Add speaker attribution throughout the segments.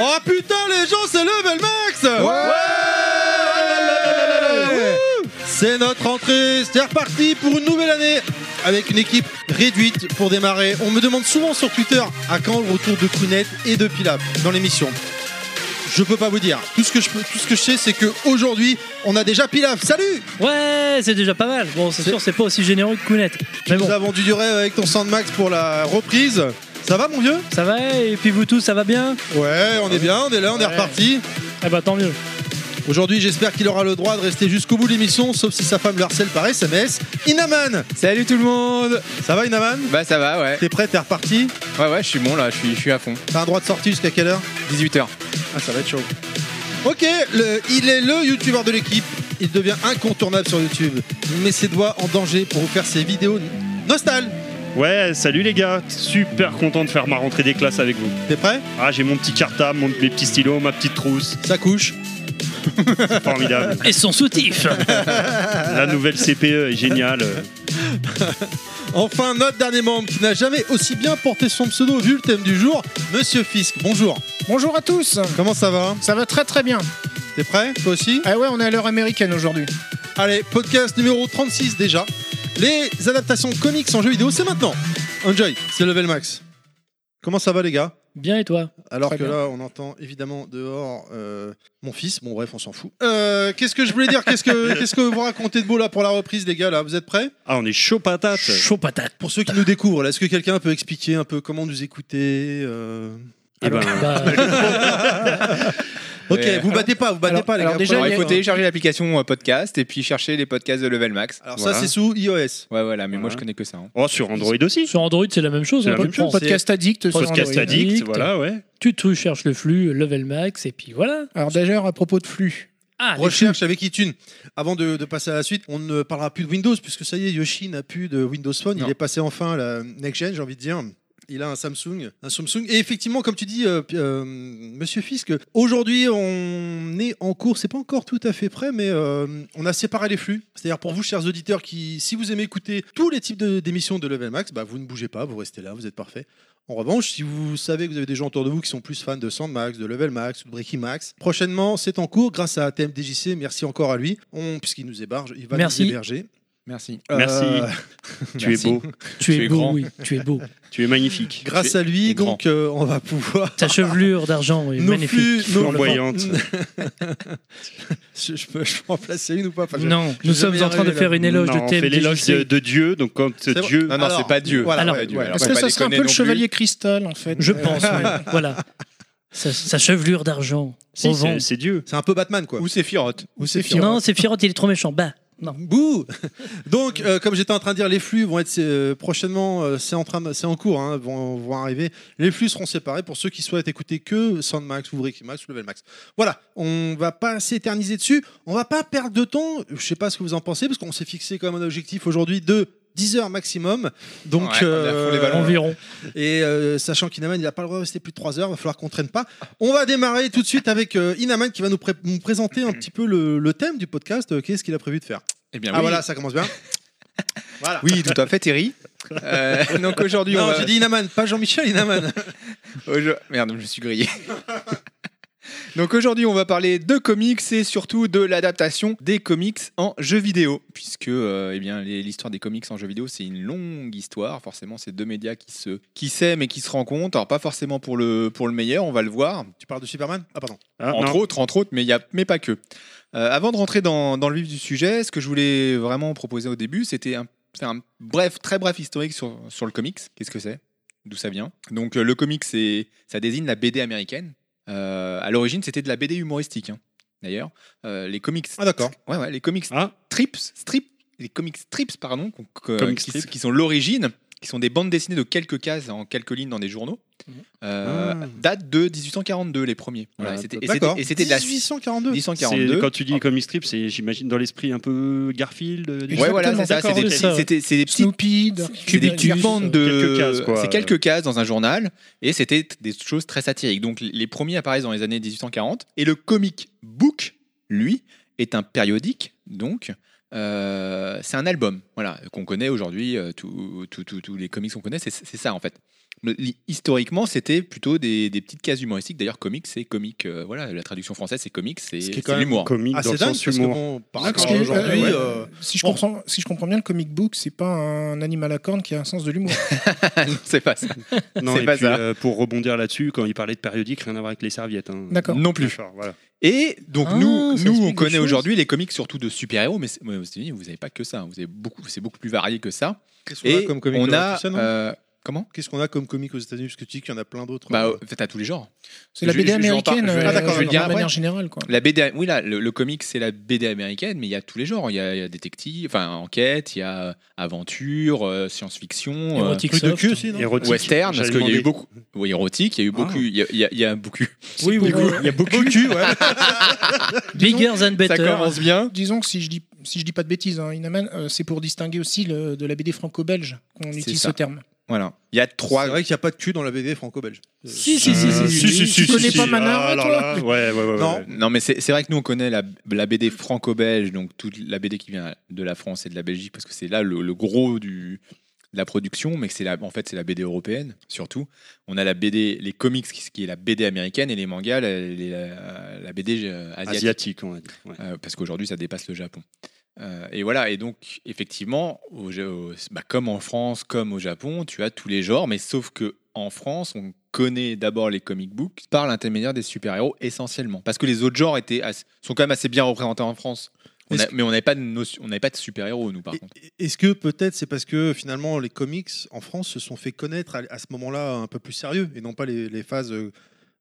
Speaker 1: Ah putain, les gens, c'est Level Max C'est notre entrée, c'est reparti pour une nouvelle année avec une équipe réduite pour démarrer. On me demande souvent sur Twitter à quand le retour de Prunette et de Pilap dans l'émission. Je peux pas vous dire. Tout ce que je, peux- tout ce que je sais, c'est qu'aujourd'hui, on a déjà Pilaf. Salut
Speaker 2: Ouais, c'est déjà pas mal. Bon, c'est
Speaker 1: C'est-
Speaker 2: sûr, c'est pas aussi généreux que Kounet. Mais
Speaker 1: Nous
Speaker 2: bon,
Speaker 1: avons du rêve avec ton Sandmax pour la reprise. Ça va, mon vieux
Speaker 2: ça va et puis vous tous, ça va bien
Speaker 1: Ouais, on est bien, on est là, on est
Speaker 2: Ouais.
Speaker 1: reparti.
Speaker 2: Eh bah tant mieux.
Speaker 1: Aujourd'hui, j'espère qu'il aura le droit de rester jusqu'au bout de l'émission, sauf si sa femme le harcèle par SMS. Inaman
Speaker 3: Salut tout le monde
Speaker 1: Ça va, Inaman
Speaker 3: Bah ça va ouais.
Speaker 1: T'es prêt, t'es reparti
Speaker 3: Ouais ouais je suis bon là, je suis, je suis à fond.
Speaker 1: T'as un droit de sortie jusqu'à quelle heure
Speaker 3: 18h.
Speaker 1: Ah, ça va être chaud. Ok, le- il est le youtubeur de l'équipe. Il devient incontournable sur YouTube. Il met ses doigts en danger pour vous faire ses vidéos nostal.
Speaker 4: Ouais, salut les gars, super content de faire ma rentrée des classes avec vous.
Speaker 1: T'es prêt
Speaker 4: Ah, j'ai mon petit cartable, mon, mes petits stylos, ma petite trousse,
Speaker 1: Ça couche.
Speaker 4: c'est formidable.
Speaker 2: Et son soutif
Speaker 4: La nouvelle CPE est géniale.
Speaker 1: Enfin, notre dernier membre qui n'a jamais aussi bien porté son pseudo vu le thème du jour, Monsieur Fisk. Bonjour.
Speaker 5: Bonjour à tous
Speaker 1: Comment ça va
Speaker 5: Ça va très très bien.
Speaker 1: T'es prêt Toi aussi
Speaker 5: Ah ouais, on est à l'heure américaine aujourd'hui.
Speaker 1: Allez, podcast numéro 36 déjà. Les adaptations comics en jeux vidéo, c'est maintenant. Enjoy, c'est Level Max. Comment ça va les gars
Speaker 2: Bien et toi
Speaker 1: Alors
Speaker 5: Très
Speaker 1: que
Speaker 5: bien.
Speaker 1: là, on entend évidemment dehors euh, mon fils. Bon, bref, on s'en fout. Euh, qu'est-ce que je voulais dire Qu'est-ce que qu'est-ce que vous racontez de beau là pour la reprise, les gars Là, vous êtes prêts
Speaker 4: Ah, on est chaud patate. Eh
Speaker 2: Chaud patate.
Speaker 1: Pour ceux qui nous découvrent, là, est-ce que quelqu'un peut expliquer un peu comment nous écouter euh,
Speaker 4: Eh ben,
Speaker 2: Bah,
Speaker 1: Ok,
Speaker 3: Euh,
Speaker 1: vous battez pas, vous battez
Speaker 5: alors-
Speaker 1: pas, les
Speaker 5: alors
Speaker 1: gars.
Speaker 5: déjà,
Speaker 1: Faut-
Speaker 3: Alors,
Speaker 5: il y
Speaker 3: il
Speaker 5: a-
Speaker 3: faut télécharger l'application euh, podcast et puis chercher les podcasts de Level Max.
Speaker 1: Alors
Speaker 3: Voilà.
Speaker 1: ça, c'est sous iOS.
Speaker 3: Ouais voilà, mais moi
Speaker 4: Voilà.
Speaker 3: je connais que ça. hein.
Speaker 4: oh, sur Android aussi.
Speaker 2: sur Android, c'est la même chose.
Speaker 4: C'est
Speaker 2: hein,
Speaker 4: la
Speaker 2: je
Speaker 4: même chose.
Speaker 2: pense.
Speaker 5: Podcast addict sur
Speaker 4: Podcast
Speaker 5: Android.
Speaker 4: addict,
Speaker 2: Addict.
Speaker 4: voilà, ouais.
Speaker 2: Tu te cherches le flux, level max, et puis voilà.
Speaker 5: Alors d'ailleurs, à propos de flux,
Speaker 2: Ah, les
Speaker 1: Recherche avec iTunes. Avant de, de passer à la suite, on ne parlera plus de Windows, puisque ça y est, Yoshi n'a plus de Windows Phone.
Speaker 3: Non.
Speaker 1: Il est passé enfin à la next-gen, j'ai envie de dire. Il a un Samsung, un Samsung. Et effectivement, comme tu dis, euh, p- euh, Monsieur Fisk, aujourd'hui, on est en cours. C'est pas encore tout à fait prêt, mais euh, on a séparé les flux. C'est-à-dire pour vous, chers auditeurs, qui, si vous aimez écouter tous les types de- d'émissions de Level Max, bah, vous ne bougez pas, vous restez là, vous êtes parfait. En revanche, si vous savez que vous avez des gens autour de vous qui sont plus fans de Sandmax, de Level Max ou de Breaking Max, prochainement, c'est en cours grâce à TMDJC. Merci encore à lui, On- puisqu'il nous héberge. Il va
Speaker 2: Merci.
Speaker 1: nous héberger.
Speaker 3: Merci.
Speaker 4: Merci.
Speaker 1: Euh,
Speaker 4: Tu es
Speaker 3: Merci.
Speaker 4: beau,
Speaker 2: flux. tu
Speaker 3: tu
Speaker 2: es
Speaker 3: es
Speaker 2: beau,
Speaker 3: grand.
Speaker 2: oui, tu es beau.
Speaker 4: tu es magnifique.
Speaker 1: grâce à
Speaker 3: Tu
Speaker 1: lui,
Speaker 3: es grand.
Speaker 1: donc, euh, on va pouvoir.
Speaker 2: Ta chevelure d'argent est
Speaker 1: nos
Speaker 2: magnifique.
Speaker 1: flux- nos-
Speaker 4: Flamboyante.
Speaker 1: je, je peux je peux en placer une ou pas Enfin, je-
Speaker 2: Non, nous
Speaker 1: jamais
Speaker 2: sommes en train de
Speaker 1: arrivé là.
Speaker 2: faire une éloge
Speaker 4: Non,
Speaker 2: de
Speaker 4: on
Speaker 2: thème.
Speaker 4: fait l'éloge de, de Dieu, donc quand
Speaker 1: vrai.
Speaker 4: Dieu.
Speaker 3: Non non,
Speaker 1: Alors,
Speaker 3: c'est pas Dieu.
Speaker 1: voilà.
Speaker 3: C'est
Speaker 2: Alors,
Speaker 3: pas Dieu.
Speaker 1: ouais.
Speaker 3: Alors,
Speaker 5: est-ce
Speaker 3: faut
Speaker 5: que
Speaker 3: pas
Speaker 5: ça serait un
Speaker 3: déconner
Speaker 5: peu le
Speaker 3: non plus.
Speaker 5: chevalier cristal en fait
Speaker 2: Je
Speaker 5: Euh,
Speaker 2: pense, ouais, voilà. Sa, sa chevelure d'argent.
Speaker 4: Si,
Speaker 2: au vent.
Speaker 4: c'est- c'est Dieu.
Speaker 1: C'est un peu Batman, quoi.
Speaker 3: Ou c'est Firotte.
Speaker 1: Ou c'est Firotte.
Speaker 2: Non, c'est Firotte, il est trop méchant. Bah, non.
Speaker 1: Bouh Donc, euh, comme j'étais en train de dire, les flux vont être euh, prochainement, euh, c'est en train, de- c'est en cours, hein, vont, vont arriver. Les flux seront séparés pour ceux qui souhaitent écouter que Sandmax, ou Ricky Max, ou Level Max. Voilà, on va pas s'éterniser dessus, on va pas perdre de temps. Je sais pas ce que vous en pensez, parce qu'on s'est fixé quand même un objectif aujourd'hui de 10 heures maximum. Donc, euh,
Speaker 3: Ouais, on est à fond les ballons, là.
Speaker 2: Environ.
Speaker 1: et euh, sachant qu'Inaman, il n'a pas le droit de rester plus de 3 heures, il va falloir qu'on traîne pas. On va démarrer tout de suite avec euh, Inaman qui va nous, pré- nous présenter un petit peu le, le thème du podcast. euh, Qu'est-ce qu'il a prévu de faire
Speaker 3: Eh bien
Speaker 1: Ah
Speaker 3: oui.
Speaker 1: voilà, ça commence bien. voilà.
Speaker 3: Oui, tout à fait Thierry. Euh, donc aujourd'hui on
Speaker 1: Non,
Speaker 3: va-
Speaker 1: j'ai dit Inaman, pas Jean-Michel Inaman.
Speaker 3: Aujo- Merde, je me suis grillé. Donc aujourd'hui, on va parler de comics et surtout de l'adaptation des comics en jeux vidéo, puisque euh, eh bien les- l'histoire des comics en jeux vidéo c'est une longue histoire. Forcément, c'est deux médias qui se qui s'aiment et qui se rencontrent. Alors pas forcément pour le pour le meilleur, on va le voir
Speaker 1: tu parles de Superman Ah pardon.
Speaker 4: Ah,
Speaker 3: entre
Speaker 4: non.
Speaker 3: autres, entre autres, mais, y a, mais pas que. Euh, avant de rentrer dans, dans le vif du sujet, ce que je voulais vraiment proposer au début, c'était un, faire un bref, très bref historique sur, sur le comics. Qu'est-ce que c'est D'où ça vient Donc euh, le comics, c'est- ça désigne la BD américaine. Euh, à l'origine, c'était de la BD humoristique, hein, d'ailleurs. Euh, les comics,
Speaker 1: Ah d'accord.
Speaker 3: ouais, ouais, les comics
Speaker 4: Ah,
Speaker 3: strips, strip, les comics strips, pardon, qu'on- que-
Speaker 4: Comic
Speaker 3: qui,
Speaker 4: strip.
Speaker 3: qui sont l'origine, qui sont des bandes dessinées de quelques cases en quelques lignes dans des journaux.
Speaker 4: Mhm.
Speaker 3: Euh,
Speaker 1: Ah.
Speaker 3: Date de 1842 les premiers. Voilà,
Speaker 4: Ah,
Speaker 3: et c'était- et c'était-
Speaker 1: D'accord.
Speaker 3: et c'était de la
Speaker 1: 1842.
Speaker 3: 1842.
Speaker 4: c'est- quand tu dis comic strip, c'est j'imagine dans l'esprit un peu Garfield. euh,
Speaker 3: Ouais, voilà, c'est
Speaker 5: Exactement,
Speaker 3: ça. C'est des,
Speaker 2: d'accord,
Speaker 3: petits-
Speaker 2: ça.
Speaker 3: c'était- c'est des petites
Speaker 5: Snoopy,
Speaker 3: c'est des petites
Speaker 5: Cubicus,
Speaker 3: bandes de
Speaker 4: Quelques cases, quoi.
Speaker 3: c'est quelques cases dans un journal et c'était t- des choses très satiriques. Donc les- les premiers apparaissent dans les années 1840 et le comic book lui est un périodique donc euh, c'est un album voilà qu'on connaît aujourd'hui euh, tous tous- tous- tous les comics qu'on connaît c'est c'est ça en fait Li- Historiquement, c'était plutôt des, des petites cases humoristiques. D'ailleurs, comics, c'est comique. euh, voilà, la traduction française, c'est comique, c'est
Speaker 1: Ce qui est
Speaker 3: c'est
Speaker 1: quand même
Speaker 3: l'humour.
Speaker 4: Comique
Speaker 1: Ah,
Speaker 4: dans
Speaker 1: c'est
Speaker 4: le
Speaker 1: dingue,
Speaker 4: sens
Speaker 1: parce que
Speaker 4: humour.
Speaker 1: bon, par
Speaker 5: Parce
Speaker 1: rapport à
Speaker 5: que,
Speaker 1: aujourd'hui.
Speaker 5: euh,
Speaker 1: euh,
Speaker 5: Si je,
Speaker 1: Bon.
Speaker 5: comprends, si je comprends bien, le comic book, c'est pas un animal à cornes qui a un sens de l'humour.
Speaker 3: c'est pas ça.
Speaker 4: Non,
Speaker 3: C'est
Speaker 4: et
Speaker 3: pas
Speaker 4: puis,
Speaker 3: ça.
Speaker 4: euh, pour rebondir là-dessus, quand il parlait de périodique, rien à voir avec les serviettes. hein.
Speaker 5: D'accord.
Speaker 3: Non plus.
Speaker 4: D'accord, voilà.
Speaker 3: Et donc
Speaker 2: Ah,
Speaker 3: nous,
Speaker 2: ça
Speaker 3: nous
Speaker 2: explique
Speaker 3: on
Speaker 2: des
Speaker 3: connaît
Speaker 2: choses.
Speaker 3: aujourd'hui les comics surtout de super-héros, mais c'est- mais aux États-Unis, vous n'avez pas que ça. hein. Vous avez beaucoup, c'est beaucoup plus varié que ça.
Speaker 1: Qu'est-ce qu'on
Speaker 3: Et
Speaker 1: a comme comique
Speaker 3: on
Speaker 1: dans la
Speaker 3: a
Speaker 1: fiction, non
Speaker 3: euh, comment
Speaker 1: Qu'est-ce qu'on a comme comique aux États-Unis Parce que tu dis qu'il y en a plein d'autres.
Speaker 3: Bah,
Speaker 1: Euh,
Speaker 3: euh, t'as tous les genres.
Speaker 5: C'est la
Speaker 3: Je-
Speaker 5: BD
Speaker 3: je- je vais en par-
Speaker 5: américaine,
Speaker 3: je vais-
Speaker 5: euh,
Speaker 1: Ah, d'accord,
Speaker 5: je
Speaker 1: je vais
Speaker 5: veux
Speaker 1: le
Speaker 5: dire,
Speaker 1: dire
Speaker 5: de
Speaker 1: après.
Speaker 5: manière générale. Quoi.
Speaker 3: La BD, oui, là, le, le comic, c'est la BD américaine, mais il y a tous les genres. Il y a, il y a détective, enfin enquête, il y a aventure, euh, science-fiction, euh,
Speaker 2: Érotique
Speaker 1: Plus de
Speaker 2: soft.
Speaker 1: queue, sinon
Speaker 4: Érotique.
Speaker 3: western, parce
Speaker 4: J'allais
Speaker 3: qu'il y a eu
Speaker 4: demander.
Speaker 3: beaucoup, oui, érotique, il y a eu beaucoup, il y a- il y, a- il y a beaucoup.
Speaker 2: Oui, oui, oui.
Speaker 3: Il y a beaucoup.
Speaker 2: Bigger than
Speaker 3: Ça
Speaker 2: better.
Speaker 3: commence bien.
Speaker 5: Disons que si je dis, si je dis pas de bêtises, hein, Inaman, euh, c'est pour distinguer aussi le- de la BD franco-belge qu'on
Speaker 3: C'est
Speaker 5: utilise
Speaker 3: ça.
Speaker 5: ce terme.
Speaker 3: Voilà. Il y a trois.
Speaker 1: C'est vrai qu'il n'y a pas de cul dans la BD franco-belge. Euh,
Speaker 5: Si, si, si, si, si, si, tu connais pas Manara,
Speaker 4: Ah, alors
Speaker 5: toi
Speaker 4: là, Ouais, ouais, ouais.
Speaker 1: Non.
Speaker 4: ouais.
Speaker 3: Non, mais c'est c'est vrai que nous, on connaît la, la BD franco-belge, donc toute la BD qui vient de la France et de la Belgique, parce que c'est là le, le gros du, de la production, mais que c'est la, en fait, c'est la BD européenne, surtout. On a la BD, les comics, qui, qui est la BD américaine, et les mangas, la, les- la- la BD euh, asiatique.
Speaker 4: Asiatique, on va dire. ouais.
Speaker 3: Euh, parce qu'aujourd'hui, ça dépasse le Japon. Euh, et voilà, et donc, effectivement, au Ja- au- bah, comme en France, comme au Japon, tu as tous les genres, mais sauf que en France, on connaît d'abord les comic books par l'intermédiaire des super-héros essentiellement. Parce que les autres genres étaient assez- sont quand même assez bien représentés en France. On
Speaker 1: Est-ce
Speaker 3: a- mais on n'avait pas de, notion- on n'avait pas de super-héros, nous, par
Speaker 1: Et-
Speaker 3: contre.
Speaker 1: Est-ce que peut-être c'est parce que finalement les comics en France se sont fait connaître à, à ce moment-là un peu plus sérieux et non pas les, les phases euh,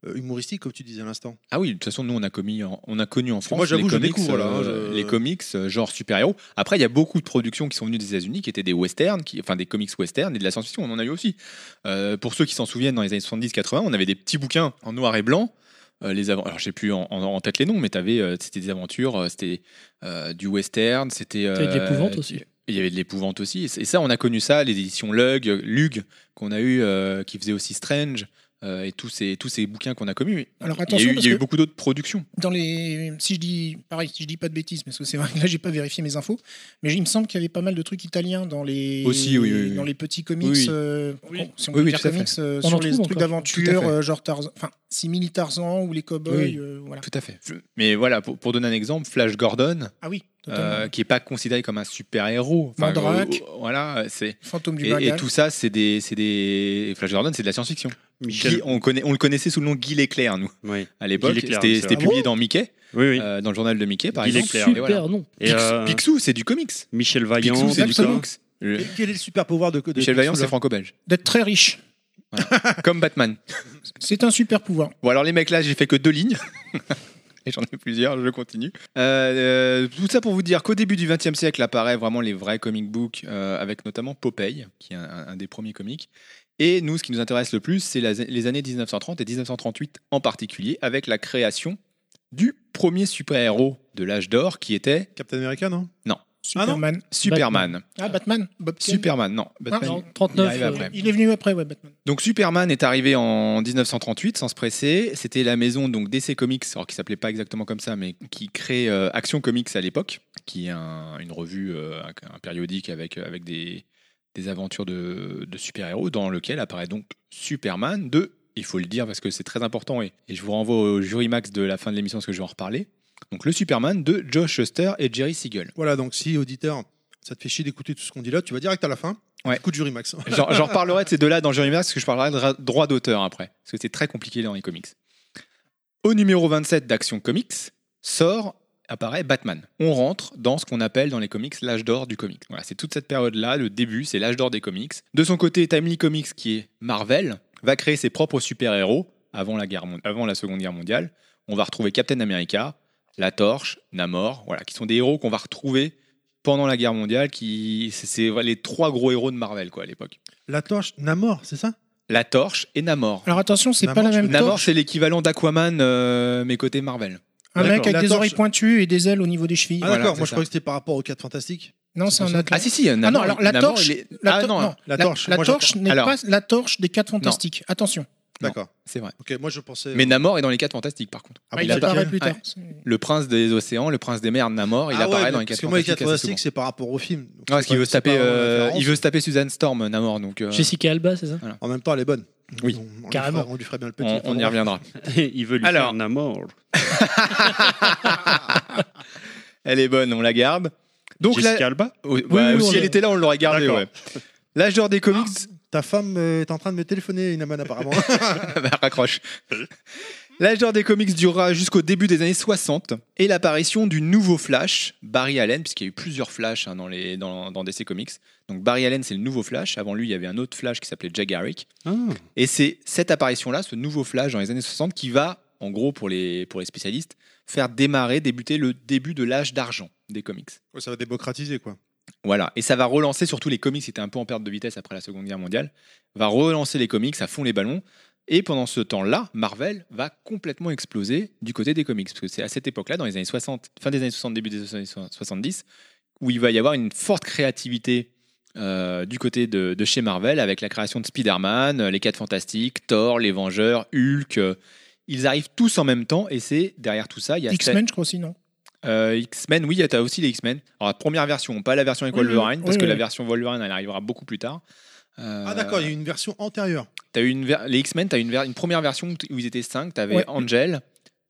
Speaker 1: euh, humoristiques comme tu disais à l'instant
Speaker 3: Ah oui, de toute façon, nous, on a, commis en- on a connu en France
Speaker 1: moi, j'avoue,
Speaker 3: les,
Speaker 1: je
Speaker 3: comics,
Speaker 1: découvre, là, hein,
Speaker 3: euh,
Speaker 1: je-
Speaker 3: les comics euh, genre super-héros. Après, il y a beaucoup de productions qui sont venues des États-Unis qui étaient des westerns, qui, enfin des comics westerns et de la science-fiction, on en a eu aussi. Euh, pour ceux qui s'en souviennent, dans les années 70-80, on avait des petits bouquins en noir et blanc. euh, les avant Alors, j'ai plus en, en- en tête les noms, mais t'avais, euh, c'était des aventures, euh, c'était euh, du western, c'était. euh,
Speaker 2: T'avais de l'épouvante aussi.
Speaker 3: Il y avait de l'épouvante aussi. Et c- Et ça, on a connu ça, les éditions Lug, euh, Lug, qu'on a eu, euh, qui faisait aussi Strange, euh, et tous ces, tous ces bouquins qu'on a connus.
Speaker 5: Alors
Speaker 3: Il y a
Speaker 5: attention,
Speaker 3: eu, il
Speaker 5: parce
Speaker 3: y a eu
Speaker 5: que
Speaker 3: beaucoup d'autres productions.
Speaker 5: dans les, si je dis, pareil, si je dis pas de bêtises, parce que c'est vrai que là j'ai pas vérifié mes infos, mais il me semble qu'il y avait pas mal de trucs italiens dans les,
Speaker 3: Aussi, oui, oui, oui.
Speaker 5: dans les petits comics,
Speaker 3: Oui, oui.
Speaker 5: euh, bon, si on
Speaker 3: Oui,
Speaker 5: peut
Speaker 3: oui,
Speaker 5: dire
Speaker 3: tout à fait.
Speaker 5: comics, euh,
Speaker 2: On en
Speaker 5: sur les
Speaker 2: trouve
Speaker 5: trucs
Speaker 2: encore.
Speaker 5: d'aventure,
Speaker 3: Tout à fait.
Speaker 5: euh, genre Tarzan, enfin, simili Tarzan ou les cowboys,
Speaker 3: Oui.
Speaker 5: euh, voilà.
Speaker 3: Tout à fait. Mais voilà, pour, pour donner un exemple, Flash Gordon,
Speaker 5: Ah oui, totalement.
Speaker 3: euh, qui n'est pas considéré comme un super-héros. Enfin,
Speaker 5: Mandrake.
Speaker 3: euh, euh, voilà, c'est.
Speaker 5: Fantôme du
Speaker 3: Et,
Speaker 5: Bengale.
Speaker 3: et tout ça, c'est des, c'est des. Flash Gordon, c'est de la science-fiction. Guy-
Speaker 4: Michel.
Speaker 3: On, connaît, on le connaissait sous le nom Guy l'éclair, nous,
Speaker 4: Oui,
Speaker 3: à l'époque.
Speaker 4: Guy l'éclair,
Speaker 3: C'était
Speaker 4: c'est
Speaker 3: c'était
Speaker 4: vrai.
Speaker 3: publié dans Mickey,
Speaker 4: oui. oui.
Speaker 3: euh, dans le journal de Mickey, par
Speaker 4: Guy
Speaker 3: exemple.
Speaker 4: l'éclair.
Speaker 2: Super
Speaker 3: Et voilà.
Speaker 2: nom.
Speaker 4: Et
Speaker 3: Picsou-
Speaker 4: euh,
Speaker 3: Picsou, c'est du comics.
Speaker 4: Michel Vaillant.
Speaker 3: Picsou, c'est du
Speaker 5: absolument.
Speaker 3: comics. Le-
Speaker 1: Quel- Quel est le super pouvoir de, de
Speaker 3: Michel Vaillant,
Speaker 1: Picsou,
Speaker 3: c'est
Speaker 1: là
Speaker 3: franco-belge.
Speaker 5: D'être très riche,
Speaker 3: Comme Batman.
Speaker 5: c'est un super pouvoir.
Speaker 3: Bon, alors les mecs, là, j'ai fait que deux lignes. Et j'en ai plusieurs, je continue. Euh, euh, tout ça pour vous dire qu'au début du XXe siècle apparaît vraiment les vrais comic books, euh, avec notamment Popeye, qui est un, un- un des premiers comics. Et nous, ce qui nous intéresse le plus, c'est la- les années 1930 et 1938 en particulier, avec la création du premier super-héros de l'âge d'or, qui était
Speaker 1: Captain America, non Ah non
Speaker 5: Superman.
Speaker 3: Superman.
Speaker 5: Ah, Batman. Bob Kane.
Speaker 3: Superman, non. Batman.
Speaker 2: Non,
Speaker 3: Il
Speaker 2: 39.
Speaker 3: arrive après.
Speaker 2: euh,
Speaker 5: Il est venu après, ouais, Batman.
Speaker 3: Donc Superman est arrivé en 1938 sans se presser. C'était la maison donc DC Comics, alors qui s'appelait pas exactement comme ça, mais qui crée euh, Action Comics à l'époque, qui est un- une revue, euh, un, un périodique avec euh, avec des des aventures de, de super-héros dans lequel apparaît donc Superman de, il faut le dire parce que c'est très important et, et je vous renvoie au jury max de la fin de l'émission parce que je vais en reparler. Donc le Superman de Josh Shuster et Jerry Siegel.
Speaker 1: Voilà, donc si auditeur, ça te fait chier d'écouter tout ce qu'on dit là, tu vas direct à la fin.
Speaker 3: Ouais.
Speaker 1: Coup de jury, Max.
Speaker 3: J'en j'en reparlerai de ces deux-là dans Jury Max, parce que je parlerai de ra- droit d'auteur après, parce que c'est très compliqué dans les comics. Au numéro 27 d'Action Comics, sort, apparaît Batman. On rentre dans ce qu'on appelle dans les comics l'âge d'or du comics. Voilà, c'est toute cette période-là, le début, c'est l'âge d'or des comics. De son côté, Timely Comics, qui est Marvel, va créer ses propres super-héros avant, la guerre mon- avant la Seconde Guerre mondiale. On va retrouver Captain America, La Torche, Namor, voilà, qui sont des héros qu'on va retrouver pendant la guerre mondiale, qui c'est- c'est les trois gros héros de Marvel quoi à l'époque.
Speaker 1: La torche, Namor, c'est ça Ah,
Speaker 3: La Torche et Namor.
Speaker 5: Alors attention, c'est pas
Speaker 1: Namor,
Speaker 5: la même
Speaker 3: Namor,
Speaker 5: torche.
Speaker 3: c'est l'équivalent d'Aquaman, euh, mais côté Marvel.
Speaker 5: Un mec
Speaker 1: D'accord.
Speaker 5: avec
Speaker 1: La
Speaker 5: des
Speaker 1: torche-
Speaker 5: oreilles pointues et des ailes au niveau des chevilles.
Speaker 1: Ah
Speaker 3: Voilà,
Speaker 1: d'accord,
Speaker 3: c'est
Speaker 1: moi je
Speaker 3: ça.
Speaker 1: croyais que c'était par rapport aux 4 fantastiques.
Speaker 5: Non, c'est un
Speaker 3: Ah
Speaker 5: atlas.
Speaker 3: si, si, Namor,
Speaker 5: non, alors, la
Speaker 3: Namor,
Speaker 5: torche-
Speaker 3: il est-
Speaker 5: La
Speaker 3: Ah
Speaker 5: tor-
Speaker 3: non,
Speaker 5: non,
Speaker 1: La
Speaker 5: la
Speaker 1: torche,
Speaker 5: la
Speaker 1: moi,
Speaker 5: torche n'est
Speaker 3: Alors-
Speaker 5: pas la torche des quatre fantastiques. Attention.
Speaker 1: D'accord.
Speaker 3: C'est vrai.
Speaker 1: Ok, moi je pensais.
Speaker 3: Mais Namor est dans les 4 fantastiques par contre.
Speaker 1: Ah
Speaker 5: Ouais,
Speaker 1: bon,
Speaker 5: il
Speaker 1: d'accord.
Speaker 5: apparaît
Speaker 1: Ouais.
Speaker 5: plus tard.
Speaker 3: Le prince des océans, le prince des mers, Namor, il
Speaker 1: Ah ouais,
Speaker 3: apparaît
Speaker 1: mais
Speaker 3: dans les 4
Speaker 1: Parce que moi, les 4
Speaker 3: fantastiques. assez
Speaker 1: fantastiques, c'est par rapport au film. Donc,
Speaker 3: souvent. Non, parce
Speaker 1: c'est
Speaker 3: qu'il
Speaker 1: pas-
Speaker 3: veut se
Speaker 1: c'est pas
Speaker 3: taper,
Speaker 1: vraiment une
Speaker 3: euh,
Speaker 1: référence.
Speaker 3: il veut se taper Suzanne Storm, Namor. Donc euh,
Speaker 2: Jessica Alba, c'est ça
Speaker 1: En même temps, elle est bonne.
Speaker 3: Oui.
Speaker 1: On- on lui
Speaker 2: Carrément.
Speaker 1: fera- On lui ferait bien le petit.
Speaker 3: on, on y reviendra.
Speaker 4: Il veut lui faire
Speaker 3: Alors.
Speaker 4: un amour.
Speaker 3: Elle est bonne, on la garde. Donc là,
Speaker 4: Jessica Alba
Speaker 3: oui,
Speaker 2: Oui,
Speaker 3: bah,
Speaker 2: oui, on
Speaker 3: si
Speaker 2: l'a-
Speaker 3: elle était là, on l'aurait gardée.
Speaker 4: D'accord.
Speaker 3: Ouais. L'âge d'or des comics,
Speaker 1: Ta femme euh, est en train de me téléphoner, Inaman, apparemment.
Speaker 3: Bah, raccroche. L'âge d'or des comics durera jusqu'au début des années 60 et l'apparition du nouveau Flash, Barry Allen, puisqu'il y a eu plusieurs Flash hein, dans, les, dans, dans DC Comics. Donc Barry Allen, c'est le nouveau Flash. Avant lui, il y avait un autre Flash qui s'appelait Jack Garrick.
Speaker 4: Ah.
Speaker 3: Et c'est cette apparition-là, ce nouveau Flash dans les années 60, qui va, en gros, pour les, pour les spécialistes, faire démarrer, débuter le début de l'âge d'argent des comics.
Speaker 1: Ouais, Ça va démocratiser, quoi.
Speaker 3: Voilà, et ça va relancer surtout les comics, c'était un peu en perte de vitesse après la Seconde Guerre mondiale, va relancer les comics à fond les ballons, et pendant ce temps-là, Marvel va complètement exploser du côté des comics, parce que c'est à cette époque-là, dans les années 60, fin des années 60, début des années 70, où il va y avoir une forte créativité euh, du côté de, de chez Marvel, avec la création de Spider-Man, euh, les Quatre Fantastiques, Thor, les Vengeurs, Hulk, euh, ils arrivent tous en même temps, et c'est derrière tout ça, il y a...
Speaker 5: X-Men, je crois aussi, non
Speaker 3: Euh, X-Men, oui, tu as aussi les X-Men. Alors, la première version, pas la version avec
Speaker 5: Oui, oui,
Speaker 3: Wolverine,
Speaker 5: oui,
Speaker 3: parce
Speaker 5: oui,
Speaker 3: que
Speaker 5: oui.
Speaker 3: la version Wolverine, elle arrivera beaucoup plus tard. Euh,
Speaker 1: Ah, d'accord, il y a une version antérieure.
Speaker 3: t'as eu une ver- Les X-Men, tu as une, ver- une première version où ils étaient 5. Tu avais
Speaker 5: Ouais.
Speaker 3: Angel,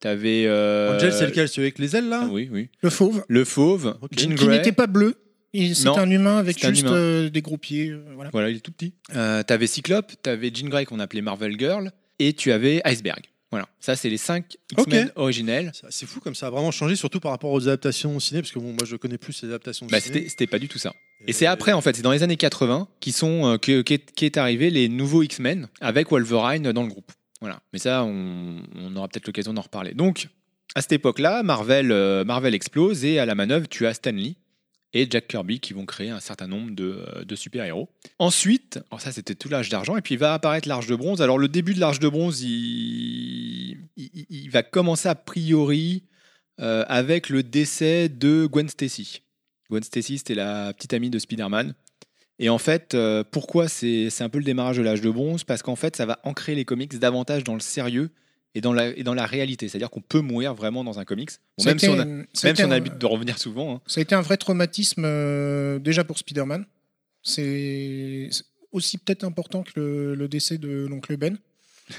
Speaker 3: tu avais. euh, ah
Speaker 1: Angel, c'est lequel Celui avec les ailes, là
Speaker 3: Oui, oui.
Speaker 5: Le fauve,
Speaker 3: Le Fauve,
Speaker 1: Ok.
Speaker 3: Jean
Speaker 5: qui
Speaker 3: Grey.
Speaker 5: n'était pas bleu. Il- C'est
Speaker 3: Non,
Speaker 5: un humain avec
Speaker 3: c'est un
Speaker 5: juste
Speaker 3: humain.
Speaker 5: euh, des gros pieds. euh, voilà.
Speaker 3: Voilà, il est tout petit. Euh, tu avais Cyclope, tu avais Jean Grey qu'on appelait Marvel Girl, et tu avais Iceberg. Voilà, ça, c'est les 5
Speaker 1: Ok.
Speaker 3: X-Men originels.
Speaker 1: Ça- C'est fou comme ça a vraiment changé, surtout par rapport aux adaptations au ciné, parce que bon, moi je connais plus les adaptations au
Speaker 3: Bah,
Speaker 1: ciné.
Speaker 3: c'était c'était pas du tout ça. Et c'est après, hein. en fait, c'est dans les années 80 qui sont euh, que- qu'est qu'est arrivé les nouveaux X-Men avec Wolverine dans le groupe. Voilà. Mais ça, on, on aura peut-être l'occasion d'en reparler. Donc, à cette époque-là, Marvel, euh, Marvel explose et à la manœuvre, tu as Stan Lee et Jack Kirby qui vont créer un certain nombre de, euh, de super-héros. Ensuite, alors ça c'était tout l'âge d'argent, et puis va apparaître l'âge de bronze. Alors le début de l'âge de bronze, il, il- il va commencer a priori euh, avec le décès de Gwen Stacy. Gwen Stacy, c'était la petite amie de Spider-Man. Et en fait, euh, pourquoi c'est c'est un peu le démarrage de l'âge de bronze Parce qu'en fait, ça va ancrer les comics davantage dans le sérieux et dans la, et dans la réalité. C'est-à-dire qu'on peut mourir vraiment dans un comics, Bon,
Speaker 5: Ça a
Speaker 3: même, si
Speaker 5: été
Speaker 3: on a,
Speaker 5: un- ça a
Speaker 3: même
Speaker 5: été
Speaker 3: si on
Speaker 5: un-
Speaker 3: habite de revenir souvent. hein.
Speaker 5: Ça a été un vrai traumatisme euh, déjà pour Spider-Man. C'est c'est aussi peut-être important que le, le décès de l'oncle Ben.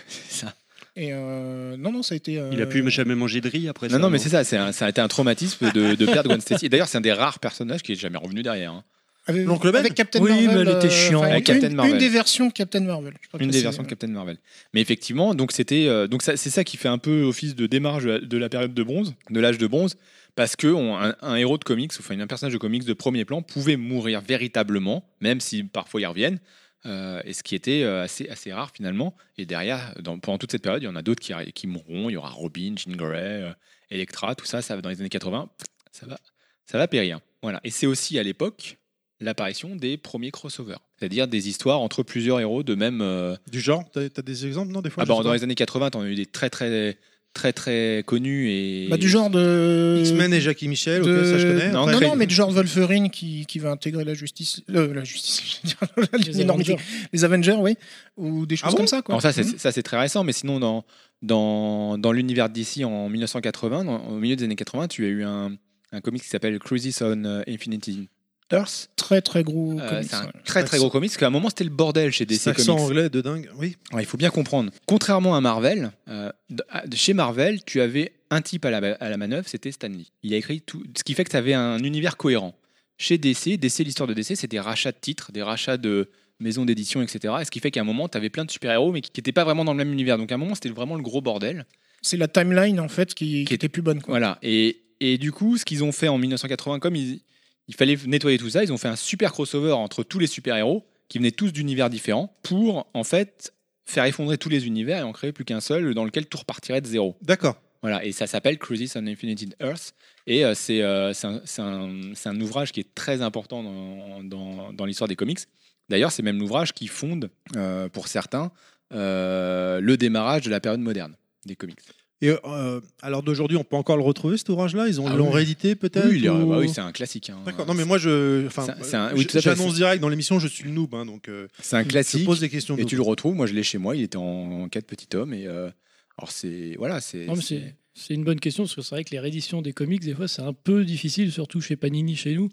Speaker 3: C'est ça.
Speaker 5: Et euh, non, non, ça a été. euh,
Speaker 4: Il a plus jamais mangé de riz après ça.
Speaker 3: Non, non, mais c'est ça, c'est un- ça a été un traumatisme de, de perdre Gwen Stacy. Et D'ailleurs, c'est un des rares personnages qui est jamais revenu derrière. hein.
Speaker 5: Avec,
Speaker 1: L'oncle Ben
Speaker 5: avec Captain
Speaker 2: Oui,
Speaker 5: Marvel.
Speaker 2: mais elle était
Speaker 5: euh,
Speaker 2: chiante.
Speaker 5: enfin,
Speaker 3: Ah,
Speaker 5: une-
Speaker 3: Captain
Speaker 5: une,
Speaker 3: Marvel.
Speaker 5: une des versions de Captain Marvel. je crois que
Speaker 3: Une
Speaker 5: c'est-
Speaker 3: des versions de Captain Marvel. Mais effectivement, donc c'était euh, donc ça, c'est ça qui fait un peu office de démarche de la- de la période de bronze, de l'âge de bronze, parce que on- un, un héros de comics, enfin un personnage de comics de premier plan pouvait mourir véritablement, même si parfois ils reviennent, euh, et ce qui était euh, assez assez rare finalement. Et derrière, dans- pendant toute cette période, il y en a d'autres qui, arri- qui mourront. Il y aura Robin, Jean Grey, euh, Elektra, tout ça, ça va dans les années 80, ça va ça va périr. Voilà. Et c'est aussi à l'époque l'apparition des premiers crossovers, c'est-à-dire des histoires entre plusieurs héros de même. euh,
Speaker 1: Du genre, t'as t'as des exemples, non Des fois
Speaker 3: ah
Speaker 1: je
Speaker 3: bah,
Speaker 1: sais
Speaker 3: dans
Speaker 1: pas.
Speaker 3: les années 80, t'en as eu des très très très très connus et
Speaker 5: Bah, du genre de.
Speaker 1: X-Men et Jackie Michel,
Speaker 5: de-
Speaker 1: ok, ça je connais.
Speaker 3: Euh, Non,
Speaker 1: Après,
Speaker 5: Non,
Speaker 3: Très-
Speaker 5: non, mais du genre Wolverine qui, qui va intégrer la justice. euh, la justice, je veux dire,
Speaker 2: Les
Speaker 5: Ah, l'énormité.
Speaker 2: Avengers.
Speaker 5: Les Avengers, oui. Ou des choses
Speaker 1: Ah bon
Speaker 5: comme ça, quoi.
Speaker 3: Alors ça c'est
Speaker 5: Mhm.
Speaker 3: ça c'est très récent, mais sinon dans dans, dans l'univers d'ici en 1980, dans- au milieu des années 80, tu as eu un un comic qui s'appelle Crisis on euh, Infinity Earth.
Speaker 5: Très, très gros.
Speaker 3: Euh,
Speaker 5: comics,
Speaker 3: c'est un
Speaker 5: ouais.
Speaker 3: très très gros comics parce qu'à un moment c'était le bordel chez
Speaker 1: Cet
Speaker 3: DC
Speaker 1: accent
Speaker 3: Comics.
Speaker 1: anglais de dingue, oui.
Speaker 3: Ouais, il faut bien comprendre. Contrairement à Marvel, euh, d- à- chez Marvel, tu avais un type à la, à la manœuvre, c'était Stan Lee. Il a écrit tout, ce qui fait que tu avais un univers cohérent. Chez DC, DC, l'histoire de DC, c'est des rachats de titres, des rachats de maisons d'édition, etc. Et ce qui fait qu'à un moment, tu avais plein de super-héros, mais qui n'étaient pas vraiment dans le même univers. Donc à un moment, c'était vraiment le gros bordel.
Speaker 5: C'est la timeline, en fait, qui,
Speaker 3: Qui
Speaker 5: qui était plus bonne, quoi.
Speaker 3: Voilà. Et, et du coup, ce qu'ils ont fait en 1980, comme ils- il fallait nettoyer tout ça, ils ont fait un super crossover entre tous les super-héros qui venaient tous d'univers différents pour, en fait, faire effondrer tous les univers et en créer plus qu'un seul dans lequel tout repartirait de zéro.
Speaker 1: D'accord.
Speaker 3: Voilà, et ça s'appelle Crisis on Infinite Earth. Et euh, c'est euh, c'est un, c'est un- c'est un ouvrage qui est très important dans, dans- dans l'histoire des comics. D'ailleurs, c'est même l'ouvrage qui fonde, euh, pour certains, euh, le démarrage de la période moderne des comics.
Speaker 1: Et euh, alors d'aujourd'hui, on peut encore le retrouver cet ouvrage-là Ils ont-
Speaker 3: Ah
Speaker 1: l'ont
Speaker 3: oui.
Speaker 1: réédité peut-être
Speaker 3: Oui, il est-
Speaker 1: ou-
Speaker 3: bah oui, c'est un classique. hein.
Speaker 1: D'accord. Non, mais moi, je, enfin,
Speaker 3: C'est un- c'est un-
Speaker 1: euh,
Speaker 3: oui,
Speaker 1: je-
Speaker 3: tout à fait,
Speaker 1: j'annonce direct dans l'émission, je suis noob, hein, donc euh,
Speaker 3: C'est un
Speaker 1: je
Speaker 3: classique.
Speaker 1: pose des questions.
Speaker 3: Et
Speaker 1: noob.
Speaker 3: tu le retrouves. Moi, je l'ai chez moi. Il était en, en quatre petits tomes. Et euh, alors, c'est voilà, c'est
Speaker 2: Non, mais c'est- c'est une bonne question parce que c'est vrai que les rééditions des comics, des fois, c'est un peu difficile, surtout chez Panini, chez nous.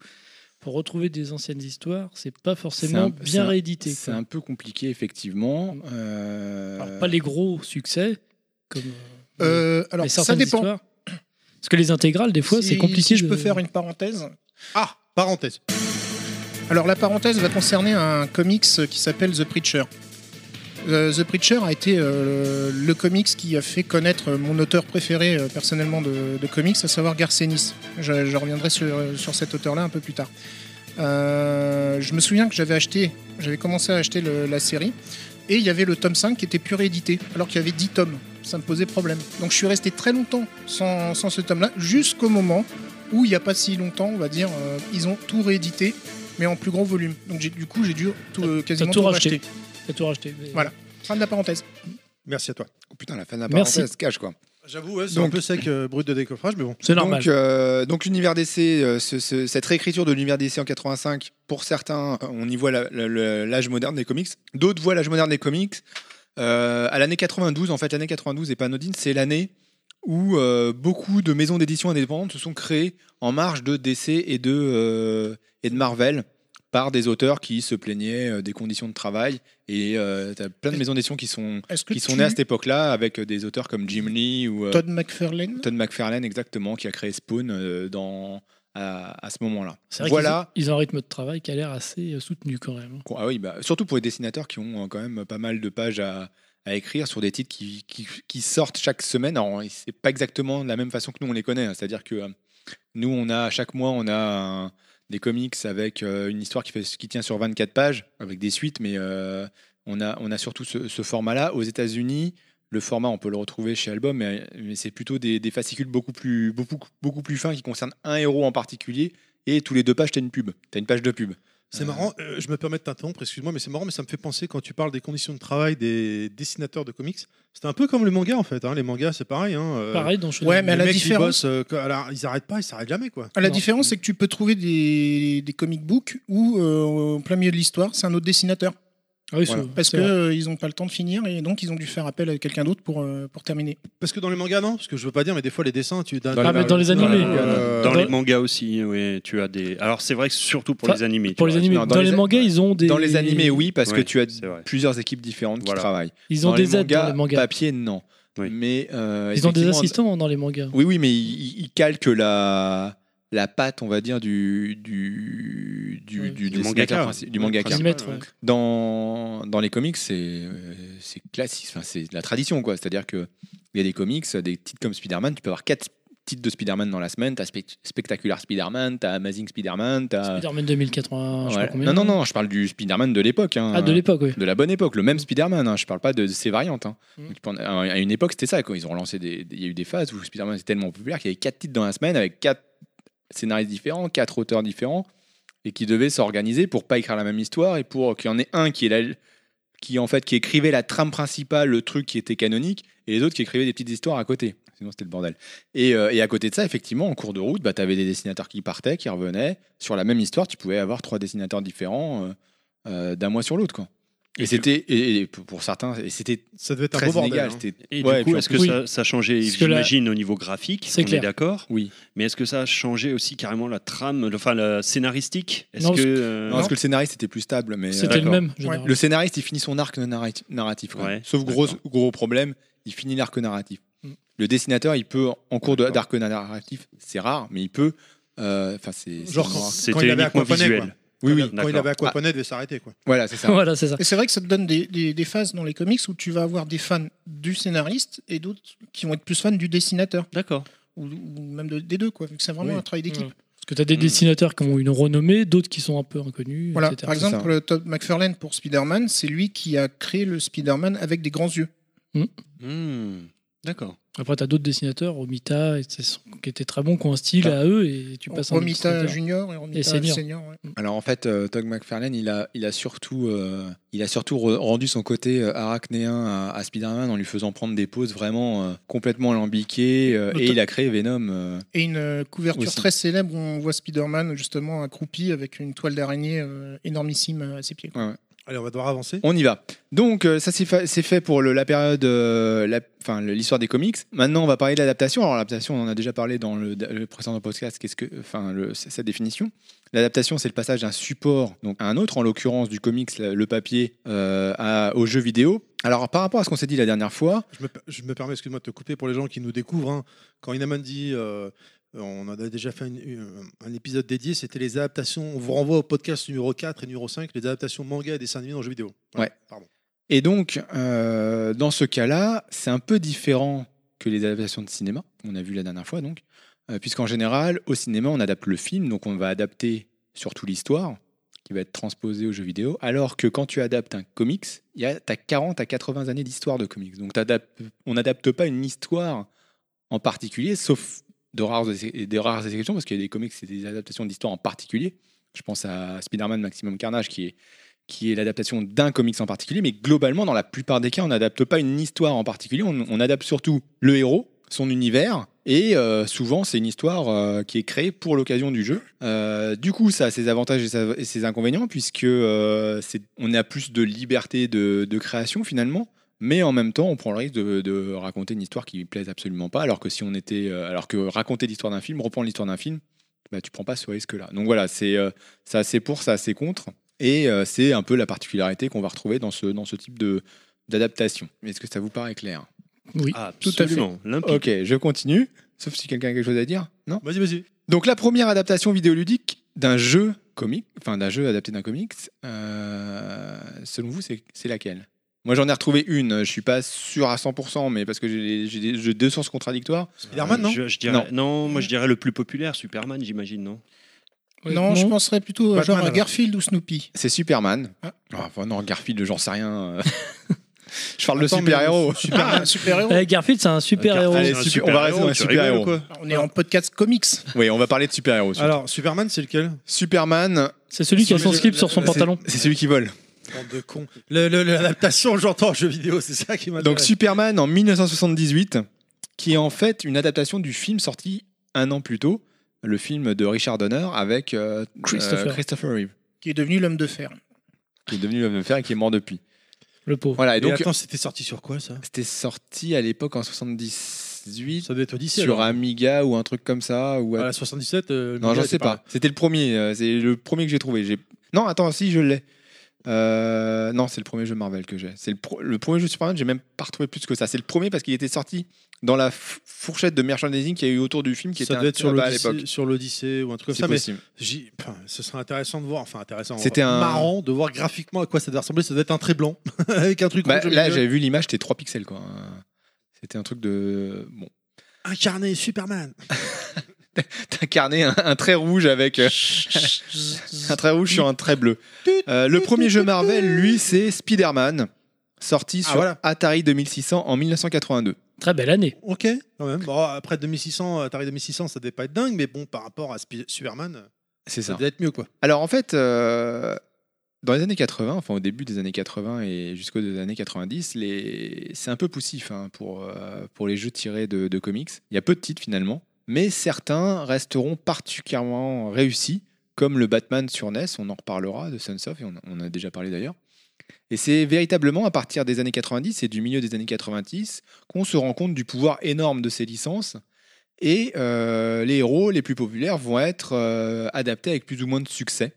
Speaker 2: Pour retrouver des anciennes histoires, c'est pas forcément
Speaker 3: un- c'est
Speaker 2: bien
Speaker 3: un-
Speaker 2: réédité.
Speaker 3: c'est
Speaker 2: quoi. Mm.
Speaker 3: un peu compliqué effectivement. Euh,
Speaker 2: Alors, pas les gros succès, comme. euh,
Speaker 5: Euh,
Speaker 2: mais
Speaker 5: alors, ça
Speaker 2: certaines
Speaker 5: dépend.
Speaker 2: histoires. Parce que les intégrales, des fois, c'est
Speaker 5: Si-
Speaker 2: compliqué.
Speaker 5: Si je
Speaker 2: de-
Speaker 5: peux faire une parenthèse.
Speaker 1: Ah, parenthèse.
Speaker 5: Alors, la parenthèse va concerner un comics qui s'appelle The Preacher. Euh, The Preacher a été euh, le comics qui a fait connaître mon auteur préféré euh, personnellement de, de comics, à savoir Garcenis. Je, je reviendrai sur, euh, sur cet auteur-là un peu plus tard. Euh, je me souviens que j'avais acheté, j'avais commencé à acheter le- la série, et il y avait le tome 5 qui était pur édité, alors qu'il y avait 10 tomes. Ça me posait problème. Donc je suis resté très longtemps sans, sans ce tome-là, jusqu'au moment où, il n'y a pas si longtemps, on va dire, euh, ils ont tout réédité, mais en plus grand volume. Donc j'ai- du coup, j'ai dû tout, euh,
Speaker 2: T'as
Speaker 5: quasiment
Speaker 2: tout
Speaker 5: tout
Speaker 2: racheté.
Speaker 5: racheter.
Speaker 2: T'as tout racheté. mais-
Speaker 5: Voilà. Fin de la parenthèse.
Speaker 1: Merci à toi.
Speaker 3: oh, putain, la fin de la
Speaker 2: Merci.
Speaker 3: parenthèse cache quoi.
Speaker 1: J'avoue, ouais, c'est
Speaker 3: Donc-
Speaker 1: un peu sec, euh, brut de décoffrage, mais bon.
Speaker 2: C'est normal.
Speaker 3: Donc, euh, donc l'univers DC, euh, ce- ce- cette réécriture de l'univers DC en 85, pour certains, euh, on y voit la- la- la- l'âge moderne des comics. D'autres voient l'âge moderne des comics. Euh, à l'année 92, en fait, l'année 92 est pas anodine, c'est l'année où euh, beaucoup de maisons d'édition indépendantes se sont créées en marge de DC et de, euh, et de Marvel par des auteurs qui se plaignaient euh, des conditions de travail. Et euh, t'as plein de maisons d'édition qui sont,
Speaker 5: Est-ce que
Speaker 3: qui sont
Speaker 5: tu-
Speaker 3: nées à cette époque-là avec des auteurs comme Jim Lee ou... euh,
Speaker 5: Todd McFarlane
Speaker 3: Todd McFarlane, exactement, qui a créé Spawn euh, dans, à, à ce moment-là.
Speaker 2: C'est vrai
Speaker 3: Voilà.
Speaker 2: qu'ils ont- Ils ont un rythme de travail qui a l'air assez euh, soutenu quand même.
Speaker 3: Ah oui, bah, surtout pour les dessinateurs qui ont euh, quand même pas mal de pages à, à écrire sur des titres qui, qui- qui sortent chaque semaine. Alors, c'est pas exactement de la même façon que nous, on les connaît. hein. C'est-à-dire que euh, nous, on a, chaque mois, on a un- des comics avec euh, une histoire qui, fait, qui tient sur 24 pages, avec des suites, mais euh, on, a, on a surtout ce, ce format-là. Aux États-Unis, le format, on peut le retrouver chez Album, mais, mais c'est plutôt des, des fascicules beaucoup plus, beaucoup, beaucoup plus fins qui concernent un héros en particulier. Et tous les deux pages, tu as une pub. Tu une page de pub.
Speaker 1: C'est
Speaker 3: Euh,
Speaker 1: marrant, euh, je me permets de t'interrompre, excuse-moi, mais c'est marrant, mais ça me fait penser quand tu parles des conditions de travail des dessinateurs de comics. C'est un peu comme le manga en fait, hein. les mangas c'est pareil. Hein, euh,
Speaker 2: Pareil dans Shonen
Speaker 5: Ouais, mais
Speaker 1: les
Speaker 5: à la
Speaker 1: mecs, ils
Speaker 5: différence-
Speaker 1: bossent, euh, quand- alors, ils arrêtent pas, ils s'arrêtent jamais quoi.
Speaker 5: Ah, La
Speaker 2: Non.
Speaker 5: différence, c'est que tu peux trouver des, des comic books où, euh, en plein milieu de l'histoire, c'est un autre dessinateur.
Speaker 2: Ah oui,
Speaker 3: Voilà.
Speaker 2: c'est-
Speaker 5: Parce
Speaker 2: c'est vrai.
Speaker 5: qu'ils n'ont pas le temps de finir et donc ils ont dû faire appel à quelqu'un d'autre pour, euh, pour terminer.
Speaker 1: Parce que dans les mangas non, parce que je veux pas dire, mais des fois les dessins, tu.
Speaker 3: Dans
Speaker 2: Ah,
Speaker 3: les
Speaker 2: mais dans les
Speaker 3: dans les
Speaker 2: animés.
Speaker 3: mangas,
Speaker 2: euh,
Speaker 4: Dans
Speaker 2: dans-
Speaker 4: les mangas aussi, oui, tu as des. Alors c'est vrai que surtout pour
Speaker 2: Enfin,
Speaker 4: les animés. tu
Speaker 2: Pour les
Speaker 4: vois,
Speaker 2: animés,
Speaker 3: non,
Speaker 2: dans,
Speaker 3: dans
Speaker 2: les,
Speaker 3: les-
Speaker 2: mangas, ils ont des.
Speaker 3: Dans les animés, oui, parce que
Speaker 4: Ouais,
Speaker 3: tu as
Speaker 4: c'est vrai.
Speaker 3: plusieurs équipes différentes
Speaker 4: Voilà.
Speaker 3: qui travaillent.
Speaker 2: Ils ont
Speaker 3: Dans les
Speaker 2: des aides dans
Speaker 3: mangas,
Speaker 2: les mangas.
Speaker 3: Papier, non.
Speaker 4: Oui.
Speaker 3: Mais euh,
Speaker 2: Ils ont des
Speaker 3: effectivement,
Speaker 2: assistants dans les mangas.
Speaker 3: Oui, oui, mais ils ils calquent la la patte, on va dire, du du du,
Speaker 2: Ouais.
Speaker 3: du,
Speaker 4: Du
Speaker 3: dessinateur
Speaker 4: mangaka.
Speaker 3: princi- du
Speaker 4: Ouais,
Speaker 3: mangaka.
Speaker 4: principal.
Speaker 2: Animateur, ouais.
Speaker 3: Dans dans les comics, c'est euh, c'est classique, enfin, c'est la tradition, quoi. C'est-à-dire que il y a des comics, des titres comme Spider-Man, tu peux avoir quatre titres de Spider-Man dans la semaine. T'as Spe- Spectacular Spider-Man, t'as Amazing Spider-Man, t'as
Speaker 2: Spider-man 2080, je sais
Speaker 3: Ouais.
Speaker 2: pas combien.
Speaker 3: non,
Speaker 2: de
Speaker 3: non,
Speaker 2: temps.
Speaker 3: non, je parle du Spider-Man de l'époque. hein.
Speaker 2: Ah, de l'époque, oui.
Speaker 3: de la bonne époque, le même Spider-Man. hein, je parle pas de, de ses variantes. hein.
Speaker 2: Mm.
Speaker 3: Donc, pendant- à à une époque, c'était ça. Quoi. Ils ont relancé des, des- il y a eu des phases où Spider-Man était tellement populaire qu'il y avait quatre titres dans la semaine avec quatre scénaristes différents, quatre auteurs différents, et qui devaient s'organiser pour pas écrire la même histoire et pour qu'il y en ait un qui est la- qui en fait qui écrivait la trame principale, le truc qui était canonique, et les autres qui écrivaient des petites histoires à côté. Sinon, c'était le bordel. Et, euh, et à côté de ça, effectivement, en cours de route, bah, tu avais des dessinateurs qui partaient, qui revenaient. Sur la même histoire, tu pouvais avoir trois dessinateurs différents euh, euh, d'un mois sur l'autre. quoi. Et, c'était, et, et pour certains, et c'était
Speaker 1: Ça devait être un
Speaker 3: très
Speaker 1: beau bordel.
Speaker 3: inégal.
Speaker 1: hein.
Speaker 3: c'était-
Speaker 4: Et
Speaker 3: Ouais,
Speaker 4: du coup,
Speaker 3: puis en
Speaker 4: est-ce
Speaker 3: plus-
Speaker 4: que
Speaker 2: plus-
Speaker 4: ça, ça a changé,
Speaker 2: Parce que là-
Speaker 4: j'imagine, au niveau graphique
Speaker 2: C'est
Speaker 4: On
Speaker 2: clair.
Speaker 4: est d'accord
Speaker 3: Oui.
Speaker 4: Mais est-ce que ça a changé aussi carrément la trame, enfin la scénaristique Est-ce
Speaker 2: Non,
Speaker 4: que.
Speaker 2: parce
Speaker 4: euh,
Speaker 3: Non, parce que le scénariste était plus stable. Mais, euh,
Speaker 2: C'était le
Speaker 4: d'accord.
Speaker 2: même. généralement.
Speaker 3: Le scénariste, il finit son arc narrati- narratif. quoi.
Speaker 4: Ouais,
Speaker 3: Sauf gros,
Speaker 4: d'accord.
Speaker 3: gros problème, il finit l'arc narratif.
Speaker 2: Mm.
Speaker 3: Le dessinateur, il peut, en cours de-
Speaker 4: D'accord.
Speaker 3: d'arc narratif, c'est rare, mais il peut. euh, Enfin, c'est. c'est
Speaker 1: Genre
Speaker 3: rare.
Speaker 1: quand, quand
Speaker 4: C'était
Speaker 1: il avait
Speaker 4: uniquement
Speaker 1: Aquapanet, quoi.
Speaker 4: visuel.
Speaker 3: Oui, oui.
Speaker 1: Quand il
Speaker 4: D'accord.
Speaker 1: avait Aquapanet, il devait s'arrêter quoi.
Speaker 3: Voilà, c'est ça.
Speaker 2: Voilà, c'est ça.
Speaker 5: Et c'est vrai que ça te donne des, des- des phases dans les comics où tu vas avoir des fans du scénariste et d'autres qui vont être plus fans du dessinateur,
Speaker 4: D'accord.
Speaker 5: ou, ou même de- des deux, quoi, vu que c'est vraiment
Speaker 1: Oui.
Speaker 5: un travail d'équipe.
Speaker 2: Ouais. Parce que tu as des
Speaker 3: Mm.
Speaker 2: dessinateurs qui ont une renommée, d'autres qui sont un peu inconnus,
Speaker 5: Voilà,
Speaker 2: etc.
Speaker 5: par exemple, euh, Todd McFarlane
Speaker 3: Mm.
Speaker 5: pour Spider-Man, c'est lui qui a créé le Spider-Man avec des grands yeux.
Speaker 1: D'accord.
Speaker 2: Après, tu as d'autres dessinateurs, Romita, et c'est- qui étaient très bons, qui ont un style à eux, et tu passes un
Speaker 5: Romita
Speaker 2: dessinateur.
Speaker 5: Junior et Romita
Speaker 2: Et senior.
Speaker 5: Senior. ouais.
Speaker 3: Alors en fait, euh, Tog McFarlane, il a, il a surtout, euh, il a surtout re- rendu son côté euh, arachnéen à, à Spider-Man en lui faisant prendre des poses vraiment euh, complètement alambiquées. euh,
Speaker 5: Le
Speaker 3: et
Speaker 5: to-
Speaker 3: il a créé Venom. euh,
Speaker 5: Et une euh, couverture
Speaker 3: Aussi.
Speaker 5: très célèbre où on voit Spider-Man justement accroupi avec une toile d'araignée euh, énormissime à ses pieds.
Speaker 1: Allez, on va devoir avancer.
Speaker 3: On y va. Donc euh, ça c'est fa- c'est fait pour le- la période, euh, la- enfin le- l'histoire des comics. Maintenant on va parler de l'adaptation. Alors l'adaptation, on en a déjà parlé dans le, le précédent podcast. Qu'est-ce que, enfin le- sa sa définition. L'adaptation, c'est le passage d'un support donc à un autre, en l'occurrence du comics, le le papier, euh, à- au jeu vidéo. Alors par rapport à ce qu'on s'est dit la dernière fois,
Speaker 1: Je me, je me permets, excuse-moi de te couper pour les gens qui nous découvrent. hein. Quand Inaman dit, euh, on en a déjà fait une- une- un épisode dédié, c'était les adaptations. On vous renvoie au podcast numéro 4 et numéro 5, les adaptations manga et dessins animés dans le jeu vidéo.
Speaker 3: Ouais.
Speaker 1: Pardon.
Speaker 3: Et donc, euh, dans ce cas-là, c'est un peu différent que les adaptations de cinéma, on a vu la dernière fois donc, euh, puisqu'en général, au cinéma, on adapte le film, donc on va adapter surtout l'histoire, qui va être transposée aux jeux vidéo, alors que quand tu adaptes un comics, il y a as 40 à 80 années d'histoire de comics. Donc t'adaptes- on n'adapte pas une histoire en particulier, sauf de rares, des rares exceptions, parce qu'il y a des comics, c'est des adaptations d'histoire en particulier. Je pense à Spider-Man Maximum Carnage, qui est qui est l'adaptation d'un comics en particulier, mais globalement, dans la plupart des cas, on n'adapte pas une histoire en particulier, on, on adapte surtout le héros, son univers, et euh, souvent, c'est une histoire euh, qui est créée pour l'occasion du jeu. Euh, du coup, ça a ses avantages et, sa- et ses inconvénients, puisque euh, c'est- on a plus de liberté de, de création, finalement. Mais en même temps, on prend le risque de, de raconter une histoire qui ne plaise absolument pas, alors que si on était, euh, alors que raconter l'histoire d'un film, reprendre l'histoire d'un film, bah, tu prends pas ce risque-là. Donc voilà, c'est euh, ça, c'est pour, ça, c'est contre. Et euh, c'est un peu la particularité qu'on va retrouver dans ce, dans ce type de d'adaptation. Est-ce que ça vous paraît clair
Speaker 2: Oui.
Speaker 6: Ah,
Speaker 4: Absolument. Limpide.
Speaker 3: Ok, je continue. Sauf si quelqu'un a quelque chose à dire. Non
Speaker 1: Vas-y, vas-y.
Speaker 3: Donc la première adaptation vidéoludique d'un jeu comique, enfin d'un jeu adapté d'un comics, euh, selon vous, c'est c'est laquelle Moi, j'en ai retrouvé une. Je suis pas sûr à 100%, mais parce que j'ai des- j'ai des- j'ai deux sources contradictoires.
Speaker 1: Spider-Man,
Speaker 6: Euh,
Speaker 1: non
Speaker 4: je, je dirais, non. moi je dirais le plus populaire, Superman, j'imagine, non
Speaker 5: Non, je penserais plutôt euh,
Speaker 1: Batman,
Speaker 5: genre
Speaker 1: alors.
Speaker 5: Garfield ou Snoopy.
Speaker 3: C'est Superman.
Speaker 5: Ah.
Speaker 3: Enfin, non, Garfield, j'en sais rien. je parle de
Speaker 1: Attends, mais-
Speaker 3: super-héros.
Speaker 1: Ah,
Speaker 5: Super, super héros.
Speaker 2: Euh, Garfield, c'est un super héros.
Speaker 3: Allez,
Speaker 4: C'est un
Speaker 3: super- on va rester dans les
Speaker 4: tu rigoles
Speaker 3: super-héros.
Speaker 4: ou quoi
Speaker 5: On est en podcast comics.
Speaker 3: Oui, on va parler de super-héros. surtout.
Speaker 1: Alors, Superman, c'est lequel
Speaker 3: Superman,
Speaker 2: C'est celui qui a
Speaker 1: Sur
Speaker 2: son
Speaker 1: le-
Speaker 2: slip sur son
Speaker 1: c'est-
Speaker 2: pantalon.
Speaker 3: c'est celui qui vole.
Speaker 1: Bande de cons. Le- le- L'adaptation, j'entends, en jeu vidéo, c'est ça qui
Speaker 3: Donc
Speaker 1: m'intéresse.
Speaker 3: Superman en 1978, qui est en fait une adaptation du film sorti un an plus tôt, le film de Richard Donner avec euh,
Speaker 2: Christopher.
Speaker 3: euh, Christopher Reeve,
Speaker 5: qui est devenu l'homme de fer.
Speaker 3: qui est devenu l'homme de fer et qui est mort depuis.
Speaker 2: Le pauvre.
Speaker 3: Voilà, et
Speaker 1: donc,
Speaker 3: donc
Speaker 1: attends, c'était sorti sur quoi ça
Speaker 3: c'était sorti à l'époque en 78
Speaker 1: Ça devait être Odyssey.
Speaker 3: sur
Speaker 1: alors.
Speaker 3: Amiga ou un truc comme ça. Ou à-
Speaker 1: À la 77. euh,
Speaker 3: non,
Speaker 1: Mega
Speaker 3: je
Speaker 1: était
Speaker 3: sais pas. C'était le premier, euh, c'est le premier que j'ai trouvé. J'ai- Non, attends, si je l'ai. Euh, non, c'est le premier jeu Marvel que j'ai. C'est le, pro- le premier jeu Superman, j'ai même pas retrouvé plus que ça. C'est le premier parce qu'il était sorti dans la f- fourchette de merchandising qu'il y a eu autour du film qui
Speaker 1: ça
Speaker 3: était
Speaker 1: devait
Speaker 3: un
Speaker 1: être sur
Speaker 3: peu bas à l'époque.
Speaker 1: l'Odyssée, sur l'Odyssée ou un truc comme
Speaker 3: C'est
Speaker 1: ça. Mais
Speaker 3: possible.
Speaker 1: j'y- enfin, ce serait intéressant de voir. Enfin, intéressant.
Speaker 3: C'était un-
Speaker 1: marrant de voir graphiquement à quoi ça devait ressembler. Ça devait être un trait blanc avec un truc
Speaker 3: Bah,
Speaker 1: rouge au
Speaker 3: là,
Speaker 1: milieu.
Speaker 3: j'avais vu l'image, c'était 3 pixels quoi. C'était un truc de bon,
Speaker 1: incarné Superman.
Speaker 3: t'incarnais un, un trait rouge avec euh, un trait rouge sur un trait bleu. Euh, le premier jeu Marvel, lui, c'est Spider-Man, sorti
Speaker 1: Ah,
Speaker 3: sur
Speaker 1: voilà.
Speaker 3: Atari 2600 en 1982.
Speaker 2: Très belle année.
Speaker 1: Ok, quand même. Bon, après 2600, euh, Atari 2600, ça devait pas être dingue, mais bon, par rapport à Spi- Superman, euh,
Speaker 3: C'est
Speaker 1: ça
Speaker 3: ça.
Speaker 1: devait être mieux quoi.
Speaker 3: Alors en fait, euh, dans les années 80, enfin au début des années 80 et jusqu'aux années 90, les... c'est un peu poussif hein, pour, euh, pour les jeux tirés de, de comics. Il y a peu de titres finalement, mais certains resteront particulièrement réussis, comme le Batman sur NES, on en reparlera de Sunsoft, et on, on en a déjà parlé d'ailleurs. Et c'est véritablement à partir des années 90 et du milieu des années 90 qu'on se rend compte du pouvoir énorme de ces licences et euh, les héros les plus populaires vont être euh, adaptés avec plus ou moins de succès,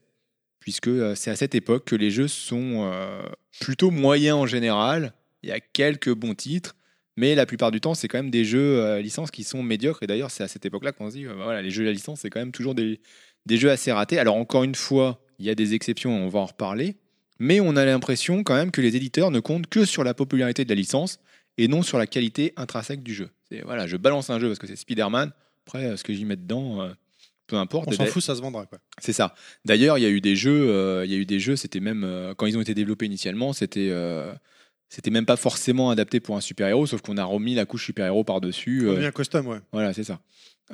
Speaker 3: puisque euh, c'est à cette époque que les jeux sont euh, plutôt moyens en général. Il y a quelques bons titres, mais la plupart du temps, c'est quand même des jeux euh, licences qui sont médiocres. Et d'ailleurs, c'est à cette époque-là qu'on se dit, euh, bah voilà, les jeux à licence, c'est quand même toujours des, des jeux assez ratés. Alors encore une fois, il y a des exceptions, on va en reparler, mais on a l'impression quand même que les éditeurs ne comptent que sur la popularité de la licence et non sur la qualité intrinsèque du jeu. C'est, voilà, je balance un jeu parce que c'est Spider-Man. Après, euh, ce que j'y mets dedans, euh, peu importe.
Speaker 1: On
Speaker 3: Et
Speaker 1: s'en
Speaker 3: d'a-
Speaker 1: fout, ça se vendra quoi.
Speaker 3: c'est ça. D'ailleurs, il y a eu des jeux, euh, il y a eu des jeux, c'était même euh, quand ils ont été développés initialement, c'était euh, C'était même pas forcément adapté pour un super-héros, sauf qu'on a remis la couche super-héros par-dessus. euh,
Speaker 1: Bien custom, ouais.
Speaker 3: voilà, c'est ça.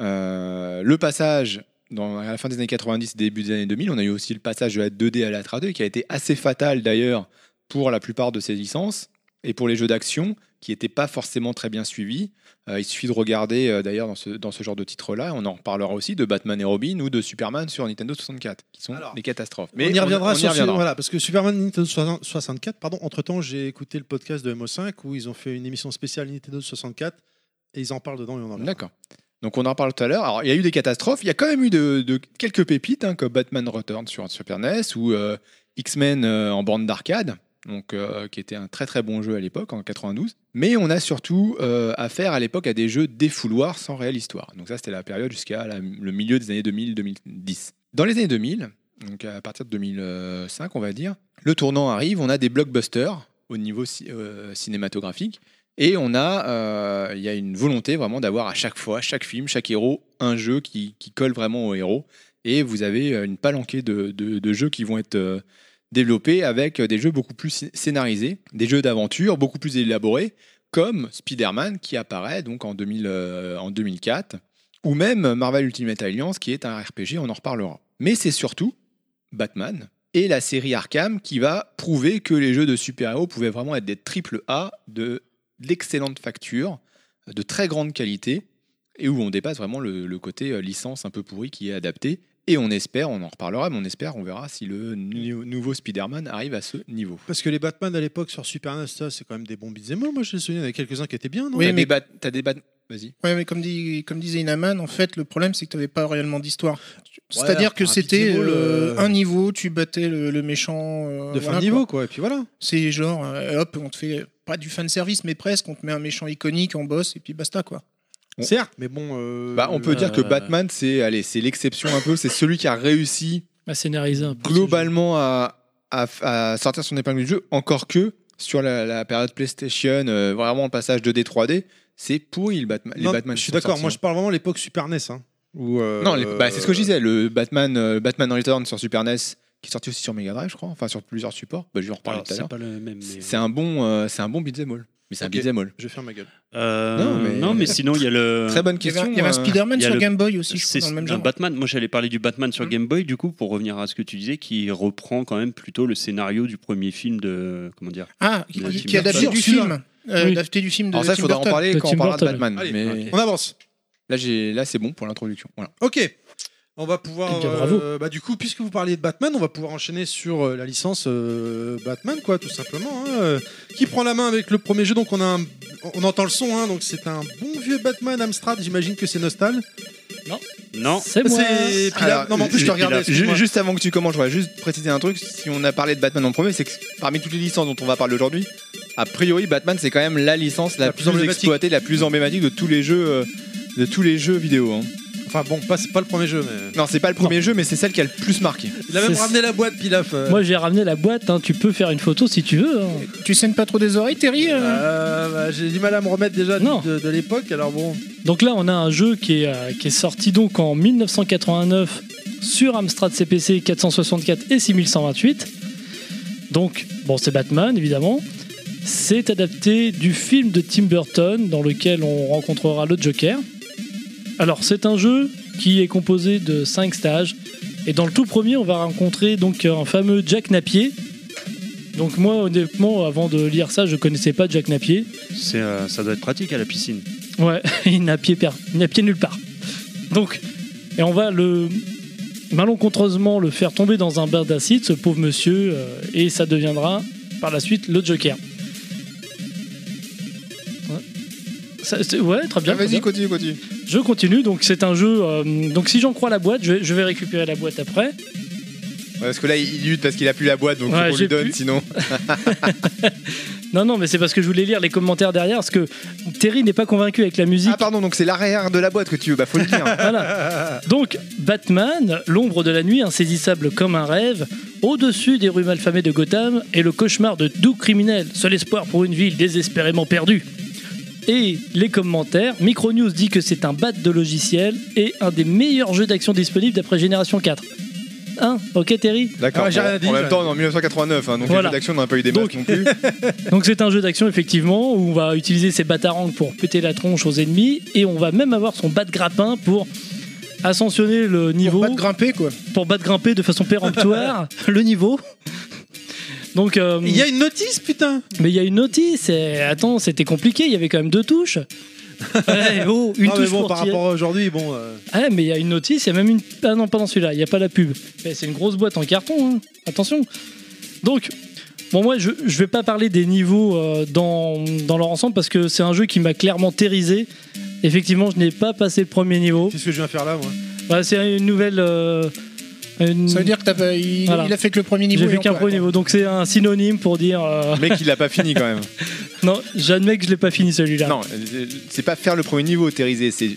Speaker 3: Euh, le passage, dans, à la fin des années 90, début des années 2000, on a eu aussi le passage de la 2D à la 3D, qui a été assez fatal d'ailleurs pour la plupart de ces licences et pour les jeux d'action qui n'étaient pas forcément très bien suivis. Euh, il suffit de regarder euh, d'ailleurs dans ce, dans ce genre de titre-là, on en reparlera aussi de Batman et Robin ou de Superman sur Nintendo 64, qui sont
Speaker 1: Alors,
Speaker 3: des catastrophes.
Speaker 1: Mais on y reviendra
Speaker 3: on
Speaker 1: sur ce- voilà parce que Superman Nintendo 60 64 pardon entre-temps j'ai écouté le podcast de MO5 où ils ont fait une émission spéciale Nintendo 64 et ils en parlent dedans et on en parle.
Speaker 3: D'accord. Donc on en parle tout à l'heure. Alors il y a eu des catastrophes, il y a quand même eu de, de- quelques pépites hein, comme Batman Returns sur Super NES ou euh, X-Men euh, en borne d'arcade, donc euh, qui était un très très bon jeu à l'époque en 92. Mais on a surtout euh, affaire à l'époque à des jeux défouloirs sans réelle histoire. Donc ça c'était la période jusqu'à la- le milieu des années 2000-2010. Dans les années 2000, donc à partir de 2005 on va dire, le tournant arrive, on a des blockbusters au niveau ci- euh, cinématographique. Et on a, euh, il y a une volonté vraiment d'avoir à chaque fois, chaque film, chaque héros, un jeu qui, qui colle vraiment au héros. Et vous avez euh, une palanquée de, de- de jeux qui vont être euh, développés avec euh, des jeux beaucoup plus scé- scénarisés, des jeux d'aventure beaucoup plus élaborés, comme Spider-Man qui apparaît donc en, 2000, euh, en 2004, ou même Marvel Ultimate Alliance qui est un RPG, on en reparlera. Mais c'est surtout Batman et la série Arkham qui va prouver que les jeux de super-héros pouvaient vraiment être des triple A de d'excellente facture, euh, de très grande qualité, et où on dépasse vraiment le, le côté euh, licence un peu pourri qui est adapté. Et on espère, on en reparlera, mais on espère, on verra si le nu- nouveau Spider-Man arrive à ce niveau.
Speaker 1: parce que les Batman à l'époque sur Super NES ça, c'est quand même des bons beat'em up. moi je me souviens il y en a quelques-uns qui étaient bien non
Speaker 5: Oui,
Speaker 3: t'as
Speaker 5: mais-
Speaker 3: des bat- t'as des bat- Vas-y.
Speaker 5: Ouais, mais comme, dit, comme disait Inaman, en fait, le problème, c'est que tu n'avais pas réellement d'histoire.
Speaker 1: alors,
Speaker 5: C'est-à-dire que
Speaker 1: un
Speaker 5: c'était
Speaker 1: petit rôle,
Speaker 5: euh,
Speaker 1: euh,
Speaker 5: un niveau, tu battais le, le méchant. euh,
Speaker 1: de fin
Speaker 5: voilà,
Speaker 1: de
Speaker 5: quoi.
Speaker 1: niveau quoi et puis voilà
Speaker 5: C'est genre, euh, hop, on te fait euh, pas du fan service, mais presque, on te met un méchant iconique en boss et puis basta quoi.
Speaker 3: Bon.
Speaker 1: certes mais bon euh,
Speaker 3: Bah, on peut dire que
Speaker 2: euh,
Speaker 3: Batman, c'est allez, c'est l'exception un peu, c'est celui qui a réussi
Speaker 2: à scénariser un peu. ce jeu.
Speaker 3: globalement à, à- à sortir son épingle du jeu, encore que sur la, la période PlayStation, euh, vraiment le passage 2D 3D, c'est pourri le Batman. les
Speaker 1: non,
Speaker 3: Batman
Speaker 1: je
Speaker 3: qui
Speaker 1: suis
Speaker 3: sont
Speaker 1: d'accord
Speaker 3: sortis,
Speaker 1: moi
Speaker 3: hein.
Speaker 1: je parle vraiment de l'époque Super NES hein, où, euh,
Speaker 3: Non, les- bah, c'est ce que je disais. Le Batman, euh, Batman Return sur Super NES, qui est sorti aussi sur Mega Drive, je crois, enfin sur plusieurs supports. Bah, je vais en reparler
Speaker 6: Alors,
Speaker 3: tout à
Speaker 6: c'est
Speaker 3: l'heure.
Speaker 6: pas le même. mais-
Speaker 3: C'est un bon, euh, c'est un bon beat'em all. Mais c'est
Speaker 1: Ok.
Speaker 3: un beat'em all.
Speaker 1: je vais faire ma gueule
Speaker 6: Euh,
Speaker 3: Non,
Speaker 6: non,
Speaker 3: mais-
Speaker 6: mais... sinon, il y a le.
Speaker 3: Très bonne
Speaker 5: Il y avait,
Speaker 3: question.
Speaker 5: il y avait un
Speaker 3: euh,
Speaker 5: Spider-Man
Speaker 6: il y a
Speaker 5: sur
Speaker 6: le-
Speaker 5: Game Boy aussi, je
Speaker 6: C'est
Speaker 5: crois, dans le même
Speaker 6: un
Speaker 5: genre.
Speaker 6: Batman. Moi, j'allais parler du Batman sur
Speaker 5: Mm.
Speaker 6: Game Boy, du coup, pour revenir à ce que tu disais, qui reprend quand même plutôt le scénario du premier film de. Comment dire
Speaker 5: Ah, qui,
Speaker 6: Il y a
Speaker 5: qui
Speaker 6: Tim
Speaker 5: est adapté
Speaker 1: Burton.
Speaker 5: du film. euh,
Speaker 2: Oui.
Speaker 5: Adapté du film de
Speaker 3: Alors ça, il
Speaker 5: Tim
Speaker 3: faudra en
Speaker 5: Burton.
Speaker 3: parler
Speaker 2: De
Speaker 3: quand on
Speaker 2: Tim
Speaker 3: parlera de
Speaker 2: Burton.
Speaker 3: Batman.
Speaker 1: Allez,
Speaker 3: mais
Speaker 6: ok.
Speaker 1: on avance
Speaker 3: là, j'ai, là, c'est bon pour l'introduction. Voilà.
Speaker 1: ok on va pouvoir
Speaker 2: Eh bien,
Speaker 1: euh,
Speaker 2: bravo.
Speaker 1: bah, du coup puisque vous parliez de Batman on va pouvoir enchaîner sur euh, la licence euh, Batman quoi tout simplement hein, euh, qui prend la main avec le premier jeu donc on a un- on entend le son hein, donc c'est un bon vieux Batman Amstrad j'imagine que c'est Nostal
Speaker 6: Non.
Speaker 2: C'est moi.
Speaker 1: C'est- puis là-
Speaker 3: Alors,
Speaker 1: Ah, non mais en plus je te
Speaker 3: ju-
Speaker 1: regardais
Speaker 6: là,
Speaker 3: ju-
Speaker 1: excuse-moi.
Speaker 3: juste avant que tu commences, je voudrais juste préciser un truc. Si on a parlé de Batman en premier, c'est que parmi toutes les licences dont on va parler aujourd'hui, a priori, Batman, c'est quand même la licence la,
Speaker 1: La plus
Speaker 3: plus,
Speaker 1: emblématique.
Speaker 3: exploitée, la plus emblématique de tous les jeux, euh, de tous les jeux vidéo. hein.
Speaker 1: enfin bon pas, c'est pas le premier jeu mais
Speaker 3: Non, c'est pas le premier jeu, mais c'est celle qui a le plus marqué.
Speaker 1: il a même
Speaker 2: C'est-
Speaker 1: ramené la boîte Pilaf euh.
Speaker 2: Moi j'ai ramené la boîte, hein, tu peux faire une photo si tu veux. hein.
Speaker 5: Tu saignes pas trop des oreilles, Terry euh
Speaker 1: Euh, bah, j'ai du mal à me remettre déjà
Speaker 2: Non.
Speaker 1: de, de l'époque alors bon
Speaker 2: Donc là on a un jeu qui est, euh, qui est sorti donc en 1989 sur Amstrad CPC 464 et 6128. Donc bon c'est Batman évidemment. C'est adapté du film de Tim Burton dans lequel on rencontrera le Joker. Alors c'est un jeu qui est composé de 5 stages et dans le tout premier on va rencontrer donc un fameux Jack Napier. Donc moi honnêtement avant de lire ça je connaissais pas Jack Napier.
Speaker 6: C'est, euh, ça doit être pratique à la piscine.
Speaker 2: Ouais, il n'a pied, per... il n'a pied nulle part. Donc, et on va le malencontreusement le faire tomber dans un bain d'acide, ce pauvre monsieur, euh, et ça deviendra par la suite le Joker. Ouais, Ça, c'est- ouais, très bien.
Speaker 3: Ah,
Speaker 2: très bien.
Speaker 3: continue, continue.
Speaker 2: Je continue, donc c'est un jeu. euh, donc si j'en crois la boîte, je vais, je vais récupérer la boîte après.
Speaker 3: parce que là, il lutte parce qu'il a plus la boîte, donc
Speaker 2: Ouais,
Speaker 3: faut qu'on lui
Speaker 2: j'ai
Speaker 3: donne,
Speaker 2: plus.
Speaker 3: sinon.
Speaker 2: Non, non, mais c'est parce que je voulais lire les commentaires derrière, parce que Terry n'est pas convaincu avec la musique.
Speaker 3: Ah, pardon, donc c'est l'arrière de la boîte que tu veux, bah faut le dire.
Speaker 2: Voilà. Donc, Batman, l'ombre de la nuit, insaisissable comme un rêve, au-dessus des rues malfamées de Gotham, est le cauchemar de doux criminels, seul espoir pour une ville désespérément perdue. Et les commentaires, Micronews dit que c'est un bat de logiciel et un des meilleurs jeux d'action disponibles d'après Génération 4. 1. Ok, Terry
Speaker 3: D'accord.
Speaker 1: Ah, j'ai
Speaker 3: bon,
Speaker 1: rien dit,
Speaker 3: en même
Speaker 1: j'ai
Speaker 3: temps, on est en 1989, hein, donc
Speaker 2: Voilà.
Speaker 3: les jeux d'action, on n'a pas eu des masses
Speaker 2: Donc-
Speaker 3: non plus.
Speaker 2: Donc c'est un jeu d'action effectivement où on va utiliser ses batarangs pour péter la tronche aux ennemis et on va même avoir son bat de grappin pour ascensionner le niveau
Speaker 5: Pour pas de grimper quoi.
Speaker 2: pour battre grimper de façon péremptoire le niveau. Donc euh,
Speaker 1: Il y a une notice, putain
Speaker 2: mais il y a une notice. et attends, c'était compliqué. Il y avait quand même deux touches. Ouais, oh, une
Speaker 1: Ah, mais
Speaker 2: touche
Speaker 1: bon,
Speaker 2: pour
Speaker 1: par
Speaker 2: tirer.
Speaker 1: rapport à aujourd'hui, bon. euh,
Speaker 2: Ah ouais, mais il y a une notice, il y a même une. Ah non, pas dans celui-là, il n'y a pas la pub. Mais c'est une grosse boîte en carton, hein. attention. Donc, bon, moi, je ne vais pas parler des niveaux euh, dans, dans leur ensemble parce que c'est un jeu qui m'a clairement terrorisé. Effectivement, je n'ai pas passé le premier niveau.
Speaker 1: Qu'est-ce que je viens faire là, moi
Speaker 2: Bah, c'est une nouvelle. euh, une-
Speaker 5: Ça veut dire que t'as pas- il,
Speaker 2: Voilà.
Speaker 5: il a fait que le premier niveau.
Speaker 2: J'ai
Speaker 5: et
Speaker 2: vu
Speaker 5: on
Speaker 2: qu'un
Speaker 5: peut-
Speaker 2: premier niveau, donc c'est un synonyme pour dire. euh,
Speaker 3: Le mec, il l'a pas fini quand même.
Speaker 2: Non, j'admets que je l'ai pas fini celui-là.
Speaker 3: Non, euh, c'est pas faire le premier niveau, Thérisé, c'est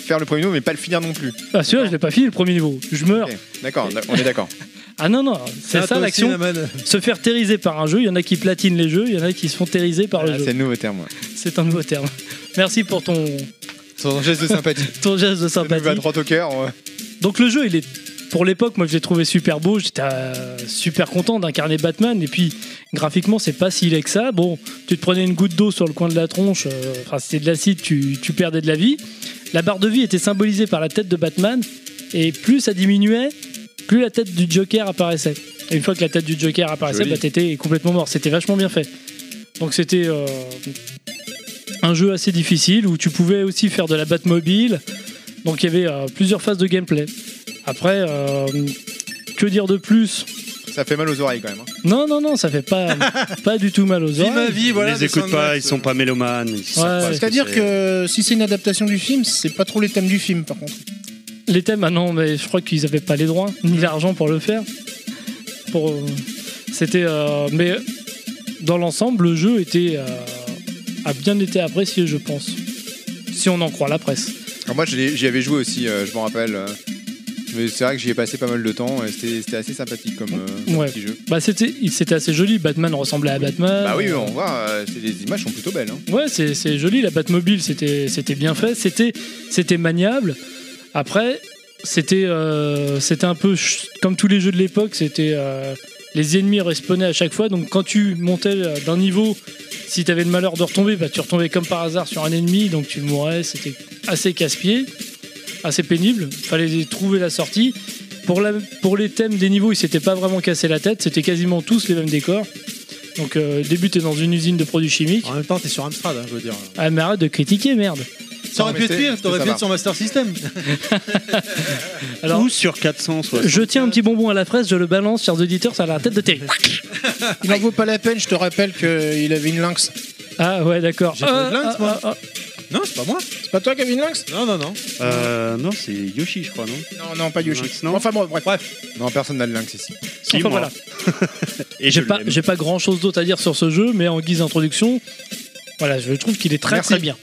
Speaker 3: faire le premier niveau, mais pas le finir non plus.
Speaker 2: Ah, celui-là, je l'ai pas fini le premier niveau. Je meurs.
Speaker 3: Ok, D'accord, on est d'accord.
Speaker 2: Ah non, non, c'est
Speaker 1: Ah,
Speaker 2: ça
Speaker 1: toi aussi,
Speaker 2: l'action.
Speaker 1: Naman.
Speaker 3: euh,
Speaker 2: Se faire terroriser par un jeu, il y en a qui platinent les jeux, il y en a qui se font terroriser par le
Speaker 3: Ah,
Speaker 2: jeu.
Speaker 3: c'est le nouveau terme. ouais.
Speaker 2: C'est un nouveau terme. Merci pour ton,
Speaker 3: Sans geste de sympathie.
Speaker 2: ton geste de
Speaker 3: Il nous va
Speaker 2: sympathie.
Speaker 3: droit au cœur. ouais.
Speaker 2: Donc le jeu, il est pour l'époque, moi je l'ai trouvé super beau, j'étais euh, super content d'incarner Batman et puis graphiquement c'est pas si laid que ça. Bon, tu te prenais une goutte d'eau sur le coin de la tronche, euh, enfin c'était de l'acide, tu, tu perdais de la vie. La barre de vie était symbolisée par la tête de Batman et plus ça diminuait, plus la tête du Joker apparaissait. Et une fois que la tête du Joker apparaissait,
Speaker 3: Joli.
Speaker 2: bah t'étais complètement mort. C'était vachement bien fait. Donc c'était euh, un jeu assez difficile où tu pouvais aussi faire de la Batmobile. Donc il y avait euh, plusieurs phases de gameplay. Après, euh, que dire de plus
Speaker 3: Ça fait mal aux oreilles quand même. hein.
Speaker 2: Non, non, non, ça fait pas, pas du tout mal aux
Speaker 1: Vis ma
Speaker 2: oreilles.
Speaker 1: vie, voilà.
Speaker 6: ils les
Speaker 1: des
Speaker 6: écoutent pas,
Speaker 1: Sandbox.
Speaker 6: ils
Speaker 4: euh.
Speaker 6: sont pas mélomanes. ils savent pas
Speaker 2: Ouais.
Speaker 6: ce
Speaker 5: C'est-à-dire
Speaker 6: c'est.
Speaker 5: que euh, si c'est une adaptation du film, c'est pas trop les thèmes du film par contre.
Speaker 2: Les thèmes, ah non, mais je crois qu'ils avaient pas les droits
Speaker 3: Mm.
Speaker 2: ni l'argent pour le faire. Pour, euh, c'était, euh, mais dans l'ensemble, le jeu était euh, a bien été apprécié, je pense, si on en croit la presse.
Speaker 3: Alors moi, je l'ai- j'y avais joué aussi, euh, je m'en rappelle. euh, Mais c'est vrai que j'y ai passé pas mal de temps. et C'était c'était assez sympathique comme euh, comme
Speaker 2: Ouais.
Speaker 3: petit jeu.
Speaker 2: Bah c'était, il- c'était assez joli. Batman ressemblait à Batman.
Speaker 3: Bah oui, on voit, euh, c'est- les images sont plutôt belles. hein.
Speaker 2: Ouais, c'est c'est joli, la Batmobile, c'était c'était bien fait, c'était c'était maniable. Après, c'était euh, c'était un peu ch- comme tous les jeux de l'époque, c'était euh, les ennemis respawnaient à chaque fois, donc quand tu montais euh, d'un niveau, si t'avais le malheur de retomber, bah, tu retombais comme par hasard sur un ennemi, donc tu mourais, c'était assez casse-pied, assez pénible, fallait trouver la sortie. Pour, la, pour les thèmes des niveaux, ils s'étaient pas vraiment cassé la tête, c'était quasiment tous les mêmes décors. Donc euh, début t'es dans une usine de produits chimiques.
Speaker 1: En même temps, t'es sur Amstrad, hein, je veux dire.
Speaker 2: Ah mais arrête de critiquer merde
Speaker 1: T'aurais pu
Speaker 3: mais
Speaker 1: être
Speaker 3: c'était-
Speaker 1: pire, t'aurais
Speaker 3: c'était
Speaker 1: pu
Speaker 3: ça
Speaker 1: être sur Master System.
Speaker 2: Alors
Speaker 6: Ou sur 460.
Speaker 2: je tiens un petit bonbon à la fraise, je le balance, chers auditeurs, ça a la tête de Terry.
Speaker 5: Il en vaut pas la peine, je te rappelle qu'il avait une lynx.
Speaker 2: Ah ouais d'accord.
Speaker 1: J'ai pas de lynx,
Speaker 2: Ah,
Speaker 1: moi.
Speaker 2: ah,
Speaker 1: Non, c'est pas moi.
Speaker 5: C'est pas toi qui avais une lynx
Speaker 1: Non, non, non.
Speaker 6: Euh, non, c'est Yoshi, je crois, non
Speaker 5: Non, non, pas Yoshi.
Speaker 6: Lynx, non
Speaker 5: Enfin bon, bref.
Speaker 3: Non, personne n'a de lynx ici.
Speaker 2: ah. Enfin, voilà.
Speaker 6: Et
Speaker 2: J'ai pas, j'ai pas grand chose d'autre à dire sur ce jeu, mais en guise d'introduction, voilà, je trouve qu'il est très
Speaker 3: Merci.
Speaker 2: très bien.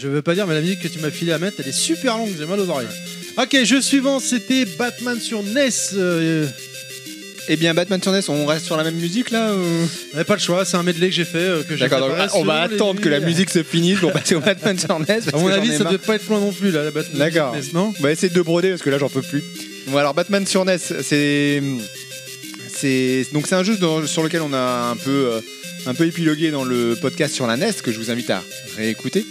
Speaker 1: Je veux pas dire, mais la musique que tu m'as filée à mettre, elle est super longue, j'ai mal aux oreilles. Ok, jeu suivant, c'était Batman sur NES. euh,
Speaker 3: Eh bien, Batman sur NES, on reste sur la même musique là ou-
Speaker 1: on avait pas le choix, c'est un medley que j'ai fait. euh, que j'ai
Speaker 3: D'accord, donc ah,
Speaker 1: préparé
Speaker 3: on va
Speaker 1: selon les
Speaker 3: attendre que la
Speaker 5: euh.
Speaker 1: nuits.
Speaker 3: musique se finisse pour passer au Batman sur NES. parce
Speaker 1: À mon
Speaker 3: que j'en
Speaker 1: avis,
Speaker 3: ai
Speaker 1: ça
Speaker 3: marre.
Speaker 1: devait pas être loin non plus, là, la Batman
Speaker 3: D'accord.
Speaker 1: sur NES, non
Speaker 3: On va essayer Bah, de broder parce que là j'en peux plus. Bon alors Batman sur NES, c'est c'est donc c'est un jeu dans- sur lequel on a un peu euh, un peu épilogué dans le podcast sur la NES que je vous invite à réécouter.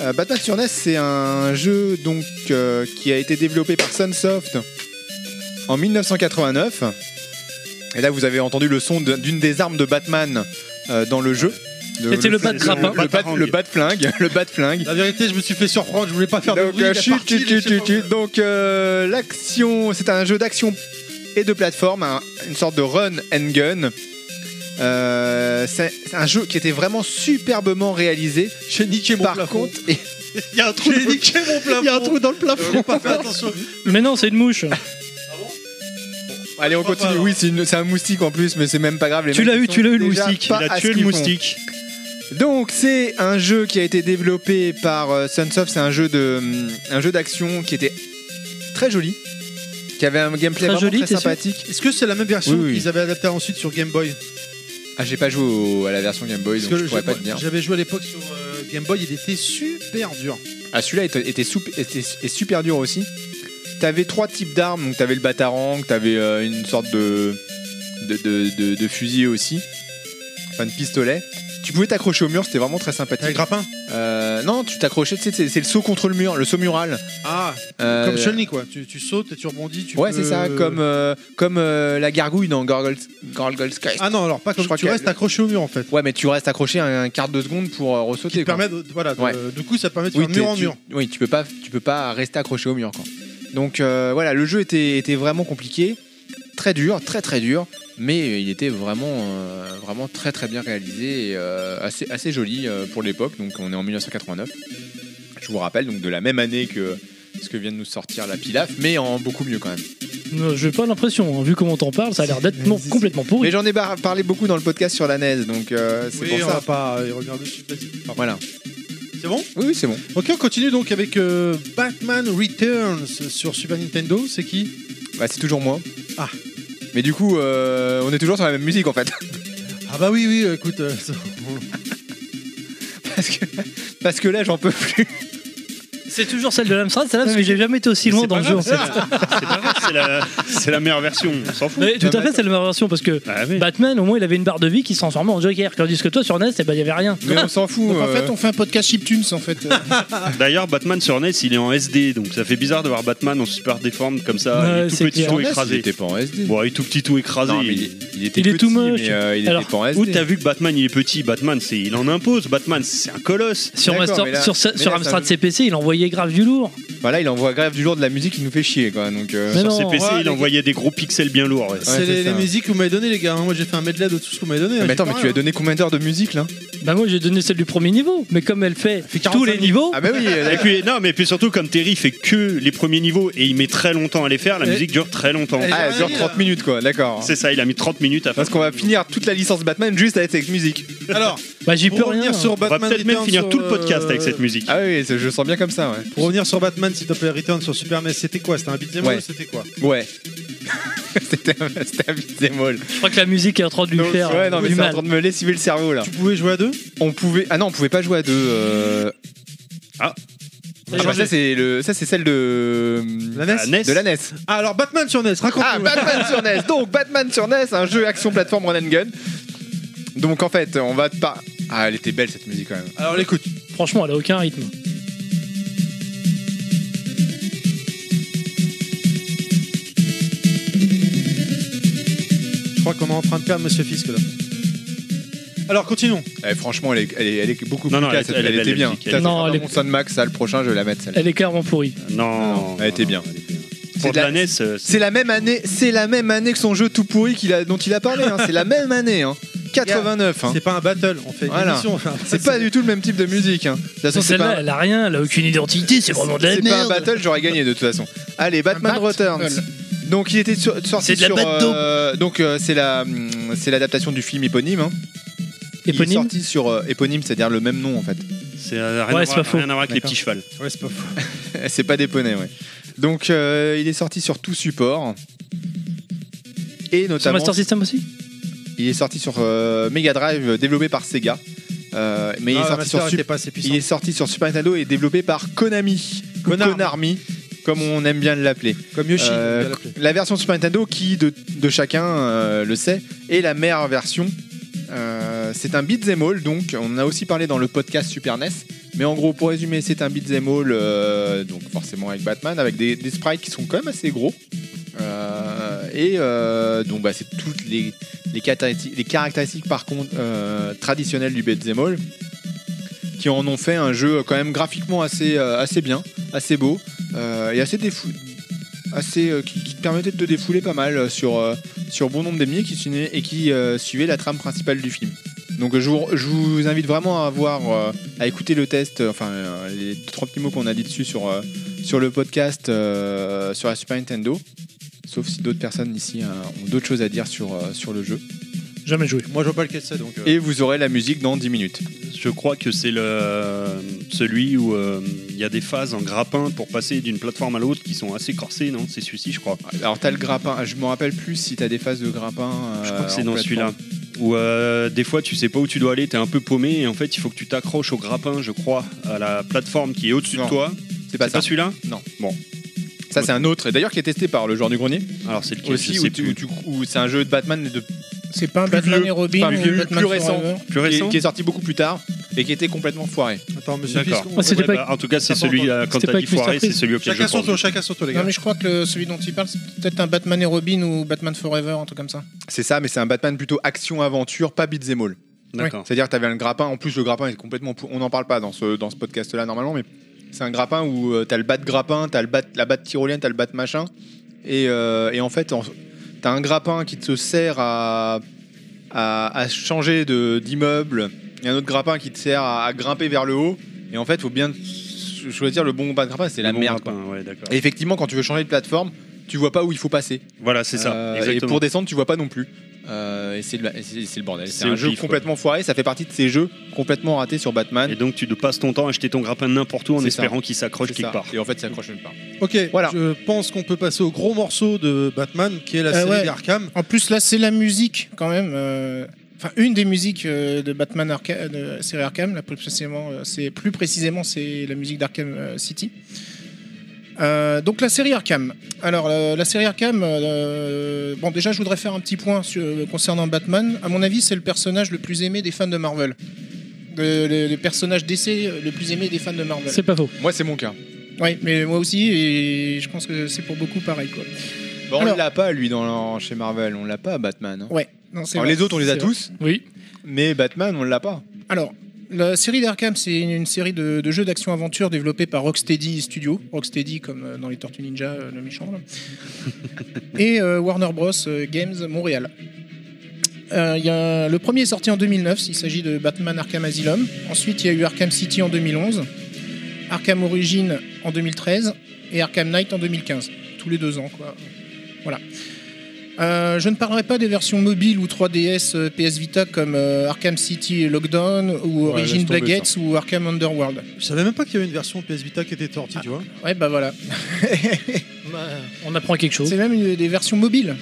Speaker 3: Euh, Batman sur NES, c'est un jeu donc euh, qui a été développé par Sunsoft en 1989. Et là vous avez entendu le son de- d'une des armes de Batman euh, dans le jeu. Le-
Speaker 2: C'était le
Speaker 3: flingue-
Speaker 2: bat-grappin.
Speaker 3: le bat- le bat-flingue, le bat-flingue.
Speaker 1: La vérité, je me suis fait surprendre, je voulais pas faire de
Speaker 3: Donc,
Speaker 1: bruit.
Speaker 3: euh,
Speaker 1: la
Speaker 3: chut,
Speaker 1: partie,
Speaker 3: chut,
Speaker 1: je
Speaker 3: chut,
Speaker 1: sais
Speaker 3: chut,
Speaker 1: pas
Speaker 3: chut. Donc, euh, l'action, c'est un jeu d'action et de plateforme, un- une sorte de run and gun. Euh, c'est c'est un jeu qui était vraiment superbement réalisé.
Speaker 1: où. J'ai niqué mon
Speaker 3: Par
Speaker 1: plafond.
Speaker 3: contre, et-
Speaker 1: il y a un trou. J'ai niqué mon plafond. Il y a un trou dans le plafond. J'ai pas fait attention.
Speaker 2: Mais non, c'est une mouche.
Speaker 3: allez, on
Speaker 1: crois pas,
Speaker 3: continue.
Speaker 1: alors.
Speaker 3: Oui, c'est une- c'est un moustique en plus, mais c'est même pas grave. les
Speaker 2: Tu
Speaker 3: mecs
Speaker 2: l'as eu,
Speaker 3: sont
Speaker 2: tu l'as eu, le
Speaker 3: déjà
Speaker 2: moustique.
Speaker 3: pas
Speaker 6: Il
Speaker 3: à
Speaker 6: a
Speaker 3: ce
Speaker 6: tué le
Speaker 3: qu'ils font.
Speaker 6: moustique.
Speaker 3: Donc c'est un jeu qui a été développé par euh, Sunsoft, c'est un jeu de hum, un jeu d'action qui était très joli, qui avait un gameplay
Speaker 2: Très
Speaker 3: vraiment
Speaker 2: joli,
Speaker 3: très
Speaker 2: t'es sûr
Speaker 3: sympathique.
Speaker 1: Est-ce que c'est la même version
Speaker 3: Oui, oui.
Speaker 1: qu'ils avaient adaptée ensuite sur Game Boy
Speaker 3: Ah, j'ai pas joué au- à la version Game Boy,
Speaker 1: Parce
Speaker 3: donc
Speaker 1: que
Speaker 3: je
Speaker 1: le
Speaker 3: pourrais
Speaker 1: jeu-
Speaker 3: pas te dire.
Speaker 1: J'avais joué à l'époque sur euh, Game Boy, il était super dur.
Speaker 3: Ah celui-là était, était soup- était- est super dur aussi. T'avais trois types d'armes, donc t'avais le batarang, t'avais euh, une sorte de de, de- de- de fusil aussi, enfin de pistolet. Tu pouvais t'accrocher au mur, c'était vraiment très
Speaker 1: T'as le
Speaker 3: sympathique.
Speaker 1: grappin
Speaker 3: Euh, non, tu t'accrochais, tu sais, c'est c'est le saut contre le mur, le saut mural.
Speaker 1: Ah,
Speaker 3: Euh,
Speaker 1: comme Chun-Li quoi. Tu, tu sautes et tu rebondis. Tu
Speaker 3: ouais,
Speaker 1: peux-
Speaker 3: c'est ça, comme, euh, comme euh, la gargouille dans Gargoyle's Gargoyle's Quest.
Speaker 1: Ah non, alors pas comme
Speaker 3: Je crois
Speaker 1: tu
Speaker 3: qu'il y a-
Speaker 1: restes accroché au mur en fait.
Speaker 3: Ouais, mais tu restes accroché un, un quart de seconde pour euh,
Speaker 1: Qui
Speaker 3: ressauter.
Speaker 1: te
Speaker 3: quoi.
Speaker 1: permet de, voilà, de-
Speaker 3: Ouais.
Speaker 1: du coup ça te permet de
Speaker 3: Oui,
Speaker 1: faire mur
Speaker 3: t'es-
Speaker 1: en
Speaker 3: tu,
Speaker 1: mur.
Speaker 3: oui, tu peux pas, tu peux pas rester accroché au mur. Quoi. Donc euh, voilà, le jeu était, était vraiment compliqué, très dur, très très dur, mais il était vraiment, euh, vraiment très très bien réalisé, et, euh, assez, assez joli euh, pour l'époque. Donc on est en 1989. Je vous rappelle donc de la même année que ce que vient de nous sortir la Pilaf, mais en beaucoup mieux quand même.
Speaker 2: Euh, J'ai pas l'impression, hein, vu comment t'en parles, ça a l'air d'être non, complètement
Speaker 3: Mais
Speaker 2: pourri.
Speaker 3: j'en ai bar- parlé beaucoup dans le podcast sur la NES, donc euh, c'est
Speaker 1: Oui,
Speaker 3: pour
Speaker 1: on
Speaker 3: ça.
Speaker 1: va pas euh, y revenir dessus. vas-y. Enfin,
Speaker 3: Voilà.
Speaker 1: C'est bon
Speaker 3: Oui, oui, c'est bon.
Speaker 1: Ok, on continue donc avec euh, Batman Returns sur Super Nintendo. C'est qui
Speaker 3: Bah, c'est toujours moi.
Speaker 1: Ah.
Speaker 3: Mais du coup, euh, on est toujours sur la même musique en fait.
Speaker 1: Ah bah oui, oui, écoute. euh, ça-
Speaker 3: parce que, parce que là j'en peux plus.
Speaker 2: C'est toujours celle de l'Amstrad, celle-là, parce que j'ai jamais été aussi
Speaker 4: Mais
Speaker 2: loin
Speaker 4: c'est
Speaker 2: dans
Speaker 4: pas
Speaker 2: le jeu en fait.
Speaker 4: grave, C'est pas grave, c'est la, c'est la meilleure version, on s'en fout.
Speaker 2: Mais tout à fait, c'est la meilleure version parce que
Speaker 4: Ah oui.
Speaker 2: Batman, au moins, il avait une barre de vie qui se transformait en Joker. Tandis que toi, sur NES, eh ben, il y avait rien.
Speaker 3: Mais on s'en fout.
Speaker 5: Donc en
Speaker 3: euh,
Speaker 5: fait, on fait un podcast chiptunes en fait. Euh,
Speaker 2: Bah-
Speaker 4: D'ailleurs, Batman sur NES, il est en SD, donc ça fait bizarre de voir Batman en super déforme comme ça,
Speaker 2: Ouais,
Speaker 4: il est tout
Speaker 2: c'est
Speaker 4: petit,
Speaker 2: clair.
Speaker 4: tout
Speaker 3: NES, il
Speaker 4: écrasé.
Speaker 3: était pas en SD.
Speaker 4: Bon, il est tout petit, tout écrasé.
Speaker 3: Non, mais il, il était
Speaker 2: Il est
Speaker 3: petit,
Speaker 2: tout moche.
Speaker 3: mais, euh, il
Speaker 2: Alors,
Speaker 3: était pas en
Speaker 4: Où
Speaker 3: SD.
Speaker 4: t'as vu que Batman il est petit Batman, c'est il en impose. Batman, c'est un colosse.
Speaker 2: Sur,
Speaker 3: D'accord,
Speaker 2: Master-
Speaker 3: mais là-
Speaker 2: sur, ce-
Speaker 3: mais
Speaker 2: sur
Speaker 3: là, ça
Speaker 2: Amstrad
Speaker 3: me-
Speaker 2: CPC, il envoyait grave du lourd.
Speaker 3: Voilà, il envoie grave du jour de la musique qui nous fait chier quoi. Donc euh,
Speaker 2: Mais
Speaker 4: Sur
Speaker 2: non,
Speaker 4: CPC,
Speaker 1: ouais,
Speaker 4: il
Speaker 1: les-
Speaker 4: envoyait des gros pixels bien lourds. ouais.
Speaker 1: c'est
Speaker 3: c'est
Speaker 1: les,
Speaker 3: ça.
Speaker 1: les musiques que vous m'avez donné les gars. hein. Moi j'ai fait un medley de tout ce qu'on m'avait donné. hein.
Speaker 3: mais
Speaker 1: J'ai
Speaker 3: attends,
Speaker 1: pas
Speaker 3: mais tu
Speaker 1: rien,
Speaker 3: as donné combien d'heures de musique là
Speaker 2: Bah, moi, j'ai donné celle du premier niveau. Mais comme elle fait, tous les niveaux,
Speaker 3: Ah bah oui,
Speaker 4: Et puis non, mais puis surtout comme Terry fait que les premiers niveaux et il met très longtemps à les faire, la
Speaker 1: Et-
Speaker 4: musique dure très longtemps.
Speaker 1: Et-
Speaker 3: ah,
Speaker 1: j'ai rien
Speaker 3: genre
Speaker 1: dit,
Speaker 3: 30
Speaker 1: là.
Speaker 3: minutes quoi, d'accord.
Speaker 4: C'est ça, il a mis 30 minutes à faire.
Speaker 3: Parce qu'on va finir toute la licence Batman juste avec cette musique.
Speaker 1: hein. Alors,
Speaker 2: bah, j'y peux
Speaker 1: pour
Speaker 2: rien.
Speaker 1: revenir sur
Speaker 4: On va
Speaker 1: Batman
Speaker 4: peut-être même
Speaker 1: Returns
Speaker 4: finir
Speaker 1: sur,
Speaker 4: tout le podcast
Speaker 1: euh,
Speaker 4: avec cette musique.
Speaker 3: Ah oui, c'est- je sens bien comme ça, ouais.
Speaker 1: Pour revenir sur Batman, s'il te plaît, Return sur Super NES, c'était quoi C'était un beat'em
Speaker 3: Ouais.
Speaker 1: up, c'était quoi
Speaker 3: Ouais. C'était un c'était un beat'em all.
Speaker 2: Je crois que la musique est en train de lui
Speaker 3: Donc,
Speaker 2: faire
Speaker 3: Ouais, non, mais
Speaker 2: du
Speaker 3: c'est en
Speaker 2: mal.
Speaker 3: train de me lessiver le cerveau là.
Speaker 1: Tu pouvais jouer à deux
Speaker 3: On pouvait. Ah non, on pouvait pas jouer à deux. euh,
Speaker 2: Ça a
Speaker 3: Ah bah
Speaker 2: changé.
Speaker 3: ça c'est le ça c'est celle de euh,
Speaker 1: La NES
Speaker 3: de la NES.
Speaker 1: Ah, alors Batman sur NES, raconte
Speaker 3: Ah Batman sur NES. Donc Batman sur NES, un jeu action plateforme run and gun. Donc en fait, on va pas Ah, elle était belle cette musique quand même.
Speaker 1: Alors l'écoute.
Speaker 2: Franchement, elle a aucun rythme.
Speaker 1: Je crois qu'on est en train de perdre Monsieur Fisk là. Alors continuons.
Speaker 3: Eh, franchement, elle est, elle est, elle est beaucoup
Speaker 4: Non,
Speaker 3: plus
Speaker 4: non,
Speaker 3: classe,
Speaker 4: elle est- elle est belle,
Speaker 3: était
Speaker 4: la
Speaker 3: bien.
Speaker 4: musique, elle
Speaker 3: Putain,
Speaker 2: est-
Speaker 3: c'est
Speaker 2: Non,
Speaker 3: pas
Speaker 2: elle est-
Speaker 3: mon son de Max, ça le prochain, je vais la mettre celle-là.
Speaker 2: Elle est clairement pourrie.
Speaker 4: Non,
Speaker 3: Elle était
Speaker 4: non,
Speaker 3: bien.
Speaker 4: non, elle était
Speaker 3: C'est
Speaker 4: Pour
Speaker 3: de
Speaker 4: de la
Speaker 3: la-
Speaker 4: NES, euh, c'est-
Speaker 3: C'est la même année, c'est la même année que son jeu tout pourri qu'il a, dont il a parlé. hein. C'est la même année, hein. 89. hein.
Speaker 1: C'est pas un battle, on fait une
Speaker 3: Voilà.
Speaker 1: émission.
Speaker 3: C'est pas du tout le même type de musique. hein. De toute façon, c'est
Speaker 2: Celle-là,
Speaker 3: pas.
Speaker 2: elle a rien, elle a aucune identité, c'est vraiment de la
Speaker 3: C'est pas
Speaker 2: merde.
Speaker 3: un battle, j'aurais gagné de toute façon. Allez, Batman
Speaker 5: bat-
Speaker 3: Returns.
Speaker 5: Battle.
Speaker 3: Donc il était sur- sorti
Speaker 2: C'est de la
Speaker 3: sur
Speaker 2: batte
Speaker 3: euh, donc euh, c'est la hum, c'est l'adaptation du film éponyme. hein. Il est
Speaker 2: Éponyme
Speaker 3: sorti sur euh, éponyme, c'est-à-dire le même nom en fait.
Speaker 4: c'est euh, rien,
Speaker 2: Ouais,
Speaker 4: à
Speaker 2: c'est
Speaker 4: voir-
Speaker 2: pas faux.
Speaker 4: rien à voir avec les
Speaker 1: D'accord.
Speaker 4: petits chevals.
Speaker 1: Ouais, c'est pas fou.
Speaker 3: c'est pas des poneys, ouais. Donc euh, il est sorti sur tout support et
Speaker 2: Sur
Speaker 3: notamment
Speaker 2: Master System aussi
Speaker 3: il est sorti sur euh, Mega Drive euh, développé par Sega, Euh, mais il est
Speaker 1: Ah,
Speaker 3: sorti
Speaker 1: Master
Speaker 3: sur
Speaker 1: était
Speaker 3: Sup-
Speaker 1: pas assez puissant.
Speaker 3: il est sorti sur Super Nintendo et développé par Konami, ou
Speaker 1: Konami.
Speaker 3: Konami comme on aime bien l'appeler.
Speaker 1: Comme Yoshi.
Speaker 3: Euh,
Speaker 1: on va l'appeler.
Speaker 3: la version Super Nintendo qui de, de chacun euh, le sait est la meilleure version Euh, c'est un beat'em all donc on en a aussi parlé dans le podcast Super NES mais en gros pour résumer c'est un beat'em all euh, donc forcément avec Batman avec des, des sprites qui sont quand même assez gros Euh, et euh, donc bah, c'est toutes les, les, catati- les caractéristiques par contre euh, traditionnelles du beat'em all qui en ont fait un jeu euh, quand même graphiquement assez, euh, assez bien assez beau euh, et assez défou- assez euh, qui, qui te permettait de te défouler pas mal euh, sur, euh, sur bon nombre d'ennemis et qui, suivait- et qui euh, suivait la trame principale du film. Donc euh, je vous, je vous invite vraiment à voir, euh, à écouter le test, euh, enfin euh, les trois petits mots qu'on a dit dessus sur, euh, sur le podcast euh, sur la Super Nintendo. Sauf si d'autres personnes ici hein, ont d'autres choses à dire sur, euh, sur le jeu.
Speaker 2: Jamais joué.
Speaker 1: Moi je vois pas lequel c'est donc. euh,
Speaker 3: Et vous aurez la musique dans 10 minutes.
Speaker 4: Je crois que c'est le celui où euh, il y a des phases en grappin pour passer d'une plateforme à l'autre qui sont assez corsées, non C'est celui-ci, je crois.
Speaker 3: Alors t'as le grappin, je me rappelle plus si t'as des phases de grappin.
Speaker 4: Je
Speaker 3: euh,
Speaker 4: crois que c'est
Speaker 3: en
Speaker 4: dans celui-là.
Speaker 3: plateforme.
Speaker 4: Où euh, des fois tu sais pas où tu dois aller, t'es un peu paumé et en fait il faut que tu t'accroches au grappin, je crois, à la plateforme qui est au-dessus de
Speaker 3: Non,
Speaker 4: toi.
Speaker 3: C'est pas
Speaker 4: C'est
Speaker 3: ça.
Speaker 4: pas celui-là
Speaker 3: Non.
Speaker 4: Bon.
Speaker 3: Ça, c'est un autre, et d'ailleurs, qui est testé par le joueur du grenier.
Speaker 6: Alors c'est lequel
Speaker 3: Aussi,
Speaker 6: je
Speaker 3: où
Speaker 6: sais
Speaker 3: tu-
Speaker 6: plus.
Speaker 3: où tu- où c'est un jeu de Batman de
Speaker 5: C'est pas un
Speaker 3: Plus
Speaker 5: Ah, Batman
Speaker 3: vieux.
Speaker 5: et Robin,
Speaker 3: Enfin,
Speaker 5: ou
Speaker 3: plus-
Speaker 5: Batman euh,
Speaker 3: plus récent.
Speaker 5: Forever.
Speaker 6: plus
Speaker 3: qui est,
Speaker 6: récent.
Speaker 3: qui est sorti beaucoup plus tard et qui était complètement foiré.
Speaker 1: Attends, monsieur Fisk.
Speaker 6: D'accord.
Speaker 1: on-
Speaker 2: Ah, c'était
Speaker 1: ouais,
Speaker 2: pas-
Speaker 1: bah,
Speaker 6: En tout cas, c'est
Speaker 1: C'était
Speaker 6: celui
Speaker 1: pas
Speaker 6: euh, quand
Speaker 2: avec
Speaker 6: t'as dit
Speaker 2: Mr.
Speaker 6: foiré, c'est
Speaker 2: Freeze.
Speaker 6: celui auquel je
Speaker 1: Chacun son
Speaker 6: pense.
Speaker 1: tour, chacun son tour, les
Speaker 5: Non
Speaker 1: gars.
Speaker 5: mais je crois que le- celui dont il parle c'est peut-être un Batman et Robin ou Batman Forever un truc comme ça.
Speaker 3: C'est ça, mais c'est un Batman plutôt action-aventure, pas beat'em all.
Speaker 6: D'accord.
Speaker 3: C'est-à-dire que t'avais un grappin, en plus le grappin est complètement... pou- On n'en parle pas dans ce, dans ce podcast-là normalement, mais c'est un grappin où euh, t'as le bat grappin, t'as le bat, la batte tyrolienne, t'as le bat machin, et, euh, et en fait en- t'as un grappin qui te sert à, à, à changer de- d'immeuble, et un autre grappin qui te sert à, à grimper vers le haut, et en fait faut bien ch- choisir le bon bat grappin, c'est la
Speaker 6: Bon,
Speaker 3: merde. quoi.
Speaker 6: grappin, ouais, d'accord.
Speaker 3: Et effectivement quand tu veux changer de plateforme, tu vois pas où il faut passer.
Speaker 6: Voilà, c'est ça.
Speaker 3: Euh, et
Speaker 6: exactement.
Speaker 3: pour descendre, tu vois pas non plus. Euh, et c'est le, et c'est- c'est le bordel. C'est
Speaker 6: C'est
Speaker 3: un
Speaker 6: au
Speaker 3: jeu
Speaker 6: pif, quoi.
Speaker 3: complètement foiré. Ça fait partie de ces jeux complètement ratés sur Batman.
Speaker 6: Et donc tu te passes ton temps à acheter ton grappin n'importe où en
Speaker 3: C'est
Speaker 6: espérant qu'il s'accroche
Speaker 3: C'est
Speaker 6: quelque
Speaker 3: ça.
Speaker 6: part.
Speaker 3: Et en fait, ça accroche nulle part.
Speaker 1: Ok,
Speaker 3: Voilà.
Speaker 1: je pense qu'on peut passer au gros morceau de Batman qui est la
Speaker 5: Euh,
Speaker 1: série
Speaker 5: ouais.
Speaker 1: d'Arkham.
Speaker 5: En plus là c'est la musique quand même. euh, Enfin, une des musiques euh, de Batman Arca- de la série Arkham, là, plus précisément, euh, c'est plus précisément c'est la musique d'Arkham euh, City. Euh, donc la série Arkham. Alors euh, la série Arkham, euh, bon déjà je voudrais faire un petit point sur- euh, concernant Batman. À mon avis c'est le personnage le plus aimé des fans de Marvel. Le, le- le personnage d'essai euh, le plus aimé des fans de Marvel.
Speaker 2: C'est pas faux.
Speaker 3: Moi, c'est mon cas.
Speaker 5: Oui, mais moi aussi, et je pense que c'est pour beaucoup pareil. Quoi.
Speaker 3: Bon, on
Speaker 5: Alors-
Speaker 3: l'a pas, lui, dans, chez Marvel. On l'a pas, Batman. hein.
Speaker 5: Ouais, non, c'est
Speaker 3: Alors,
Speaker 5: vrai.
Speaker 3: les autres, on les a
Speaker 2: C'est
Speaker 3: tous,
Speaker 2: Oui.
Speaker 3: mais Batman, on l'a pas.
Speaker 5: Alors, la série d'Arkham, c'est une, une série de, de jeux d'action-aventure développés par Rocksteady Studio. Rocksteady, comme euh, dans les Tortues Ninja, euh, le méchant. là. Et euh, Warner Bros. euh, Games Montréal. Euh, il y a- le premier est sorti en 2009, il s'agit de Batman Arkham Asylum. Ensuite, il y a eu Arkham City en 2011, Arkham Origin en 2013 et Arkham Knight en 2015. Tous les deux ans, quoi. Voilà. Euh, je ne parlerai pas des versions mobiles ou 3DS, euh, PS Vita comme euh, Arkham City Lockdown ou
Speaker 3: Ouais,
Speaker 5: Origin
Speaker 3: laisse tomber,
Speaker 5: Black Gates ou Arkham Underworld.
Speaker 1: Je savais même pas qu'il y avait une version PS Vita qui était sortie, tu vois.
Speaker 5: Ouais, bah voilà.
Speaker 2: Bah, on apprend quelque chose.
Speaker 5: C'est même une- des versions mobiles.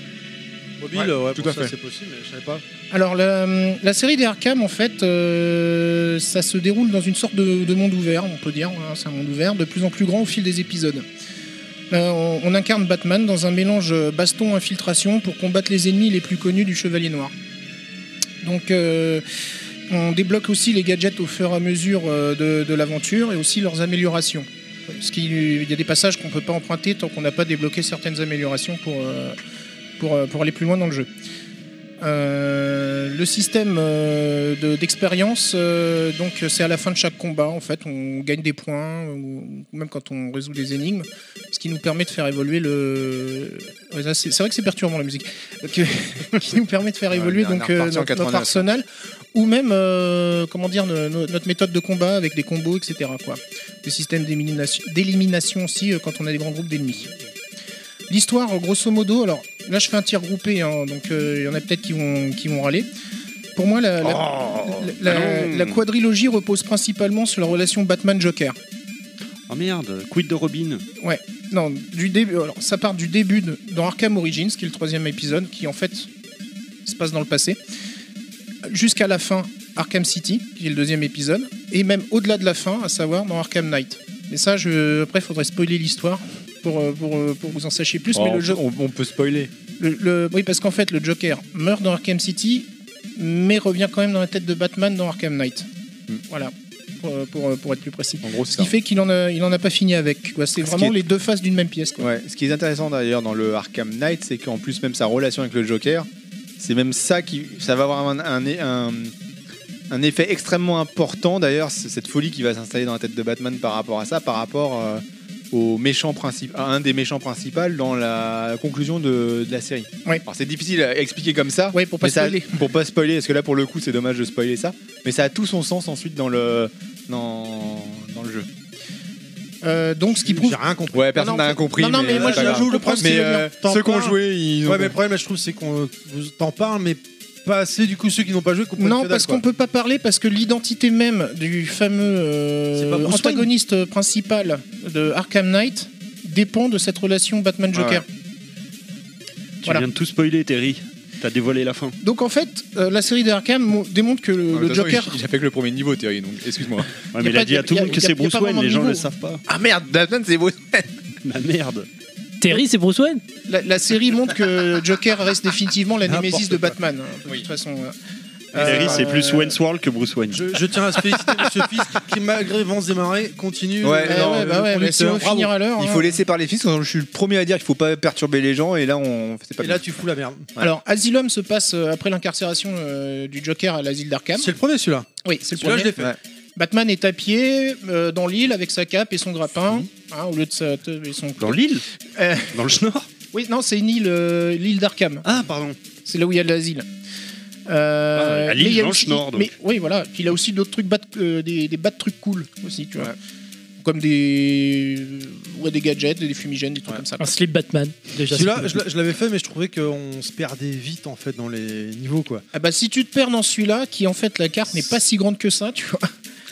Speaker 1: Mobile,
Speaker 3: Ouais,
Speaker 1: ouais,
Speaker 3: tout
Speaker 1: pour
Speaker 3: à
Speaker 1: ça,
Speaker 3: fait.
Speaker 1: c'est possible, mais je savais pas.
Speaker 5: Alors la, la série des Arkham, en fait, euh, ça se déroule dans une sorte de, de monde ouvert, on peut dire. hein, c'est un monde ouvert, de plus en plus grand au fil des épisodes. Là, on, on incarne Batman dans un mélange baston-infiltration pour combattre les ennemis les plus connus du Chevalier Noir. Donc euh, on débloque aussi les gadgets au fur et à mesure euh, de, de l'aventure et aussi leurs améliorations. Parce qu'il y a des passages qu'on ne peut pas emprunter tant qu'on n'a pas débloqué certaines améliorations pour, euh, pour, euh, pour aller plus loin dans le jeu. Euh, le système euh, de- d'expérience, euh, donc c'est à la fin de chaque combat en fait, on gagne des points ou ou même quand on résout des énigmes, ce qui nous permet de faire évoluer le. Ouais, ça, c'est c'est vrai que c'est perturbant la musique, qui qui nous permet de faire
Speaker 3: Ouais,
Speaker 5: évoluer
Speaker 3: mais on est
Speaker 5: donc euh,
Speaker 3: reparti en hein.
Speaker 5: notre, notre
Speaker 3: 89,
Speaker 5: arsenal ou même euh, comment dire no- no- notre méthode de combat avec des combos etc quoi. Des systèmes d'élimination d'élimination aussi euh, quand on a des grands groupes d'ennemis. L'histoire, grosso modo, alors là je fais un tir groupé, hein, donc euh, il y en a peut-être qui vont, qui vont râler. Pour moi, la, la- la- la-
Speaker 6: non.
Speaker 5: la quadrilogie repose principalement sur la relation Batman-Joker.
Speaker 6: Oh merde, quid de Robin
Speaker 5: Non, du début, alors ça part du début de, dans Arkham Origins, qui est le troisième épisode, qui en fait se passe dans le passé, jusqu'à la fin Arkham City, qui est le deuxième épisode, et même au-delà de la fin, à savoir dans Arkham Knight. Mais ça, je, après, faudrait spoiler l'histoire pour, euh, pour, euh, pour que vous en sachiez plus. mais
Speaker 3: Oh,
Speaker 5: le jeu,
Speaker 3: on, on peut spoiler.
Speaker 5: Le- le- oui, parce qu'en fait, le Joker meurt dans Arkham City, mais revient quand même dans la tête de Batman dans Arkham Knight.
Speaker 3: Mm.
Speaker 5: Voilà, pour, pour- pour être plus précis.
Speaker 3: En gros,
Speaker 5: Ce
Speaker 3: c'est
Speaker 5: qui
Speaker 3: ça.
Speaker 5: fait qu'il en a, il en a pas fini avec. quoi. C'est
Speaker 3: Ce
Speaker 5: vraiment
Speaker 3: qui est-
Speaker 5: les deux faces d'une même pièce. Quoi.
Speaker 3: Ouais. Ce qui est intéressant d'ailleurs dans le Arkham Knight, c'est qu'en plus même sa relation avec le Joker, c'est même ça qui, ça va avoir un, un, un- un effet extrêmement important d'ailleurs, c- cette folie qui va s'installer dans la tête de Batman par rapport à ça, par rapport euh, au méchant principal, à un des méchants principaux dans la conclusion de, de la série.
Speaker 5: Ouais.
Speaker 3: Alors c'est difficile à expliquer comme ça.
Speaker 5: Ouais, pour pas
Speaker 3: mais ça-
Speaker 5: spoiler.
Speaker 3: pour pas spoiler, parce que là pour le coup c'est dommage de spoiler ça, mais ça a tout son sens ensuite dans le dans, dans le jeu.
Speaker 5: Euh, donc, ce qui prouve.
Speaker 1: J'ai rien compris.
Speaker 3: Ouais, personne
Speaker 5: non,
Speaker 3: n'a
Speaker 5: faut-
Speaker 3: rien compris.
Speaker 5: non, non, mais
Speaker 3: c'est
Speaker 5: moi,
Speaker 3: pas
Speaker 5: je
Speaker 3: grave.
Speaker 5: joue le principe,
Speaker 3: Mais
Speaker 5: c'est bien.
Speaker 3: euh,
Speaker 1: T'en
Speaker 3: ceux qui ont
Speaker 1: parles.
Speaker 3: joué, ils ont
Speaker 1: Ouais, mais le problème, là, je trouve, c'est qu'on euh, vous t'en parle, mais pas assez du coup ceux qui n'ont pas joué comprennent
Speaker 5: Non,
Speaker 1: que dalle,
Speaker 5: parce qu'on
Speaker 1: quoi.
Speaker 5: peut pas parler, parce que l'identité même du fameux euh,
Speaker 1: C'est pas Bruce
Speaker 5: antagoniste principal de Arkham Knight dépend de cette relation Batman-Joker.
Speaker 6: Tu
Speaker 5: Voilà.
Speaker 6: viens de tout spoiler, Terry. T'as dévoilé la fin.
Speaker 5: Donc, en fait, euh, la série d'Arkham mo- démontre que le,
Speaker 3: Non, mais
Speaker 5: le
Speaker 3: Ah, de toute façon,
Speaker 5: Joker.
Speaker 3: Il, il a fait que le premier niveau, Thierry, donc excuse-moi.
Speaker 6: Ouais,
Speaker 5: Y a
Speaker 6: mais il a
Speaker 5: pas-
Speaker 6: dit
Speaker 5: y a-
Speaker 6: à tout
Speaker 5: y
Speaker 6: le
Speaker 5: a-
Speaker 6: monde que
Speaker 5: y a-
Speaker 6: c'est
Speaker 5: y a pas
Speaker 6: Bruce Wayne,
Speaker 5: vraiment de
Speaker 6: les gens
Speaker 5: niveau.
Speaker 6: le savent pas.
Speaker 3: ah merde, Batman, c'est beau.
Speaker 4: La merde.
Speaker 2: Terry, c'est Bruce Wayne
Speaker 5: La, la série montre que Joker reste définitivement la
Speaker 1: N'importe
Speaker 5: némésis de
Speaker 1: quoi.
Speaker 5: Batman. hein, De
Speaker 3: Oui.
Speaker 5: toute façon. euh.
Speaker 4: Terry,
Speaker 5: Euh,
Speaker 4: c'est plus
Speaker 5: euh,
Speaker 4: Wensworld que Bruce Wayne.
Speaker 1: Je, je tiens à féliciter Monsieur Fisk qui, malgré Vance démarrer, continue.
Speaker 3: Ouais,
Speaker 1: euh,
Speaker 5: eh
Speaker 3: non,
Speaker 5: ouais,
Speaker 1: le
Speaker 5: bah ouais, mais si
Speaker 1: conducteur.
Speaker 5: on
Speaker 1: Bravo.
Speaker 5: finir à l'heure.
Speaker 3: Il
Speaker 5: hein.
Speaker 3: faut laisser parler fils. Je suis le premier à dire qu'il faut pas perturber les gens. Et là, on c'est pas
Speaker 1: Et
Speaker 3: bien.
Speaker 1: là, tu fous la merde.
Speaker 5: Alors, Asylum se passe euh, après l'incarcération euh, du Joker à l'asile d'Arkham.
Speaker 1: C'est le premier celui-là.
Speaker 5: Oui, c'est le
Speaker 1: Celui-là,
Speaker 5: premier.
Speaker 1: je l'ai fait.
Speaker 3: Ouais.
Speaker 5: Batman est à pied euh, dans l'île avec sa cape et son grappin, hein, au lieu de sa te- et son.
Speaker 4: Dans l'île
Speaker 5: Euh.
Speaker 4: Dans le Schnorr
Speaker 5: Oui, non, c'est une île, euh, l'île d'Arkham.
Speaker 4: Ah, pardon.
Speaker 5: C'est là où il y a de l'asile. Euh,
Speaker 4: Ah, à l'île
Speaker 5: mais il y a
Speaker 4: Blanche
Speaker 5: aussi-
Speaker 4: Nord, donc.
Speaker 5: Mais oui, voilà. Puis il y a aussi d'autres trucs, bat, euh, des, des bad trucs cool aussi, tu vois. Comme des, euh, ouais, des gadgets, des fumigènes, des trucs comme ça.
Speaker 2: Un slip Batman, déjà.
Speaker 1: Celui-là,
Speaker 2: c'est-
Speaker 1: je l'a- je l'avais fait, mais je trouvais qu'on se perdait vite en fait dans les niveaux quoi.
Speaker 5: Ah bah si tu te perds dans celui-là, qui en fait la carte n'est pas si grande que ça, tu vois.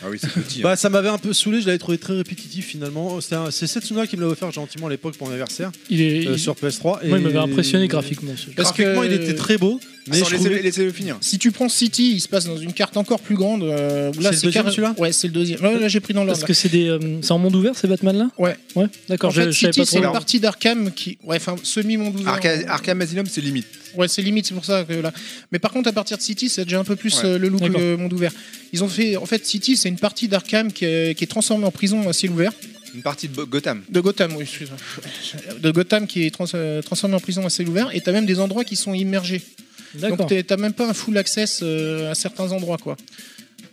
Speaker 3: Ah oui, c'est petit.
Speaker 1: Bah, ça m'avait un peu saoulé, je l'avais trouvé très répétitif finalement. C'est un- C'est Setsuna qui me l'a offert gentiment à l'époque pour mon anniversaire
Speaker 2: Il est,
Speaker 1: euh,
Speaker 2: il-
Speaker 1: sur PS3.
Speaker 2: Moi,
Speaker 1: et-
Speaker 2: il m'avait impressionné graphiquement. ce jeu.
Speaker 5: Parce que-
Speaker 1: Graphiquement, il était très beau, mais je trouvais-
Speaker 3: Laissez-le finir.
Speaker 5: Si tu prends City, il se passe dans une carte encore plus grande. euh, où là,
Speaker 1: C'est le deuxième,
Speaker 5: carré-
Speaker 1: celui-là
Speaker 5: Ouais, c'est le deuxième. Ouais, là, j'ai pris dans l'ordre.
Speaker 2: Parce que c'est des, euh, c'est en monde ouvert ces Batman-là
Speaker 5: Ouais.
Speaker 2: Ouais. D'accord.
Speaker 5: En
Speaker 2: Je,
Speaker 5: fait,
Speaker 2: je savais
Speaker 5: City,
Speaker 2: pas
Speaker 5: c'est
Speaker 2: trop.
Speaker 5: une partie d'Arkham qui. Ouais, enfin, semi-monde ouvert.
Speaker 3: Arkham Asylum, c'est limite.
Speaker 5: Ouais, c'est limite, c'est pour ça que là. Mais par contre, à partir de City, c'est déjà un peu plus
Speaker 3: Ouais.
Speaker 5: euh, le look
Speaker 2: D'accord.
Speaker 5: euh, monde ouvert. Ils ont fait. En fait, City, c'est une partie d'Arkham qui, est- qui est transformée en prison à ciel ouvert.
Speaker 3: Une partie de Bo- Gotham.
Speaker 5: De Gotham, oui, excuse-moi. De Gotham qui est trans- euh, transformée en prison à ciel ouvert. Et t'as même des endroits qui sont immergés. Donc
Speaker 2: D'accord.
Speaker 5: t'es- t'as même pas un full access euh, à certains endroits, quoi.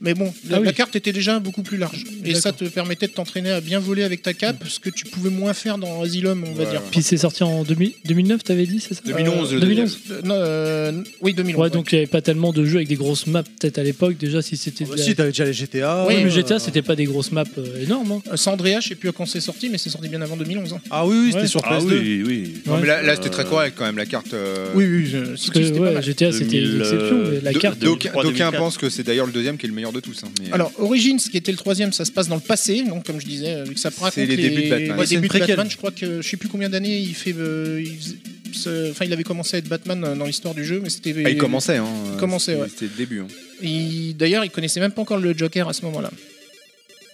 Speaker 5: Mais bon, la,
Speaker 2: Ah oui.
Speaker 5: la carte était déjà beaucoup plus large. Et
Speaker 2: D'accord. Mm.
Speaker 5: ça te permettait de t'entraîner à bien voler avec ta cape, ce que tu pouvais moins faire dans Asylum, on va
Speaker 3: Ouais.
Speaker 5: dire.
Speaker 2: Puis c'est sorti en 2000 2009, t'avais dit, c'est ça
Speaker 3: 2011, le
Speaker 2: 2011.
Speaker 5: Euh, non, euh, oui, 2011.
Speaker 2: Ouais, donc il n'y avait pas tellement de jeux avec des grosses maps, peut-être à l'époque. Déjà, si c'était.
Speaker 1: Ah bah
Speaker 2: de la-
Speaker 1: si, t'avais déjà les GTA.
Speaker 2: Oui,
Speaker 1: euh,
Speaker 2: mais GTA, c'était pas des grosses maps euh, énormes. hein.
Speaker 5: Euh, Sandrea, je sais plus quand c'est sorti, mais c'est sorti bien avant 2011. hein.
Speaker 1: Ah oui, oui, c'était
Speaker 2: Ouais.
Speaker 1: sur
Speaker 4: Ah
Speaker 1: PS2.
Speaker 4: oui, oui.
Speaker 3: Non,
Speaker 2: Ouais.
Speaker 3: mais là, là, c'était
Speaker 4: Euh,
Speaker 3: très correct quand même. La carte. euh,
Speaker 5: Oui, oui, je- si,
Speaker 2: Parce
Speaker 5: si, c'était
Speaker 2: que
Speaker 5: pas
Speaker 2: ouais,
Speaker 5: mal.
Speaker 2: GTA, c'était
Speaker 4: 2000,
Speaker 2: l'exception. mais La
Speaker 3: d'au-
Speaker 2: carte.
Speaker 4: de-
Speaker 3: d'aucuns-
Speaker 4: 2003,
Speaker 3: D'aucuns
Speaker 4: 2004.
Speaker 3: pensent que c'est d'ailleurs le deuxième qui est le meilleur de tous. hein, mais-
Speaker 5: Alors, Origins, qui était le troisième, ça se passe dans le passé, donc comme je disais, euh, vu que ça raconte
Speaker 3: C'est les débuts de Batman.
Speaker 5: les
Speaker 3: Ouais,
Speaker 1: c'est une
Speaker 5: débuts de
Speaker 1: préquelle.
Speaker 5: Batman, je crois que je sais plus combien d'années il fait. euh, il faisait- ce- Enfin, il avait commencé à être Batman euh, dans l'histoire du jeu, mais c'était. euh,
Speaker 3: Ah, il commençait. Hein.
Speaker 5: commençait,
Speaker 3: C'était-
Speaker 5: ouais.
Speaker 3: C'était le début. hein.
Speaker 5: Il- D'ailleurs, il connaissait même pas encore le Joker à ce moment-là.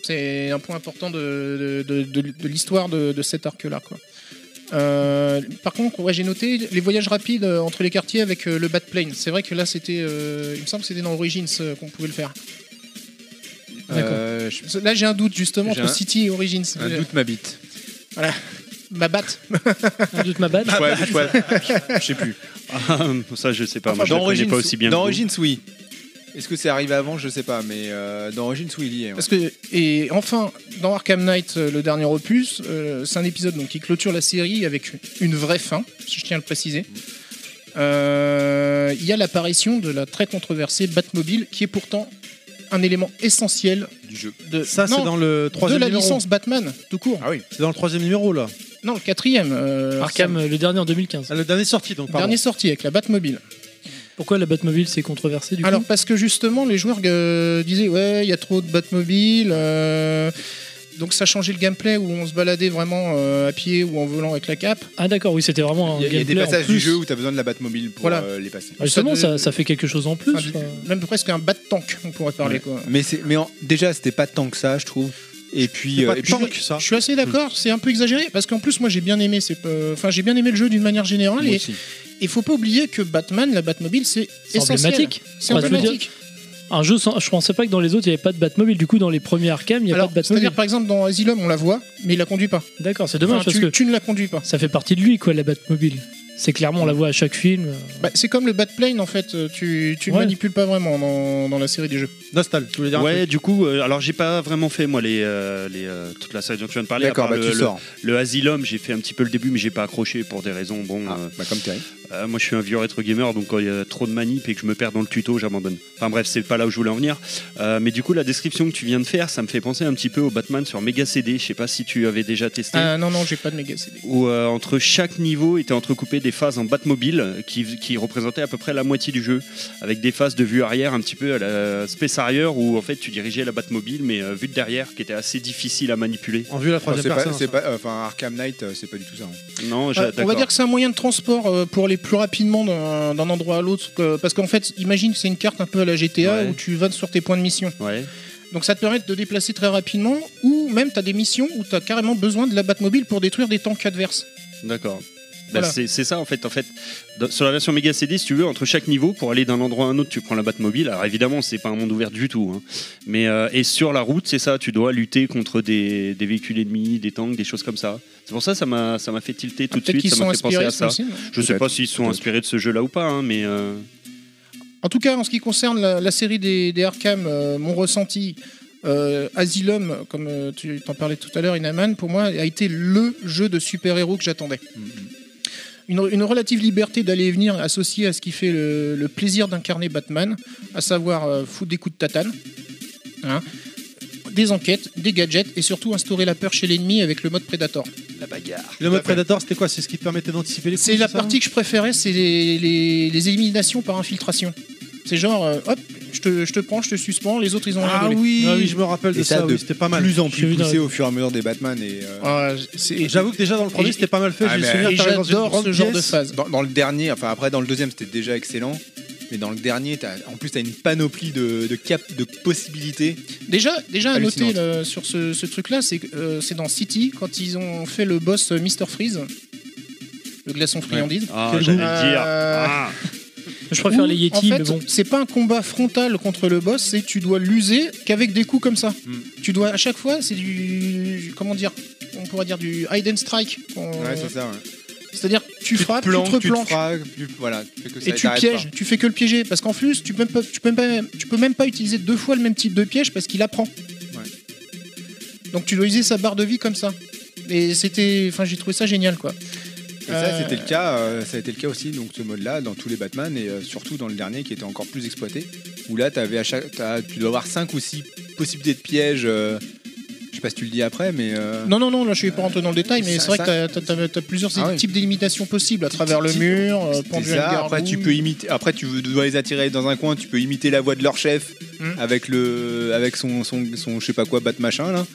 Speaker 5: C'est un point important de, de- de- de- de l'histoire de, de cet arc-là. quoi. Euh, par contre, ouais, j'ai noté les voyages rapides euh, entre les quartiers avec euh, le Batplane. C'est vrai que là, c'était, euh, il me semble que c'était dans Origins euh, qu'on pouvait le faire. D'accord.
Speaker 3: Euh, je-
Speaker 5: Là, j'ai un doute justement
Speaker 3: J'ai
Speaker 5: entre
Speaker 3: un-
Speaker 5: City et Origins.
Speaker 3: Un
Speaker 5: Euh,
Speaker 3: doute m'habite.
Speaker 5: Ma batte.
Speaker 2: Un doute ma balle.
Speaker 5: Ah, bah,
Speaker 3: Ouais, ouais, Je sais plus.
Speaker 4: Ah, ça, je sais pas. Moi, je
Speaker 3: dans
Speaker 4: la connais
Speaker 3: Origins,
Speaker 4: pas aussi bien. que
Speaker 3: Dans
Speaker 4: vous.
Speaker 3: Origins, oui. Est-ce que c'est arrivé avant Je sais pas, mais euh, dans Origins, oui, il y est. ouais.
Speaker 5: Parce que et enfin dans Arkham Knight, euh, le dernier opus, euh, c'est un épisode donc qui clôture la série avec une vraie fin, si je tiens à le préciser. Euh, Il y a l'apparition de la très controversée Batmobile, qui est pourtant un élément essentiel
Speaker 3: Du jeu.
Speaker 5: de,
Speaker 1: Ça,
Speaker 5: non,
Speaker 1: c'est dans le
Speaker 5: de
Speaker 1: troisième
Speaker 5: la
Speaker 1: numéro.
Speaker 5: licence Batman, tout court.
Speaker 3: Ah oui.
Speaker 1: C'est dans le troisième numéro là.
Speaker 5: Non, le quatrième. euh,
Speaker 2: Arkham, euh, le dernier en 2015.
Speaker 1: Ah, le dernier sorti donc.
Speaker 5: c'est le
Speaker 1: Pardon.
Speaker 5: dernier sorti avec la Batmobile.
Speaker 2: Pourquoi la Batmobile c'est controversé
Speaker 3: Mhm.
Speaker 2: du coup
Speaker 5: Alors parce que justement les joueurs euh, disaient ouais il y a trop de Batmobile euh, donc ça changeait le gameplay où on se baladait vraiment euh, à pied ou en volant avec la cape.
Speaker 2: Ah d'accord, oui, c'était vraiment un
Speaker 3: Il y a- il y a des
Speaker 2: gameplay en
Speaker 3: passages
Speaker 2: plus.
Speaker 3: du jeu où t'as besoin de la Batmobile pour
Speaker 5: Voilà.
Speaker 3: euh, les passer.
Speaker 2: Ah, Justement,
Speaker 5: Ça de-
Speaker 2: ça, ça fait quelque chose en plus.
Speaker 5: Enfin, du-
Speaker 2: enfin.
Speaker 5: même presque un bat tank on pourrait parler quoi.
Speaker 3: Mais, c'est- mais en- déjà, c'était pas tant que ça, je trouve. Et puis,
Speaker 1: C'est pas
Speaker 3: euh, et puis-
Speaker 1: tant que ça.
Speaker 5: Je suis assez d'accord, c'est un peu exagéré parce qu'en plus moi j'ai bien aimé c'est euh, enfin j'ai bien aimé le jeu d'une manière générale
Speaker 3: Moi
Speaker 5: et
Speaker 3: aussi.
Speaker 5: il faut pas oublier que Batman la Batmobile c'est
Speaker 2: C'est
Speaker 5: essentiel.
Speaker 2: emblématique.
Speaker 5: C'est
Speaker 2: Enfin, je veux dire,
Speaker 5: emblématique.
Speaker 2: Un jeu sans- Je pensais pas que dans les autres il n'y avait pas de Batmobile. Du coup, dans les premiers Arkham, il n'y a
Speaker 5: Alors
Speaker 2: pas de Batmobile.
Speaker 5: c'est-à-dire par exemple dans Asylum on la voit mais il la conduit pas.
Speaker 2: D'accord, c'est dommage
Speaker 5: Enfin,
Speaker 2: parce
Speaker 5: tu,
Speaker 2: que
Speaker 5: tu ne la conduis pas.
Speaker 2: ça fait partie de lui, quoi, la Batmobile. C'est clairement, on la voit à chaque film. euh,
Speaker 5: Bah, c'est comme le Batplane en fait, euh, tu, tu le
Speaker 2: Ouais.
Speaker 5: manipules pas vraiment dans, dans la série des jeux.
Speaker 1: Nostal, tu voulais dire un
Speaker 4: Ouais,
Speaker 1: truc
Speaker 4: du coup, euh, alors j'ai pas vraiment fait moi les, euh, les euh, toute la série dont tu viens de parler. à
Speaker 3: D'accord,
Speaker 4: part
Speaker 3: bah,
Speaker 4: le,
Speaker 3: tu
Speaker 4: le-
Speaker 3: sors.
Speaker 4: le Asylum, j'ai fait un petit peu le début, mais j'ai pas accroché pour des raisons. Bon,
Speaker 3: Ah,
Speaker 4: euh,
Speaker 3: bah, comme Terry.
Speaker 4: euh, moi je suis un vieux rétro gamer, donc quand il y a trop de manip et que je me perds dans le tuto, j'abandonne. Enfin bref, c'est pas là où je voulais en venir. Euh, mais du coup, la description que tu viens de faire, ça me fait penser un petit peu au Batman sur Mega CD. Je sais pas si tu avais déjà testé.
Speaker 5: Ah non, non, j'ai pas de méga CD.
Speaker 4: où euh, entre chaque niveau était entrecoupé des phases en Batmobile qui, qui représentaient à peu près la moitié du jeu, avec des phases de vue arrière un petit peu à la Space Harrier où en fait tu dirigeais la Batmobile mais euh, vue de derrière qui était assez difficile à manipuler.
Speaker 1: En vue de la
Speaker 3: Enfin,
Speaker 1: troisième
Speaker 3: c'est pas,
Speaker 1: personne. hein.
Speaker 3: c'est
Speaker 1: ça.
Speaker 3: pas- euh, enfin, Arkham Knight, euh, c'est pas du tout ça. hein.
Speaker 4: Non, j'ai-
Speaker 5: Ah, on va
Speaker 4: d'accord.
Speaker 5: dire que c'est un moyen de transport euh, pour aller plus rapidement d'un d'un endroit à l'autre. que- Parce qu'en fait, imagine que c'est une carte un peu à la GTA
Speaker 4: Ouais.
Speaker 5: où tu vas sur tes points de mission.
Speaker 4: Ouais.
Speaker 5: Donc ça te permet de te déplacer très rapidement, ou même tu as des missions où tu as carrément besoin de la Batmobile pour détruire des tanks adverses.
Speaker 6: D'accord. Bah,
Speaker 5: Voilà.
Speaker 6: c'est c'est ça en fait. En fait, dans- sur la version Mega CD, si tu veux, entre chaque niveau, pour aller d'un endroit à un autre, tu prends la Batmobile. Alors évidemment, c'est pas un monde ouvert du tout. hein. Mais euh, et sur la route, c'est ça. Tu dois lutter contre des, des véhicules ennemis, des tanks, des choses comme ça. C'est pour ça, ça m'a ça m'a fait tilter tout de
Speaker 5: Peut-être
Speaker 6: suite.
Speaker 5: qu'ils
Speaker 6: Ça
Speaker 5: sont
Speaker 6: m'a fait penser
Speaker 5: inspirés
Speaker 6: à
Speaker 5: ça
Speaker 6: ça.
Speaker 5: aussi. non
Speaker 6: Je sais
Speaker 3: Peut-être,
Speaker 6: pas s'ils sont
Speaker 3: peut-être.
Speaker 6: inspirés de ce jeu-là ou pas, hein, mais euh,
Speaker 5: En tout cas, en ce qui concerne la, la série des, des Arkham, euh, mon ressenti, euh, Asylum, comme euh, tu t'en parlais tout à l'heure, Inaman, pour moi, a été le jeu de super-héros que j'attendais. Une, une relative liberté d'aller et venir associée à ce qui fait le, le plaisir d'incarner Batman, à savoir euh, foutre des coups de tatane, hein, des enquêtes, des gadgets et surtout instaurer la peur chez l'ennemi avec le mode Predator.
Speaker 1: Le mode Predator, c'était quoi C'est ce qui te permettait d'anticiper les coups,
Speaker 5: C'est la
Speaker 1: ça
Speaker 5: partie que je préférais, c'est les, les- les éliminations par infiltration. C'est genre, euh, hop, je te, je te prends, je te suspends, les autres ils ont rien
Speaker 1: Ah
Speaker 5: volé.
Speaker 1: oui,
Speaker 2: Ah oui.
Speaker 1: je me rappelle
Speaker 3: Et
Speaker 1: de
Speaker 3: ça,
Speaker 1: ça,
Speaker 3: de
Speaker 1: oui, c'était pas mal.
Speaker 3: Plus en
Speaker 2: J'ai
Speaker 3: plus
Speaker 2: vu dans
Speaker 3: poussé
Speaker 2: la-
Speaker 3: au fur et à mesure des Batman et euh,
Speaker 5: Ah, c'est-
Speaker 1: J'avoue que déjà dans le premier,
Speaker 5: Et-
Speaker 1: c'était pas mal fait.
Speaker 3: Ah,
Speaker 1: J'ai
Speaker 3: mais-
Speaker 1: souvenir,
Speaker 5: et
Speaker 1: t'arrives dans une
Speaker 5: j'adore
Speaker 1: grande
Speaker 5: ce genre de
Speaker 1: pièce.
Speaker 5: phase.
Speaker 3: dans, dans le dernier, enfin après dans le deuxième c'était déjà excellent, mais dans le dernier t'as- en plus t'as une panoplie de, de cap de possibilités.
Speaker 5: Déjà, déjà à noter
Speaker 3: Hallucinante.
Speaker 5: euh, sur ce, ce truc-là, c'est que, euh, c'est dans City, quand ils ont fait le boss euh, Mr. Freeze, le glaçon friandise.
Speaker 6: ah,
Speaker 1: Quel
Speaker 6: j'allais
Speaker 1: goût.
Speaker 6: le dire.
Speaker 5: Euh,
Speaker 6: Ah.
Speaker 2: Je préfère
Speaker 5: où,
Speaker 2: les Yeti,
Speaker 5: en fait,
Speaker 2: mais bon.
Speaker 5: c'est pas un combat frontal contre le boss, c'est que tu dois l'user qu'avec des coups comme ça.
Speaker 3: Hmm.
Speaker 5: Tu dois à chaque fois, c'est du comment dire, on pourrait dire du hide and strike. qu'on-
Speaker 3: Ouais c'est ça. ouais.
Speaker 5: C'est-à-dire tu, frappes,
Speaker 3: planques,
Speaker 5: tu te replanques.
Speaker 3: frappes, tu- voilà, tu fais que ça,
Speaker 5: et tu
Speaker 3: t'arrêtes
Speaker 5: pièges, tu fais que le piéger parce qu'en plus tu peux, pas- tu, peux même pas, tu peux même pas utiliser deux fois le même type de piège parce qu'il apprend. Donc tu dois utiliser sa barre de vie comme ça. Et c'était, enfin j'ai trouvé ça génial quoi.
Speaker 3: Et ça,
Speaker 5: Euh,
Speaker 3: c'était le cas, euh, ça a été le cas aussi, donc ce mode-là, dans tous les Batman, et euh, surtout dans le dernier qui était encore plus exploité, où là, t'avais à chaque, t'as- tu dois avoir 5 ou 6 possibilités de pièges. euh, je sais pas si tu le dis après, mais. euh,
Speaker 5: Non non non, là je suis pas rentré dans le détail, mais
Speaker 3: ça-
Speaker 5: c'est vrai
Speaker 3: ça-
Speaker 5: que t'as- t'as as, plusieurs
Speaker 3: Ah ouais.
Speaker 5: types d'élimitations possibles à travers le
Speaker 3: petit-
Speaker 5: mur, euh,
Speaker 3: c'est
Speaker 5: pendu à
Speaker 3: ça,
Speaker 5: une gargouille.
Speaker 3: après, tu peux imiter, après, tu dois les attirer dans un coin, tu peux imiter la voix de leur chef
Speaker 5: Mm.
Speaker 3: avec, le, avec son, son, son je sais pas quoi, bat machin, là.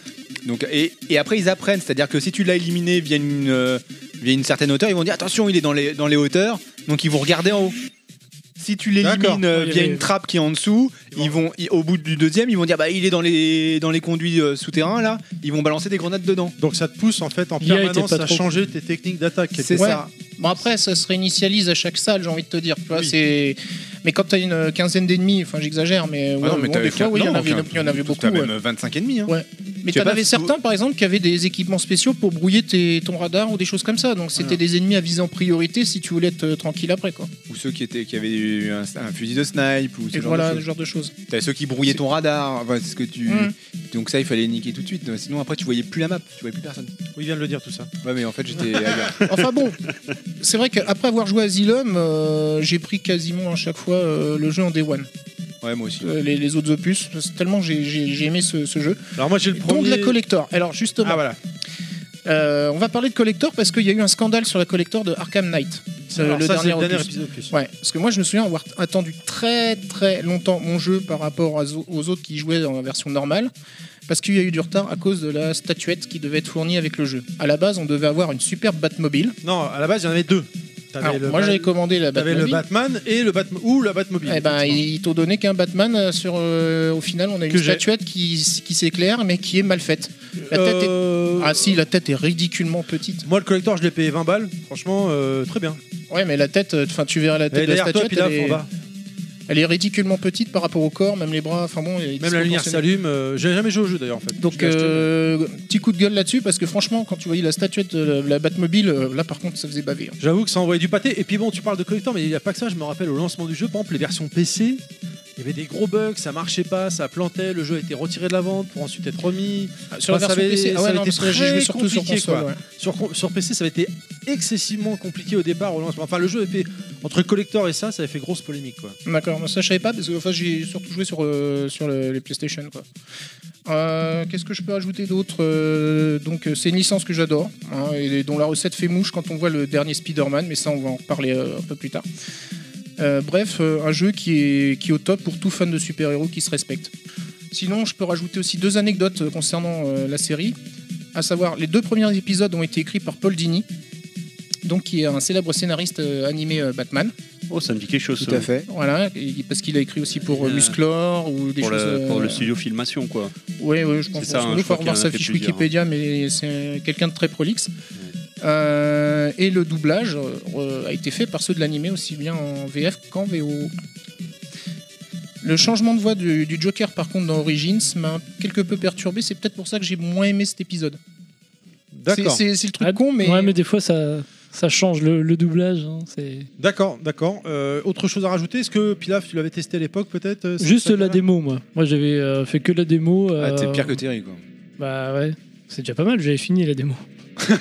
Speaker 3: Donc, et, et après, ils apprennent, c'est-à-dire que si tu l'as éliminé via une, euh, via une certaine hauteur, ils vont dire attention, il est dans les, dans les hauteurs, donc ils vont regarder en haut. Si tu
Speaker 1: D'accord.
Speaker 3: l'élimines euh,
Speaker 2: Oui,
Speaker 3: via
Speaker 2: oui.
Speaker 3: une trappe qui est en dessous, ils vont, ils- au bout du deuxième, ils vont dire bah il est dans les, dans les conduits euh, souterrains là, ils vont balancer des grenades dedans.
Speaker 1: Donc ça te pousse en fait en
Speaker 2: L'IA était
Speaker 1: permanence
Speaker 2: pas
Speaker 1: à
Speaker 2: trop-
Speaker 1: changer tes techniques d'attaque. quelque
Speaker 3: C'est
Speaker 1: part.
Speaker 3: ça.
Speaker 5: Bon après ça se réinitialise à chaque salle, j'ai envie de te dire. Tu vois,
Speaker 1: Oui.
Speaker 5: c'est. Mais quand t'as une quinzaine d'ennemis, enfin j'exagère, mais
Speaker 3: Ah
Speaker 5: ouais, bon, des fois oui, il y en avait- il y en avait beaucoup.
Speaker 3: T'as
Speaker 5: ouais.
Speaker 3: même euh, 25 et demi. Hein.
Speaker 5: Mais
Speaker 3: Je sais
Speaker 5: t'en
Speaker 3: pas,
Speaker 5: avais
Speaker 3: faut-
Speaker 5: certains, par exemple, qui avaient des équipements spéciaux pour brouiller tes- ton radar ou des choses comme ça. Donc c'était
Speaker 3: Voilà.
Speaker 5: des ennemis à viser en priorité si tu voulais être euh, tranquille après, quoi.
Speaker 3: ou ceux qui étaient qui avaient eu un, un fusil de snipe ou ce
Speaker 5: Et
Speaker 3: genre de
Speaker 5: voilà, ce
Speaker 3: choses.
Speaker 5: genre de choses.
Speaker 3: T'as ceux qui brouillaient ton radar, enfin, c'est ce que tu
Speaker 5: Mm.
Speaker 3: donc ça il fallait niquer tout de suite sinon après tu voyais plus la map, tu voyais plus personne.
Speaker 1: Oui, il vient de le dire tout ça.
Speaker 3: Ouais mais en fait j'étais ailleurs.
Speaker 5: Enfin bon, c'est vrai qu'après avoir joué à Asylum, euh, j'ai pris quasiment à chaque fois euh, le jeu en Day One.
Speaker 3: Ouais moi aussi.
Speaker 5: Euh, les, les autres opus, parce que tellement j'ai j'ai- j'ai aimé ce, ce jeu.
Speaker 1: Alors moi j'ai le
Speaker 5: Donc
Speaker 1: premier.
Speaker 5: de la collector. Alors justement,
Speaker 1: Ah voilà.
Speaker 5: euh, on va parler de collector parce qu'il y a eu un scandale sur la collector de Arkham Knight. Euh,
Speaker 1: Alors,
Speaker 5: le
Speaker 1: ça, c'est
Speaker 5: dernier
Speaker 1: le dernier
Speaker 5: opus.
Speaker 1: épisode opus.
Speaker 5: Ouais, parce que moi je me souviens avoir attendu très très longtemps mon jeu par rapport à zo- aux autres qui jouaient dans la version normale, parce qu'il y a eu du retard à cause de la statuette qui devait être fournie avec le jeu. À la base, on devait avoir une superbe Batmobile.
Speaker 1: Non, à la base il y en avait deux. T'avais
Speaker 5: Alors,
Speaker 1: le
Speaker 5: moi
Speaker 1: Bat-
Speaker 5: j'avais commandé la
Speaker 1: t'avais le
Speaker 5: Batmobile.
Speaker 1: Batman et le Batman ou la Batmobile.
Speaker 5: Eh ben,
Speaker 1: effectivement.
Speaker 5: ils t'ont donné qu'un Batman euh, sur. euh, au final, on a une
Speaker 1: Que j'ai.
Speaker 5: statuette qui, qui s'éclaire, mais qui est mal faite. la tête est-
Speaker 1: Euh,
Speaker 5: Ah si, la tête est ridiculement petite.
Speaker 1: Moi le collector je l'ai payé 20 balles. Franchement euh, très bien.
Speaker 5: Ouais, mais la tête, euh, enfin, tu verras la tête
Speaker 1: Et
Speaker 5: de la
Speaker 1: derrière toi
Speaker 5: statuette.
Speaker 1: puis là
Speaker 5: elle,
Speaker 1: en
Speaker 5: est,
Speaker 1: bas.
Speaker 5: elle est ridiculement petite par rapport au corps, même les bras. Enfin bon, elle est
Speaker 1: Même la lumière
Speaker 5: disproportionnée.
Speaker 1: s'allume. euh, J'avais jamais joué au jeu d'ailleurs en fait. Je
Speaker 5: Donc,
Speaker 1: l'ai acheté.
Speaker 5: euh, petit coup de gueule là-dessus, parce que franchement, quand tu voyais la statuette de la Batmobile, euh, là par contre, ça faisait baver. hein.
Speaker 1: J'avoue que ça envoyait du pâté. Et puis bon, tu parles de collector, mais il n'y a pas que ça. Je me rappelle au lancement du jeu, par exemple, les versions PC, il y avait des gros bugs, ça marchait pas, ça plantait, le jeu a été retiré de la vente pour ensuite être remis.
Speaker 5: Sur
Speaker 1: Bah,
Speaker 5: la
Speaker 1: ça
Speaker 5: version
Speaker 1: avait-
Speaker 5: PC, ah
Speaker 1: ça
Speaker 5: ouais,
Speaker 1: avait
Speaker 5: non,
Speaker 1: été
Speaker 5: parce que j'ai joué
Speaker 1: très
Speaker 5: surtout sur
Speaker 1: compliqué,
Speaker 5: console.
Speaker 1: quoi.
Speaker 5: ouais.
Speaker 1: Sur, con- sur PC, ça avait été excessivement compliqué au départ, au lancement. Enfin, le jeu avait fait, entre collector et ça, ça avait fait grosse polémique. Quoi.
Speaker 5: D'accord, moi, ça je savais pas, parce que enfin, j'ai surtout joué sur, euh, sur le- les PlayStation. quoi. Euh, Qu'est-ce que je peux ajouter d'autre Euh, Donc, euh, c'est une licence que j'adore, hein, et dont la recette fait mouche quand on voit le dernier Spider-Man, mais ça, on va en reparler euh, un peu plus tard. Euh, bref, euh, un jeu qui est, qui est au top pour tout fan de super-héros qui se respecte. Sinon, je peux rajouter aussi deux anecdotes euh, concernant euh, la série, à savoir les deux premiers épisodes ont été écrits par Paul Dini, donc qui est un célèbre scénariste euh, animé euh, Batman.
Speaker 6: Oh, ça me dit quelque chose.
Speaker 3: Tout
Speaker 6: ça.
Speaker 3: à fait.
Speaker 5: Voilà, et- parce qu'il a écrit aussi pour euh,
Speaker 6: Euh,
Speaker 5: Musclor ou des
Speaker 6: Pour,
Speaker 5: choses.
Speaker 6: le,
Speaker 5: euh,
Speaker 6: pour le studio Filmation, quoi.
Speaker 5: Oui, oui, je pense
Speaker 6: C'est ça, hein,
Speaker 5: qu'on
Speaker 6: je
Speaker 5: peut
Speaker 6: crois qu'il y en
Speaker 5: revoir
Speaker 6: a
Speaker 5: sa
Speaker 6: fait
Speaker 5: fiche
Speaker 6: plusieurs, hein.
Speaker 5: Wikipédia, mais c'est quelqu'un de très prolixe. Euh, et le doublage euh, a été fait par ceux de l'animé aussi bien en VF qu'en VO. Le changement de voix du, du Joker, par contre, dans Origins m'a quelque peu perturbé. C'est peut-être pour ça que j'ai moins aimé cet épisode. C'est-
Speaker 1: D'accord.
Speaker 5: C'est c'est le truc
Speaker 2: Ah,
Speaker 5: con, mais.
Speaker 2: Ouais, mais des fois, ça, ça change le, le doublage. hein, c'est...
Speaker 1: D'accord, d'accord. Euh, autre chose à rajouter Est-ce que Pilaf, tu l'avais testé à l'époque peut-être euh, cette
Speaker 2: Juste la
Speaker 1: saga-là
Speaker 2: démo, moi. Moi, j'avais euh, fait que la démo.
Speaker 3: Ah, t'es
Speaker 2: euh,
Speaker 3: pire que Terry, quoi.
Speaker 2: Bah ouais. C'est déjà pas mal, j'avais fini la démo.
Speaker 3: Ouais,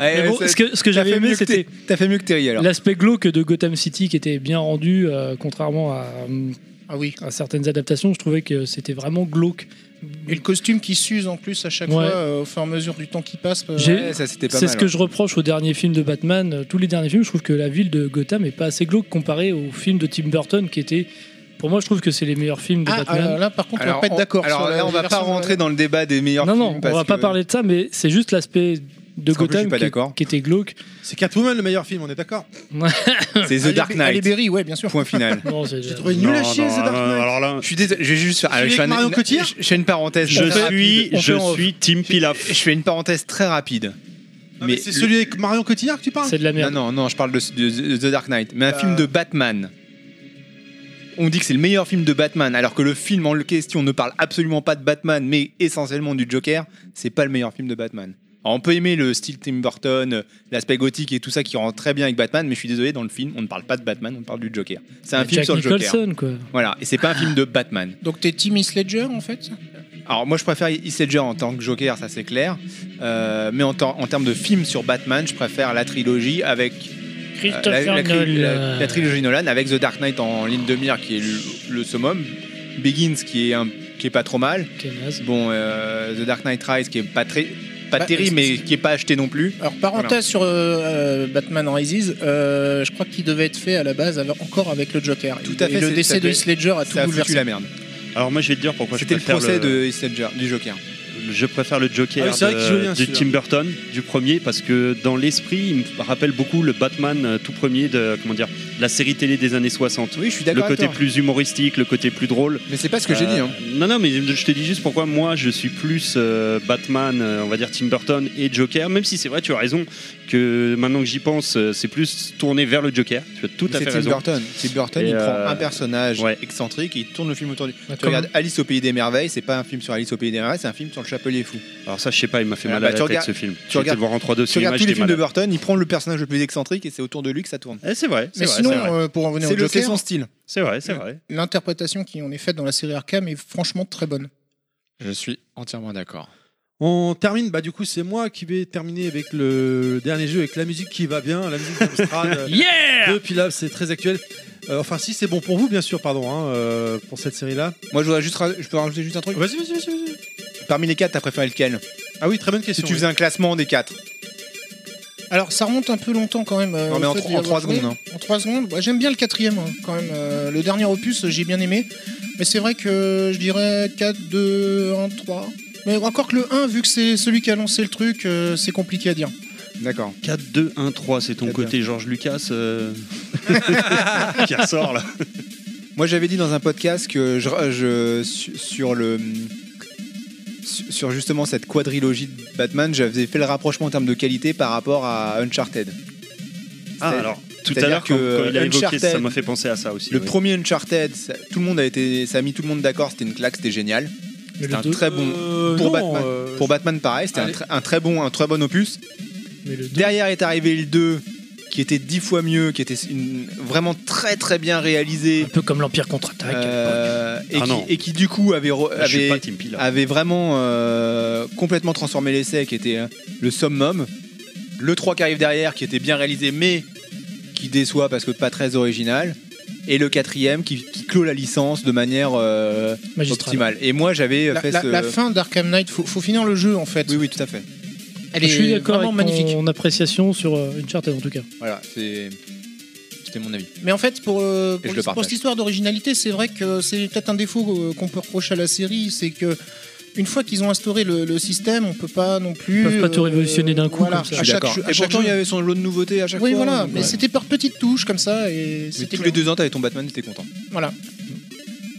Speaker 2: Mais bon,
Speaker 3: Ah, Eh, ça-
Speaker 2: ce que, ce que
Speaker 3: t'as
Speaker 2: j'avais
Speaker 3: fait
Speaker 2: aimé,
Speaker 3: mieux que
Speaker 2: c'était
Speaker 3: Terry- T'as fait mieux que Terry, alors.
Speaker 2: l'aspect glauque de Gotham City qui était bien rendu, euh, contrairement à, euh,
Speaker 5: Ah oui.
Speaker 2: à certaines adaptations. Je trouvais que c'était vraiment glauque.
Speaker 5: Et le costume qui s'use en plus à chaque
Speaker 2: Ouais.
Speaker 5: fois euh, au fur et à mesure du temps qui passe. euh,
Speaker 2: J'ai-
Speaker 3: Ouais, ça, c'était pas
Speaker 2: C'est
Speaker 3: mal.
Speaker 2: ce que je reproche au dernier film de Batman. Euh, Tous les derniers films, je trouve que la ville de Gotham est pas assez glauque comparée au film de Tim Burton qui était. Pour moi, je trouve que c'est les meilleurs films de
Speaker 5: Ah,
Speaker 2: Batman.
Speaker 5: alors là, par contre, on
Speaker 3: Alors,
Speaker 5: va pas être d'accord.
Speaker 3: Alors
Speaker 5: sur la-
Speaker 3: là, on va
Speaker 5: la
Speaker 3: pas
Speaker 5: version- euh,
Speaker 3: rentrer dans le débat des meilleurs
Speaker 2: non,
Speaker 5: ah.
Speaker 3: films.
Speaker 2: non, on
Speaker 3: parce
Speaker 2: va pas
Speaker 3: que-
Speaker 2: parler de ça, mais c'est juste l'aspect de
Speaker 3: Parce qu'en plus, je suis
Speaker 2: Gotham
Speaker 3: pas
Speaker 2: qui,
Speaker 3: d'accord.
Speaker 2: qui était glauque.
Speaker 1: C'est Catwoman le meilleur film, on est d'accord
Speaker 3: C'est The
Speaker 5: Halle-
Speaker 3: Dark
Speaker 5: Halle
Speaker 3: Knight.
Speaker 5: Berry, ouais, bien sûr.
Speaker 3: Point final.
Speaker 2: Non, c'est-
Speaker 1: J'ai trouvé nul à
Speaker 6: Non,
Speaker 1: chier
Speaker 6: non,
Speaker 1: The Dark
Speaker 6: alors,
Speaker 1: Knight.
Speaker 6: alors là,
Speaker 3: Je suis désolé, je vais juste faire.
Speaker 1: Celui
Speaker 3: je,
Speaker 1: avec
Speaker 3: fais un-
Speaker 1: Marion Cotillard
Speaker 3: je- je fais une parenthèse.
Speaker 6: je
Speaker 3: très rapide.
Speaker 6: suis,
Speaker 3: On fait
Speaker 6: je
Speaker 3: en-
Speaker 6: suis Tim Pilaf.
Speaker 3: Je fais une parenthèse très rapide.
Speaker 1: Non, mais c'est celui avec Marion Cotillard que tu parles
Speaker 2: C'est de la
Speaker 3: Non,
Speaker 2: merde. Euh.
Speaker 3: non, non, je parle de, de- de The Dark Knight. Mais un
Speaker 5: Bah.
Speaker 3: film de Batman. On dit que c'est le meilleur film de Batman, alors que le film en question ne parle absolument pas de Batman, mais essentiellement du Joker. C'est pas le meilleur film de Batman. Alors, on peut aimer le style Tim Burton, euh, l'aspect gothique et tout ça qui rend très bien avec Batman, mais je suis désolé, dans le film, on ne parle pas de Batman, on parle du Joker. C'est un
Speaker 2: Mais
Speaker 3: film
Speaker 2: Jack
Speaker 3: sur le Joker. Euh,
Speaker 2: Nicholson, quoi.
Speaker 3: Voilà, et c'est pas un film de Batman.
Speaker 5: Donc t'es Timmy Sledger en fait
Speaker 3: Alors moi je préfère Heath Ledger en tant que Joker, ça c'est clair. Euh, mais en, ter- en termes de film sur Batman, je préfère la trilogie avec euh, la, la tri-
Speaker 2: euh,
Speaker 3: la- la trilogie Nolan avec The Dark Knight en ligne de mire qui est le, le summum, Begins qui est un- qui est pas trop mal.
Speaker 2: Quelle naze.
Speaker 3: Bon, euh, The Dark Knight Rise qui est pas très pas
Speaker 5: Bah,
Speaker 3: terrible
Speaker 5: c'est-
Speaker 3: mais qui est pas acheté non plus.
Speaker 5: Alors parenthèse
Speaker 3: Voilà.
Speaker 5: sur euh, euh, Batman Rises, euh, je crois qu'il devait être fait à la base avec- encore avec le Joker.
Speaker 3: Tout
Speaker 5: Et-
Speaker 3: à
Speaker 5: et
Speaker 3: fait,
Speaker 5: le
Speaker 3: c'est-
Speaker 5: décès
Speaker 3: ça
Speaker 5: de
Speaker 3: fait-
Speaker 5: Heath Ledger a tout
Speaker 3: Ça a foutu
Speaker 5: bouleversé.
Speaker 3: la merde.
Speaker 6: Alors moi je vais te dire pourquoi je
Speaker 3: C'était le
Speaker 6: préfère
Speaker 3: procès de Heath Ledger, du Joker.
Speaker 6: Je préfère le Joker
Speaker 1: Ah oui, c'est vrai
Speaker 6: de-
Speaker 1: qu'il joue bien,
Speaker 6: du
Speaker 1: celui-là.
Speaker 6: Tim Burton, du premier, parce que dans l'esprit, il me rappelle beaucoup le Batman euh, tout premier de, comment dire, de la série télé des années 60.
Speaker 3: Oui, je suis
Speaker 6: Le
Speaker 3: d'accord. avec
Speaker 6: côté
Speaker 3: toi.
Speaker 6: plus humoristique, le côté plus drôle.
Speaker 3: Mais c'est pas ce que j'ai
Speaker 6: Euh,
Speaker 3: dit. hein.
Speaker 6: Non, non, mais je te dis juste pourquoi moi je suis plus euh, Batman, euh, on va dire Tim Burton et Joker, même si c'est vrai, tu as raison, que maintenant que j'y pense, euh, c'est plus tourné vers le Joker. Tu as tout à
Speaker 3: C'est
Speaker 6: fait
Speaker 3: Tim
Speaker 6: raison.
Speaker 3: Burton. Tim Burton,
Speaker 6: Et
Speaker 3: il
Speaker 6: euh,
Speaker 3: prend un personnage
Speaker 6: ouais.
Speaker 3: excentrique et il tourne le film autour du. Tu
Speaker 2: Comme-
Speaker 3: regardes Alice au pays des merveilles, c'est pas un film sur Alice au pays des merveilles, c'est un film sur le Chapelier fou.
Speaker 6: Alors ça, je sais pas, il m'a fait
Speaker 3: Ah,
Speaker 6: mal
Speaker 3: bah,
Speaker 6: à
Speaker 3: tu
Speaker 6: la tête
Speaker 3: regardes-
Speaker 6: ce film.
Speaker 3: tu regardes-
Speaker 6: le voir en 3D au
Speaker 3: Tu
Speaker 6: cinéma,
Speaker 3: regardes tous les
Speaker 6: j'étais
Speaker 3: films de
Speaker 6: mal.
Speaker 3: Burton, il prend le personnage le plus excentrique et c'est autour de lui que ça tourne.
Speaker 6: Eh, C'est vrai, c'est
Speaker 5: Mais
Speaker 6: vrai,
Speaker 5: sinon,
Speaker 6: c'est vrai.
Speaker 5: euh, pour revenir
Speaker 3: C'est
Speaker 5: au
Speaker 3: le c'est
Speaker 5: Joker,
Speaker 3: son style.
Speaker 6: C'est vrai, c'est vrai.
Speaker 5: l'interprétation qui en est faite dans la série Arkham est franchement très bonne.
Speaker 3: Je suis entièrement d'accord.
Speaker 1: On termine, bah du coup c'est moi qui vais terminer avec le dernier jeu, avec la musique qui va bien, la musique d'Amstrad euh,
Speaker 2: Yeah
Speaker 1: de Pilaf, c'est très actuel. Euh, enfin si c'est bon pour vous bien sûr, pardon, hein, euh, pour cette série-là.
Speaker 3: Moi, je, voudrais juste ra- je peux rajouter juste un truc.
Speaker 1: Vas-y, vas-y, vas-y. vas-y.
Speaker 3: Parmi les quatre, t'as préféré lequel
Speaker 1: Ah oui, très bonne
Speaker 3: Si
Speaker 1: question.
Speaker 3: tu
Speaker 1: oui.
Speaker 3: faisais un classement des quatre.
Speaker 5: Alors ça remonte un peu longtemps quand même. euh,
Speaker 3: non, mais
Speaker 5: au
Speaker 3: en,
Speaker 5: fait
Speaker 3: tro-
Speaker 5: d'y
Speaker 3: en trois
Speaker 5: avoir joué.
Speaker 3: secondes. hein.
Speaker 5: En 3 secondes, bah, j'aime bien le quatrième hein, quand même. euh, le dernier opus, euh, j'ai bien aimé. Mais c'est vrai que euh, je dirais 4, 2, 1, 3. Mais encore que le 1, vu que c'est celui qui a lancé le truc, euh, c'est compliqué à dire.
Speaker 3: D'accord.
Speaker 6: 4, 2, 1, 3, c'est ton
Speaker 3: 4,
Speaker 6: côté Georges Lucas euh, qui ressort là.
Speaker 3: Moi, j'avais dit dans un podcast que je, je- su- sur le su- sur justement cette quadrilogie de Batman, j'avais fait le rapprochement en termes de qualité par rapport à Uncharted.
Speaker 6: Ah,
Speaker 3: C'est-
Speaker 6: alors, tout à
Speaker 3: c'est-à-dire
Speaker 6: l'heure, quand,
Speaker 3: que
Speaker 6: quand il a évoqué ça,
Speaker 3: Uncharted,
Speaker 6: ça m'a fait penser à ça aussi.
Speaker 3: Le
Speaker 6: ouais.
Speaker 3: premier Uncharted, ça, tout le monde a été, ça a mis tout le monde d'accord, c'était une claque, c'était génial.
Speaker 2: Mais
Speaker 3: C'était
Speaker 2: le
Speaker 3: un
Speaker 2: deux-
Speaker 3: très bon.
Speaker 1: Euh,
Speaker 3: pour
Speaker 1: non,
Speaker 3: Batman.
Speaker 1: euh,
Speaker 3: Pour Batman, pareil, c'était un,
Speaker 1: Allez.
Speaker 3: tr- un très bon, un très bon opus.
Speaker 2: mais le deux-
Speaker 3: Derrière est arrivé le 2, qui était dix fois mieux, qui était une- vraiment très très bien réalisé,
Speaker 2: Un peu comme l'Empire contre-attaque.
Speaker 3: euh, et,
Speaker 6: Ah
Speaker 3: qui,
Speaker 6: non.
Speaker 3: et qui du coup avait, re-
Speaker 6: Là, je suis
Speaker 3: avait-
Speaker 6: pas Tim Pilaf.
Speaker 3: avait vraiment euh, complètement transformé l'essai, qui était euh, le summum. Le 3 qui arrive derrière, qui était bien réalisé, mais qui déçoit parce que pas très original. Et le quatrième qui, qui clôt la licence de manière euh,
Speaker 2: Magistral.
Speaker 3: optimale. Et moi j'avais
Speaker 5: La,
Speaker 3: fait
Speaker 5: la-
Speaker 3: ce...
Speaker 5: la fin d'Arkham Knight, faut, faut finir le jeu en fait.
Speaker 3: Oui, oui, tout à fait.
Speaker 5: Elle
Speaker 2: Je suis
Speaker 5: est
Speaker 2: d'accord
Speaker 5: vraiment
Speaker 2: avec
Speaker 5: magnifique.
Speaker 2: ton appréciation sur euh, Uncharted en tout cas.
Speaker 3: Voilà, c'est- c'était mon avis.
Speaker 5: Mais en fait, pour, euh,
Speaker 3: Et je
Speaker 5: pour,
Speaker 3: le
Speaker 5: pour
Speaker 3: partage.
Speaker 5: cette histoire d'originalité, c'est vrai que c'est peut-être un défaut euh, qu'on peut reprocher à la série, c'est que une fois qu'ils ont instauré le, le système, on peut pas non plus. euh,
Speaker 2: Ils peuvent pas tout révolutionner d'un coup
Speaker 5: voilà,
Speaker 2: comme ça.
Speaker 5: À
Speaker 3: Je suis
Speaker 5: chaque,
Speaker 3: d'accord.
Speaker 5: jeu- à
Speaker 3: Et
Speaker 5: chaque
Speaker 3: pourtant, il y
Speaker 5: jeu.
Speaker 3: avait son lot de nouveautés à chaque
Speaker 5: Oui,
Speaker 3: fois.
Speaker 5: voilà,
Speaker 3: donc,
Speaker 5: mais
Speaker 3: ouais.
Speaker 5: c'était par petites touches comme ça et
Speaker 3: Mais
Speaker 5: c'était Euh,
Speaker 3: tous les
Speaker 5: bien.
Speaker 3: deux ans, t'avais ton Batman, t'étais content.
Speaker 5: Voilà.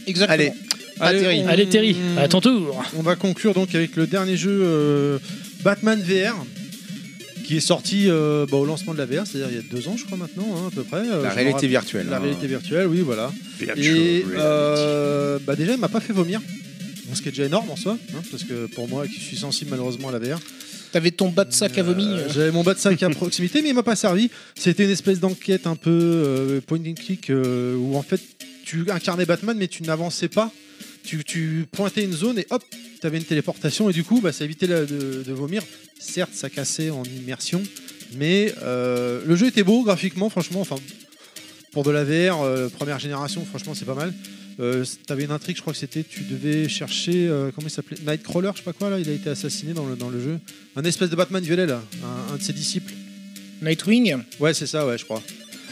Speaker 5: Exactement.
Speaker 3: Allez.
Speaker 5: Pas terrible.
Speaker 1: on-
Speaker 2: Allez Terry,
Speaker 5: Euh,
Speaker 2: à ton tour.
Speaker 1: On va conclure donc avec le dernier jeu euh, Batman VR qui est sorti euh, bah, au lancement de la VR, c'est-à-dire il y a deux ans je crois maintenant hein, à peu près. Euh, je
Speaker 3: La
Speaker 1: me
Speaker 3: réalité
Speaker 1: rappelle-
Speaker 3: virtuelle.
Speaker 1: La
Speaker 3: hein.
Speaker 1: réalité virtuelle, oui voilà.
Speaker 6: Virtual
Speaker 1: Et
Speaker 6: reality.
Speaker 1: euh, bah, déjà il m'a pas fait vomir, Bon, ce qui est déjà énorme en soi, hein, parce que pour moi qui suis sensible malheureusement à la VR.
Speaker 5: T'avais ton bas de sac à vomi.
Speaker 1: Euh,
Speaker 5: euh,
Speaker 1: J'avais mon bas de sac à proximité, mais il m'a pas servi. C'était une espèce d'enquête un peu euh, point and click euh, où en fait tu incarnais Batman, mais tu n'avançais pas. Tu, tu pointais une zone et hop, tu avais une téléportation et du coup, bah, ça évitait la- de, de vomir. Certes, ça cassait en immersion, mais euh, le jeu était beau graphiquement, franchement. Enfin, pour de la VR, euh, première génération, franchement, c'est pas mal. Euh, T'avais une intrigue, je crois que c'était, tu devais chercher, euh, comment il s'appelait, Nightcrawler, je sais pas quoi là, il a été assassiné dans le, dans le jeu. Un espèce de Batman violet là, un, un de ses disciples.
Speaker 5: Nightwing,
Speaker 1: Ouais, c'est ça, ouais, je crois.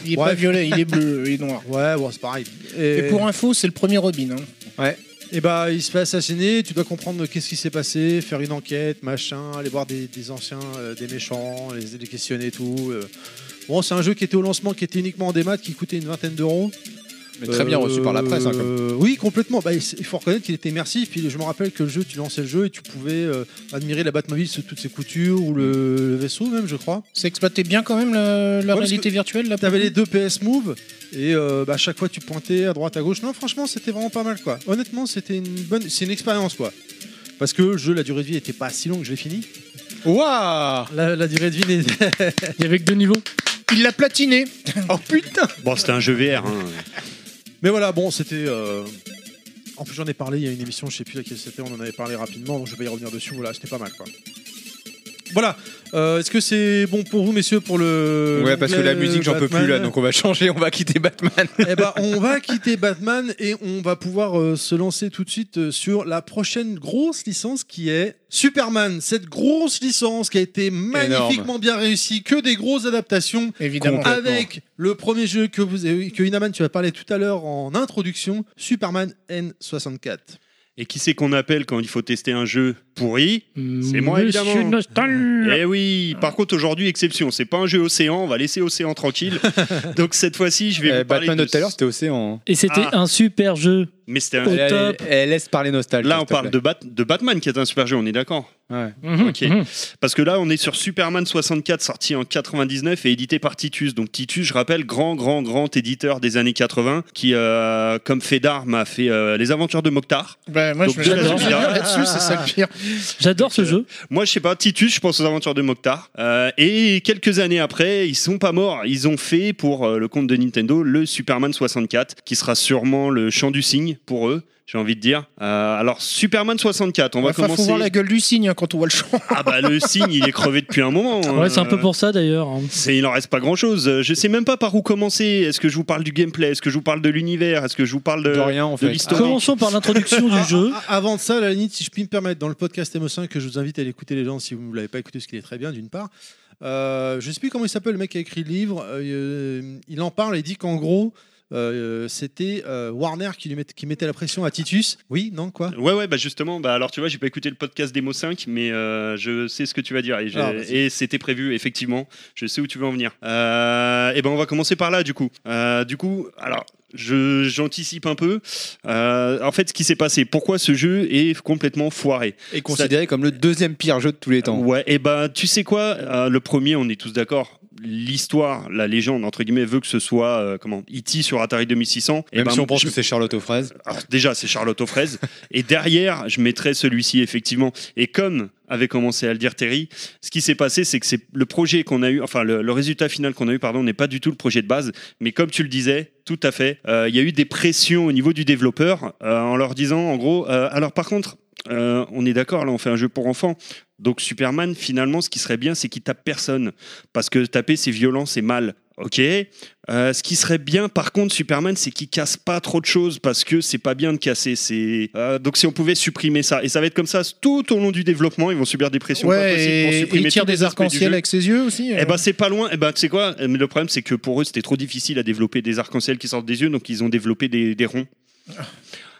Speaker 5: il est
Speaker 1: Ouais.
Speaker 5: pas violet, il est bleu, il est noir.
Speaker 1: Ouais, bon, c'est pareil.
Speaker 5: Et pour info, c'est le premier Robin. hein.
Speaker 1: Et bah, il se fait assassiner, tu dois comprendre qu'est-ce qui s'est passé, faire une enquête, machin, aller voir des, des anciens, euh, des méchants, les, les questionner et tout. euh. Bon, c'est un jeu qui était au lancement, qui était uniquement en démat, qui coûtait une vingtaine d'euros.
Speaker 3: Mais très bien reçu par la presse. hein, quand même.
Speaker 1: Euh, oui, complètement. Bah, il s- il faut reconnaître qu'il était immersif. Puis je me rappelle que le jeu, tu lançais le jeu et tu pouvais euh, admirer la Batmobile sous toutes ses coutures ou le, le vaisseau même, je crois.
Speaker 5: Ça exploitait bien quand même la, la
Speaker 1: Ouais, parce
Speaker 5: réalité virtuelle là.
Speaker 1: Tu avais les deux PS Move et euh, bah, à chaque fois tu pointais à droite à gauche. Non, franchement, c'était vraiment pas mal quoi. Honnêtement, c'était une bonne, c'est une expérience quoi. Parce que le jeu, la durée de vie n'était pas si longue, je l'ai fini.
Speaker 3: Ouah
Speaker 1: La, la durée de vie n'est-
Speaker 2: Il y avait que deux niveaux.
Speaker 5: Il l'a platiné.
Speaker 3: Oh putain
Speaker 6: Bon, c'était un jeu VR. hein.
Speaker 1: Mais voilà, bon, c'était. euh, En plus, j'en ai parlé, il y a une émission, je sais plus laquelle c'était, on en avait parlé rapidement, donc je vais pas y revenir dessus. Voilà, c'était pas mal, quoi. Voilà. Euh, Est-ce que c'est bon pour vous, messieurs, pour le.
Speaker 3: Ouais, parce que la musique, j'en peux plus là,
Speaker 1: Batman
Speaker 3: donc on va changer, on va quitter Batman.
Speaker 1: Eh ben, on va quitter Batman et on va pouvoir euh, se lancer tout de suite euh, sur la prochaine grosse licence qui est Superman. Cette grosse licence qui a été magnifiquement bien réussie, que des grosses adaptations
Speaker 5: Évidemment.
Speaker 1: avec le premier jeu que vous avez- que Inaman tu as parlé tout à l'heure en introduction, Superman N64.
Speaker 6: Et qui c'est qu'on appelle quand il faut tester un jeu pourri
Speaker 2: C'est
Speaker 6: moi, évidemment.
Speaker 2: Nostal.
Speaker 6: Eh oui, par contre aujourd'hui exception, c'est pas un jeu océan, on va laisser océan tranquille. Donc cette fois-ci, je vais
Speaker 3: Eh,
Speaker 6: vous parler
Speaker 3: Batman de
Speaker 6: de-
Speaker 3: tout à l'heure, c'était Océan.
Speaker 2: Et c'était
Speaker 6: Ah.
Speaker 2: un super jeu.
Speaker 6: Mais c'était un-
Speaker 2: Au
Speaker 3: Elle- elle-
Speaker 2: top.
Speaker 3: elle laisse parler nostalgie.
Speaker 6: Là,
Speaker 3: s'il
Speaker 6: on
Speaker 3: te
Speaker 6: parle
Speaker 3: plaît.
Speaker 6: de, Bat- de Batman qui est un super jeu, on est d'accord
Speaker 3: Ouais.
Speaker 2: Mhm,
Speaker 6: Ok.
Speaker 2: mhm.
Speaker 6: Parce que là, on est sur Superman 64, sorti en 99 et édité par Titus. Donc Titus, je rappelle, grand, grand, grand éditeur des années 80, qui, euh, comme fait d'armes, a fait euh, Les Aventures de Mokhtar.
Speaker 5: Bah, moi,
Speaker 6: Donc,
Speaker 5: je me jette
Speaker 2: j'adore.
Speaker 5: des lumières là-dessus, c'est ça le pire.
Speaker 2: J'adore ce jeu.
Speaker 6: Moi, je sais pas, Titus, je pense aux Aventures de Mokhtar. Euh, et quelques années après, ils sont pas morts. Ils ont fait, pour euh, le compte de Nintendo, le Superman 64, qui sera sûrement le chant du signe pour eux. J'ai envie de dire. Euh, alors Superman 64, on va
Speaker 5: Enfin,
Speaker 6: commencer.
Speaker 5: faut voir la gueule du cygne hein, quand on voit le champ.
Speaker 6: Ah bah le signe, il est crevé depuis un moment. hein.
Speaker 2: Ouais, c'est un peu pour ça d'ailleurs. hein.
Speaker 6: C'est, il en reste pas grand chose. Je sais même pas par où commencer. Est-ce que je vous parle du gameplay Est-ce que je vous parle de l'univers Est-ce que je vous parle de,
Speaker 3: De rien, en
Speaker 6: de
Speaker 3: fait.
Speaker 6: l'histoire
Speaker 2: Commençons par l'introduction du jeu.
Speaker 1: Ah, ah, Avant de ça, à la limite, si je puis me permettre, dans le podcast MO5, que je vous invite à l'écouter les gens si vous ne l'avez pas écouté, ce qui est très bien d'une part. Euh, je sais plus comment il s'appelle, le mec qui a écrit le livre. euh, euh, il en parle et dit qu'en gros, euh, c'était euh, Warner qui, lui met- qui mettait la pression à Titus. Oui, non, quoi
Speaker 6: Ouais, ouais, bah justement, bah alors tu vois, j'ai pas écouté le podcast démo 5, mais euh, je sais ce que tu vas dire et, j'ai-
Speaker 1: Ah, vas-y.
Speaker 6: et c'était prévu, effectivement. Je sais où tu veux en venir. Euh, et ben, on va commencer par là, du coup. Euh, du coup, alors. je- J'anticipe un peu. Euh, en fait, ce qui s'est passé, pourquoi ce jeu est complètement foiré
Speaker 3: Et considéré comme le deuxième pire jeu de tous les temps.
Speaker 6: Ouais, et ben tu sais quoi, euh, le premier, on est tous d'accord. L'histoire, la légende entre guillemets veut que ce soit euh, comment E.T. sur Atari 2600. Et
Speaker 3: Même
Speaker 6: ben,
Speaker 3: si on pense
Speaker 6: je-
Speaker 3: que c'est Charlotte aux fraises.
Speaker 6: alors, déjà c'est Charlotte aux fraises. et derrière, je mettrais celui-ci effectivement. Et comme avait commencé à le dire Terry, ce qui s'est passé, c'est que c'est le projet qu'on a eu, enfin le, le résultat final qu'on a eu, pardon, n'est pas du tout le projet de base. Mais comme tu le disais, tout à fait, euh, il y a eu des pressions au niveau du développeur euh, en leur disant, en gros, euh, alors par contre, euh, on est d'accord, là, on fait un jeu pour enfants. Donc Superman, finalement, ce qui serait bien, c'est qu'il tape personne, parce que taper, c'est violent, c'est mal. Ok. Euh, ce qui serait bien, par contre, Superman, c'est qu'il casse pas trop de choses parce que c'est pas bien de casser. C'est euh, donc si on pouvait supprimer ça, et ça va être comme ça tout au long du développement, ils vont subir des pressions pas
Speaker 5: Ouais,
Speaker 6: possibles pour
Speaker 5: et- et
Speaker 6: supprimer
Speaker 5: il tire
Speaker 6: tous les
Speaker 5: des
Speaker 6: aspects du
Speaker 5: arcs-en-ciel
Speaker 6: jeu.
Speaker 5: avec ses yeux aussi. euh.
Speaker 6: Eh ben c'est pas loin. Eh ben tu sais quoi Euh, Mais le problème c'est que pour eux c'était trop difficile à développer des arcs-en-ciel qui sortent des yeux, donc ils ont développé des, des ronds.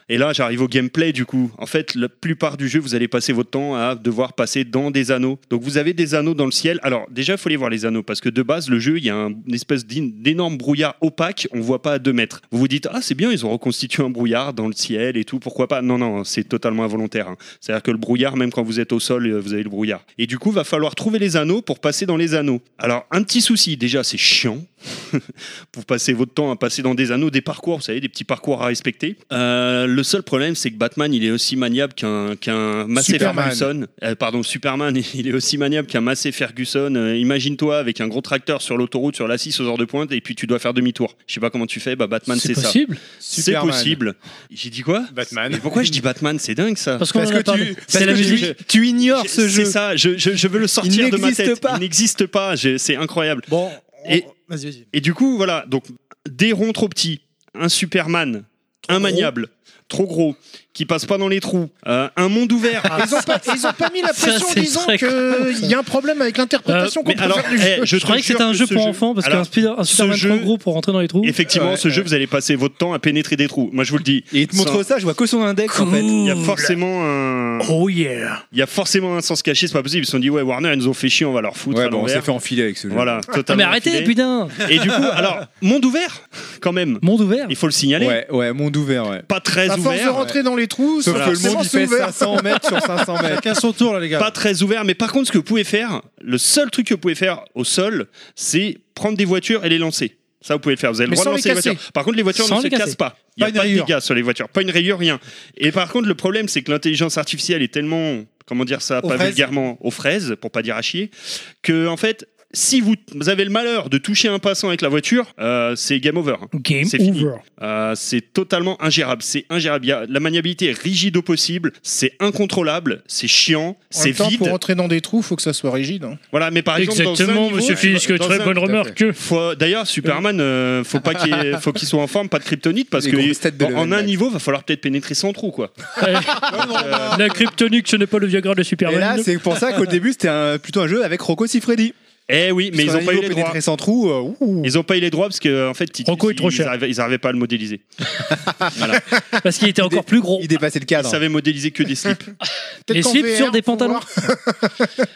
Speaker 6: Et là, j'arrive au gameplay du coup. En fait, la plupart du jeu, vous allez passer votre temps à devoir passer dans des anneaux. Donc, vous avez des anneaux dans le ciel. Alors, déjà, il faut aller voir les anneaux parce que de base, le jeu, il y a un- une espèce d'in- d'énorme brouillard opaque. On voit pas à 2 mètres. Vous vous dites, ah, c'est bien, ils ont reconstitué un brouillard dans le ciel et tout. Pourquoi pas Non, non, c'est totalement involontaire. hein. C'est-à-dire que le brouillard, même quand vous êtes au sol, euh, vous avez le brouillard. Et du coup, va falloir trouver les anneaux pour passer dans les anneaux. Alors, un petit souci. Déjà, c'est chiant vous passez votre temps à passer dans des anneaux, des parcours, vous savez, des petits parcours à respecter. Euh, le seul problème, c'est que Batman, il est aussi maniable qu'un qu'un Massey
Speaker 5: Superman.
Speaker 6: Ferguson. Euh, pardon, Superman, il est aussi maniable qu'un Massey Ferguson. Euh, Imagine-toi avec un gros tracteur sur l'autoroute, sur la 6 aux heures de pointe, et puis tu dois faire demi-tour. Je sais pas comment tu fais, bah Batman, c'est
Speaker 2: C'est
Speaker 6: ça.
Speaker 2: possible
Speaker 6: C'est
Speaker 3: Superman.
Speaker 6: possible. J'ai dit quoi
Speaker 3: Batman.
Speaker 6: Mais pourquoi je dis Batman C'est dingue ça.
Speaker 2: Parce qu'on en a parlé. C'est la
Speaker 3: que tu-
Speaker 2: musique.
Speaker 3: tu ignores ce
Speaker 6: C'est
Speaker 3: jeu.
Speaker 6: ça, je, je- je veux le sortir de ma
Speaker 3: n'existe
Speaker 6: tête.
Speaker 3: pas.
Speaker 6: Il n'existe pas, j'ai- c'est incroyable.
Speaker 1: Bon, on-
Speaker 6: Et-
Speaker 1: vas-y, vas-y.
Speaker 6: Et du coup, voilà, donc des ronds trop petits, un Superman, un maniable, trop gros, qui passe pas dans les trous, euh, un monde ouvert.
Speaker 2: Ah,
Speaker 5: Ils ont, pas, ils ont pas mis la
Speaker 2: Ça,
Speaker 5: pression en
Speaker 2: c'est
Speaker 5: disant
Speaker 2: très grave,
Speaker 5: qu'il y a un problème avec l'interprétation qu'on
Speaker 6: mais
Speaker 5: peut
Speaker 6: alors,
Speaker 5: faire du
Speaker 6: eh,
Speaker 5: jeu.
Speaker 6: je
Speaker 2: Je croyais que c'était un jeu pour enfants parce qu'un
Speaker 6: Alors,
Speaker 2: Spider- un Superman
Speaker 6: jeu-
Speaker 2: trop gros pour rentrer dans les trous.
Speaker 6: Effectivement,
Speaker 3: Ouais,
Speaker 6: ce jeu, vous allez passer votre temps à pénétrer des trous. Moi, je vous le dis.
Speaker 3: Et il te montre ça, je vois que son index en fait.
Speaker 2: Ah,
Speaker 6: Il y a forcément un,
Speaker 2: Oh yeah
Speaker 6: il y a forcément un sens caché, c'est pas possible. Ils se sont dit ouais, Warner, ils nous ont fait chier, on va leur foutre à
Speaker 3: Ouais, bon, on s'est
Speaker 6: l'envers.
Speaker 3: fait enfiler avec ce jeu.
Speaker 6: Voilà, totalement.
Speaker 2: Mais arrêtez,
Speaker 6: enfilé.
Speaker 2: putain
Speaker 6: Et du coup, alors monde ouvert, quand même.
Speaker 2: Monde ouvert
Speaker 6: Il faut le signaler.
Speaker 3: Ouais, ouais, monde ouvert, ouais.
Speaker 6: Pas très
Speaker 5: À force de
Speaker 6: ouvert.
Speaker 5: rentrer dans les trous,
Speaker 3: Sauf
Speaker 5: c'est
Speaker 3: que le monde il
Speaker 5: forcément
Speaker 3: fait
Speaker 5: ouvert.
Speaker 3: 500 mètres sur 500 mètres.
Speaker 1: Chacun son tour, là, les gars.
Speaker 6: pas très ouvert, mais par contre, ce que vous pouvez faire, le seul truc que vous pouvez faire au sol, c'est prendre des voitures et les lancer. Ça, vous pouvez le faire. Vous avez le
Speaker 5: Mais
Speaker 6: droit de
Speaker 5: sans
Speaker 6: lancer
Speaker 5: les
Speaker 6: les
Speaker 5: casser.
Speaker 6: voitures. Par contre, les voitures
Speaker 2: Sans
Speaker 6: ne se
Speaker 2: les casser.
Speaker 6: cassent pas. Il n'y
Speaker 1: Pas
Speaker 6: a
Speaker 1: une
Speaker 6: pas de
Speaker 1: rayure.
Speaker 6: dégâts sur les voitures. Pas une rayure, rien. Et par contre, le problème, c'est que l'intelligence artificielle est tellement, comment dire ça,
Speaker 1: Aux
Speaker 6: pas
Speaker 1: fraises.
Speaker 6: vulgairement, aux fraises, pour pas dire à chier, que, en fait, si vous vous avez le malheur de toucher un passant avec la voiture, euh, c'est game over.
Speaker 2: Game
Speaker 6: C'est fini.
Speaker 2: over.
Speaker 6: Euh, c'est totalement ingérable, c'est ingérable. Il y a- la maniabilité est rigide au possible, c'est incontrôlable, c'est chiant,
Speaker 5: En
Speaker 6: c'est
Speaker 5: même temps,
Speaker 6: vide.
Speaker 5: pour rentrer dans des trous, faut que ça soit rigide. hein.
Speaker 6: Voilà, mais par exemple,
Speaker 2: Exactement,
Speaker 6: dans un
Speaker 2: monsieur
Speaker 6: niveau,
Speaker 2: Fisk,
Speaker 6: dans
Speaker 2: très
Speaker 6: un-
Speaker 2: bonne
Speaker 3: tout à
Speaker 2: remarque.
Speaker 6: Faut- D'ailleurs, Superman, euh, faut pas qu'il ait- faut qu'il soit en forme, pas de kryptonite, parce
Speaker 3: Les
Speaker 6: que
Speaker 3: grosses têtes de
Speaker 6: en- en
Speaker 3: level
Speaker 6: un
Speaker 3: max.
Speaker 6: niveau, va falloir peut-être pénétrer sans trou, quoi.
Speaker 2: La kryptonique, ce n'est pas le Viagra de
Speaker 3: Et là,
Speaker 2: Superman.
Speaker 3: c'est pour ça qu'au début, c'était un- plutôt un jeu avec Rocco Siffredi.
Speaker 6: Eh oui, mais ils ont pas eu les droits.
Speaker 3: pénétré sans trou. euh, ouh.
Speaker 6: Ils ont pas eu les droits parce que en fait, ils,
Speaker 2: Rocco est trop
Speaker 6: ils,
Speaker 2: cher.
Speaker 6: arrivaient, ils arrivaient pas à le modéliser.
Speaker 2: Parce qu'il était encore plus gros.
Speaker 3: Il dépassait le
Speaker 6: Ils
Speaker 3: cadre.
Speaker 6: savaient modéliser que des slips.
Speaker 5: Peut-être
Speaker 2: Les
Speaker 5: qu'en
Speaker 2: slips
Speaker 5: VR,
Speaker 2: sur des
Speaker 5: faut
Speaker 2: pantalons.
Speaker 5: voir.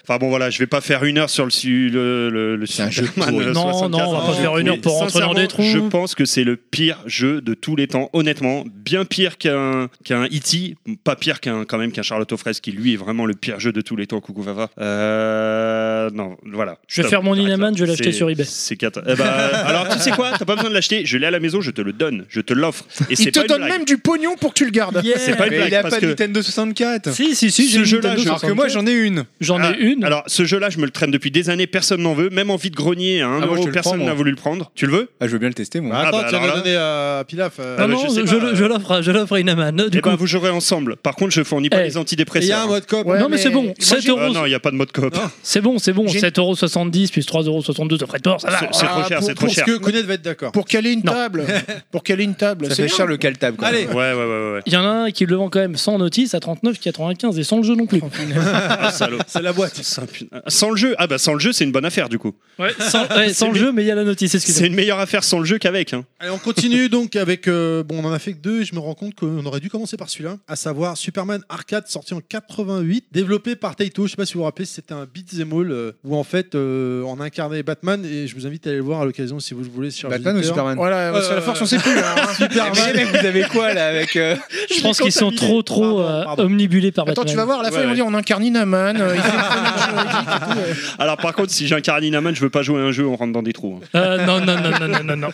Speaker 6: Enfin bon, voilà, je vais pas faire une heure sur le su- le, le, le
Speaker 3: C'est un jeu
Speaker 6: Superman,
Speaker 3: pourri.
Speaker 6: euh,
Speaker 2: Non,
Speaker 6: 75.
Speaker 2: non, on va pas
Speaker 6: Ah,
Speaker 2: faire une
Speaker 6: oui.
Speaker 2: heure pour rentrer dans des trous.
Speaker 6: Sincèrement, Je pense que c'est le pire jeu de tous les temps, honnêtement. Bien pire qu'un qu'un E.T., pas pire qu'un quand même qu'un Charlotte aux fraises, qui lui est vraiment le pire jeu de tous les temps. Coucou Vava. Euh, non, voilà.
Speaker 2: Je vais
Speaker 6: Stop.
Speaker 2: faire mon
Speaker 6: Arrête
Speaker 2: Inaman,
Speaker 6: là.
Speaker 2: je vais l'acheter
Speaker 6: C'est-
Speaker 2: sur eBay.
Speaker 6: C'est cata- Eh ben, alors tu sais quoi, t'as pas besoin de l'acheter. Je l'ai à la maison, je te le donne, je te l'offre. Et
Speaker 5: Il
Speaker 6: c'est pas
Speaker 5: te
Speaker 6: une
Speaker 5: donne
Speaker 6: blague.
Speaker 5: même du pognon pour que tu le gardes.
Speaker 6: C'est pas une
Speaker 3: Mais
Speaker 6: blague
Speaker 3: il a
Speaker 6: parce
Speaker 3: pas de
Speaker 6: que
Speaker 3: Nintendo 64.
Speaker 2: Si, si, si,
Speaker 6: Ce
Speaker 2: j'ai
Speaker 6: jeu-là,
Speaker 2: Nintendo
Speaker 6: je-
Speaker 3: Alors que moi,
Speaker 2: 64.
Speaker 3: j'en ai une.
Speaker 2: j'en ai
Speaker 6: Ah,
Speaker 2: une.
Speaker 6: Alors, ce jeu-là, je me le traîne depuis des années, personne n'en veut. Même en vide grenier, à 1
Speaker 3: Ah, moi, je te
Speaker 6: euro,
Speaker 3: le prends,
Speaker 6: personne
Speaker 3: moi.
Speaker 6: n'a voulu le prendre. Tu le veux
Speaker 3: Ah, je veux bien le tester, moi.
Speaker 6: Ah,
Speaker 1: Attends,
Speaker 6: bah,
Speaker 1: tu vas
Speaker 6: alors
Speaker 1: le
Speaker 6: là-
Speaker 1: donner à Pilaf. euh,
Speaker 2: Non,
Speaker 6: bah,
Speaker 2: non,
Speaker 6: je sais
Speaker 2: je
Speaker 6: pas,
Speaker 2: le- je l'offre à- je l'offre à Inaman.
Speaker 6: Eh
Speaker 2: Du coup,
Speaker 6: ben, vous jouerez ensemble. Par contre, je fournis pas
Speaker 2: Eh.
Speaker 6: les
Speaker 1: Il y a
Speaker 6: antidépresseurs.
Speaker 1: un mode cop.
Speaker 5: Ouais,
Speaker 2: Non, mais c'est bon,
Speaker 5: moi,
Speaker 2: sept
Speaker 5: j'ai-
Speaker 2: euros.
Speaker 6: Ah non, il n'y a pas de mode coop.
Speaker 1: Non,
Speaker 2: c'est bon, c'est bon.
Speaker 5: J'ai-
Speaker 2: 7,70€ plus 3,72€ de frais de port, ça va.
Speaker 6: C'est c'est trop
Speaker 5: Ah,
Speaker 6: cher,
Speaker 5: pour-
Speaker 6: c'est trop
Speaker 1: Parce
Speaker 6: cher.
Speaker 1: que Kounet va être d'accord.
Speaker 5: Pour caler une
Speaker 2: Non.
Speaker 5: table. Pour caler une table.
Speaker 3: Ça
Speaker 5: c'est
Speaker 3: fait
Speaker 5: bien.
Speaker 3: cher le caltable. quand
Speaker 1: Allez,
Speaker 3: même.
Speaker 6: Ouais, ouais, ouais, ouais. ouais.
Speaker 2: Il y en a un qui le vend quand même sans notice à 39,95 et sans le jeu non plus.
Speaker 6: Ah, salaud.
Speaker 1: c'est la boîte.
Speaker 6: Sans- putain. Sans le jeu, ah bah sans le jeu, c'est une bonne affaire du coup.
Speaker 2: Ouais, sans, ouais, sans le jeu, mais il y a la notice,
Speaker 6: C'est
Speaker 2: excusez-moi.
Speaker 6: une meilleure affaire sans le jeu qu'avec. hein.
Speaker 1: Allez, on continue donc avec. euh, bon, on en a fait que deux et je me rends compte qu'on aurait dû commencer par celui-là, à savoir Superman Arcade sorti en 88, développé par Taito. Je sais pas si vous vous rappelez, c'était un beat'em all euh, où en fait euh, on incarnait Batman et je vous invite à aller le voir à l'occasion si vous le voulez sur
Speaker 3: Batman ou
Speaker 1: Jupiter.
Speaker 3: Superman
Speaker 5: Voilà,
Speaker 1: Euh,
Speaker 5: c'est la force, on sait plus. là, hein.
Speaker 3: Mais mec, vous avez quoi là avec euh,
Speaker 2: Je pense qu'ils sont trop, trop
Speaker 1: Pardon,
Speaker 2: euh,
Speaker 1: pardon.
Speaker 2: omnibulés par
Speaker 5: Attends,
Speaker 2: Batman.
Speaker 5: tu vas voir, à la fin,
Speaker 6: Ouais,
Speaker 5: ils vont
Speaker 6: ouais.
Speaker 5: dire on incarne Inaman. euh, il fait une chronique géologique et tout, euh.
Speaker 6: Alors par contre, si j'incarne Inaman, je veux pas jouer à un jeu, on rentre dans des trous. hein.
Speaker 2: Euh, non, non, non, non, non, non, non.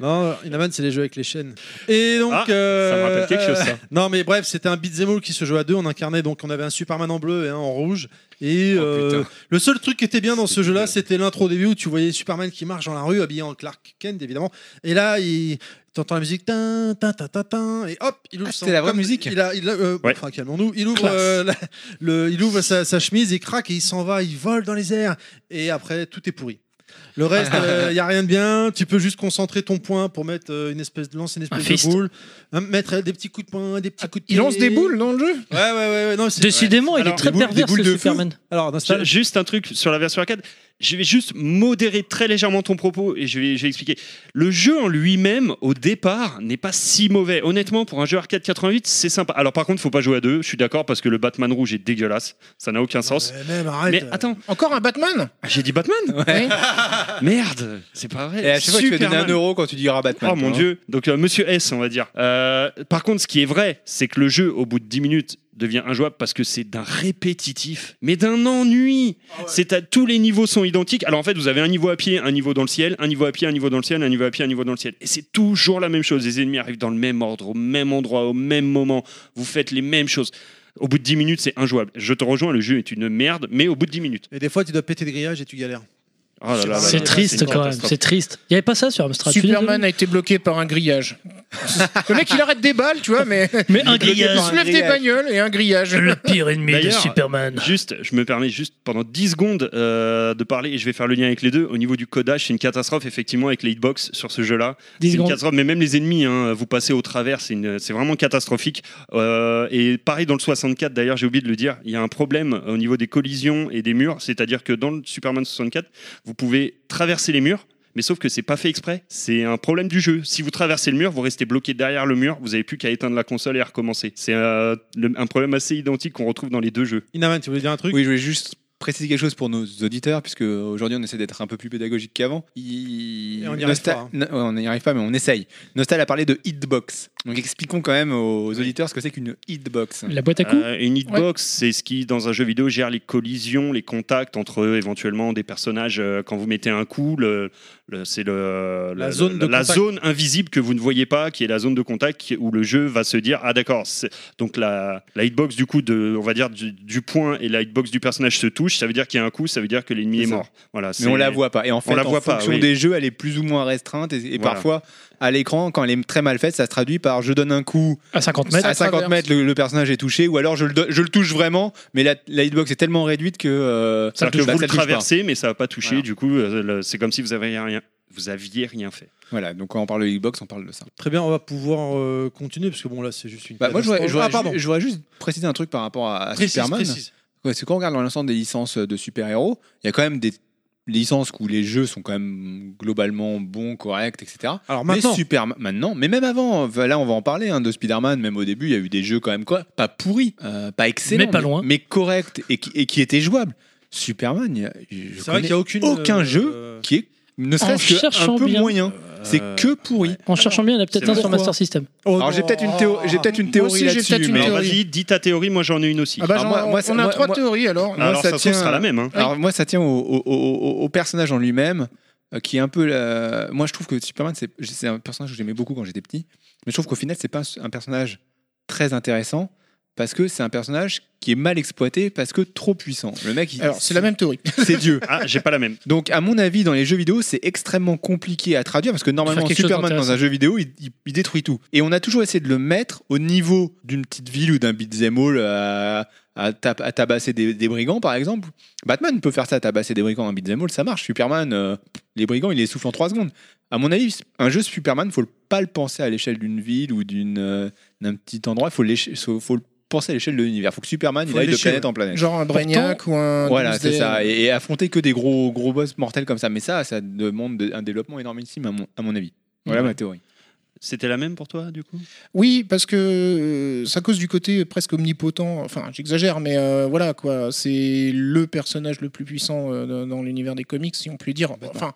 Speaker 1: Non, Inaman, c'est les jeux avec les chaînes. Et donc. euh,
Speaker 6: Ah, Ça me rappelle quelque chose ça.
Speaker 1: Non, mais bref, c'était un beat'em all qui se jouait à deux. On incarnait donc, on avait un Superman en bleu et un en rouge. Et
Speaker 3: Oh,
Speaker 1: euh,
Speaker 3: putain.
Speaker 1: le seul truc qui était bien dans ce
Speaker 6: C'était
Speaker 1: jeu-là,
Speaker 6: génial.
Speaker 1: c'était l'intro au début où tu voyais Superman qui marche dans la rue habillé en Clark Kent, évidemment. Et là, il. T'entends la musique, tin, tin, tin, tin, tin, et hop, il ouvre
Speaker 3: Ah,
Speaker 1: son-
Speaker 3: c'était la vraie
Speaker 1: comme-
Speaker 3: musique.
Speaker 1: Il a, il a- euh,
Speaker 6: Ouais.
Speaker 1: Enfin, calmons-nous. Il ouvre,
Speaker 2: Classe.
Speaker 1: euh, la- le, il ouvre sa, sa chemise, il craque et il s'en va, il vole dans les airs. Et après, tout est pourri. Le reste, il n'y a rien de bien. Tu peux juste concentrer ton point pour mettre euh, une espèce de lance, une
Speaker 2: Un
Speaker 1: espèce
Speaker 2: fist.
Speaker 1: de boule, hein, mettre euh, des petits coups de poing, des petits coups de
Speaker 5: Il lance
Speaker 1: pied.
Speaker 5: des boules dans le jeu
Speaker 1: Ouais, ouais, ouais. ouais, non, c'est-
Speaker 2: Décidément, il
Speaker 6: Alors,
Speaker 2: est très
Speaker 1: des boules- des
Speaker 2: pervers
Speaker 1: boules
Speaker 2: ce
Speaker 1: de feu.
Speaker 2: Superman.
Speaker 3: Euh,
Speaker 1: Alors, non, c'est pas-
Speaker 6: Ju- Juste un truc sur la version arcade, je vais juste modérer très légèrement ton propos et je vais, je vais expliquer. Le jeu en lui-même, au départ, n'est pas si mauvais. Honnêtement, pour un jeu arcade 88, c'est sympa. Alors par contre, faut pas jouer à deux, je suis d'accord, parce que le Batman rouge est dégueulasse. Ça n'a aucun sens.
Speaker 1: Mais même, arrête.
Speaker 6: Mais attends,
Speaker 5: Encore un Batman
Speaker 6: j'ai dit Batman
Speaker 5: Ouais.
Speaker 6: Merde, c'est pas vrai.
Speaker 3: Et à chaque fois, tu vas donner un
Speaker 6: Superman.
Speaker 3: euro quand tu diras Batman.
Speaker 6: Oh mon
Speaker 3: toi.
Speaker 6: dieu. Donc euh, Monsieur S, on va dire. Euh, par contre, ce qui est vrai, c'est que le jeu, au bout de 10 minutes, devient injouable parce que c'est d'un répétitif, mais d'un ennui. C'est à tous les niveaux sont identiques. Alors en fait, vous avez un niveau à pied, un niveau dans le ciel, un niveau à pied, un niveau dans le ciel, un niveau à pied, un niveau dans le ciel. Et c'est toujours la même chose. Les ennemis arrivent dans le même ordre, au même endroit, au même moment. Vous faites les mêmes choses. Au bout de 10 minutes, c'est injouable. Je te rejoins, le jeu est une merde, mais au bout de 10 minutes.
Speaker 1: Et des fois, tu dois péter des grillages et tu galères.
Speaker 6: Oh là là là
Speaker 2: C'est
Speaker 6: là,
Speaker 2: triste
Speaker 6: une
Speaker 2: quand même,
Speaker 6: catastrophe.
Speaker 2: c'est triste. Il n'y avait pas ça sur Amstrad. je suis
Speaker 5: Superman a été bloqué par un grillage. le mec, il arrête des balles, tu vois, mais
Speaker 2: désolé. Mais un grillage,
Speaker 5: il se lève des
Speaker 3: grillage.
Speaker 5: bagnoles et un grillage.
Speaker 2: le pire ennemi de
Speaker 6: D'ailleurs,
Speaker 2: Superman.
Speaker 6: Euh, Juste, je me permets juste pendant 10 secondes euh, de parler et je vais faire le lien avec les deux. Au niveau du codage, c'est une catastrophe effectivement avec les hitbox sur ce jeu-là.
Speaker 2: 10
Speaker 6: C'est une
Speaker 2: secondes.
Speaker 6: catastrophe, mais même les ennemis, hein, vous passez au travers, c'est une- c'est vraiment catastrophique. Euh, et pareil dans le 64, d'ailleurs, j'ai oublié de le dire, il y a un problème au niveau des collisions et des murs, c'est-à-dire que dans le Superman 64, vous pouvez traverser les murs. Mais sauf que c'est pas fait exprès, c'est un problème du jeu. Si vous traversez le mur, vous restez bloqué derrière le mur, vous avez plus qu'à éteindre la console et à recommencer. C'est euh, le- un problème assez identique qu'on retrouve dans les deux jeux.
Speaker 1: Inaman, tu voulais dire un truc
Speaker 3: Oui, je voulais juste préciser quelque chose pour nos auditeurs, puisque euh, aujourd'hui on essaie d'être un peu plus pédagogique qu'avant. Il-
Speaker 1: Et on n'y arrive
Speaker 3: Nostal-
Speaker 1: pas, hein.
Speaker 3: No- ouais, on n'y arrive pas, mais on essaye. Nostal a parlé de hitbox. Donc expliquons quand même aux auditeurs ce que c'est qu'une hitbox.
Speaker 2: La boîte à coups
Speaker 6: Euh, une hitbox, c'est ce qui, dans un jeu vidéo, gère les collisions, les contacts entre eux, éventuellement des personnages. euh, quand vous mettez un coup, le, le- c'est le,
Speaker 1: La
Speaker 6: le-
Speaker 1: zone de
Speaker 6: la
Speaker 1: contact.
Speaker 6: zone invisible que vous ne voyez pas, qui est la zone de contact qui- où le jeu va se dire ah d'accord. c'est- Donc la, la hitbox du coup de, on va dire du, du point et la hitbox du personnage se touchent. Ça veut dire qu'il y a un coup, ça veut dire que l'ennemi
Speaker 3: C'est
Speaker 6: est,
Speaker 3: ça.
Speaker 6: mort. Voilà. c'est-
Speaker 3: Mais on la voit pas. Et en fait,
Speaker 6: la
Speaker 3: en
Speaker 6: voit pas,
Speaker 3: fonction
Speaker 6: oui.
Speaker 3: des jeux, elle est plus ou moins restreinte. Et,
Speaker 6: Voilà.
Speaker 3: et parfois, à l'écran, quand elle est très mal faite, ça se traduit par je donne un coup
Speaker 2: à 50 mètres.
Speaker 3: à 50
Speaker 5: traverse.
Speaker 3: mètres, le, le personnage est touché, ou alors je le, do- je le touche vraiment, mais la, la hitbox est tellement réduite que euh,
Speaker 6: C'est-à-dire que
Speaker 3: bah,
Speaker 6: vous le
Speaker 3: ça le touche pas.
Speaker 6: traversez, mais ça va pas toucher.
Speaker 3: Voilà.
Speaker 6: Du coup, euh, le- c'est comme si vous avez rien. Vous aviez rien fait.
Speaker 3: Voilà. Donc quand on parle de hitbox, on parle de ça.
Speaker 1: Très bien, on va pouvoir euh, continuer parce que bon là c'est juste une.
Speaker 3: Bah, moi, je voudrais, je
Speaker 1: catastrophe.
Speaker 3: voudrais
Speaker 1: ah pardon.
Speaker 3: ju- je voudrais juste préciser un truc par rapport à, à
Speaker 1: Précise,
Speaker 3: Superman.
Speaker 1: précise.
Speaker 3: Ouais, parce que quand on regarde l'ensemble des licences de super-héros, il y a quand même des licences où les jeux sont quand même globalement bons, corrects, etc.
Speaker 1: Alors maintenant,
Speaker 3: mais Superman, Ah, maintenant, mais même avant, enfin, là on va en parler hein, de Spider-Man, même au début, il y a eu des jeux quand même quoi, pas pourris, euh, pas excellents,
Speaker 2: Mais pas loin.
Speaker 3: mais, corrects et qui, et qui étaient jouables. Superman, il y a- je
Speaker 1: c'est vrai qu'il n'y a aucune,
Speaker 3: aucun
Speaker 1: euh,
Speaker 3: jeu
Speaker 1: euh,
Speaker 3: qui est ne serait-ce
Speaker 2: cherchant
Speaker 3: qu'un peu
Speaker 2: bien.
Speaker 3: moyen. C'est que pourri.
Speaker 2: En cherchant bien, il y en a peut-être
Speaker 6: C'est
Speaker 2: un sur
Speaker 1: vrai.
Speaker 2: Master System.
Speaker 1: oh
Speaker 3: Alors j'ai
Speaker 1: non.
Speaker 3: peut-être une, théo- j'ai peut-être une
Speaker 5: Moi
Speaker 3: théorie
Speaker 5: aussi, j'ai
Speaker 3: là-dessus,
Speaker 5: peut-être une
Speaker 3: mais-
Speaker 6: Alors,
Speaker 5: théorie.
Speaker 6: Vas-y, dis ta théorie. Moi, j'en ai une aussi.
Speaker 5: Ah bah,
Speaker 3: Alors,
Speaker 5: j'en-
Speaker 3: moi- moi,
Speaker 5: on a
Speaker 3: moi-
Speaker 5: trois
Speaker 3: moi-
Speaker 5: théories alors.
Speaker 3: moi,
Speaker 6: Alors,
Speaker 3: ça
Speaker 6: ça, se trouve,
Speaker 3: tient-
Speaker 6: ce sera la même. hein.
Speaker 3: Alors moi, ça tient au, au- au- au- au personnage en lui-même, euh, qui est un peu. la- Moi, je trouve que Superman, c'est c'est un personnage que j'aimais beaucoup quand j'étais petit, mais je trouve qu'au final, c'est pas un personnage très intéressant parce que c'est un personnage qui est mal exploité parce que trop puissant. Le mec, il-
Speaker 5: Alors, c'est la même théorie.
Speaker 3: c'est Dieu.
Speaker 6: Ah, j'ai pas la même.
Speaker 3: Donc, à mon avis, dans les jeux vidéo, c'est extrêmement compliqué à traduire parce que normalement,
Speaker 2: quelque chose
Speaker 3: Superman dans
Speaker 2: d'intéressant.
Speaker 3: un jeu vidéo, il, il- il détruit tout. Et on a toujours essayé de le mettre au niveau d'une petite ville ou d'un beat'em all euh, à, à tap- à tabasser des, des brigands, par exemple. Batman peut faire ça, tabasser des brigands, un beat'em all, ça marche. Superman, euh, les brigands, il les souffle en 3 secondes. À mon avis, un jeu Superman, faut le- pas le penser à l'échelle d'une ville ou d'une euh, d'un petit endroit. Faut, l'éche- faut faut le penser à l'échelle de l'univers. Faut que Superman,
Speaker 1: Faut
Speaker 3: il aille de
Speaker 1: l'échelle,
Speaker 3: planète en planète.
Speaker 5: Genre un Brainiac ou un. euh,
Speaker 3: Voilà,
Speaker 5: Doomsday.
Speaker 3: c'est ça. Et, et affronter que des gros, gros boss mortels comme ça. Mais ça, ça demande de- un développement énormissime, à mon, à mon avis. Voilà
Speaker 6: Ouais.
Speaker 3: ma théorie.
Speaker 6: C'était la même pour toi, du coup
Speaker 5: Oui, parce que euh, c'est à cause du côté presque omnipotent. Enfin, j'exagère, mais euh, voilà quoi. C'est le personnage le plus puissant euh, dans- dans l'univers des comics, si on peut dire. Enfin,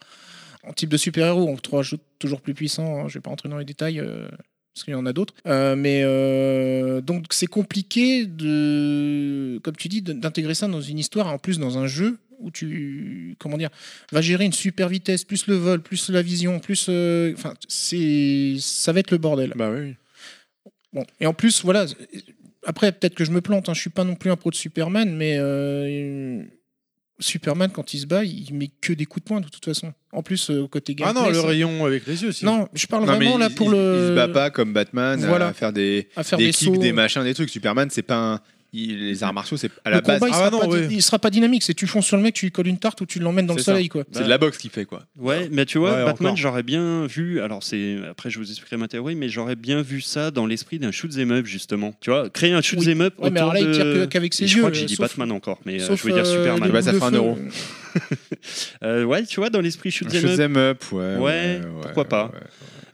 Speaker 5: en type de super-héros, on trouve toujours plus puissant. hein. Je vais pas rentrer dans les détails. euh, Parce qu'il y en a d'autres. Euh, mais euh, donc, c'est compliqué, de, comme tu dis, de- d'intégrer ça dans une histoire, en plus dans un jeu où tu comment dire, vas gérer une super vitesse, plus le vol, plus la vision, plus. euh, Enfin, c'est ça va être le bordel.
Speaker 3: Bah oui.
Speaker 5: Bon, et en plus, voilà. Après, peut-être que je me plante. Hein, je suis pas non plus un pro de Superman, mais euh, Superman quand il se bat, il met que des coups de poing de toute façon. En plus, euh, côté
Speaker 1: Ah
Speaker 5: gameplay.
Speaker 1: non, le
Speaker 5: ça-
Speaker 1: rayon avec les yeux. Si.
Speaker 5: Non, je parle Ah, vraiment là
Speaker 3: il,
Speaker 5: pour
Speaker 3: il-
Speaker 5: le.
Speaker 3: il se bat pas comme Batman
Speaker 5: Voilà.
Speaker 3: à faire des,
Speaker 5: à faire
Speaker 3: des,
Speaker 5: des,
Speaker 3: kicks,
Speaker 5: sauts.
Speaker 3: des machins, des trucs. Superman, c'est pas un. il- les arts martiaux, c'est à
Speaker 5: Le
Speaker 3: la base.
Speaker 5: combat, il,
Speaker 1: Ah
Speaker 5: sera
Speaker 1: bah non,
Speaker 5: pas
Speaker 1: oui.
Speaker 5: di- il sera pas dynamique. C'est tu fonces sur le mec, tu lui colles une tarte ou tu l'emmènes dans le
Speaker 3: C'est ça.
Speaker 5: soleil, quoi.
Speaker 3: C'est de la boxe qu'il fait, quoi.
Speaker 6: Ouais, mais tu vois,
Speaker 1: Ouais,
Speaker 6: Batman,
Speaker 1: encore.
Speaker 6: j'aurais bien vu. Alors, c'est après, je vous expliquerai ma théorie, mais j'aurais bien vu ça dans l'esprit d'un shoot 'em up, justement. Tu vois, créer un shoot
Speaker 5: Oui.
Speaker 6: 'em up.
Speaker 5: Ouais, mais alors
Speaker 6: autour
Speaker 5: là, il tire
Speaker 6: de-
Speaker 5: que- qu'avec ses
Speaker 6: je
Speaker 5: yeux.
Speaker 6: crois que j'ai
Speaker 5: euh,
Speaker 6: dit
Speaker 5: sauf-
Speaker 6: Batman encore, mais euh,
Speaker 5: sauf,
Speaker 6: je veux dire
Speaker 5: euh, les
Speaker 6: Superman.
Speaker 3: Bah, ça
Speaker 5: boules de
Speaker 3: fera un
Speaker 5: feu.
Speaker 3: euro.
Speaker 6: Euh, ouais, tu vois, dans l'esprit shoot 'em up.
Speaker 3: Shoot'em up, ouais.
Speaker 6: Ouais, pourquoi pas.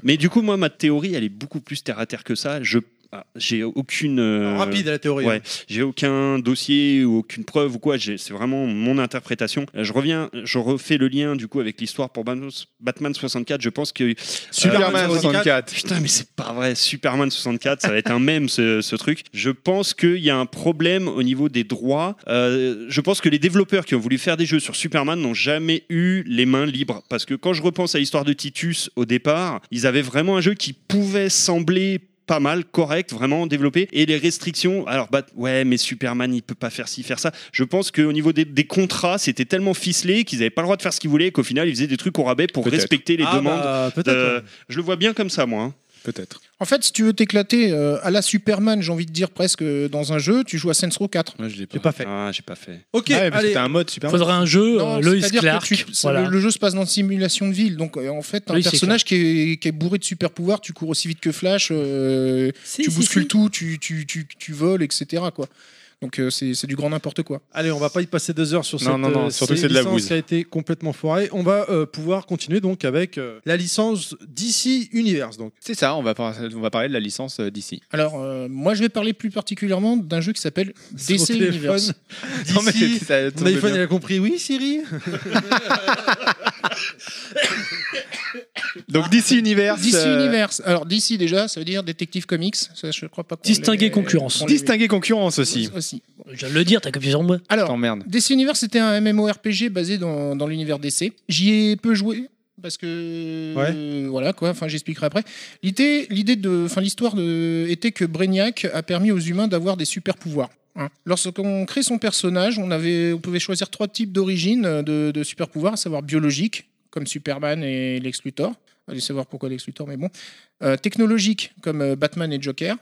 Speaker 6: Mais du coup, moi, ma théorie, elle est beaucoup plus terre à terre que ça. Je ah, j'ai aucune euh,
Speaker 1: Rapide à la théorie. hein.
Speaker 6: ouais, j'ai aucun dossier ou aucune preuve ou quoi. J'ai- C'est vraiment mon interprétation. Euh, Je reviens, je refais le lien du coup avec l'histoire pour Batman- Batman 64. Je pense que
Speaker 3: Superman 64.
Speaker 6: Putain, mais c'est pas vrai. Superman 64, ça va être un mème ce, ce truc. Je pense qu'il y a un problème au niveau des droits. Euh, je pense que les développeurs qui ont voulu faire des jeux sur Superman n'ont jamais eu les mains libres. Parce que quand je repense à l'histoire de Titus au départ, ils avaient vraiment un jeu qui pouvait sembler pas mal, correct, vraiment développé. Et les restrictions, alors bah, ouais, mais Superman, il peut pas faire ci, faire ça. Je pense qu'au niveau des, des contrats, c'était tellement ficelé qu'ils avaient pas le droit de faire ce qu'ils voulaient et qu'au final, ils faisaient des trucs au rabais pour
Speaker 3: Peut-être.
Speaker 6: respecter les
Speaker 1: Ah,
Speaker 6: demandes.
Speaker 1: bah, peut-être.
Speaker 6: Euh,
Speaker 1: ouais.
Speaker 6: je le vois bien comme ça, moi. hein.
Speaker 3: Peut-être.
Speaker 5: En fait, si tu veux t'éclater euh, à la Superman, j'ai envie de dire presque euh, dans un jeu, tu joues à Saints Row 4.
Speaker 3: Moi, je l'ai pas.
Speaker 1: J'ai pas fait.
Speaker 6: Ah, j'ai pas fait.
Speaker 1: Ok,
Speaker 3: Ah ouais, parce que
Speaker 1: allez.
Speaker 3: t'as un mode Superman.
Speaker 2: Faudrait un jeu,
Speaker 5: Non,
Speaker 2: euh, Lois
Speaker 5: c'est-à-dire que
Speaker 2: Clark.
Speaker 5: tu- c'est-
Speaker 2: voilà.
Speaker 5: le, le jeu se passe dans une simulation de ville, donc euh, en fait, un
Speaker 2: Oui, c'est
Speaker 5: personnage qui est, qui est bourré de super pouvoirs, tu cours aussi vite que Flash, euh, tu bouscules tout, tu, tu, tu, tu voles, etc. Quoi. Donc euh, c'est c'est du grand n'importe quoi.
Speaker 1: Allez, on va pas y passer deux heures sur
Speaker 3: Non,
Speaker 1: cette
Speaker 3: non, non,
Speaker 1: euh,
Speaker 3: surtout
Speaker 1: ces
Speaker 3: c'est de la
Speaker 1: licences
Speaker 3: bouse.
Speaker 1: qui a été complètement foirée. On va euh, pouvoir continuer donc avec euh, la licence DC Universe. Donc,
Speaker 3: C'est ça, on va, par- on va parler de la licence euh, d'ici.
Speaker 5: Alors euh, moi, je vais parler plus particulièrement d'un jeu qui s'appelle
Speaker 1: Sur
Speaker 5: DC
Speaker 1: téléphone.
Speaker 5: Universe.
Speaker 1: DC,
Speaker 3: ça
Speaker 1: mon
Speaker 3: tombe
Speaker 1: iPhone
Speaker 3: bien.
Speaker 1: il a compris. Oui, Siri.
Speaker 3: Donc DC Universe.
Speaker 5: DC
Speaker 3: euh,
Speaker 5: Universe. Alors DC déjà, ça veut dire Détective Comics. Ça, je crois pas. qu'on
Speaker 2: Distinguer
Speaker 5: l'ait-
Speaker 2: concurrence.
Speaker 5: on l'ait-
Speaker 3: Distinguer concurrence aussi.
Speaker 5: aussi.
Speaker 2: Je viens de le dire, t'as copié sur moi.
Speaker 5: Alors,
Speaker 3: T'emmerdes.
Speaker 5: DC Universe, c'était un MMORPG basé dans, dans l'univers DC. J'y ai peu joué parce que
Speaker 1: Ouais.
Speaker 5: euh, voilà quoi. Enfin, j'expliquerai après. L'idée, l'idée de, enfin, l'histoire de, était que Brainiac a permis aux humains d'avoir des super pouvoirs. hein. Lorsqu'on crée son personnage, on, avait, on pouvait choisir trois types d'origine euh, de, de super pouvoirs, à savoir biologique, comme Superman et Lex Luthor. Allez savoir pourquoi Lex Luthor, mais bon. Euh, technologique, comme euh, Batman et Joker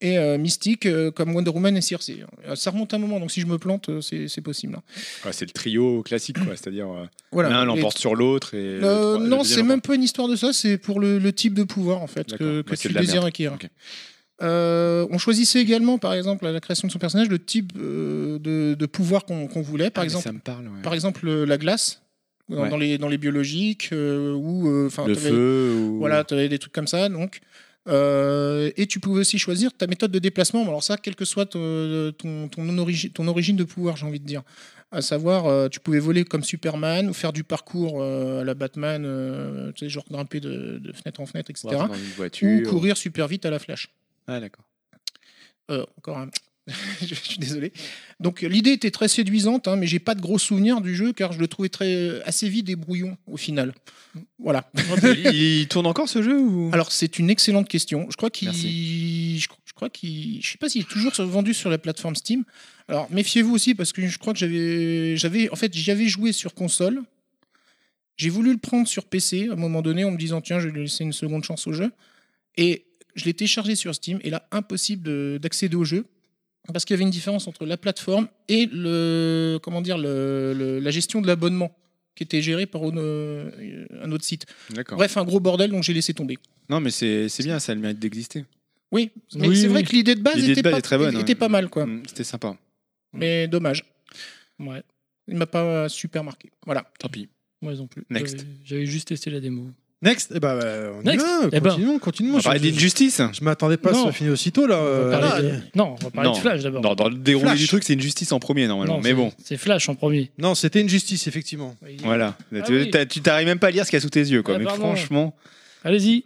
Speaker 5: et euh, mystique euh, comme Wonder Woman et Circe. Euh, Ça remonte un moment, donc si je me plante, euh, c'est c'est possible. hein.
Speaker 3: Ouais, c'est le trio classique, quoi. C'est-à-dire euh,
Speaker 5: Voilà.
Speaker 3: l'un
Speaker 5: Et-
Speaker 3: l'emporte sur l'autre et. le
Speaker 5: Euh,
Speaker 3: trois- le
Speaker 5: non,
Speaker 3: deuxième
Speaker 5: c'est même
Speaker 3: l'emporte.
Speaker 5: pas une histoire de ça, c'est pour le, le type de pouvoir en fait
Speaker 3: D'accord.
Speaker 5: que,
Speaker 3: Bah,
Speaker 5: que
Speaker 3: c'est
Speaker 5: tu
Speaker 3: de la
Speaker 5: désires
Speaker 3: merde.
Speaker 5: acquérir.
Speaker 3: Ok.
Speaker 5: Euh, on choisissait également, par exemple, à la création de son personnage, le type euh, de, de pouvoir qu'on qu'on voulait. Par
Speaker 3: Ah, mais
Speaker 5: exemple,
Speaker 3: Ça me parle. ouais.
Speaker 5: par exemple, euh, la glace euh, dans,
Speaker 3: Ouais.
Speaker 5: dans les dans les biologiques euh, ou euh, enfin
Speaker 3: Le
Speaker 5: t'avais-
Speaker 3: feu ou.
Speaker 5: Voilà, tu avais des trucs comme ça, donc. Euh, et tu pouvais aussi choisir ta méthode de déplacement. Alors ça, quelle que soit ton, euh, ton, ton origi- ton origine de pouvoir, j'ai envie de dire. À savoir, euh, tu pouvais voler comme Superman ou faire du parcours euh, à la Batman, euh, tu sais, genre grimper de, de fenêtre en fenêtre, etc.
Speaker 3: Ou rentrer dans une
Speaker 5: ou
Speaker 3: voiture.
Speaker 5: courir super vite à la Flash.
Speaker 3: Ah, d'accord.
Speaker 5: Euh, encore un. je suis désolé. Donc l'idée était très séduisante, hein, mais j'ai pas de gros souvenirs du jeu car je le trouvais très euh, assez vide et brouillon au final. Voilà.
Speaker 3: il, il tourne encore ce jeu ou
Speaker 5: Alors c'est une excellente question. Je crois qu'il,
Speaker 3: Merci.
Speaker 5: je, cro- je crois qu'il, je sais pas s'il est toujours vendu sur la plateforme Steam. Alors méfiez-vous aussi parce que je crois que j'avais, j'avais, en fait j'y avais joué sur console. J'ai voulu le prendre sur PC à un moment donné en me disant tiens je vais lui laisser une seconde chance au jeu et je l'ai téléchargé sur Steam et là impossible de- d'accéder au jeu parce qu'il y avait une différence entre la plateforme et le comment dire le- le- la gestion de l'abonnement qui était gérée par une- euh, un autre site.
Speaker 3: D'accord.
Speaker 5: Bref un gros bordel donc j'ai laissé tomber.
Speaker 3: Non, mais c'est c'est bien, ça a le mérite d'exister.
Speaker 5: Oui, mais
Speaker 2: Oui,
Speaker 5: c'est vrai
Speaker 2: oui.
Speaker 5: que l'idée de base
Speaker 3: L'idée de
Speaker 5: était
Speaker 3: base
Speaker 5: pas
Speaker 3: est très bonne,
Speaker 5: était
Speaker 3: ouais.
Speaker 5: pas mal quoi.
Speaker 3: Mm, C'était sympa.
Speaker 5: Mais dommage,
Speaker 2: Ouais,
Speaker 5: il m'a pas euh, super marqué. Voilà.
Speaker 3: Tant pis.
Speaker 2: moi non plus.
Speaker 3: Next.
Speaker 2: J'avais- J'avais juste testé la démo.
Speaker 1: Next. Eh ben, euh, on
Speaker 2: Next.
Speaker 1: y va.
Speaker 2: Eh ben.
Speaker 1: continuons, continuons.
Speaker 3: On va
Speaker 1: Je-
Speaker 3: parler
Speaker 1: je-
Speaker 3: d'injustice.
Speaker 1: Je m'attendais pas à
Speaker 2: Non.
Speaker 1: se finir aussitôt là.
Speaker 2: On
Speaker 1: euh,
Speaker 2: va parler
Speaker 1: là,
Speaker 2: de- Non, on va parler
Speaker 3: Non.
Speaker 2: de Flash d'abord.
Speaker 3: Dans, dans le déroulé
Speaker 1: Flash.
Speaker 3: du truc, c'est une justice en premier normalement.
Speaker 2: Non,
Speaker 3: mais
Speaker 2: c'est-
Speaker 3: bon,
Speaker 2: C'est Flash en premier.
Speaker 1: Non, c'était une justice effectivement.
Speaker 3: voilà.
Speaker 2: Ah
Speaker 3: tu
Speaker 2: oui.
Speaker 3: t'as- tu t'arrives même pas à lire ce qu'il y a sous tes yeux, quoi.
Speaker 2: Ah,
Speaker 3: mais
Speaker 2: pardon.
Speaker 3: franchement,
Speaker 2: Allez-y.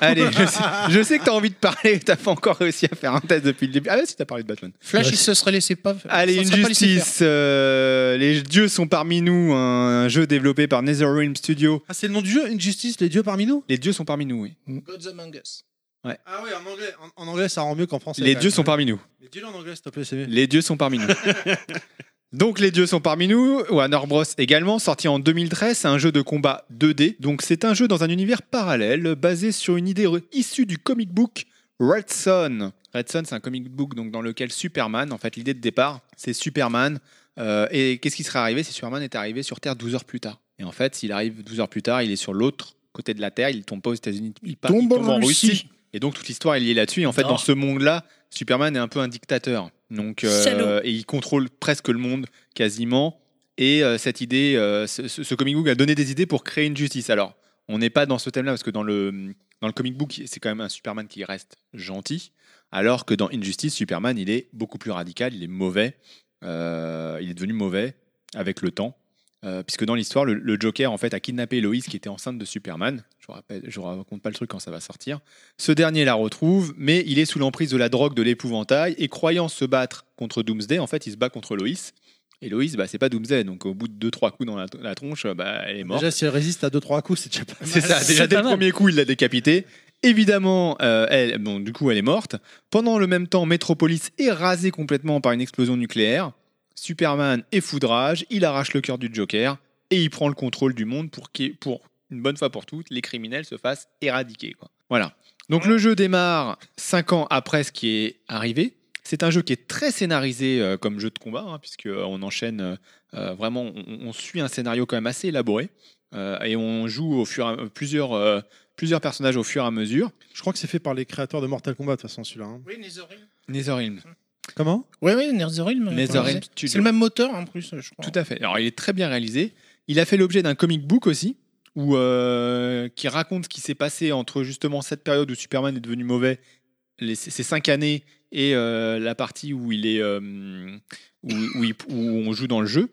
Speaker 3: allez, je sais, je sais que t'as envie de parler, t'as pas encore réussi à faire un test depuis le début. Ah ouais, si t'as parlé de Batman.
Speaker 5: Flash
Speaker 2: Ouais.
Speaker 5: il se serait laissé pas.
Speaker 3: Allez,
Speaker 5: ça se serait pas laissé
Speaker 3: Injustice. euh, les dieux sont parmi nous. Un, jeu développé par NetherRealm Studio.
Speaker 1: Ah, c'est le nom du jeu, Une justice, les dieux parmi nous.
Speaker 3: Les dieux sont parmi nous. Oui.
Speaker 5: faire. Gods Among Us.
Speaker 1: Ah oui, en anglais, en, en anglais ça rend mieux qu'en français.
Speaker 3: Les
Speaker 1: quand
Speaker 3: dieux
Speaker 1: même.
Speaker 3: sont parmi nous.
Speaker 1: Mais dis-le en anglais, s'il te plaît, c'est mieux.
Speaker 3: Les dieux sont parmi nous. Donc les dieux sont parmi nous, Warner Bros également, sorti en 2013, c'est un jeu de combat 2D. Donc c'est un jeu dans un univers parallèle, basé sur une idée re- issue du comic book Red Son. Red Son, c'est un comic book donc, dans lequel Superman, en fait l'idée de départ, c'est Superman. euh, et qu'est-ce qui serait arrivé si Superman est arrivé sur Terre 12 heures plus tard Et en fait, s'il arrive 12 heures plus tard, il est sur l'autre côté de la Terre, il tombe pas aux États-Unis, il, part- il
Speaker 5: Tombe en Russie.
Speaker 3: Et donc toute l'histoire est liée là-dessus. Et en fait,
Speaker 2: Non.
Speaker 3: dans ce monde-là, Superman est un peu un dictateur. Donc, euh, et il contrôle presque le monde quasiment. Et euh, cette idée, euh, ce, ce- ce comic book a donné des idées pour créer une justice. Alors, on n'est pas dans ce thème-là parce que dans le, dans le comic book, c'est quand même un Superman qui reste gentil, alors que dans Injustice, Superman, il est beaucoup plus radical, il est mauvais, euh, il est devenu mauvais avec le temps. Euh, puisque dans l'histoire, le, le Joker en fait a kidnappé Lois qui était enceinte de Superman. Je vous rappelle, je vous raconte pas le truc quand ça va sortir. Ce dernier la retrouve, mais il est sous l'emprise de la drogue de l'épouvantail et croyant se battre contre Doomsday, en fait, il se bat contre Lois. Et Lois, bah, c'est pas Doomsday, donc au bout de deux trois coups dans la, la tronche, bah, elle est morte.
Speaker 1: Déjà, si elle résiste à 2-3 coups, c'est déjà pas.
Speaker 3: C'est ça,
Speaker 2: c'est
Speaker 3: déjà dès
Speaker 2: pas
Speaker 3: le
Speaker 2: mal.
Speaker 3: premier coup, il l'a décapité. Évidemment, euh, elle, bon, du coup, elle est morte. Pendant le même temps, Metropolis est rasée complètement par une explosion nucléaire. Superman est foudrage, il arrache le cœur du Joker et il prend le contrôle du monde pour que, pour une bonne fois pour toutes, les criminels se fassent éradiquer. quoi. Voilà. Donc le jeu démarre 5 ans après ce qui est arrivé. C'est un jeu qui est très scénarisé euh, comme jeu de combat, hein, puisque euh, on enchaîne euh, euh, vraiment, on- on suit un scénario quand même assez élaboré. Euh, et on joue au fur et à- plusieurs, euh, plusieurs personnages au fur et à mesure.
Speaker 1: Je crois que c'est fait par les créateurs de Mortal Kombat, de toute façon, celui-là. hein.
Speaker 5: Oui, Netherrealm.
Speaker 3: Netherrealm.
Speaker 1: Comment
Speaker 5: Oui, oui, Netherrealm.
Speaker 3: Netherrealm
Speaker 5: C'est-
Speaker 3: Studio.
Speaker 5: C'est le même moteur en plus, je crois.
Speaker 3: Tout à fait. Alors, il est très bien réalisé. Il a fait l'objet d'un comic book aussi, où, euh, qui raconte ce qui s'est passé entre justement cette période où Superman est devenu mauvais, les- ces cinq années, et euh, la partie où il est. euh, où, où il- où on joue dans le jeu.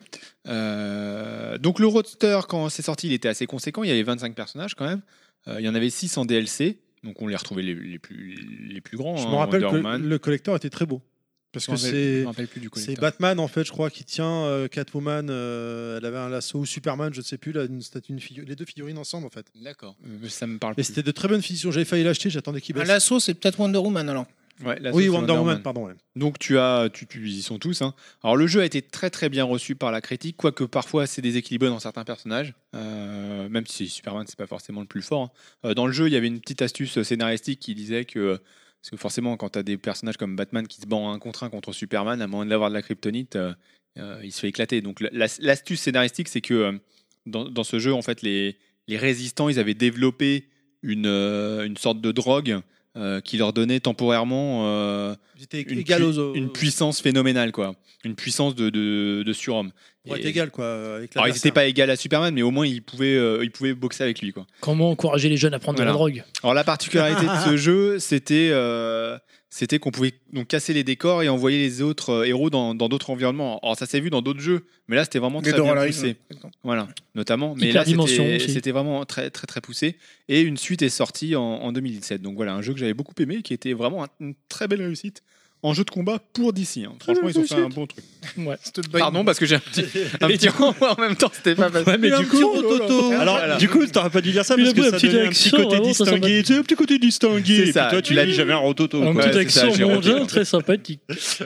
Speaker 3: Euh, donc le roadster, quand c'est sorti, il était assez conséquent. Il y avait 25 personnages quand même. Euh, il y en avait 6 en DLC. Donc on les retrouvait les, les plus, les plus grands.
Speaker 1: Je
Speaker 3: hein,
Speaker 1: me rappelle
Speaker 3: Wonder
Speaker 1: que
Speaker 3: Woman.
Speaker 1: le collector était très beau. Parce
Speaker 3: Je
Speaker 1: que
Speaker 3: me rappelle- je
Speaker 1: c'est.
Speaker 3: me rappelle plus du
Speaker 1: C'est
Speaker 3: collector.
Speaker 1: Batman en fait, je crois, qui tient euh, Catwoman. euh, elle avait un lasso ou Superman, je ne sais plus, là, une statue, une figu- les deux figurines ensemble en fait.
Speaker 3: D'accord. Euh, Ça me parle
Speaker 1: Et
Speaker 3: plus.
Speaker 1: c'était de très bonnes finitions. J'avais failli l'acheter, j'attendais qu'il
Speaker 5: Un
Speaker 1: baisse.
Speaker 5: lasso, c'est peut-être Wonder Woman alors.
Speaker 3: Ouais, la
Speaker 1: Ah, oui,
Speaker 3: sauce
Speaker 1: Wonder, Woman, pardon. ouais.
Speaker 3: Donc tu as, tu, tu- ils y sont tous. hein. Alors le jeu a été très très bien reçu par la critique, quoique parfois c'est déséquilibré dans certains personnages. Euh, même si Superman c'est pas forcément le plus fort. hein. Euh, dans le jeu, il y avait une petite astuce euh, scénaristique qui disait que parce que forcément quand tu as des personnages comme Batman qui se bat en un contre un contre Superman, à moins de l'avoir de la kryptonite, euh, euh, il se fait éclater. Donc la- la- l'astuce scénaristique c'est que euh, dans, dans ce jeu en fait les les résistants ils avaient développé une euh, une sorte de drogue euh, qui leur donnait temporairement euh,
Speaker 1: Ils étaient
Speaker 3: une,
Speaker 1: égales
Speaker 3: pui-
Speaker 1: aux autres.
Speaker 3: une puissance phénoménale, quoi. Une puissance de, de, de surhomme.
Speaker 1: Pour être
Speaker 3: Et-
Speaker 1: égal quoi. euh, Avec
Speaker 4: Ah,
Speaker 3: Alors, ils n'étaient pas égales à Superman, mais au moins, ils pouvaient, euh, ils pouvaient boxer avec lui, quoi.
Speaker 2: Comment encourager les jeunes à prendre de la
Speaker 3: Voilà.
Speaker 2: drogue
Speaker 3: Alors, la particularité de ce jeu, c'était euh, c'était qu'on pouvait donc casser les décors et envoyer les autres euh, héros dans dans d'autres environnements. Alors, ça s'est vu dans d'autres jeux, mais là, c'était vraiment très bien poussé. Voilà, notamment. Mais
Speaker 2: Hyper
Speaker 3: là,
Speaker 2: Dimension
Speaker 3: c'était-
Speaker 2: aussi.
Speaker 3: c'était vraiment très, très, très poussé. Et une suite est sortie en, en 2017. Donc voilà, un jeu que j'avais beaucoup aimé, qui était vraiment un- une très belle réussite en jeu de combat pour DC. hein. Franchement, ils ont fait un bon truc.
Speaker 2: Ouais.
Speaker 3: Pardon, parce que j'ai un petit, un petit en même temps, c'était pas facile.
Speaker 2: Ouais, mais du
Speaker 3: oh
Speaker 2: coup,
Speaker 1: Oh
Speaker 4: Alors, du
Speaker 1: euh,
Speaker 4: coup, t'aurais pas dû dire ça parce
Speaker 2: Une
Speaker 4: que ça
Speaker 2: petite
Speaker 4: donnait un petit
Speaker 2: action,
Speaker 4: côté
Speaker 2: vraiment, ça, ça m'a-
Speaker 4: distingué. Tu sais, Un petit côté distingué.
Speaker 3: C'est
Speaker 4: Et puis
Speaker 3: ça,
Speaker 4: toi,
Speaker 3: tu
Speaker 4: tu
Speaker 3: l'as
Speaker 4: l'as dit,
Speaker 3: dit.
Speaker 4: j'avais un rototo.
Speaker 2: un
Speaker 4: quoi.
Speaker 2: petit
Speaker 3: c'est ça,
Speaker 2: accent
Speaker 3: j'ai
Speaker 2: mondain
Speaker 3: retenu.
Speaker 2: très sympathique.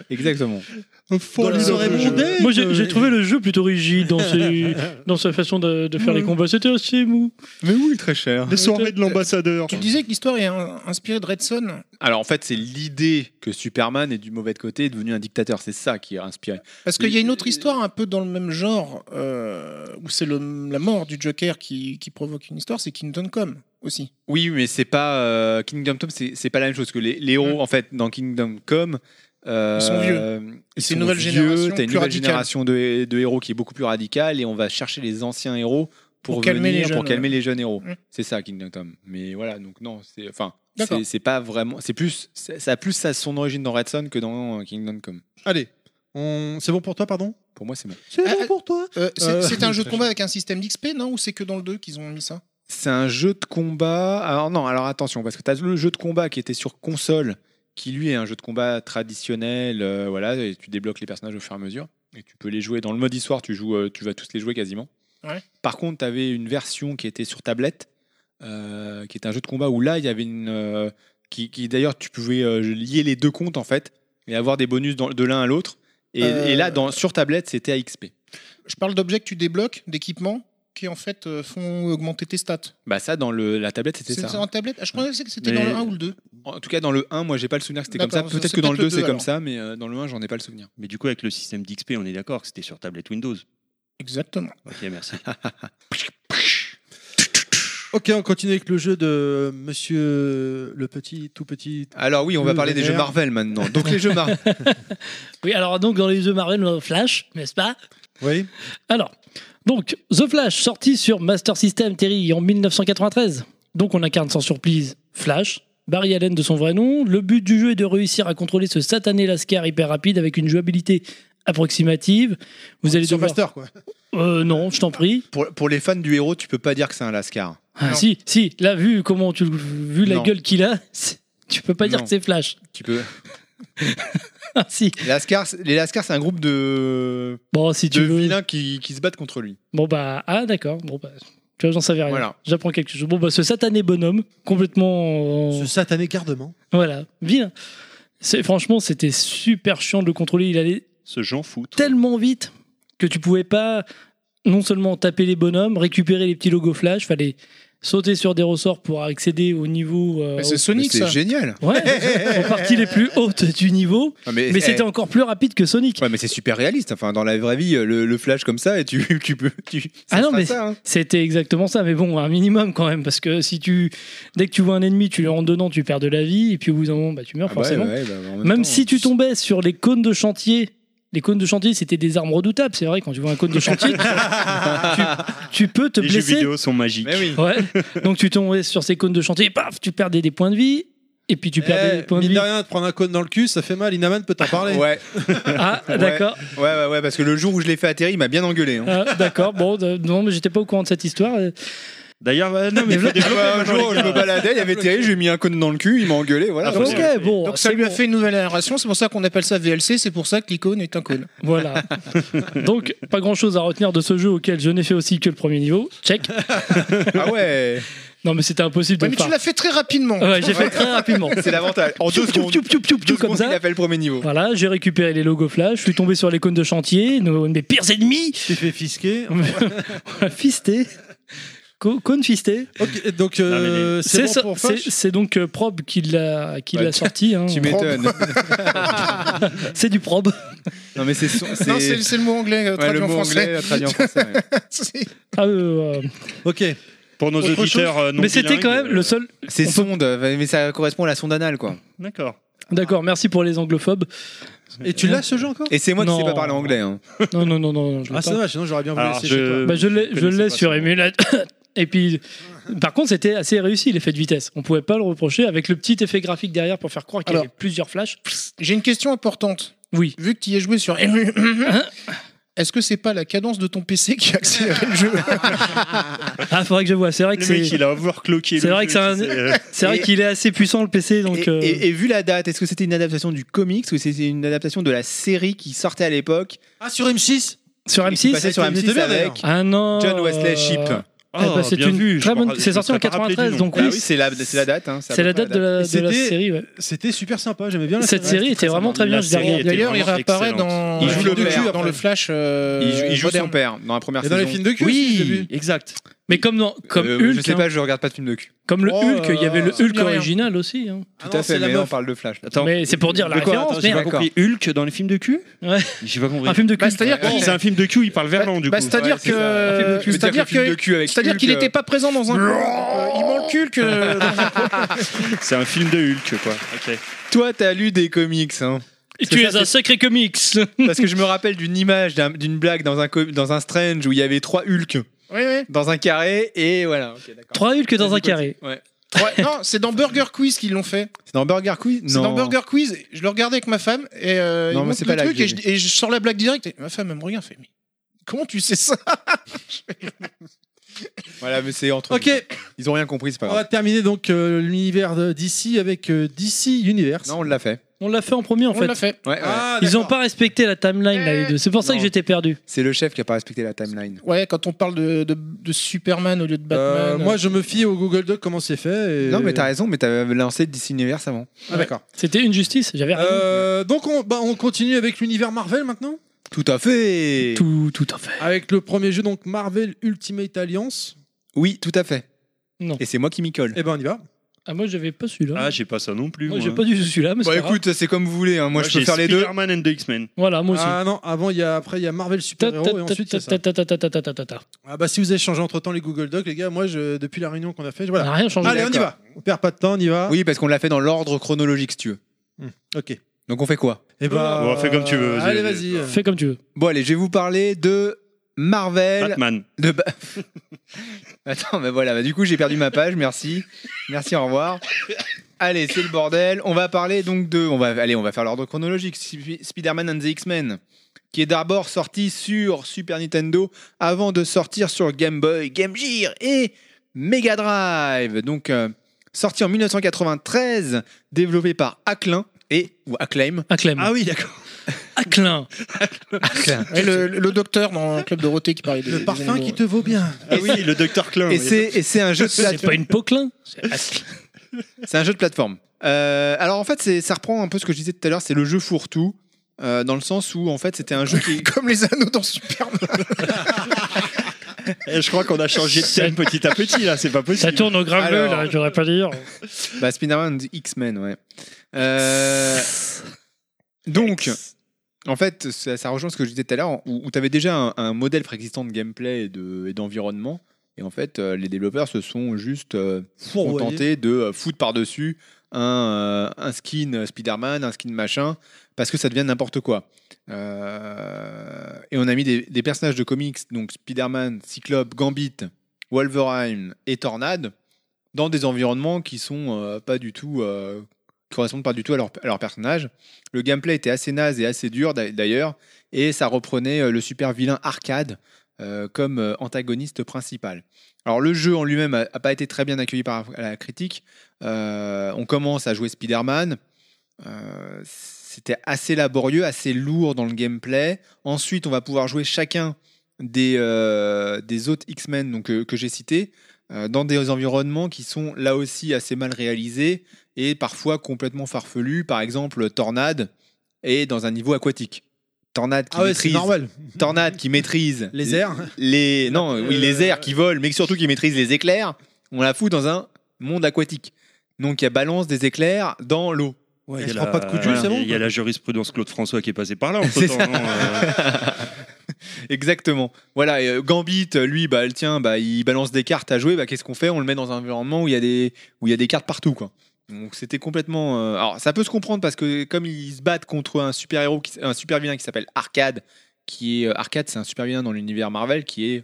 Speaker 3: Exactement.
Speaker 1: Dans la
Speaker 4: Formidable
Speaker 1: soirée
Speaker 4: jeu.
Speaker 1: mondaine,
Speaker 2: Moi, j'ai
Speaker 1: euh,
Speaker 2: j'ai trouvé le jeu plutôt rigide dans, ses- dans sa façon de, de faire les combats. C'était assez mou.
Speaker 3: Mais oui, très cher.
Speaker 4: Les soirées de l'ambassadeur.
Speaker 5: Tu disais que l'histoire est euh, inspirée de Red Son,
Speaker 3: Alors en fait, c'est l'idée que Superman est du mauvais côté, est devenu un dictateur. C'est ça qui a inspiré.
Speaker 5: parce qu'il y a une autre histoire un peu dans le même genre, euh, où c'est le- la mort du Joker qui, qui provoque une histoire, c'est Kingdom Come aussi.
Speaker 3: Oui, mais c'est pas euh, Kingdom Come, c'est c'est pas la même chose que les, les héros. En fait, dans Kingdom Come, euh,
Speaker 5: Mm. Ils sont vieux.
Speaker 3: ils
Speaker 5: C'est
Speaker 3: sont
Speaker 5: une nouvelle
Speaker 3: vieux,
Speaker 5: génération
Speaker 3: t'as
Speaker 5: plus
Speaker 3: une nouvelle
Speaker 5: radicale.
Speaker 3: génération de, de héros qui est beaucoup plus radicale et on va chercher les anciens héros pour,
Speaker 5: Pour calmer
Speaker 3: venir,
Speaker 5: les
Speaker 3: pour
Speaker 5: jeunes,
Speaker 3: calmer les jeunes héros.
Speaker 5: Mm.
Speaker 3: C'est ça Kingdom Come. Mais voilà, donc non, c'est enfin,
Speaker 5: D'accord.
Speaker 3: c'est- c'est pas vraiment. C'est plus, c'est- ça a plus ça, son origine dans Red Son que dans euh, Kingdom Come.
Speaker 1: Allez, on... c'est bon pour toi, pardon
Speaker 3: Pour moi, c'est bon.
Speaker 1: C'est
Speaker 5: Ah,
Speaker 1: bon pour toi.
Speaker 5: Euh, c'est
Speaker 1: Euh,
Speaker 5: c'est un jeu de
Speaker 1: très
Speaker 5: combat avec un système d'XP, non Ou c'est que dans le 2 qu'ils ont mis ça
Speaker 3: C'est un jeu de combat. Alors non, alors attention, parce que tu as le jeu de combat qui était sur console, qui lui est un jeu de combat traditionnel, euh, voilà, et tu débloques les personnages au fur et à mesure. Et tu peux les jouer dans le mode histoire, tu, joues, euh, tu vas tous les jouer quasiment.
Speaker 5: Ouais.
Speaker 3: Par contre, tu avais une version qui était sur tablette, euh, qui était un jeu de combat où là, il y avait une... euh, qui, qui, d'ailleurs, tu pouvais euh, lier les deux comptes en fait, et avoir des bonus dans- de l'un à l'autre. Et,
Speaker 5: Euh.
Speaker 3: et là, dans, sur tablette, c'était à XP.
Speaker 5: Je parle d'objets que tu débloques, d'équipements, qui en fait euh, font augmenter tes stats.
Speaker 3: Bah ça, dans le, la tablette, c'était
Speaker 5: C'est
Speaker 3: ça.
Speaker 5: en tablette Ah, Je pensais que c'était
Speaker 3: Mais-
Speaker 5: dans le 1 ou le 2.
Speaker 3: En tout cas, dans le 1, moi, j'ai pas le souvenir que c'était comme ça.
Speaker 5: D'accord,
Speaker 3: Peut-être
Speaker 5: c'est
Speaker 3: que dans le
Speaker 5: peut-être
Speaker 3: 2,
Speaker 5: le
Speaker 3: c'est
Speaker 5: deux,
Speaker 3: comme
Speaker 5: alors.
Speaker 3: ça, mais euh, dans le 1, j'en ai pas le souvenir.
Speaker 4: Mais du coup, avec le système d'XP, on est d'accord que c'était sur tablette Windows.
Speaker 5: Exactement.
Speaker 4: Ok, merci.
Speaker 1: Ok, on continue avec le jeu de euh, Monsieur euh, le petit, tout petit.
Speaker 3: Alors oui, on
Speaker 2: Mmh,
Speaker 3: va
Speaker 1: Le
Speaker 3: parler des
Speaker 1: VR.
Speaker 3: jeux Marvel maintenant. Donc les jeux Marvel.
Speaker 2: Oui, alors donc dans les jeux Marvel, on a Flash, n'est-ce pas
Speaker 1: Oui.
Speaker 2: Alors, donc, The Flash, sorti sur Master System, Terry, en 1993. Donc, on incarne sans surprise Flash, Barry Allen de son vrai nom. Le but du jeu est de réussir à contrôler ce satané Lascar hyper rapide avec une jouabilité approximative. Vous allez
Speaker 1: Sur
Speaker 2: devoir...
Speaker 1: Master, quoi.
Speaker 2: Euh, non, je t'en prie.
Speaker 3: Pour, pour les fans du héros, tu peux pas dire que c'est un Lascar.
Speaker 2: Ah,
Speaker 5: Non.
Speaker 2: si, si, là, vu comment tu vu la
Speaker 3: Non.
Speaker 2: gueule qu'il a, c'est- tu peux pas dire
Speaker 3: Non.
Speaker 2: que c'est Flash.
Speaker 3: Tu peux.
Speaker 2: Ah, si.
Speaker 3: Lascar, c'est- les Lascar, c'est un groupe de,
Speaker 2: Bon, si tu
Speaker 3: de
Speaker 2: veux.
Speaker 3: vilains qui, qui se battent contre lui.
Speaker 2: Bon, bah, ah, d'accord. Bon, bah, tu vois, j'en savais rien.
Speaker 3: Voilà.
Speaker 2: J'apprends quelque chose. Bon, bah, ce satané bonhomme, complètement. euh,
Speaker 1: Ce satané gardement.
Speaker 2: Voilà, vilain. C'est franchement, c'était super chiant de le contrôler. Il allait
Speaker 6: Ce Jean Foutre.
Speaker 2: tellement vite que tu pouvais pas non seulement taper les bonhommes, récupérer les petits logos flash, fallait sauter sur des ressorts pour accéder au niveau. euh,
Speaker 5: Mais c'est
Speaker 2: au-
Speaker 3: Mais
Speaker 5: Sonic,
Speaker 3: C'est
Speaker 5: ça.
Speaker 3: génial.
Speaker 2: Ouais, aux parties les plus hautes du niveau,
Speaker 3: Ah,
Speaker 2: mais c'était encore plus rapide que Sonic.
Speaker 3: Ouais, mais c'est super réaliste. Enfin, dans la vraie vie, euh, le, le flash comme ça, et tu, tu peux. Tu, ça
Speaker 2: Ah non,
Speaker 3: sera
Speaker 2: mais-
Speaker 3: ça, hein.
Speaker 2: C'était exactement ça, mais bon, un minimum quand même, parce que si tu, dès que tu vois un ennemi, tu le rentres dedans, tu perds de la vie, et puis au bout d'un moment, bah, tu meurs
Speaker 3: Ah bah ouais,
Speaker 2: forcément.
Speaker 3: ouais, bah, en même
Speaker 2: Même
Speaker 3: temps,
Speaker 2: si tu tombais sur les cônes de chantier, les cônes de chantier, c'était des armes redoutables. C'est vrai, quand tu vois un cône de chantier, tu, tu peux te
Speaker 6: Les jeux
Speaker 2: blesser.
Speaker 6: vidéo sont magiques.
Speaker 3: Mais oui.
Speaker 2: Ouais. Donc tu tombais sur ces cônes de chantier, et paf, tu perdais des points de vie. Et puis tu perdais des
Speaker 1: Eh,
Speaker 2: points de
Speaker 1: mine
Speaker 2: vie.
Speaker 1: de rien, de prendre un cône dans le cul, ça fait mal. Inaman peut t'en parler.
Speaker 3: Ouais,
Speaker 2: Ah, d'accord.
Speaker 3: ouais, ouais, ouais, parce que le jour où je l'ai fait atterrir, il m'a bien engueulé. hein.
Speaker 2: Ah, d'accord. Bon, euh, non, mais j'étais pas au courant de cette histoire. Euh,
Speaker 6: D'ailleurs, euh, non, mais faut
Speaker 3: Ah
Speaker 6: développer
Speaker 3: bah, un
Speaker 6: maintenant,
Speaker 3: jour,
Speaker 6: les
Speaker 3: je
Speaker 6: gars.
Speaker 3: me baladais, il y avait Terry, je lui ai mis un cône dans le cul, il m'a engueulé, voilà.
Speaker 6: Ah,
Speaker 3: Enfin,
Speaker 6: faut
Speaker 2: ok,
Speaker 6: bien.
Speaker 2: bon.
Speaker 5: Donc ça lui a
Speaker 2: c'est
Speaker 5: fait une nouvelle narration, c'est pour ça qu'on appelle ça VLC, c'est pour ça que l'icône est un cône.
Speaker 2: bon. Voilà. Donc, pas grand chose à retenir de ce jeu auquel je n'ai fait aussi que le premier niveau. Check.
Speaker 3: Ah ouais,
Speaker 2: Non, mais c'était impossible
Speaker 5: Ouais,
Speaker 2: de
Speaker 5: mais
Speaker 2: le faire.
Speaker 5: tu l'as fait très rapidement.
Speaker 2: Ouais, j'ai fait très rapidement.
Speaker 3: c'est l'avantage. En
Speaker 2: Piou,
Speaker 3: deux
Speaker 2: piou,
Speaker 3: secondes,
Speaker 2: piou, piou, piou, piou,
Speaker 3: deux
Speaker 2: comme
Speaker 3: secondes,
Speaker 2: ça.
Speaker 3: il a fait le premier niveau.
Speaker 2: Voilà, j'ai récupéré les logos flash, je suis tombé sur les cônes de chantier, nos- mes pires ennemis,
Speaker 1: Tu t'es fait fisquer.
Speaker 2: fisté, Co- cône fisté.
Speaker 1: Ok, donc euh, c'est
Speaker 2: C'est
Speaker 1: bon
Speaker 2: ça-
Speaker 1: pour
Speaker 2: c'est-
Speaker 1: Flash
Speaker 2: c'est donc euh, Probe qui l'a qui
Speaker 3: Ouais,
Speaker 2: l'a
Speaker 3: tu-
Speaker 2: sorti. hein.
Speaker 3: Tu m'étonnes.
Speaker 2: C'est du Probe.
Speaker 3: Non, mais c'est. son-
Speaker 5: Non, c'est c'est le mot anglais euh,
Speaker 3: ouais,
Speaker 5: traduit
Speaker 3: le
Speaker 5: en
Speaker 3: mot
Speaker 5: français.
Speaker 3: anglais traduit en français. ouais.
Speaker 5: C'est-
Speaker 2: Ah, euh, euh,
Speaker 1: Ok.
Speaker 6: Pour nos
Speaker 1: Autre chose
Speaker 6: auditeurs euh, non
Speaker 2: mais c'était
Speaker 6: bilingues,
Speaker 2: quand même
Speaker 6: euh,
Speaker 2: le seul.
Speaker 3: C'est
Speaker 2: On peut-
Speaker 3: sonde, mais ça correspond à la sonde anale, quoi.
Speaker 6: D'accord.
Speaker 2: D'accord, merci pour les anglophobes.
Speaker 1: Et tu l'as ce jeu encore
Speaker 3: Et c'est moi qui sais
Speaker 2: Non.
Speaker 3: pas parler anglais. hein.
Speaker 2: Non non non non, non, je l'ai
Speaker 1: Ah, c'est
Speaker 2: pas.
Speaker 1: dommage, sinon j'aurais bien voulu
Speaker 6: Alors,
Speaker 1: essayer
Speaker 6: je-
Speaker 1: chez toi.
Speaker 2: Bah, je l'ai je
Speaker 6: connaissais
Speaker 2: l'ai
Speaker 6: pas
Speaker 2: sur
Speaker 6: ce nom.
Speaker 2: émulate. Et puis, par contre, c'était assez réussi l'effet de vitesse. On pouvait pas le reprocher avec le petit effet graphique derrière pour faire croire qu'il y
Speaker 5: Alors-
Speaker 2: avait plusieurs flashs.
Speaker 5: J'ai une question importante.
Speaker 2: Oui.
Speaker 5: Vu que tu y es joué sur. Est-ce que c'est pas la cadence de ton PC qui a accéléré le jeu
Speaker 2: Ah, faudrait que je vois. C'est vrai que
Speaker 6: Le mec,
Speaker 2: c'est
Speaker 6: il a overclocké. le
Speaker 2: c'est vrai
Speaker 6: jeu,
Speaker 2: que c'est un-
Speaker 6: tu sais, euh,
Speaker 2: c'est vrai
Speaker 3: Et-
Speaker 2: qu'il est assez puissant le PC donc.
Speaker 3: et,
Speaker 2: euh,
Speaker 3: et- et vu la date, est-ce que c'était une adaptation du comics ou c'était une adaptation de la série qui sortait à l'époque
Speaker 1: Ah, sur M6
Speaker 2: Sur
Speaker 3: qui
Speaker 2: M6
Speaker 3: passait sur
Speaker 1: c'était- il était
Speaker 3: M6
Speaker 1: bien,
Speaker 3: avec
Speaker 1: d'ailleurs.
Speaker 2: Ah non
Speaker 3: John Wesley Ship.
Speaker 2: euh,
Speaker 6: Ah,
Speaker 2: bah, c'est
Speaker 6: bien
Speaker 2: une
Speaker 6: vu, je
Speaker 2: très
Speaker 6: me
Speaker 2: bonne-
Speaker 6: rappelle-
Speaker 2: c'est
Speaker 6: je
Speaker 2: sorti
Speaker 6: me
Speaker 2: en
Speaker 6: serais pas rappelé
Speaker 2: 93,
Speaker 6: du nom.
Speaker 2: donc
Speaker 3: Bah
Speaker 2: oui,
Speaker 3: oui, c'est la, c'est la date. hein, c'est à
Speaker 2: C'est
Speaker 3: peu
Speaker 2: la
Speaker 3: près
Speaker 2: date de la, de la
Speaker 1: C'était-
Speaker 2: série. ouais.
Speaker 6: Ah,
Speaker 1: C'était super sympa, j'aimais bien la
Speaker 2: Cette
Speaker 1: série.
Speaker 2: série était vraiment très bien.
Speaker 6: La
Speaker 2: Je l'ai
Speaker 6: série
Speaker 2: regardée.
Speaker 6: était
Speaker 5: D'ailleurs, il
Speaker 6: vraiment
Speaker 5: réapparaît
Speaker 6: excellente.
Speaker 5: dans,
Speaker 3: Il
Speaker 5: dans
Speaker 3: joue
Speaker 5: le,
Speaker 3: le père,
Speaker 5: dans
Speaker 1: après.
Speaker 5: le Flash. euh,
Speaker 3: Il joue, il joue son
Speaker 5: moderne.
Speaker 3: père dans la première
Speaker 1: Et
Speaker 3: saison.
Speaker 1: dans les films de cul aussi, j'ai vu.
Speaker 3: Oui, exact.
Speaker 2: Mais comme, dans, comme
Speaker 3: Euh,
Speaker 2: Hulk,
Speaker 3: je sais
Speaker 2: hein,
Speaker 3: pas, je regarde pas de films de cul.
Speaker 2: comme le
Speaker 5: Oh
Speaker 2: Hulk, il y avait le
Speaker 5: là là,
Speaker 2: Hulk
Speaker 5: rien.
Speaker 2: original aussi. hein.
Speaker 1: Ah
Speaker 3: Tout
Speaker 1: non,
Speaker 3: à
Speaker 1: c'est
Speaker 3: fait,
Speaker 1: la
Speaker 3: mais là, on
Speaker 1: meuf.
Speaker 3: parle de Flash.
Speaker 6: Attends,
Speaker 2: Mais c'est pour dire la
Speaker 3: De quoi
Speaker 2: référence.
Speaker 3: Attends, j'ai
Speaker 2: merde.
Speaker 3: pas
Speaker 6: T'as compris Hulk dans les films de cul
Speaker 2: Ouais.
Speaker 6: J'ai pas compris.
Speaker 2: Un film de cul.
Speaker 5: Bah, C'est-à-dire
Speaker 3: Ouais.
Speaker 5: qu'il-
Speaker 6: C'est un film de cul, il parle verlan du
Speaker 5: bah,
Speaker 6: coup.
Speaker 5: c'est-à-dire
Speaker 3: Ouais, c'est ça. Un film de
Speaker 5: que
Speaker 3: cul.
Speaker 5: c'est-à-dire
Speaker 3: Je veux dire que le film de cul
Speaker 5: que
Speaker 3: avec
Speaker 5: c'est-à-dire
Speaker 3: Hulk,
Speaker 5: qu'il
Speaker 3: euh,
Speaker 5: n'était pas présent dans un Euh, il manque Hulk euh, dans un-
Speaker 6: C'est un film de Hulk quoi. Ok.
Speaker 3: Toi, t'as lu des comics, hein
Speaker 2: Tu es un sacré comics.
Speaker 3: Parce que je me rappelle d'une image, d'un- d'une blague dans un, co- dans un Strange où il y avait trois Hulk
Speaker 5: Oui, oui.
Speaker 3: dans un carré et voilà. ok, d'accord.
Speaker 2: Trois Hulk dans un carré.
Speaker 3: Ouais.
Speaker 5: Ouais, non, c'est dans Burger Quiz qu'ils l'ont fait.
Speaker 3: C'est dans Burger Quiz
Speaker 5: C'est dans Burger Quiz. Je le regardais avec ma femme et euh,
Speaker 3: Non,
Speaker 5: il
Speaker 3: mais
Speaker 5: montre
Speaker 3: c'est
Speaker 5: le
Speaker 3: pas là que
Speaker 5: truc et
Speaker 3: j'ai
Speaker 5: je, et je sors la blague directe. Et ma femme elle me regarde, elle fait mais comment tu sais ça
Speaker 3: Voilà, mais c'est entre.
Speaker 1: Ok,
Speaker 3: Ils ont rien compris, c'est pas
Speaker 1: on
Speaker 3: grave.
Speaker 1: va terminer donc euh, l'univers de DC avec euh, DC Universe.
Speaker 3: Non, on l'a fait.
Speaker 2: On l'a fait en premier en
Speaker 5: On l'a
Speaker 2: fait.
Speaker 5: fait.
Speaker 3: Ouais, ouais.
Speaker 1: Ah,
Speaker 2: Ils ont
Speaker 1: d'accord.
Speaker 2: pas respecté la timeline là les deux. C'est pour ça que
Speaker 3: Non.
Speaker 2: j'étais perdu.
Speaker 3: C'est le chef qui a pas respecté la timeline.
Speaker 5: Ouais, quand on parle de, de- de Superman au lieu de
Speaker 1: Euh,
Speaker 5: Batman.
Speaker 1: moi, je me fie au Google Doc comment c'est fait. et-
Speaker 3: Non, mais t'as raison, mais t'as lancé DC Universe avant.
Speaker 1: Ah, d'accord.
Speaker 2: C'était une justice. J'avais raison.
Speaker 1: Euh, donc, on, bah, on continue avec l'univers Marvel maintenant.
Speaker 3: Tout à fait.
Speaker 2: Tout, tout à fait.
Speaker 1: Avec le premier jeu, donc Marvel Ultimate Alliance.
Speaker 3: Oui, tout à fait.
Speaker 2: Non.
Speaker 3: Et c'est moi qui m'y colle.
Speaker 1: Eh ben, on y va.
Speaker 2: Ah moi j'avais pas celui-là.
Speaker 6: Ah, j'ai pas ça non plus.
Speaker 2: Moi
Speaker 6: moi.
Speaker 2: j'ai pas du tout celui-là. mais
Speaker 3: Bah
Speaker 2: c'est pas grave.
Speaker 3: écoute, c'est comme vous voulez. hein. Moi, je peux
Speaker 6: j'ai
Speaker 3: faire les deux.
Speaker 6: Spider-Man and the X-Men.
Speaker 2: Voilà moi aussi.
Speaker 1: Ah non, avant, il y a, après, il y a Marvel Super Hero et ensuite, il y a ça.
Speaker 2: Ta-ta-ta-ta-ta-ta-ta-ta-ta.
Speaker 1: Ah bah, si vous avez changé entre temps les Google Doc, les gars, moi, je, depuis la réunion qu'on a fait, je-
Speaker 2: Ah, On
Speaker 1: voilà.
Speaker 2: n'a rien changé.
Speaker 1: Allez, on y va. On perd pas de temps, on y va.
Speaker 3: Oui, parce qu'on l'a fait dans l'ordre chronologique, si tu veux.
Speaker 1: Ok.
Speaker 3: Donc on fait quoi
Speaker 1: Et bah,
Speaker 6: Bon, fais comme tu veux,
Speaker 1: Allez,
Speaker 6: vas-y.
Speaker 1: vas-y. euh.
Speaker 2: Fais comme tu veux.
Speaker 3: Bon, allez, je vais vous parler de Marvel.
Speaker 6: Batman.
Speaker 3: De ba- Attends, mais voilà, bah, du coup j'ai perdu ma page, merci. Merci, au revoir. Allez, c'est le bordel. On va parler donc de... On va... Allez, on va faire l'ordre chronologique. Sp- Spider-Man and the X-Men, qui est d'abord sorti sur Super Nintendo avant de sortir sur Game Boy, Game Gear et Mega Drive. Donc euh, sorti en 1993, développé par Aclin et... ou Acclaim.
Speaker 2: Acclaim.
Speaker 1: Ah oui, d'accord.
Speaker 2: Aclin.
Speaker 5: Ouais, le, le docteur dans le club Dorothée qui parlait des,
Speaker 1: Le
Speaker 5: des
Speaker 1: parfum
Speaker 5: animaux.
Speaker 1: qui te vaut bien.
Speaker 6: Ah oui, le docteur Klein.
Speaker 3: Et
Speaker 6: oui.
Speaker 3: c'est et c'est un jeu de
Speaker 2: C'est pas une Poclin. C'est Aclin.
Speaker 3: C'est un jeu de plateforme. Euh, alors en fait, c'est- ça reprend un peu ce que je disais tout à l'heure, c'est le jeu fourre-tout, euh, dans le sens où en fait c'était un jeu qui...
Speaker 5: Comme les anneaux dans Superman.
Speaker 6: Eh, je crois qu'on a changé de thème petit à petit là, c'est pas
Speaker 2: Ça
Speaker 6: possible.
Speaker 2: tourne au gravel,
Speaker 3: Alors.
Speaker 2: là, j'aurais pas dire.
Speaker 3: bah, Spider-Man and the X-Men, ouais. Euh, donc, en fait, ça, ça rejoint ce que je disais tout à l'heure, où, tu avais déjà un, un modèle préexistant de gameplay et de- et d'environnement, et, en fait, euh, les développeurs se sont juste euh,
Speaker 1: Fourvoyé.
Speaker 3: contentés de euh, foutre par-dessus un, euh, un skin Spider-Man, un skin machin, parce que ça devient n'importe quoi. Euh, et on a mis des, des personnages de comics, donc Spider-Man, Cyclope, Gambit, Wolverine et Tornade, dans des environnements qui sont euh, pas du tout. euh, qui correspondent pas du tout à leur, à leur personnage. Le gameplay était assez naze et assez dur d'a- d'ailleurs, et ça reprenait euh, le super vilain arcade euh, comme euh, antagoniste principal. Alors le jeu en lui-même a, a pas été très bien accueilli par la critique. Euh, on commence à jouer Spider-Man. Euh, c'était assez laborieux, assez lourd dans le gameplay. Ensuite, on va pouvoir jouer chacun des, euh, des autres X-Men donc, euh, que j'ai cités euh, dans des environnements qui sont là aussi assez mal réalisés et parfois complètement farfelus. Par exemple, Tornade est dans un niveau aquatique. Tornade qui
Speaker 1: Ah ouais, c'est
Speaker 3: maîtrise,
Speaker 1: normal.
Speaker 3: Tornade Mhm. qui maîtrise
Speaker 1: Les airs.
Speaker 3: les non oui
Speaker 1: euh,
Speaker 3: les airs qui volent mais surtout qui maîtrisent les éclairs on la fout dans un monde aquatique donc il y a balance des éclairs dans l'eau
Speaker 1: Ouais, il
Speaker 6: Il y a
Speaker 1: se
Speaker 6: la-
Speaker 1: prend pas de coup de jus,
Speaker 6: voilà,
Speaker 1: c'est bon.
Speaker 6: Il y a
Speaker 1: quoi.
Speaker 6: la jurisprudence Claude François qui est passée par là. entre
Speaker 3: C'est
Speaker 6: temps,
Speaker 3: ça.
Speaker 6: non, euh,
Speaker 3: exactement voilà et, euh, Gambit lui bah le tien bah il balance des cartes à jouer bah qu'est-ce qu'on fait on le met dans un environnement où il y a des où il y a des cartes partout quoi donc c'était complètement euh, alors ça peut se comprendre parce que comme ils se battent contre un super héros un super vilain qui s'appelle Arcade qui est euh, Arcade c'est un super vilain dans l'univers Marvel qui est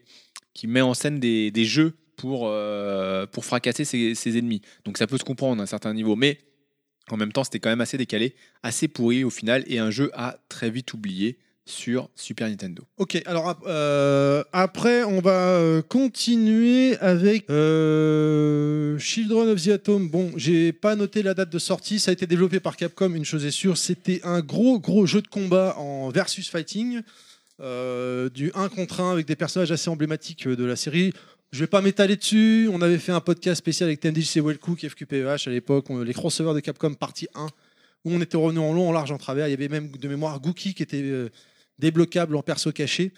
Speaker 3: qui met en scène des, des jeux pour, euh, pour fracasser ses, ses ennemis. Donc ça peut se comprendre à un certain niveau, mais en même temps, c'était quand même assez décalé, assez pourri au final, et un jeu à très vite oublié sur Super Nintendo.
Speaker 1: Ok, alors ap- euh, après, on va euh, continuer avec euh, Children of the Atom. Bon, j'ai pas noté la date de sortie, ça a été développé par Capcom, une chose est sûre, c'était un gros, gros jeu de combat en versus fighting, euh, du 1 contre 1 avec des personnages assez emblématiques euh, de la série. Je vais pas m'étaler dessus, on avait fait un podcast spécial avec TMDJC Wellcook, FQPEH E à l'époque, on- les crossovers de Capcom partie 1, où on était revenu en long, en large, en travers, il y avait même de mémoire Gookie qui était... euh, débloquable en perso caché.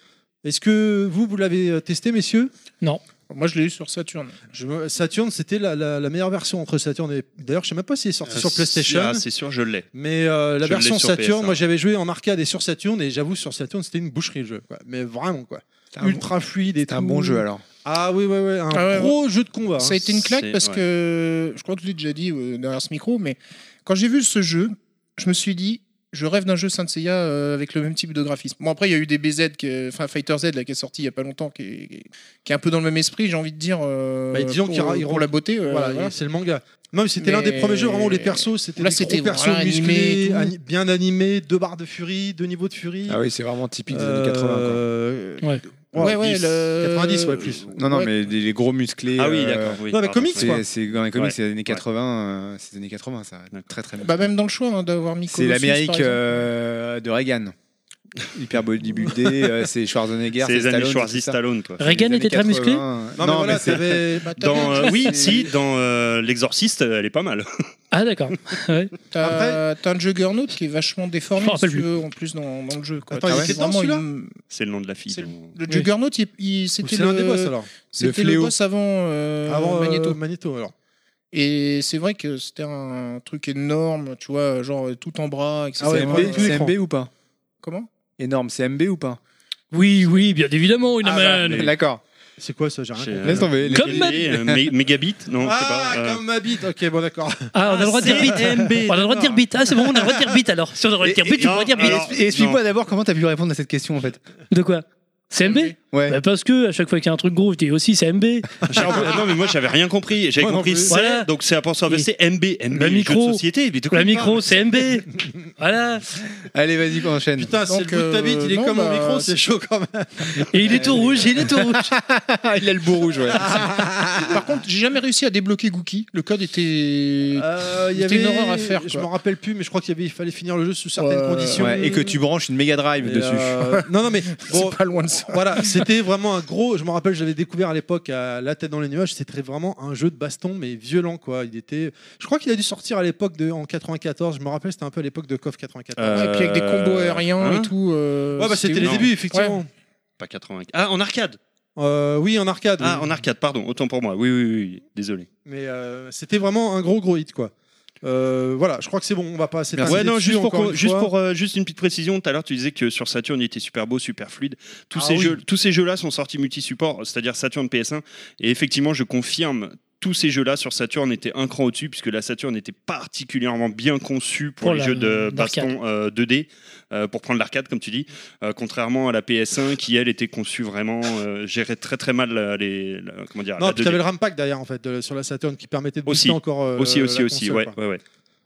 Speaker 1: Est-ce que vous, vous l'avez euh, testé, messieurs
Speaker 5: Moi, je l'ai eu sur Saturn.
Speaker 1: Je me- Saturn, c'était la, la- la meilleure version entre Saturn et. D'ailleurs, je sais même pas si elle est
Speaker 5: Euh,
Speaker 1: sortie sur
Speaker 6: si-
Speaker 1: PlayStation.
Speaker 6: ah, c'est sûr, je l'ai.
Speaker 1: mais euh, la
Speaker 6: je l'ai
Speaker 1: version
Speaker 6: sur
Speaker 1: Saturn,
Speaker 6: PS1.
Speaker 1: moi j'avais joué en arcade et sur Saturn, et j'avoue, sur Saturn, c'était une boucherie le jeu. quoi. Mais vraiment, quoi. Ultra fluide et
Speaker 3: C'est un
Speaker 1: tout.
Speaker 3: bon jeu alors.
Speaker 1: Ah oui, ouais, ouais. Un
Speaker 5: Ah ouais,
Speaker 1: gros jeu de combat.
Speaker 5: Ça a
Speaker 1: hein.
Speaker 5: été une claque
Speaker 6: C'est-
Speaker 5: parce
Speaker 6: ouais.
Speaker 5: que je crois que je l'ai déjà dit euh, derrière ce micro, mais quand j'ai vu ce jeu, je me suis dit, je rêve d'un jeu Saint Seiya euh, avec le même type de graphisme. Bon, après, il y a eu des BZ, qui est- enfin Fighter Z là, qui est sorti il y a pas longtemps, qui est, qui est un peu dans le même esprit, j'ai envie de dire, euh,
Speaker 1: Bah, disons
Speaker 5: pour,
Speaker 1: qu'il y aura- il y aura-
Speaker 5: pour la beauté. euh,
Speaker 1: Voilà,
Speaker 5: voilà.
Speaker 1: et c'est le manga. Non, mais c'était l'un des
Speaker 5: Mais-
Speaker 1: premiers jeux vraiment où les persos, c'était
Speaker 5: Là,
Speaker 1: des
Speaker 5: c'était
Speaker 1: gros persos
Speaker 5: voilà, animé et
Speaker 1: musclés,
Speaker 5: tout. Ah
Speaker 1: ani- bien animés, deux barres de furie, deux niveaux de furie.
Speaker 3: Ah oui, c'est vraiment typique
Speaker 1: Euh,
Speaker 2: Ouais.
Speaker 5: Ouais, ouais,
Speaker 1: 10,
Speaker 5: le-
Speaker 1: 90, ouais, plus.
Speaker 3: Non, non,
Speaker 5: Ouais.
Speaker 3: mais les, les gros musclés.
Speaker 6: Ah oui,
Speaker 3: euh,
Speaker 6: d'accord. Oui,
Speaker 1: non, mais
Speaker 6: pardon,
Speaker 1: comics,
Speaker 6: oui.
Speaker 1: quoi.
Speaker 3: C'est, c'est dans les comics,
Speaker 6: Ouais.
Speaker 3: c'est les années 80, euh, c'est les années 80, ça. Très, très bien.
Speaker 5: Bah, même dans le choix hein, d'avoir mis
Speaker 3: c'est
Speaker 5: Colossus, par
Speaker 3: l'Amérique
Speaker 5: exemple.
Speaker 3: euh, de Reagan. Hyper bodybuildé, euh, c'est Schwarzenegger,
Speaker 6: C'est les années
Speaker 3: Stallone,
Speaker 6: Schwarzy
Speaker 3: c'est ça.
Speaker 6: Stallone, quoi.
Speaker 3: C'est les
Speaker 2: Reagan
Speaker 3: années
Speaker 2: était très musclé
Speaker 3: 80.
Speaker 1: Non, mais voilà,
Speaker 3: c'est-
Speaker 1: t'avais-
Speaker 5: Bah, t'as-
Speaker 6: Dans, euh, oui,
Speaker 1: C'est-
Speaker 6: si, dans euh, L'Exorciste, elle est pas mal.
Speaker 2: Ah, d'accord. Ouais.
Speaker 5: T'as t'as un Juggernaut qui est vachement déformé,
Speaker 2: Je m'en
Speaker 5: si
Speaker 2: rappelle
Speaker 5: tu veux, en plus dans, dans le jeu. Quoi.
Speaker 1: Attends,
Speaker 5: T'as
Speaker 1: il était
Speaker 5: vraiment
Speaker 1: dans celui-là
Speaker 5: une-
Speaker 6: C'est le nom de la fille.
Speaker 5: C'est
Speaker 6: donc.
Speaker 5: Le
Speaker 2: Oui.
Speaker 5: Juggernaut, il, il-
Speaker 1: Ou
Speaker 5: c'était
Speaker 1: C'est l'un des
Speaker 5: le-
Speaker 1: boss alors.
Speaker 5: C'était le
Speaker 3: fléau.
Speaker 5: boss avant, euh,
Speaker 1: Avant euh,
Speaker 5: Magneto.
Speaker 1: Magneto. alors.
Speaker 5: Et c'est vrai que c'était un truc énorme, tu vois, genre euh, tout en bras, etc.
Speaker 1: Ah ouais,
Speaker 3: c'est
Speaker 1: vraiment,
Speaker 3: MB,
Speaker 1: tout
Speaker 3: c'est
Speaker 1: l'écran.
Speaker 3: MB ou pas
Speaker 5: Comment
Speaker 3: Énorme, c'est MB ou pas
Speaker 2: Oui, oui, bien évidemment, une
Speaker 3: Ah, bah, mais- D'accord.
Speaker 1: C'est quoi ça J'ai rien
Speaker 6: Chez,
Speaker 1: compris.
Speaker 6: euh,
Speaker 3: Laisse tomber.
Speaker 2: Comme
Speaker 6: Kelly,
Speaker 2: ma-
Speaker 6: euh, Mé- Mégabit Non, je sais
Speaker 1: Ah,
Speaker 6: pas. euh,
Speaker 1: comme ma bite. Ok, bon, d'accord.
Speaker 2: Ah, on a le droit de dire bite.
Speaker 1: CMB,
Speaker 2: On a le droit de dire
Speaker 1: d'accord.
Speaker 2: bite. Ah, c'est bon, on a le droit de dire bite alors. Si on a le droit de dire bite, tu pourrais dire bite.
Speaker 6: alors-
Speaker 3: Et Explique-moi d'abord comment t'as pu répondre à cette question en fait.
Speaker 2: De quoi CMB
Speaker 3: Ouais.
Speaker 2: Bah, Parce que à chaque fois qu'il y a un truc gros, je dis aussi CMB.
Speaker 6: j'ai repris- non, mais moi, j'avais rien compris. J'avais
Speaker 3: Moi non
Speaker 6: compris
Speaker 3: plus.
Speaker 6: C,
Speaker 2: Voilà.
Speaker 6: donc c'est à penser à
Speaker 2: Et-
Speaker 6: c'est MB. MB,
Speaker 2: La
Speaker 6: jeu
Speaker 2: micro.
Speaker 6: de société. Mais de quoi
Speaker 2: La
Speaker 6: il parle
Speaker 2: micro, CMB. Voilà.
Speaker 3: Allez, vas-y, enchaîne.
Speaker 1: Putain, c'est le
Speaker 5: Donc,
Speaker 1: bout de ta bite,
Speaker 5: euh,
Speaker 1: il est
Speaker 5: non,
Speaker 1: comme mon
Speaker 5: bah,
Speaker 1: micro,
Speaker 5: c'est-
Speaker 1: c'est chaud quand même.
Speaker 2: Et il est tout rouge, il est tout rouge.
Speaker 3: Ah, il a le bout rouge, ouais.
Speaker 5: Par contre, j'ai jamais réussi à débloquer Gookie. Le code était.
Speaker 1: Euh, il y
Speaker 5: C'était
Speaker 1: avait
Speaker 5: une horreur à faire,
Speaker 1: Je
Speaker 5: quoi.
Speaker 1: m'en rappelle plus, mais je crois qu'il y avait, il fallait finir le jeu sous certaines
Speaker 5: Ouais,
Speaker 1: conditions.
Speaker 3: Ouais, et que tu branches une Mega Drive
Speaker 1: Et,
Speaker 3: dessus.
Speaker 1: euh, non, non, mais bon,
Speaker 5: C'est pas loin de ça.
Speaker 1: voilà, c'était vraiment un gros. Je me rappelle, j'avais découvert à l'époque à La tête dans les nuages. C'était vraiment un jeu de baston, mais violent quoi. Il était. Je crois qu'il a dû sortir à l'époque de en 94. Je me rappelle, c'était un peu à l'époque de KOF 94.
Speaker 6: Euh,
Speaker 5: Et puis avec des combos aériens
Speaker 6: hein
Speaker 5: et tout. euh,
Speaker 1: ouais, bah c'était les
Speaker 5: ouf.
Speaker 6: non.
Speaker 1: débuts effectivement.
Speaker 6: Pas 80. Ah, en arcade.
Speaker 1: Euh, oui, en arcade.
Speaker 6: Ah,
Speaker 1: oui.
Speaker 6: en arcade, pardon. Autant pour moi. Oui, oui, oui. Désolé.
Speaker 1: Mais euh, c'était vraiment un gros gros hit quoi. Euh, voilà, je crois que c'est bon. On va pas s'étaler
Speaker 6: Ouais, non,
Speaker 1: dessus
Speaker 6: juste pour,
Speaker 1: Ah, encore
Speaker 6: qu'on-
Speaker 1: une
Speaker 6: juste,
Speaker 1: fois.
Speaker 6: pour euh, juste une petite précision. Tout à l'heure, tu disais que sur Saturn, il était super beau, super fluide. Tous,
Speaker 1: Ah
Speaker 6: ces,
Speaker 1: oui.
Speaker 6: jeux, tous ces jeux-là sont sortis multi-support, c'est-à-dire Saturn PS1. Et effectivement, je confirme. Tous ces jeux-là sur Saturn étaient un cran au-dessus, puisque la Saturn était particulièrement bien conçue pour,
Speaker 2: Pour
Speaker 6: les
Speaker 2: la-
Speaker 6: jeux de
Speaker 2: d'arcade.
Speaker 6: baston euh, 2D, euh, pour prendre l'arcade, comme tu dis, Euh, contrairement à la PS1 qui, elle, était conçue vraiment, euh, gérait très très mal la- les, la- comment dire,
Speaker 1: Non,
Speaker 6: la
Speaker 1: puis
Speaker 6: 2D.
Speaker 1: t'avais le rampack derrière en fait de- sur la Saturn qui permettait de booster
Speaker 6: Aussi.
Speaker 1: encore. euh,
Speaker 6: Aussi,
Speaker 1: la
Speaker 6: aussi, aussi,
Speaker 1: console,
Speaker 6: ouais,
Speaker 1: quoi.
Speaker 6: ouais, ouais.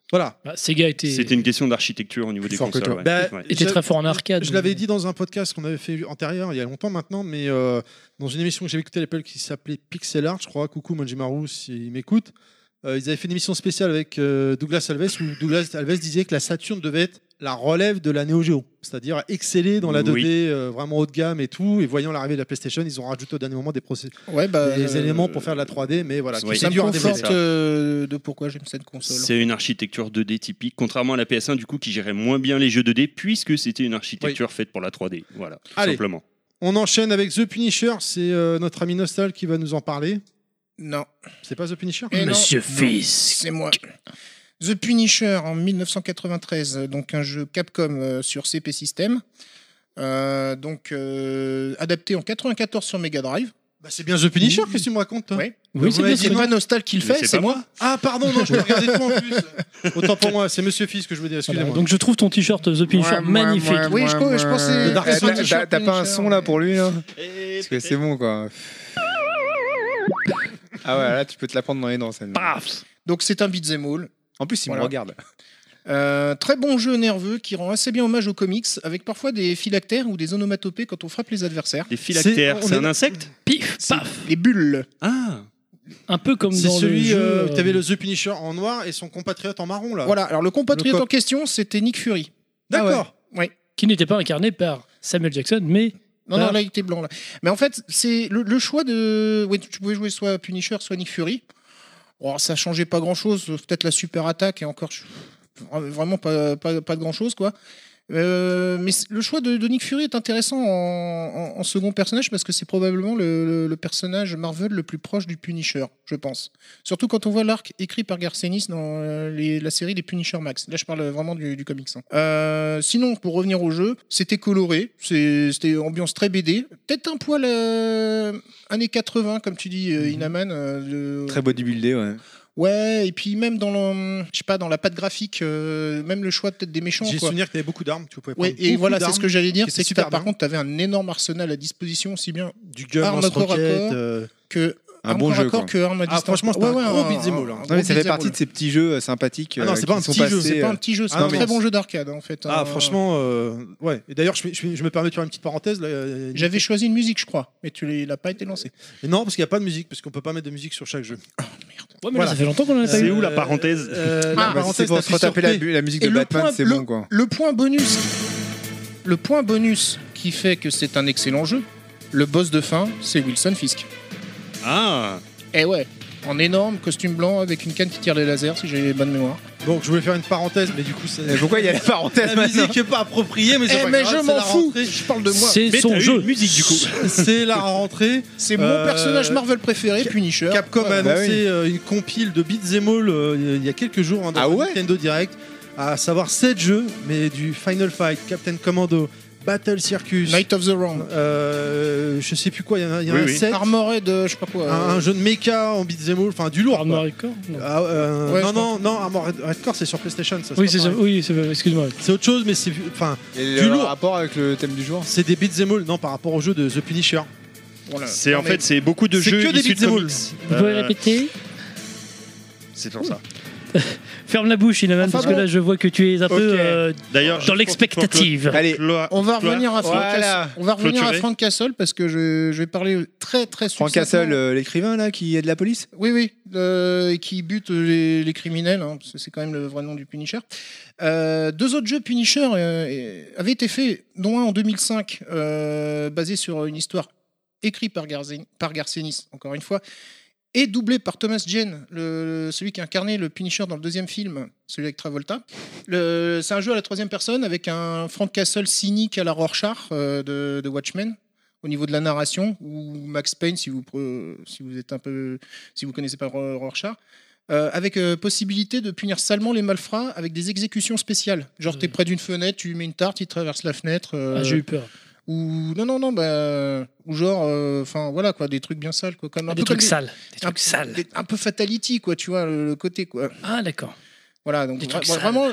Speaker 1: Voilà.
Speaker 2: Bah, Sega
Speaker 6: C'était
Speaker 2: était,
Speaker 6: une question d'architecture au niveau des
Speaker 5: fort que
Speaker 6: consoles.
Speaker 5: toi.
Speaker 6: ouais.
Speaker 1: Bah,
Speaker 6: Ouais.
Speaker 2: était
Speaker 1: je-
Speaker 2: très fort en arcade.
Speaker 1: Je l'avais dit dans un podcast qu'on avait fait antérieur, il y a longtemps maintenant, mais euh, dans une émission que j'avais écoutée à l'époque qui s'appelait Pixel Art, je crois. Coucou Manjimaru, s'il m'écoute. Euh, ils avaient fait une émission spéciale avec euh, Douglas Alves où Douglas Alves disait que la Saturn devait être la relève de la Neo Geo, c'est-à-dire exceller dans la 2D
Speaker 6: Oui.
Speaker 1: euh, vraiment haut de gamme et tout. Et voyant l'arrivée de la PlayStation, ils ont rajouté au dernier moment des, procé-
Speaker 5: Ouais, bah.
Speaker 1: des
Speaker 5: euh,
Speaker 1: éléments pour faire de la 3D, mais voilà,
Speaker 6: Oui.
Speaker 1: qui c'est
Speaker 5: Ça me
Speaker 1: dur à développer.
Speaker 5: conforte euh, de pourquoi j'aime cette console.
Speaker 6: C'est une architecture 2D typique, contrairement à la PS1 du coup qui gérait moins bien les jeux 2D puisque c'était une architecture faite pour la 3D. Voilà, tout
Speaker 1: Allez.
Speaker 6: simplement.
Speaker 1: On enchaîne avec The Punisher, c'est euh, notre ami Nostal qui va nous en parler.
Speaker 5: Non.
Speaker 1: C'est pas The Punisher
Speaker 5: Et Eh non,
Speaker 2: Monsieur
Speaker 5: non,
Speaker 2: Fisk.
Speaker 5: C'est moi. The Punisher en 1993, euh, donc un jeu Capcom euh, sur CP System. Euh, donc euh, adapté en 94 sur Mega Drive.
Speaker 1: Bah, C'est bien The Punisher, qu'est-ce que tu me racontes toi
Speaker 5: Mm. Ouais.
Speaker 2: Oui, c'est bien
Speaker 5: C'est
Speaker 2: sûr.
Speaker 5: pas Nostal qui le
Speaker 6: Mais
Speaker 5: fait,
Speaker 6: c'est
Speaker 5: c'est
Speaker 6: pas
Speaker 5: moi.
Speaker 1: Ah pardon, non, je me regardais toi en plus. Autant pour moi, c'est Monsieur Fils que je veux dire,
Speaker 2: Voilà,
Speaker 1: excusez-moi.
Speaker 2: Ah bah, donc je trouve ton t-shirt euh, The Punisher magnifique.
Speaker 5: Oui, je- je pensais-
Speaker 1: Le Dark
Speaker 3: Eh,
Speaker 1: Souls
Speaker 3: t'as-
Speaker 1: T-shirt
Speaker 3: t'as- T'as pas un
Speaker 5: Punisher,
Speaker 3: son là
Speaker 5: ouais.
Speaker 3: pour lui là Parce que c'est bon quoi. Ah ouais, là tu peux te la prendre dans les dents celle
Speaker 6: Paf
Speaker 5: Donc c'est un beat'em all.
Speaker 3: En plus, il
Speaker 5: Voilà.
Speaker 3: me regarde.
Speaker 5: Euh, très bon jeu nerveux qui rend assez bien hommage aux comics, avec parfois des phylactères ou des onomatopées quand on frappe les adversaires.
Speaker 6: Des phylactères,
Speaker 1: C'est- on
Speaker 6: c'est
Speaker 1: est-
Speaker 6: un insecte
Speaker 2: Pif, paf.
Speaker 5: Les bulles.
Speaker 6: Ah
Speaker 2: Un peu comme
Speaker 1: C'est
Speaker 2: dans le
Speaker 1: celui
Speaker 2: jeu.
Speaker 1: euh, où
Speaker 2: euh,
Speaker 1: t'avais le The Punisher en noir et son compatriote en marron là.
Speaker 5: Voilà, alors le compatriote
Speaker 1: Ah. Le cop.
Speaker 5: en question, c'était Nick Fury.
Speaker 1: D'accord.
Speaker 2: qui n'était pas incarné par Samuel Jackson, mais
Speaker 5: Non, non,
Speaker 2: Ah.
Speaker 5: là, il était blanc. Là. Mais en fait, c'est le, le choix de. Ouais, tu pouvais jouer soit Punisher, soit Nick Fury. Oh, ça changeait pas grand chose, peut-être la super attaque et encore je- vraiment pas, pas, pas de grand chose, quoi. Euh, mais c- le choix de, de Nick Fury est intéressant en, en- en second personnage parce que c'est probablement le, le- le personnage Marvel le plus proche du Punisher, je pense. Surtout quand on voit l'arc écrit par Garcenis dans euh, les- la série des Punisher Max. Là, je parle vraiment du, du comics. hein. Euh, sinon, pour revenir au jeu, c'était coloré, c'est- c'était ambiance très BD, peut-être un poil euh, années 80, comme tu dis, euh, Inaman. euh, de-
Speaker 3: Mhm. Très bodybuildé, ouais.
Speaker 5: Ouais, et puis même dans le, je sais pas, dans la patte graphique, euh, même le choix peut-être des méchants.
Speaker 1: J'ai
Speaker 5: Quoi.
Speaker 1: souvenir que t'avais beaucoup d'armes, tu pouvais prendre
Speaker 5: Ouais, et
Speaker 1: beaucoup
Speaker 5: voilà, c'est
Speaker 1: d'armes,
Speaker 5: ce que j'allais dire,
Speaker 1: qui
Speaker 5: c'est
Speaker 1: était
Speaker 5: que t'as-
Speaker 1: super
Speaker 5: par
Speaker 3: hein.
Speaker 1: bien.
Speaker 5: contre, t'avais un énorme arsenal à disposition, aussi bien
Speaker 1: du gun,
Speaker 5: Arme
Speaker 1: lance
Speaker 5: corps à
Speaker 1: roquette.
Speaker 5: corps.
Speaker 1: euh,
Speaker 5: que
Speaker 3: Un bon
Speaker 5: corps à
Speaker 3: jeu.
Speaker 5: corps
Speaker 3: quoi.
Speaker 5: que arme à
Speaker 1: Ah,
Speaker 5: distance.
Speaker 1: franchement, c'était un gros beat'em all, hein.
Speaker 5: un
Speaker 1: Non,
Speaker 3: Non, mais
Speaker 5: gros
Speaker 3: ça fait
Speaker 5: beat'em
Speaker 3: partie
Speaker 5: all.
Speaker 3: de ces petits jeux euh, sympathiques.
Speaker 1: Ah non,
Speaker 3: euh,
Speaker 1: c'est
Speaker 3: qui
Speaker 1: pas un
Speaker 3: sont
Speaker 1: petit jeu,
Speaker 3: passés,
Speaker 1: c'est
Speaker 5: C'est pas
Speaker 3: euh,
Speaker 5: un petit jeu, c'est
Speaker 1: Ah,
Speaker 5: un
Speaker 1: non, mais-
Speaker 5: très bon jeu d'arcade en fait.
Speaker 1: Ah
Speaker 5: Euh,
Speaker 1: franchement, euh, ouais. Et d'ailleurs, je, je- je me permets de faire une petite parenthèse. là, euh,
Speaker 5: J'avais choisi une musique, je crois, mais tu l'as- il a pas été lancé.
Speaker 1: Et non, parce qu'il n'y a pas de musique, parce qu'on peut pas mettre de musique sur chaque jeu.
Speaker 2: ouais, mais là,
Speaker 1: Voilà.
Speaker 2: ça fait longtemps qu'on en a pas
Speaker 6: C'est
Speaker 2: eu.
Speaker 6: où la
Speaker 1: Euh,
Speaker 6: parenthèse
Speaker 1: euh,
Speaker 5: Ah,
Speaker 1: La
Speaker 5: bah,
Speaker 3: bah, c'est
Speaker 1: parenthèse,
Speaker 3: pour
Speaker 1: t'appuies
Speaker 3: se
Speaker 1: sur
Speaker 3: retaper la,
Speaker 1: P.
Speaker 3: bu- la musique
Speaker 5: Et
Speaker 3: de
Speaker 5: le
Speaker 3: Batman,
Speaker 5: point,
Speaker 3: c'est
Speaker 5: le-
Speaker 3: bon quoi.
Speaker 5: Le point bonus, le point bonus qui fait que c'est un excellent jeu. Le boss de fin, c'est Wilson Fisk.
Speaker 6: Ah
Speaker 5: Eh ouais, en énorme costume blanc avec une canne qui tire les lasers, si j'ai les bonnes mémoires.
Speaker 1: Donc je voulais faire une parenthèse, mais du coup, c'est-
Speaker 3: Et Pourquoi il y a la parenthèse
Speaker 1: la
Speaker 3: maintenant
Speaker 1: musique est pas appropriée, mais c'est
Speaker 5: Eh
Speaker 1: pas
Speaker 5: mais
Speaker 1: grave,
Speaker 5: je
Speaker 1: c'est la
Speaker 5: m'en fous,
Speaker 1: rentrée.
Speaker 5: je parle de moi.
Speaker 2: C'est
Speaker 6: Mais t'as
Speaker 2: son
Speaker 6: eu
Speaker 2: jeu.
Speaker 6: une musique du coup
Speaker 1: C'est la rentrée.
Speaker 5: C'est mon
Speaker 1: Euh,
Speaker 5: personnage Marvel préféré, Punisher.
Speaker 1: Capcom a
Speaker 5: Voilà.
Speaker 3: bah
Speaker 1: annoncé euh, une compile de Beat'em All euh, il y a quelques jours hein, dans
Speaker 3: Ah
Speaker 1: un
Speaker 3: ouais
Speaker 1: Nintendo Direct, à savoir 7 jeux, mais du Final Fight, Captain Commando, Battle Circus.
Speaker 5: Night of the Round.
Speaker 1: Euh, je sais plus quoi, il y en a, il y en a
Speaker 4: Oui,
Speaker 1: un
Speaker 4: oui.
Speaker 1: set,
Speaker 5: Armored, euh, je sais pas quoi.
Speaker 1: un, un
Speaker 5: euh,
Speaker 1: jeu de méca en beat'em all, enfin du lourd. quoi.
Speaker 2: Armored Core Non.
Speaker 1: Ah, euh,
Speaker 5: Ouais,
Speaker 1: non,
Speaker 5: je
Speaker 1: non, non, Armored Hardcore c'est sur PlayStation. Ça,
Speaker 2: Oui,
Speaker 1: pas
Speaker 2: c'est
Speaker 1: pareil.
Speaker 2: oui, c'est- excuse-moi.
Speaker 1: C'est autre chose, mais c'est enfin,
Speaker 3: Et
Speaker 1: Du
Speaker 3: le
Speaker 1: lourd.
Speaker 3: rapport avec le thème du jour
Speaker 1: c'est des beat'em all, non, par rapport au jeu de The Punisher.
Speaker 5: voilà.
Speaker 4: C'est
Speaker 5: Non,
Speaker 4: en
Speaker 5: Ah, mais
Speaker 4: fait c'est beaucoup de
Speaker 1: C'est
Speaker 4: jeux
Speaker 1: que des
Speaker 4: issus de
Speaker 1: beat'em
Speaker 4: comics.
Speaker 2: Vous pouvez
Speaker 4: Euh,
Speaker 2: répéter
Speaker 4: c'est pour ça.
Speaker 2: Ferme la bouche, Inaman,
Speaker 5: Enfin
Speaker 2: parce que
Speaker 5: bon.
Speaker 2: là, je vois que tu es un peu
Speaker 3: Ok.
Speaker 2: euh,
Speaker 4: D'ailleurs
Speaker 2: dans l'expectative.
Speaker 3: Allez,
Speaker 5: On va revenir à Frank
Speaker 3: Voilà.
Speaker 5: Castle. On va revenir à
Speaker 4: Clôturer.
Speaker 5: Frank Castle parce que je, je vais parler très très
Speaker 3: Franck
Speaker 5: succinctement.
Speaker 3: Castle, euh, l'écrivain là qui est de la police
Speaker 5: Oui, oui, euh, et qui bute les, les criminels, hein, parce que c'est quand même le vrai nom du Punisher. Euh, deux autres jeux Punisher euh, et- avaient été faits, dont un en 2005, euh, basé sur une histoire écrite par, Garzen- par Garcenis, encore une fois, et doublé par Thomas Jane, le- celui qui incarnait le Punisher dans le deuxième film, celui avec Travolta. Le- C'est un jeu à la troisième personne avec un Frank Castle cynique à la Rorschach euh, de, de Watchmen. Au niveau de la narration, ou Max Payne, si vous, pre- si vous êtes un peu si vous connaissez pas Ro- Rorschach, euh, avec euh, possibilité de punir salement les malfrats avec des exécutions spéciales. Genre, t'es près d'une fenêtre, tu lui mets une tarte, il traverse la fenêtre. euh,
Speaker 2: Mm. Ah, j'ai eu peur.
Speaker 5: ou non, non, non, bah, ou genre, euh, enfin voilà quoi, des trucs bien sales quoi, comme un
Speaker 2: Des
Speaker 5: peu comme
Speaker 2: trucs sales. Des
Speaker 5: un-
Speaker 2: trucs sales.
Speaker 5: des- un peu fatality quoi, tu vois le, le côté quoi.
Speaker 2: Ah, d'accord.
Speaker 5: Voilà donc
Speaker 2: Des
Speaker 5: vra-
Speaker 2: trucs
Speaker 5: vra-
Speaker 2: sales.
Speaker 5: vraiment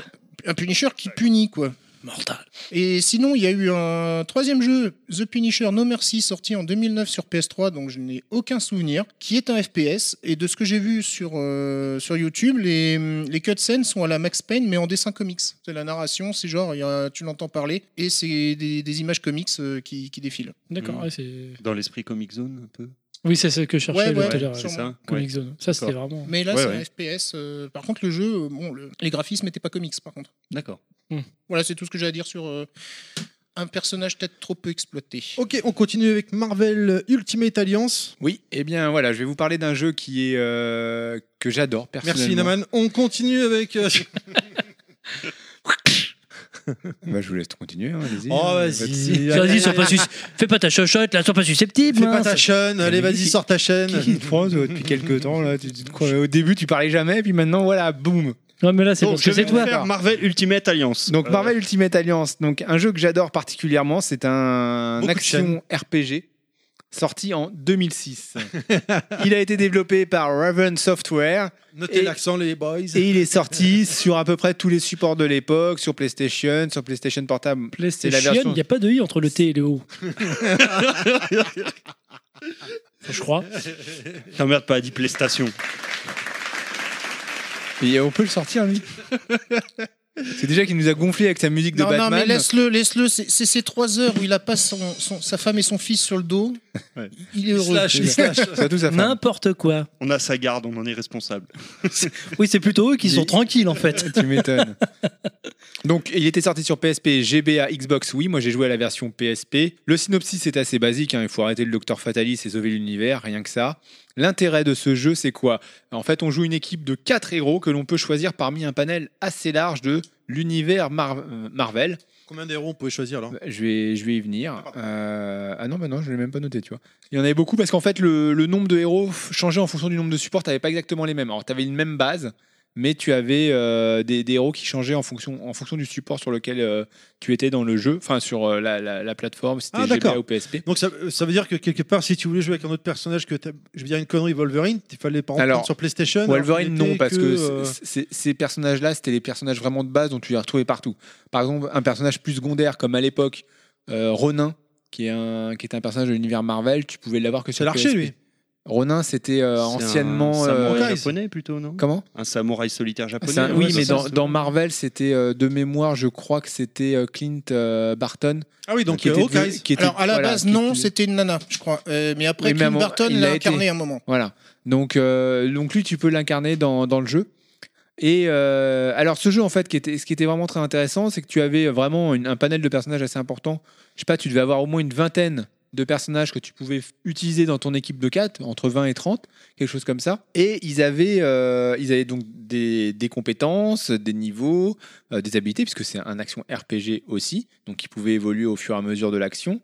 Speaker 5: un Punisher qui punit quoi.
Speaker 2: Mortal.
Speaker 5: Et sinon, il y a eu un troisième jeu, The Punisher No Mercy, sorti en 2009 sur PS3, donc je n'ai aucun souvenir, qui est un FPS. Et de ce que j'ai vu sur, euh, sur YouTube, les, les cutscenes sont à la Max Payne, mais en dessin comics. C'est la narration, c'est genre, il y a- tu l'entends parler, et c'est des, des images comics euh, qui, qui défilent.
Speaker 2: D'accord,
Speaker 4: Mhm.
Speaker 2: ouais, c'est.
Speaker 4: dans l'esprit comic zone un peu.
Speaker 2: Oui, c'est ce que je cherchais
Speaker 5: Ouais,
Speaker 2: le-
Speaker 5: ouais,
Speaker 2: tout à l'heure. euh,
Speaker 5: sûrement.
Speaker 4: C'est ça.
Speaker 2: Comic
Speaker 4: Ouais.
Speaker 2: Zone. Ça, c'était vraiment.
Speaker 5: Mais là,
Speaker 4: Ouais, ouais.
Speaker 5: c'est un FPS. euh, par contre, le jeu, euh, bon, le- les graphismes n'étaient pas comics, par contre.
Speaker 4: D'accord.
Speaker 5: Voilà, c'est tout ce que j'ai à dire sur euh, un personnage peut-être trop peu exploité.
Speaker 3: Oh,
Speaker 1: Ok, on continue avec Marvel euh, Ultimate Alliance.
Speaker 3: Oui, eh bien voilà, je vais vous parler d'un jeu qui est euh, que j'adore personnellement.
Speaker 1: Merci Inaman. On continue avec. euh,
Speaker 3: Bah, je vous laisse continuer, hein, allez-y.
Speaker 1: Oh
Speaker 3: Euh,
Speaker 1: vas-y.
Speaker 2: Vas-y, sois pas sus- fais pas ta chochotte, là, sois pas susceptible.
Speaker 1: Fais
Speaker 2: hein,
Speaker 1: pas ta
Speaker 2: ça-
Speaker 1: chaîne. Allez, vas-y, sors ta chaîne.
Speaker 3: Qui te prend toi, depuis quelques temps là tu- tu te crois- Au début tu parlais jamais, puis maintenant voilà, boum.
Speaker 2: Non, mais là, c'est
Speaker 4: Bon,
Speaker 2: parce que
Speaker 4: je
Speaker 2: c'est
Speaker 4: vais
Speaker 2: toi.
Speaker 4: vous faire Marvel Ultimate Alliance.
Speaker 3: Donc
Speaker 4: Euh,
Speaker 3: Marvel Ultimate Alliance, donc un jeu que j'adore particulièrement, c'est un
Speaker 1: Beaucoup de
Speaker 3: action RPG sorti en 2006. il a été développé par Raven Software
Speaker 1: Notez
Speaker 3: Et-
Speaker 1: l'accent, les boys.
Speaker 3: et il est sorti sur à peu près tous les supports de l'époque, sur PlayStation, sur PlayStation Portable. C'est la
Speaker 2: PlayStation,
Speaker 3: version-
Speaker 2: il n'y a pas de i entre le T et le O. je crois.
Speaker 4: T'emmerdes pas, dit PlayStation.
Speaker 3: Et on peut le sortir lui. c'est déjà qu'il nous a gonflé avec sa musique de
Speaker 5: non,
Speaker 3: Batman.
Speaker 5: non, mais laisse-le, laisse-le. C'est c'est ces trois heures où il a pas son, son- sa femme et son fils sur le dos.
Speaker 4: Ouais.
Speaker 5: Il est
Speaker 1: Il
Speaker 5: heureux.
Speaker 1: slash, il slash.
Speaker 3: Surtout sa femme.
Speaker 2: N'importe quoi.
Speaker 4: On a sa garde, on en est responsable.
Speaker 2: Oui, c'est plutôt eux qui sont tranquilles, en fait.
Speaker 3: tu m'étonnes. Donc, il était sorti sur PSP, GBA, Xbox, oui. Moi, j'ai joué à la version PSP. Le synopsis est assez basique. hein. Il faut arrêter le Docteur Fatalis et sauver l'univers, rien que ça. L'intérêt de ce jeu, c'est quoi En fait, on joue une équipe de quatre héros que l'on peut choisir parmi un panel assez large de l'univers Mar- euh, Marvel.
Speaker 1: Combien d'héros on pouvait choisir là
Speaker 3: Je vais, je vais y venir. Euh, ah non, bah non, je l'ai même pas noté, tu vois. Il y en avait beaucoup parce qu'en fait, le, le nombre de héros f- changeait en fonction du nombre de supports. T'avais pas exactement les mêmes. Alors, t'avais une même base, mais tu avais euh, des, des héros qui changeaient en fonction, en fonction du support sur lequel euh, tu étais dans le jeu, enfin sur euh, la, la- la plateforme, si
Speaker 1: Ah,
Speaker 3: c'était
Speaker 1: d'accord.
Speaker 3: GBA ou PSP.
Speaker 1: Donc ça, ça veut dire que quelque part, si tu voulais jouer avec un autre personnage que t'as- je veux dire une connerie Wolverine, il fallait pas en
Speaker 3: Alors,
Speaker 1: prendre sur PlayStation. alors
Speaker 3: Wolverine,
Speaker 1: qu'il Ah, était
Speaker 3: non, parce que,
Speaker 1: euh,
Speaker 3: c- c- ces personnages-là, c'était les personnages vraiment de base dont tu les retrouvais partout. Par exemple, un personnage plus secondaire, comme à l'époque, euh, Ronin, qui est, un, qui est un personnage de l'univers Marvel, tu pouvais l'avoir que sur
Speaker 1: c'est l'archer
Speaker 3: PSP.
Speaker 1: lui.
Speaker 3: Ronin, c'était euh,
Speaker 4: C'est
Speaker 3: anciennement.
Speaker 4: Un
Speaker 3: euh,
Speaker 4: samouraï
Speaker 1: Hawkeye.
Speaker 4: japonais plutôt, non
Speaker 3: comment
Speaker 4: Un samouraï solitaire japonais.
Speaker 3: C'est un-
Speaker 4: ouais,
Speaker 3: Oui,
Speaker 4: c'est
Speaker 3: mais
Speaker 4: ça,
Speaker 3: dans,
Speaker 4: c'est-
Speaker 3: dans Marvel, c'était euh, de mémoire, je crois que c'était euh, Clint euh, Barton.
Speaker 1: Ah oui, donc
Speaker 3: qui
Speaker 1: euh,
Speaker 3: était,
Speaker 1: Hawkeye.
Speaker 3: qui était-
Speaker 5: Alors à la
Speaker 3: voilà,
Speaker 5: base
Speaker 3: qui-
Speaker 5: non, c'était une nana, je crois. Euh, mais après,
Speaker 3: Oui, mais à
Speaker 5: Clint
Speaker 3: un moment-
Speaker 5: Barton
Speaker 3: il
Speaker 5: l'a
Speaker 3: a été-
Speaker 5: incarné à un moment.
Speaker 3: Voilà. Donc, euh, donc lui, tu peux l'incarner dans, dans le jeu. Et euh, alors, ce jeu, en fait, qui était, ce qui était vraiment très intéressant, c'est que tu avais vraiment une- un panel de personnages assez important. Je sais pas, tu devais avoir au moins une vingtaine de personnages que tu pouvais f- utiliser dans ton équipe de 4, entre 20 et 30, quelque chose comme ça. Et ils avaient, euh, ils avaient donc des, des compétences, des niveaux, euh, des habilités, puisque c'est un action RPG aussi, donc ils pouvaient évoluer au fur et à mesure de l'action.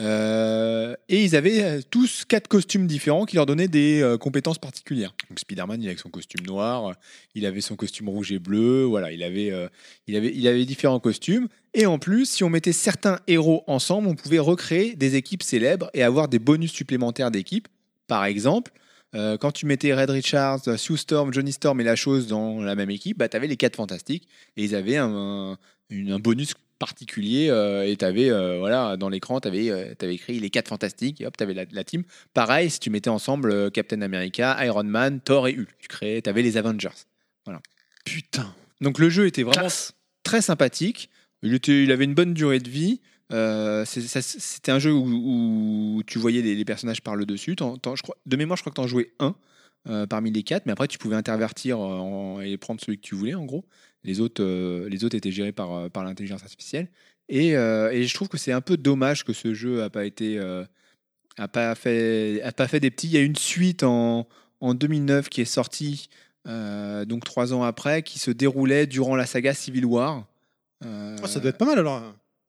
Speaker 3: Euh, et ils avaient euh, tous quatre costumes différents qui leur donnaient des euh, compétences particulières. Donc Spider-Man, il avait son costume noir, euh, il avait son costume rouge et bleu, voilà, il avait, euh, il avait, il avait différents costumes. Et en plus, si on mettait certains héros ensemble, on pouvait recréer des équipes célèbres et avoir des bonus supplémentaires d'équipes. Par exemple, euh, quand tu mettais Red Richards, euh, Sue Storm, Johnny Storm et La Chose dans la même équipe, bah, tu avais les quatre fantastiques et ils avaient un, un- une- un bonus particulier euh, et t'avais euh, voilà dans l'écran t'avais euh, t'avais écrit les quatre fantastiques et hop t'avais la, la team pareil si tu mettais ensemble euh, Captain America Iron Man Thor et Hulk tu créais t'avais les Avengers voilà
Speaker 1: Putain.
Speaker 3: donc le jeu était vraiment très sympathique il était il avait une bonne durée de vie Euh, c'est- ça- c'était un jeu où, où tu voyais les, les personnages par le dessus T'en- t'en- je crois, de mémoire je crois que t'en jouais un euh, parmi les quatre mais après tu pouvais intervertir euh, en- et prendre celui que tu voulais en gros les autres, euh, les autres étaient gérés par, euh, par l'intelligence artificielle. Et, euh, et je trouve que c'est un peu dommage que ce jeu a pas été, euh, a pas fait, a pas fait des petits. Il y a une suite en, en 2009 qui est sortie, euh, donc trois ans après, qui se déroulait durant la saga Civil War. Euh,
Speaker 1: Ah, ça doit être pas mal alors.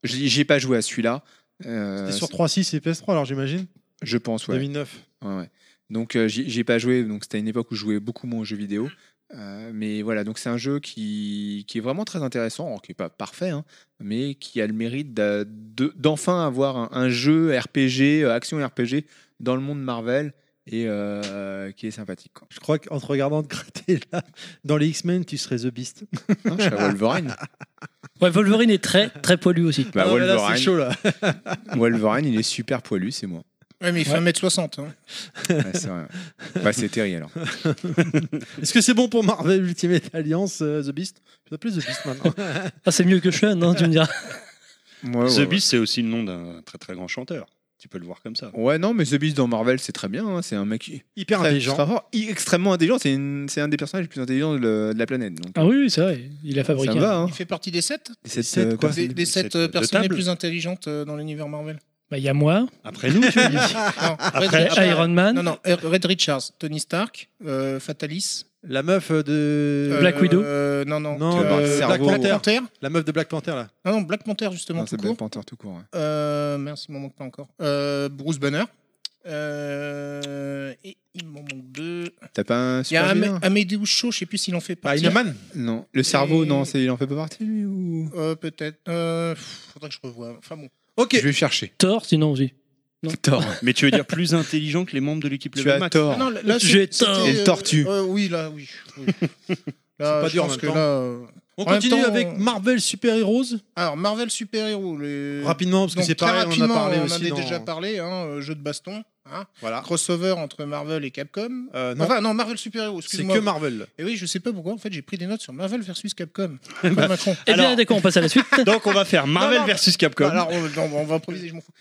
Speaker 3: J'y j'y ai pas joué à celui-là. Euh,
Speaker 1: C'était sur 3.6 et PS3 alors j'imagine.
Speaker 3: je pense, ouais.
Speaker 1: 2009.
Speaker 3: Ouais, ouais. Donc euh, j'y j'y ai pas joué, donc c'était à une époque où je jouais beaucoup moins aux jeux vidéo. Euh, mais voilà, donc c'est un jeu qui, qui est vraiment très intéressant, alors qui est pas parfait, hein, mais qui a le mérite d'a- de- d'enfin avoir un, un jeu RPG, euh, action RPG, dans le monde Marvel et euh, qui est sympathique. Quoi.
Speaker 1: Je crois qu'en te regardant de gratter là, dans les X-Men, tu serais The Beast.
Speaker 3: Hein, je suis à Wolverine.
Speaker 2: Ouais, Wolverine est très, très poilu aussi.
Speaker 3: Bah,
Speaker 1: Ah ouais, là, Ah, c'est
Speaker 3: Wolverine,
Speaker 1: chaud là.
Speaker 3: Wolverine, il est super poilu, c'est moi.
Speaker 5: Ouais, mais il fait 1m60. hein.
Speaker 3: Ouais, c'est vrai. Bah, c'est Terry alors.
Speaker 1: Est-ce que c'est bon pour Marvel Ultimate Alliance euh, The Beast Je t'appelle The Beast maintenant.
Speaker 2: Ah, c'est mieux que Sean, hein, tu me diras.
Speaker 3: Ouais, ouais,
Speaker 4: The
Speaker 3: ouais.
Speaker 4: Beast, c'est aussi le nom d'un très très grand chanteur. Tu peux le voir comme ça.
Speaker 3: Ouais, non, mais The Beast dans Marvel, c'est très bien. hein, C'est un mec qui-
Speaker 1: Hyper
Speaker 3: Très-
Speaker 1: intelligent.
Speaker 3: très fort, i- extrêmement intelligent. C'est une- c'est un des personnages les plus intelligents de, le- de la planète. Donc,
Speaker 2: Ah oui, oui, c'est vrai, il a fabriqué.
Speaker 3: ça me va.
Speaker 2: un-
Speaker 3: Hein.
Speaker 5: bah, Il fait partie des 7
Speaker 3: Cette,
Speaker 1: sept,
Speaker 3: euh,
Speaker 1: quoi.
Speaker 3: personne-
Speaker 5: Des, des
Speaker 4: sept,
Speaker 5: sept
Speaker 4: euh,
Speaker 5: euh,
Speaker 4: de
Speaker 5: personnes les
Speaker 4: table.
Speaker 5: plus intelligentes euh, dans l'univers Marvel.
Speaker 2: Bah, il y a moi,
Speaker 4: Après nous, tu dis.
Speaker 3: Ah.
Speaker 5: Non,
Speaker 2: après
Speaker 5: Red Richards-
Speaker 2: Iron Man,
Speaker 5: Non, non, Red Richards, Tony Stark, euh, Fatalis.
Speaker 1: La meuf de.
Speaker 5: euh,
Speaker 2: Black Widow.
Speaker 5: euh, Non, non.
Speaker 1: Non,
Speaker 5: euh,
Speaker 3: Black
Speaker 5: Black
Speaker 1: Panther.
Speaker 5: Panther. Ah
Speaker 1: La meuf de Black Panther là.
Speaker 5: Non, non, Black Panther, justement,
Speaker 3: Non,
Speaker 5: tout
Speaker 3: c'est
Speaker 5: court.
Speaker 3: Black Panther tout court. hein. ouais.
Speaker 5: Euh, merci, il m'en manque pas encore. Euh, Bruce Banner. Euh, et il m'en manque deux.
Speaker 3: T'as pas un
Speaker 5: Il y a
Speaker 3: super
Speaker 5: Am-
Speaker 3: vilain
Speaker 5: Amadeus Cho, je sais plus s'il en fait partie.
Speaker 1: Man
Speaker 3: Non. Le cerveau,
Speaker 5: Et-
Speaker 3: non, c'est- il en fait pas partie lui ou
Speaker 5: Euh, Peut-être. Euh, pff, faudrait que je revoie. Enfin bon.
Speaker 1: Ok.
Speaker 3: Je vais chercher.
Speaker 2: Thor, sinon aussi.
Speaker 3: Thor.
Speaker 4: Mais tu veux dire plus intelligent que les membres de l'équipe
Speaker 3: tu
Speaker 4: Level
Speaker 3: as
Speaker 4: Max
Speaker 3: tort.
Speaker 5: Ah non, là, c'est-
Speaker 2: J'ai
Speaker 5: c'était,
Speaker 2: tort.
Speaker 3: Et le
Speaker 5: euh,
Speaker 3: tortue.
Speaker 5: euh, oui, là, oui. oui. Là,
Speaker 1: pas
Speaker 5: je
Speaker 1: dur en
Speaker 5: pense
Speaker 1: même
Speaker 5: que
Speaker 1: temps.
Speaker 5: là, euh,
Speaker 1: On
Speaker 5: En même
Speaker 1: continue
Speaker 5: temps,
Speaker 1: avec
Speaker 5: on-
Speaker 1: Marvel Super Heroes.
Speaker 5: Alors, Marvel Super Héros. Les...
Speaker 1: Rapidement, parce que
Speaker 5: Euh, Donc,
Speaker 1: c'est
Speaker 5: très
Speaker 1: pareil, on en a
Speaker 5: rapidement,
Speaker 1: parlé
Speaker 5: on
Speaker 1: aussi.
Speaker 5: en
Speaker 1: dans-
Speaker 5: a déjà parlé, hein, euh, jeu de baston. hein.
Speaker 1: Voilà.
Speaker 5: Crossover entre Marvel et Capcom.
Speaker 1: Euh, non,
Speaker 5: Enfin, non, Marvel Super Héros,
Speaker 1: c'est
Speaker 5: excuse-moi.
Speaker 1: que Marvel.
Speaker 5: Et oui, je sais pas pourquoi, en fait, j'ai pris des notes sur Marvel versus Capcom. Comme un con.
Speaker 2: Eh bien,
Speaker 4: Alors-
Speaker 2: d'accord, on passe à la suite.
Speaker 4: Donc on va faire Marvel
Speaker 5: Non, non,
Speaker 4: versus Capcom.
Speaker 5: Alors, on, on- on va improviser, je m'en fous.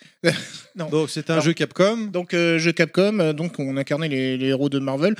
Speaker 1: Donc c'est un
Speaker 5: Alors-
Speaker 1: jeu Capcom.
Speaker 5: Donc, euh, jeu Capcom, euh, donc on incarnait les, les héros de Marvel.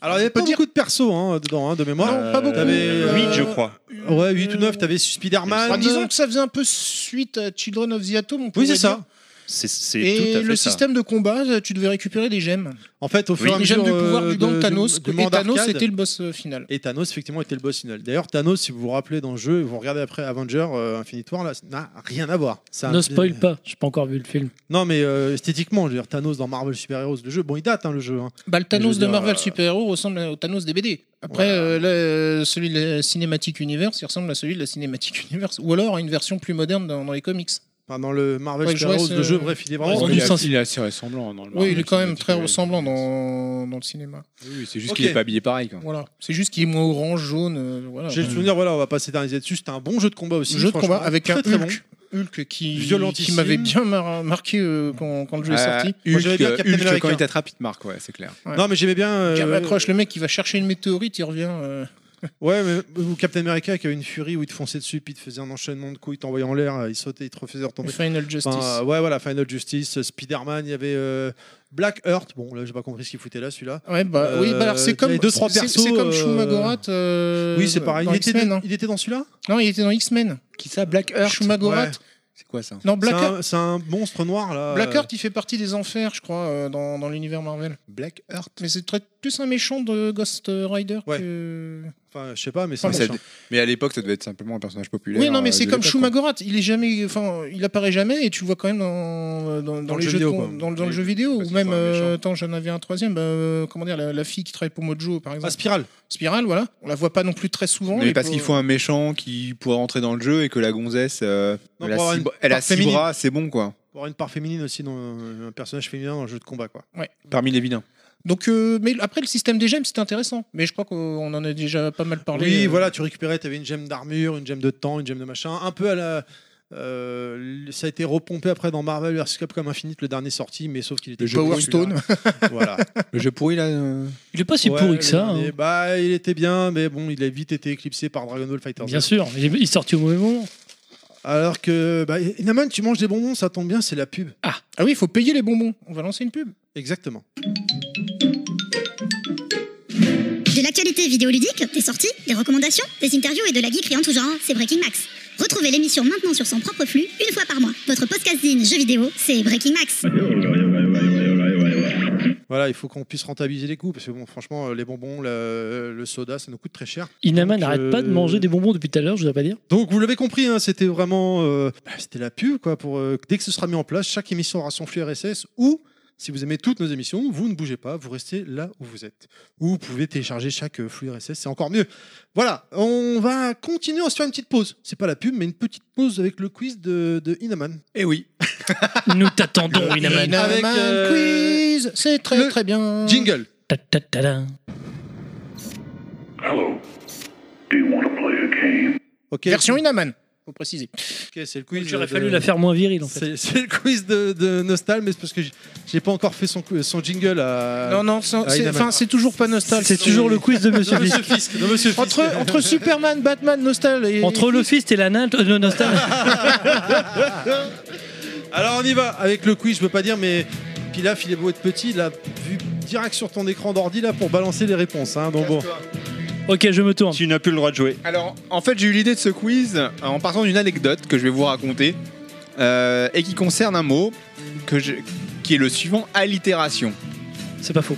Speaker 1: Alors il y avait
Speaker 5: peut
Speaker 1: pas
Speaker 5: dire-
Speaker 1: beaucoup de persos hein, dedans, hein, de mémoire.
Speaker 5: Non, pas beaucoup.
Speaker 1: t'avais, euh,
Speaker 4: 8, je crois.
Speaker 1: Ouais, 8 ou 9, t'avais
Speaker 5: Enfin,
Speaker 1: Spider-Man.
Speaker 5: disons que ça faisait un peu suite à Children of the Atom. on pourrait
Speaker 1: Oui, c'est
Speaker 5: dire.
Speaker 1: ça.
Speaker 4: C'est c'est tout à
Speaker 5: Et
Speaker 4: fait
Speaker 5: le
Speaker 4: ça.
Speaker 5: système de combat, euh, tu devais récupérer des gemmes.
Speaker 1: En fait, au fur et à
Speaker 5: les gemmes
Speaker 1: mesure
Speaker 5: du pouvoir
Speaker 1: euh,
Speaker 5: du gang
Speaker 1: de-
Speaker 5: Thanos.
Speaker 1: du
Speaker 5: et
Speaker 1: monde
Speaker 5: Thanos,
Speaker 1: arcade.
Speaker 5: c'était le boss euh, final.
Speaker 1: Et Thanos, effectivement, était le boss final. D'ailleurs, Thanos, si vous vous rappelez dans le jeu, vous regardez après Avenger euh, Infinite War, là, ça n'a rien à voir. Ça-
Speaker 2: Ne spoil pas, j'ai pas encore vu le film.
Speaker 1: Non, mais euh, esthétiquement, je veux dire, Thanos dans Marvel Super Heroes, le jeu, bon, il date, hein, le jeu. hein.
Speaker 5: Bah,
Speaker 1: Je
Speaker 5: le
Speaker 1: veux
Speaker 5: Thanos de
Speaker 1: dire,
Speaker 5: Marvel
Speaker 1: euh,
Speaker 5: Super Héros ressemble au Thanos des BD. Après, euh, le- celui de la Cinematic Universe, il ressemble à celui de la Cinematic Universe. Ou alors à une version plus moderne dans, dans les comics.
Speaker 1: Enfin, dans le Marvel
Speaker 5: Ouais,
Speaker 1: Super
Speaker 5: je vois
Speaker 1: Heroes,
Speaker 5: ce-
Speaker 1: le jeu, bref, il est vraiment.
Speaker 2: Ouais,
Speaker 3: il,
Speaker 2: du
Speaker 3: est
Speaker 2: sens.
Speaker 3: assez- il est assez ressemblant dans le
Speaker 5: Oui, il est
Speaker 3: Marvel,
Speaker 5: quand même
Speaker 3: c'est-
Speaker 5: très
Speaker 3: c'est-
Speaker 5: ressemblant dans, dans le cinéma.
Speaker 3: Oui, oui, c'est juste
Speaker 1: Ok.
Speaker 3: qu'il est pas habillé pareil. quoi.
Speaker 5: Voilà. C'est juste qu'il est moins orange, jaune. euh, voilà.
Speaker 1: J'ai le souvenir, voilà, on va pas s'éterniser dessus. C'était un bon jeu de combat aussi.
Speaker 5: jeu de
Speaker 1: franchement.
Speaker 5: combat avec
Speaker 1: très,
Speaker 5: un
Speaker 1: très
Speaker 5: Hulk,
Speaker 1: bon.
Speaker 5: Hulk qui,
Speaker 1: Violentissime.
Speaker 5: qui m'avait bien mar- marqué euh, quand, quand le jeu est
Speaker 3: Ah,
Speaker 5: sorti.
Speaker 1: Moi, j'avais
Speaker 3: Hulk,
Speaker 1: bien
Speaker 3: euh,
Speaker 1: Captain
Speaker 3: Hulk,
Speaker 1: America.
Speaker 3: quand il t'attrape, il te marque, ouais, c'est clair.
Speaker 5: Ouais.
Speaker 1: Non, mais j'aimais bien. euh,
Speaker 5: Tiens, accroche, le mec qui va chercher une météorite, il revient. euh,
Speaker 1: Ouais, mais ou Captain America qui avait une furie où il te fonçait dessus, puis il te faisait un enchaînement de coups, il t'envoyait en l'air, euh, il sautait, il te refaisait retomber.
Speaker 5: Final Justice.
Speaker 1: Enfin, euh, ouais, voilà, Final Justice, euh, Spider-Man, il y avait euh, Black Earth. Bon, là, j'ai pas compris ce qu'il foutait là, celui-là.
Speaker 5: Ouais, bah, oui, bah, alors,
Speaker 1: euh,
Speaker 5: c'est comme,
Speaker 1: les deux, trois
Speaker 5: c'est-
Speaker 1: persos,
Speaker 5: c'est comme
Speaker 1: euh,
Speaker 5: Shumagorat. euh,
Speaker 1: oui, c'est pareil.
Speaker 5: Dans
Speaker 1: Il était,
Speaker 5: X-Men. hein.
Speaker 1: il était dans celui-là
Speaker 5: Non, il était dans X-Men.
Speaker 3: Qui ça, Black
Speaker 5: Shumagorat.
Speaker 1: Ouais.
Speaker 3: C'est quoi ça
Speaker 5: Non,
Speaker 1: C'est
Speaker 5: Black Earth.
Speaker 1: un, c'est un monstre noir,
Speaker 3: Euh,
Speaker 1: là.
Speaker 5: Black Earth, il fait partie des enfers, je crois, euh, dans, dans l'univers Marvel.
Speaker 3: Black Earth.
Speaker 5: Mais c'est très- plus un méchant de Ghost Rider
Speaker 1: Ouais.
Speaker 5: que.
Speaker 1: Enfin, je sais pas, mais
Speaker 5: Pas
Speaker 1: ça.
Speaker 3: ça-
Speaker 5: bon, ça.
Speaker 3: Mais à l'époque, ça devait être simplement un personnage populaire.
Speaker 5: Oui, non, mais
Speaker 3: euh,
Speaker 5: c'est
Speaker 3: de
Speaker 5: comme
Speaker 3: l'époque, quoi.
Speaker 5: Shumagorat. Il est jamais, enfin, il apparaît jamais et tu le vois quand même dans, dans, dans
Speaker 1: Dans le
Speaker 5: les
Speaker 1: jeu
Speaker 5: jeux de
Speaker 1: vidéo,
Speaker 5: con-
Speaker 1: quoi.
Speaker 5: dans, dans le
Speaker 3: Oui,
Speaker 5: jeu vidéo.
Speaker 3: parce
Speaker 5: Ou
Speaker 3: que
Speaker 5: même,
Speaker 3: c'est un méchant.
Speaker 5: euh, attends, j'en avais un troisième. bah, euh, comment dire, la, la fille qui travaille pour Mojo, par
Speaker 1: Ah,
Speaker 5: exemple.
Speaker 1: Spirale.
Speaker 5: Spirale, voilà. On la voit pas non plus très souvent.
Speaker 3: Mais
Speaker 5: mais
Speaker 3: parce
Speaker 5: pour-
Speaker 3: qu'il faut un méchant qui pourra rentrer dans le jeu et que la gonzesse, euh,
Speaker 1: Non, pour
Speaker 3: elle, a
Speaker 1: avoir
Speaker 3: six,
Speaker 1: une
Speaker 3: bra- elle a
Speaker 1: part
Speaker 3: six
Speaker 1: féminine.
Speaker 3: bras, c'est bon quoi.
Speaker 1: Pour avoir une part féminine aussi dans euh, un personnage féminin dans un jeu de combat, quoi.
Speaker 3: Parmi les vilains.
Speaker 5: Donc, euh, mais après, le système des gemmes, c'était intéressant. Mais je crois qu'on en a déjà pas mal parlé.
Speaker 1: oui,
Speaker 5: euh,
Speaker 1: voilà, tu récupérais, tu avais une gemme d'armure, une gemme de temps, une gemme de machin. Un peu à la. euh, ça a été repompé après dans Marvel vs Capcom Infinite, le dernier sorti, mais sauf qu'il était.
Speaker 3: Le jeu
Speaker 1: pas
Speaker 5: Power
Speaker 1: celui-là.
Speaker 5: Stone.
Speaker 1: Voilà.
Speaker 3: Le jeu pourri là. euh,
Speaker 2: Il est pas si
Speaker 1: Ouais,
Speaker 2: pourri
Speaker 1: le
Speaker 2: que ça.
Speaker 1: dernier,
Speaker 2: hein.
Speaker 1: Bah, il était bien, mais bon, il a vite été éclipsé par Dragon Ball Fighter.
Speaker 2: Bien sûr, il est- il est sorti au mauvais moment.
Speaker 1: Alors que, bah, Naman, tu manges des bonbons, ça tombe bien, c'est la pub.
Speaker 5: Ah oui, il faut payer les bonbons. On va lancer une pub.
Speaker 1: Exactement.
Speaker 7: De l'actualité vidéoludique, des sorties, des recommandations, des interviews et de la geekerie en tout genre, hein, c'est Breaking Max. Retrouvez l'émission maintenant sur son propre flux, une fois par mois. Votre podcasting jeux vidéo, c'est Breaking Max.
Speaker 1: Voilà, il faut qu'on puisse rentabiliser les coûts, parce que bon, franchement, euh, les bonbons, le, le soda, ça nous coûte très cher.
Speaker 2: Inaman
Speaker 1: Donc,
Speaker 2: n'arrête pas de
Speaker 1: euh,
Speaker 2: manger des bonbons depuis tout à l'heure, je dois pas dire.
Speaker 1: Donc vous l'avez compris, hein, c'était vraiment, euh, bah, c'était la pub quoi. Pour euh, dès que ce sera mis en place, chaque émission aura son flux RSS. Ou si vous aimez toutes nos émissions, vous ne bougez pas, vous restez là où vous êtes. Ou vous pouvez télécharger chaque euh, flux RSS, c'est encore mieux. Voilà, on va continuer, on se fait une petite pause. C'est pas la pub, mais une petite pause avec le quiz de, de Inaman.
Speaker 3: Eh oui.
Speaker 2: Nous t'attendons, Inaman.
Speaker 5: Inaman
Speaker 1: Avec, euh,
Speaker 5: Quiz, c'est très
Speaker 1: le
Speaker 5: très bien.
Speaker 1: Jingle.
Speaker 2: Ta, ta, ta, ta.
Speaker 8: Hello. Do you want to play a game?
Speaker 1: Ok.
Speaker 5: Version Inaman, faut préciser.
Speaker 1: Ok, c'est le quiz.
Speaker 2: J'aurais
Speaker 1: de-
Speaker 2: fallu la faire moins virile en
Speaker 1: C'est
Speaker 2: fait.
Speaker 1: c'est le quiz de, de Nostal, mais c'est parce que j'ai- j'ai pas encore fait son, cou- son jingle à.
Speaker 5: non, non, c'est- c'est
Speaker 1: Inaman.
Speaker 5: enfin, Ah, c'est toujours pas Nostal.
Speaker 2: C'est toujours le quiz de Monsieur
Speaker 1: Monsieur
Speaker 2: Fisk.
Speaker 1: Fisk, de Monsieur Fisk.
Speaker 5: Entre, entre Superman, Batman, Nostal et.
Speaker 2: Entre le fist et la nain, euh, non, non, ça-
Speaker 1: Alors on y va avec le quiz, je peux pas dire, mais Pilaf, il est beau être petit, il a vu direct sur ton écran d'ordi là pour balancer les réponses. Hein, donc bon.
Speaker 2: Ok, je me tourne.
Speaker 6: Tu n'as plus le droit de jouer.
Speaker 3: Alors, en fait, j'ai eu l'idée de ce quiz euh, en partant d'une anecdote que je vais vous raconter euh, et qui concerne un mot que je- qui est le suivant allitération.
Speaker 2: C'est pas faux.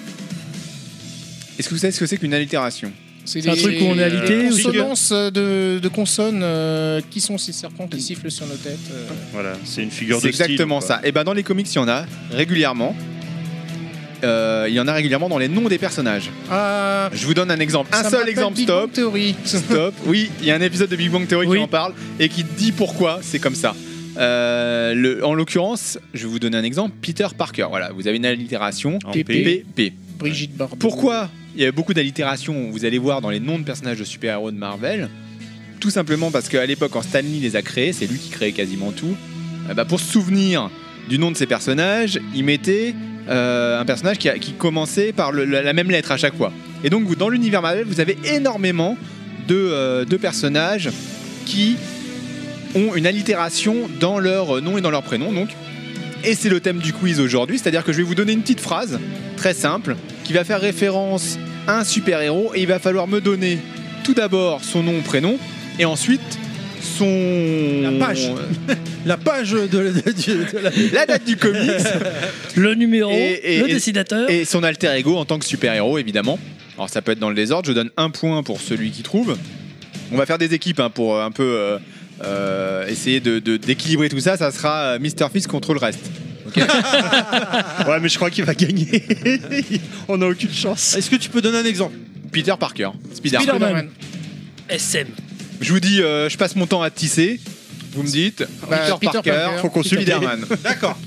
Speaker 3: Est-ce que vous savez ce que c'est qu'une allitération
Speaker 2: C'est un truc où on est alité,
Speaker 5: Des
Speaker 2: ou c'est que-
Speaker 5: consonances de, de consonnes euh, qui sont ces serpents qui sifflent sur nos têtes. euh.
Speaker 6: Voilà, c'est une figure
Speaker 3: C'est
Speaker 6: de style,
Speaker 3: exactement
Speaker 6: quoi.
Speaker 3: ça. Et ben dans les comics, il y en a régulièrement. Euh, il y en a régulièrement dans les noms des personnages.
Speaker 5: Ah,
Speaker 3: Je vous donne un exemple. Un
Speaker 5: ça
Speaker 3: seul
Speaker 5: m'appelle
Speaker 3: exemple,
Speaker 5: Big
Speaker 3: stop.
Speaker 5: Bang Theory.
Speaker 3: Stop. Oui, il y a un épisode de Big Bang Theory
Speaker 2: Oui.
Speaker 3: qui en parle et qui dit pourquoi c'est comme ça. Euh, le- en l'occurrence, je vais vous donner un exemple. Peter Parker. Voilà, vous avez une allitération.
Speaker 6: En
Speaker 5: TP.
Speaker 6: P.
Speaker 3: PP.
Speaker 5: Brigitte Bardot.
Speaker 3: Pourquoi il y avait beaucoup d'allitérations, vous allez voir, dans les noms de personnages de super-héros de Marvel Tout simplement parce qu'à l'époque, quand Stan Lee les a créés, c'est lui qui créait quasiment tout, euh, bah, pour se souvenir du nom de ces personnages, il mettait euh, un personnage qui, a- qui commençait par le- la, la même lettre à chaque fois. Et donc, vous, dans l'univers Marvel, vous avez énormément de, euh, de personnages qui ont une allitération dans leur nom et dans leur prénom. Donc, et c'est le thème du quiz aujourd'hui, c'est-à-dire que je vais vous donner une petite phrase très simple qui va faire référence à un super-héros et il va falloir me donner tout d'abord son nom, prénom et ensuite son
Speaker 1: La page. La page de, de- du- de la.
Speaker 3: la date du comics
Speaker 2: Le numéro,
Speaker 3: Et- et-
Speaker 2: le
Speaker 3: et-
Speaker 2: dessinateur.
Speaker 3: et son alter ego en tant que super-héros évidemment. Alors ça peut être dans le désordre, je donne un point pour celui qui trouve. On va faire des équipes hein, pour euh, un peu euh, euh, essayer de- de- d'équilibrer tout ça, ça sera euh, Mr Fist contre le reste.
Speaker 6: Ouais, mais je crois qu'il va gagner. On n'a aucune chance.
Speaker 1: Est-ce que tu peux donner un exemple
Speaker 3: Peter Parker, Spider.
Speaker 2: Spider-
Speaker 5: Spider-Man.
Speaker 2: SM.
Speaker 3: Je vous dis, euh, je passe mon temps à tisser. Vous me dites,
Speaker 5: Bah,
Speaker 3: Peter,
Speaker 5: Peter
Speaker 3: Parker,
Speaker 5: Parker,
Speaker 3: faut qu'on
Speaker 5: Peter
Speaker 3: Spider-Man.
Speaker 1: D'accord.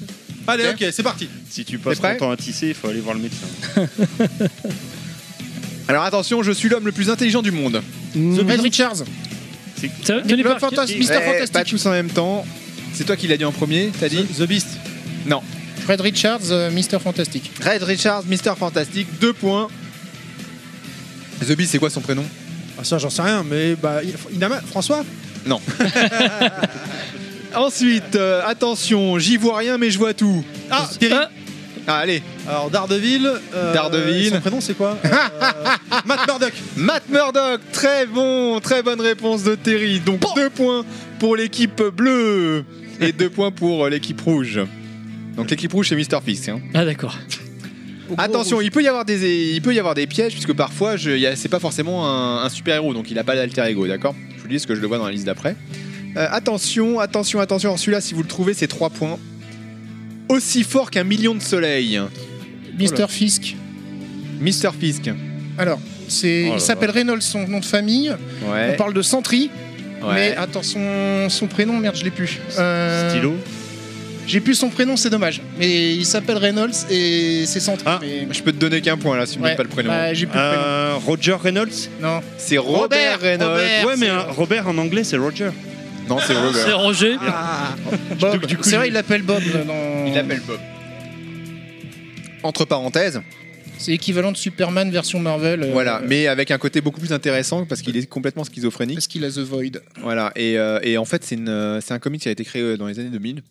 Speaker 1: Allez, ok, c'est parti.
Speaker 6: Si tu passes
Speaker 3: T'es prêt
Speaker 6: ton temps à tisser, il faut aller voir le médecin.
Speaker 3: Alors attention, je suis l'homme le plus intelligent du monde.
Speaker 5: Red Richards.
Speaker 2: Ça- Tony
Speaker 5: Le
Speaker 2: Parker.
Speaker 5: fantasme, Mister
Speaker 3: Eh, Pas
Speaker 5: Fantastic.
Speaker 3: tous en même temps. C'est toi qui l'as dit en premier, t'as dit
Speaker 1: The Beast.
Speaker 5: Red Richards, euh, Mister Fantastic.
Speaker 3: Red Richards, Mister Fantastic, deux points. The Beast, c'est quoi son prénom
Speaker 1: Ah, ça, j'en sais rien, mais bah, il- Inaman, François
Speaker 3: Ensuite, euh, attention, j'y vois rien mais je vois tout.
Speaker 1: Ah, Terry.
Speaker 2: Ah,
Speaker 3: Ah, allez,
Speaker 1: Alors, Daredevil. euh,
Speaker 3: Daredevil.
Speaker 1: et Son prénom, c'est quoi Euh, Matt Murdock.
Speaker 3: Matt Murdock, très bon, très bonne réponse de Terry. Donc deux points pour l'équipe bleue et deux points pour euh, l'équipe rouge. Donc l'équipe rouge c'est Mister Fist. hein.
Speaker 2: Ah, d'accord.
Speaker 3: Attention, il peut y avoir des, il peut y avoir des pièges puisque parfois je- il y a- c'est pas forcément un, un super héros, donc il n'a pas d'alter ego, d'accord Je vous dis ce que je le vois dans la liste d'après. Euh, attention, attention, attention. Alors celui-là, si vous le trouvez, c'est 3 points. Aussi fort qu'un million de soleil.
Speaker 5: Mr. Fisk.
Speaker 3: Mr Fisk.
Speaker 5: Alors, c'est,
Speaker 4: Oh là
Speaker 5: il s'appelle Reynolds, son nom de famille. On
Speaker 3: Ouais.
Speaker 5: parle de Sentry, mais
Speaker 3: ouais.
Speaker 5: attends, son, son prénom, merde, je l'ai plus. Euh,
Speaker 4: Stylo
Speaker 5: J'ai plus son prénom, c'est dommage. Mais il s'appelle Reynolds et c'est Sentry.
Speaker 4: Ah.
Speaker 5: mais-
Speaker 3: Je peux te donner qu'un point là si tu me
Speaker 5: Ouais.
Speaker 3: donnes pas le prénom. Ah.
Speaker 5: Bah, j'ai plus le prénom.
Speaker 4: Euh, Roger Reynolds
Speaker 5: Non.
Speaker 3: C'est Robert,
Speaker 5: Robert,
Speaker 3: Reynolds.
Speaker 5: Robert.
Speaker 4: Ouais, mais un- Robert en anglais, c'est Roger.
Speaker 3: Non, c'est
Speaker 2: C'est
Speaker 3: Robert.
Speaker 2: Roger.
Speaker 3: Ah.
Speaker 5: Bob.
Speaker 4: Donc, du coup,
Speaker 5: c'est vrai,
Speaker 4: il-
Speaker 5: il l'appelle Bob. euh, dans-
Speaker 3: Il l'appelle Bob. Entre parenthèses,
Speaker 5: C'est l'équivalent de Superman version Marvel. euh,
Speaker 3: voilà, mais avec un côté beaucoup plus intéressant parce qu'il est complètement schizophrénique.
Speaker 5: Parce qu'il a The Void.
Speaker 3: Voilà, et, euh, et en fait, c'est une, euh, c'est un comic qui a été créé euh, dans les années 2000,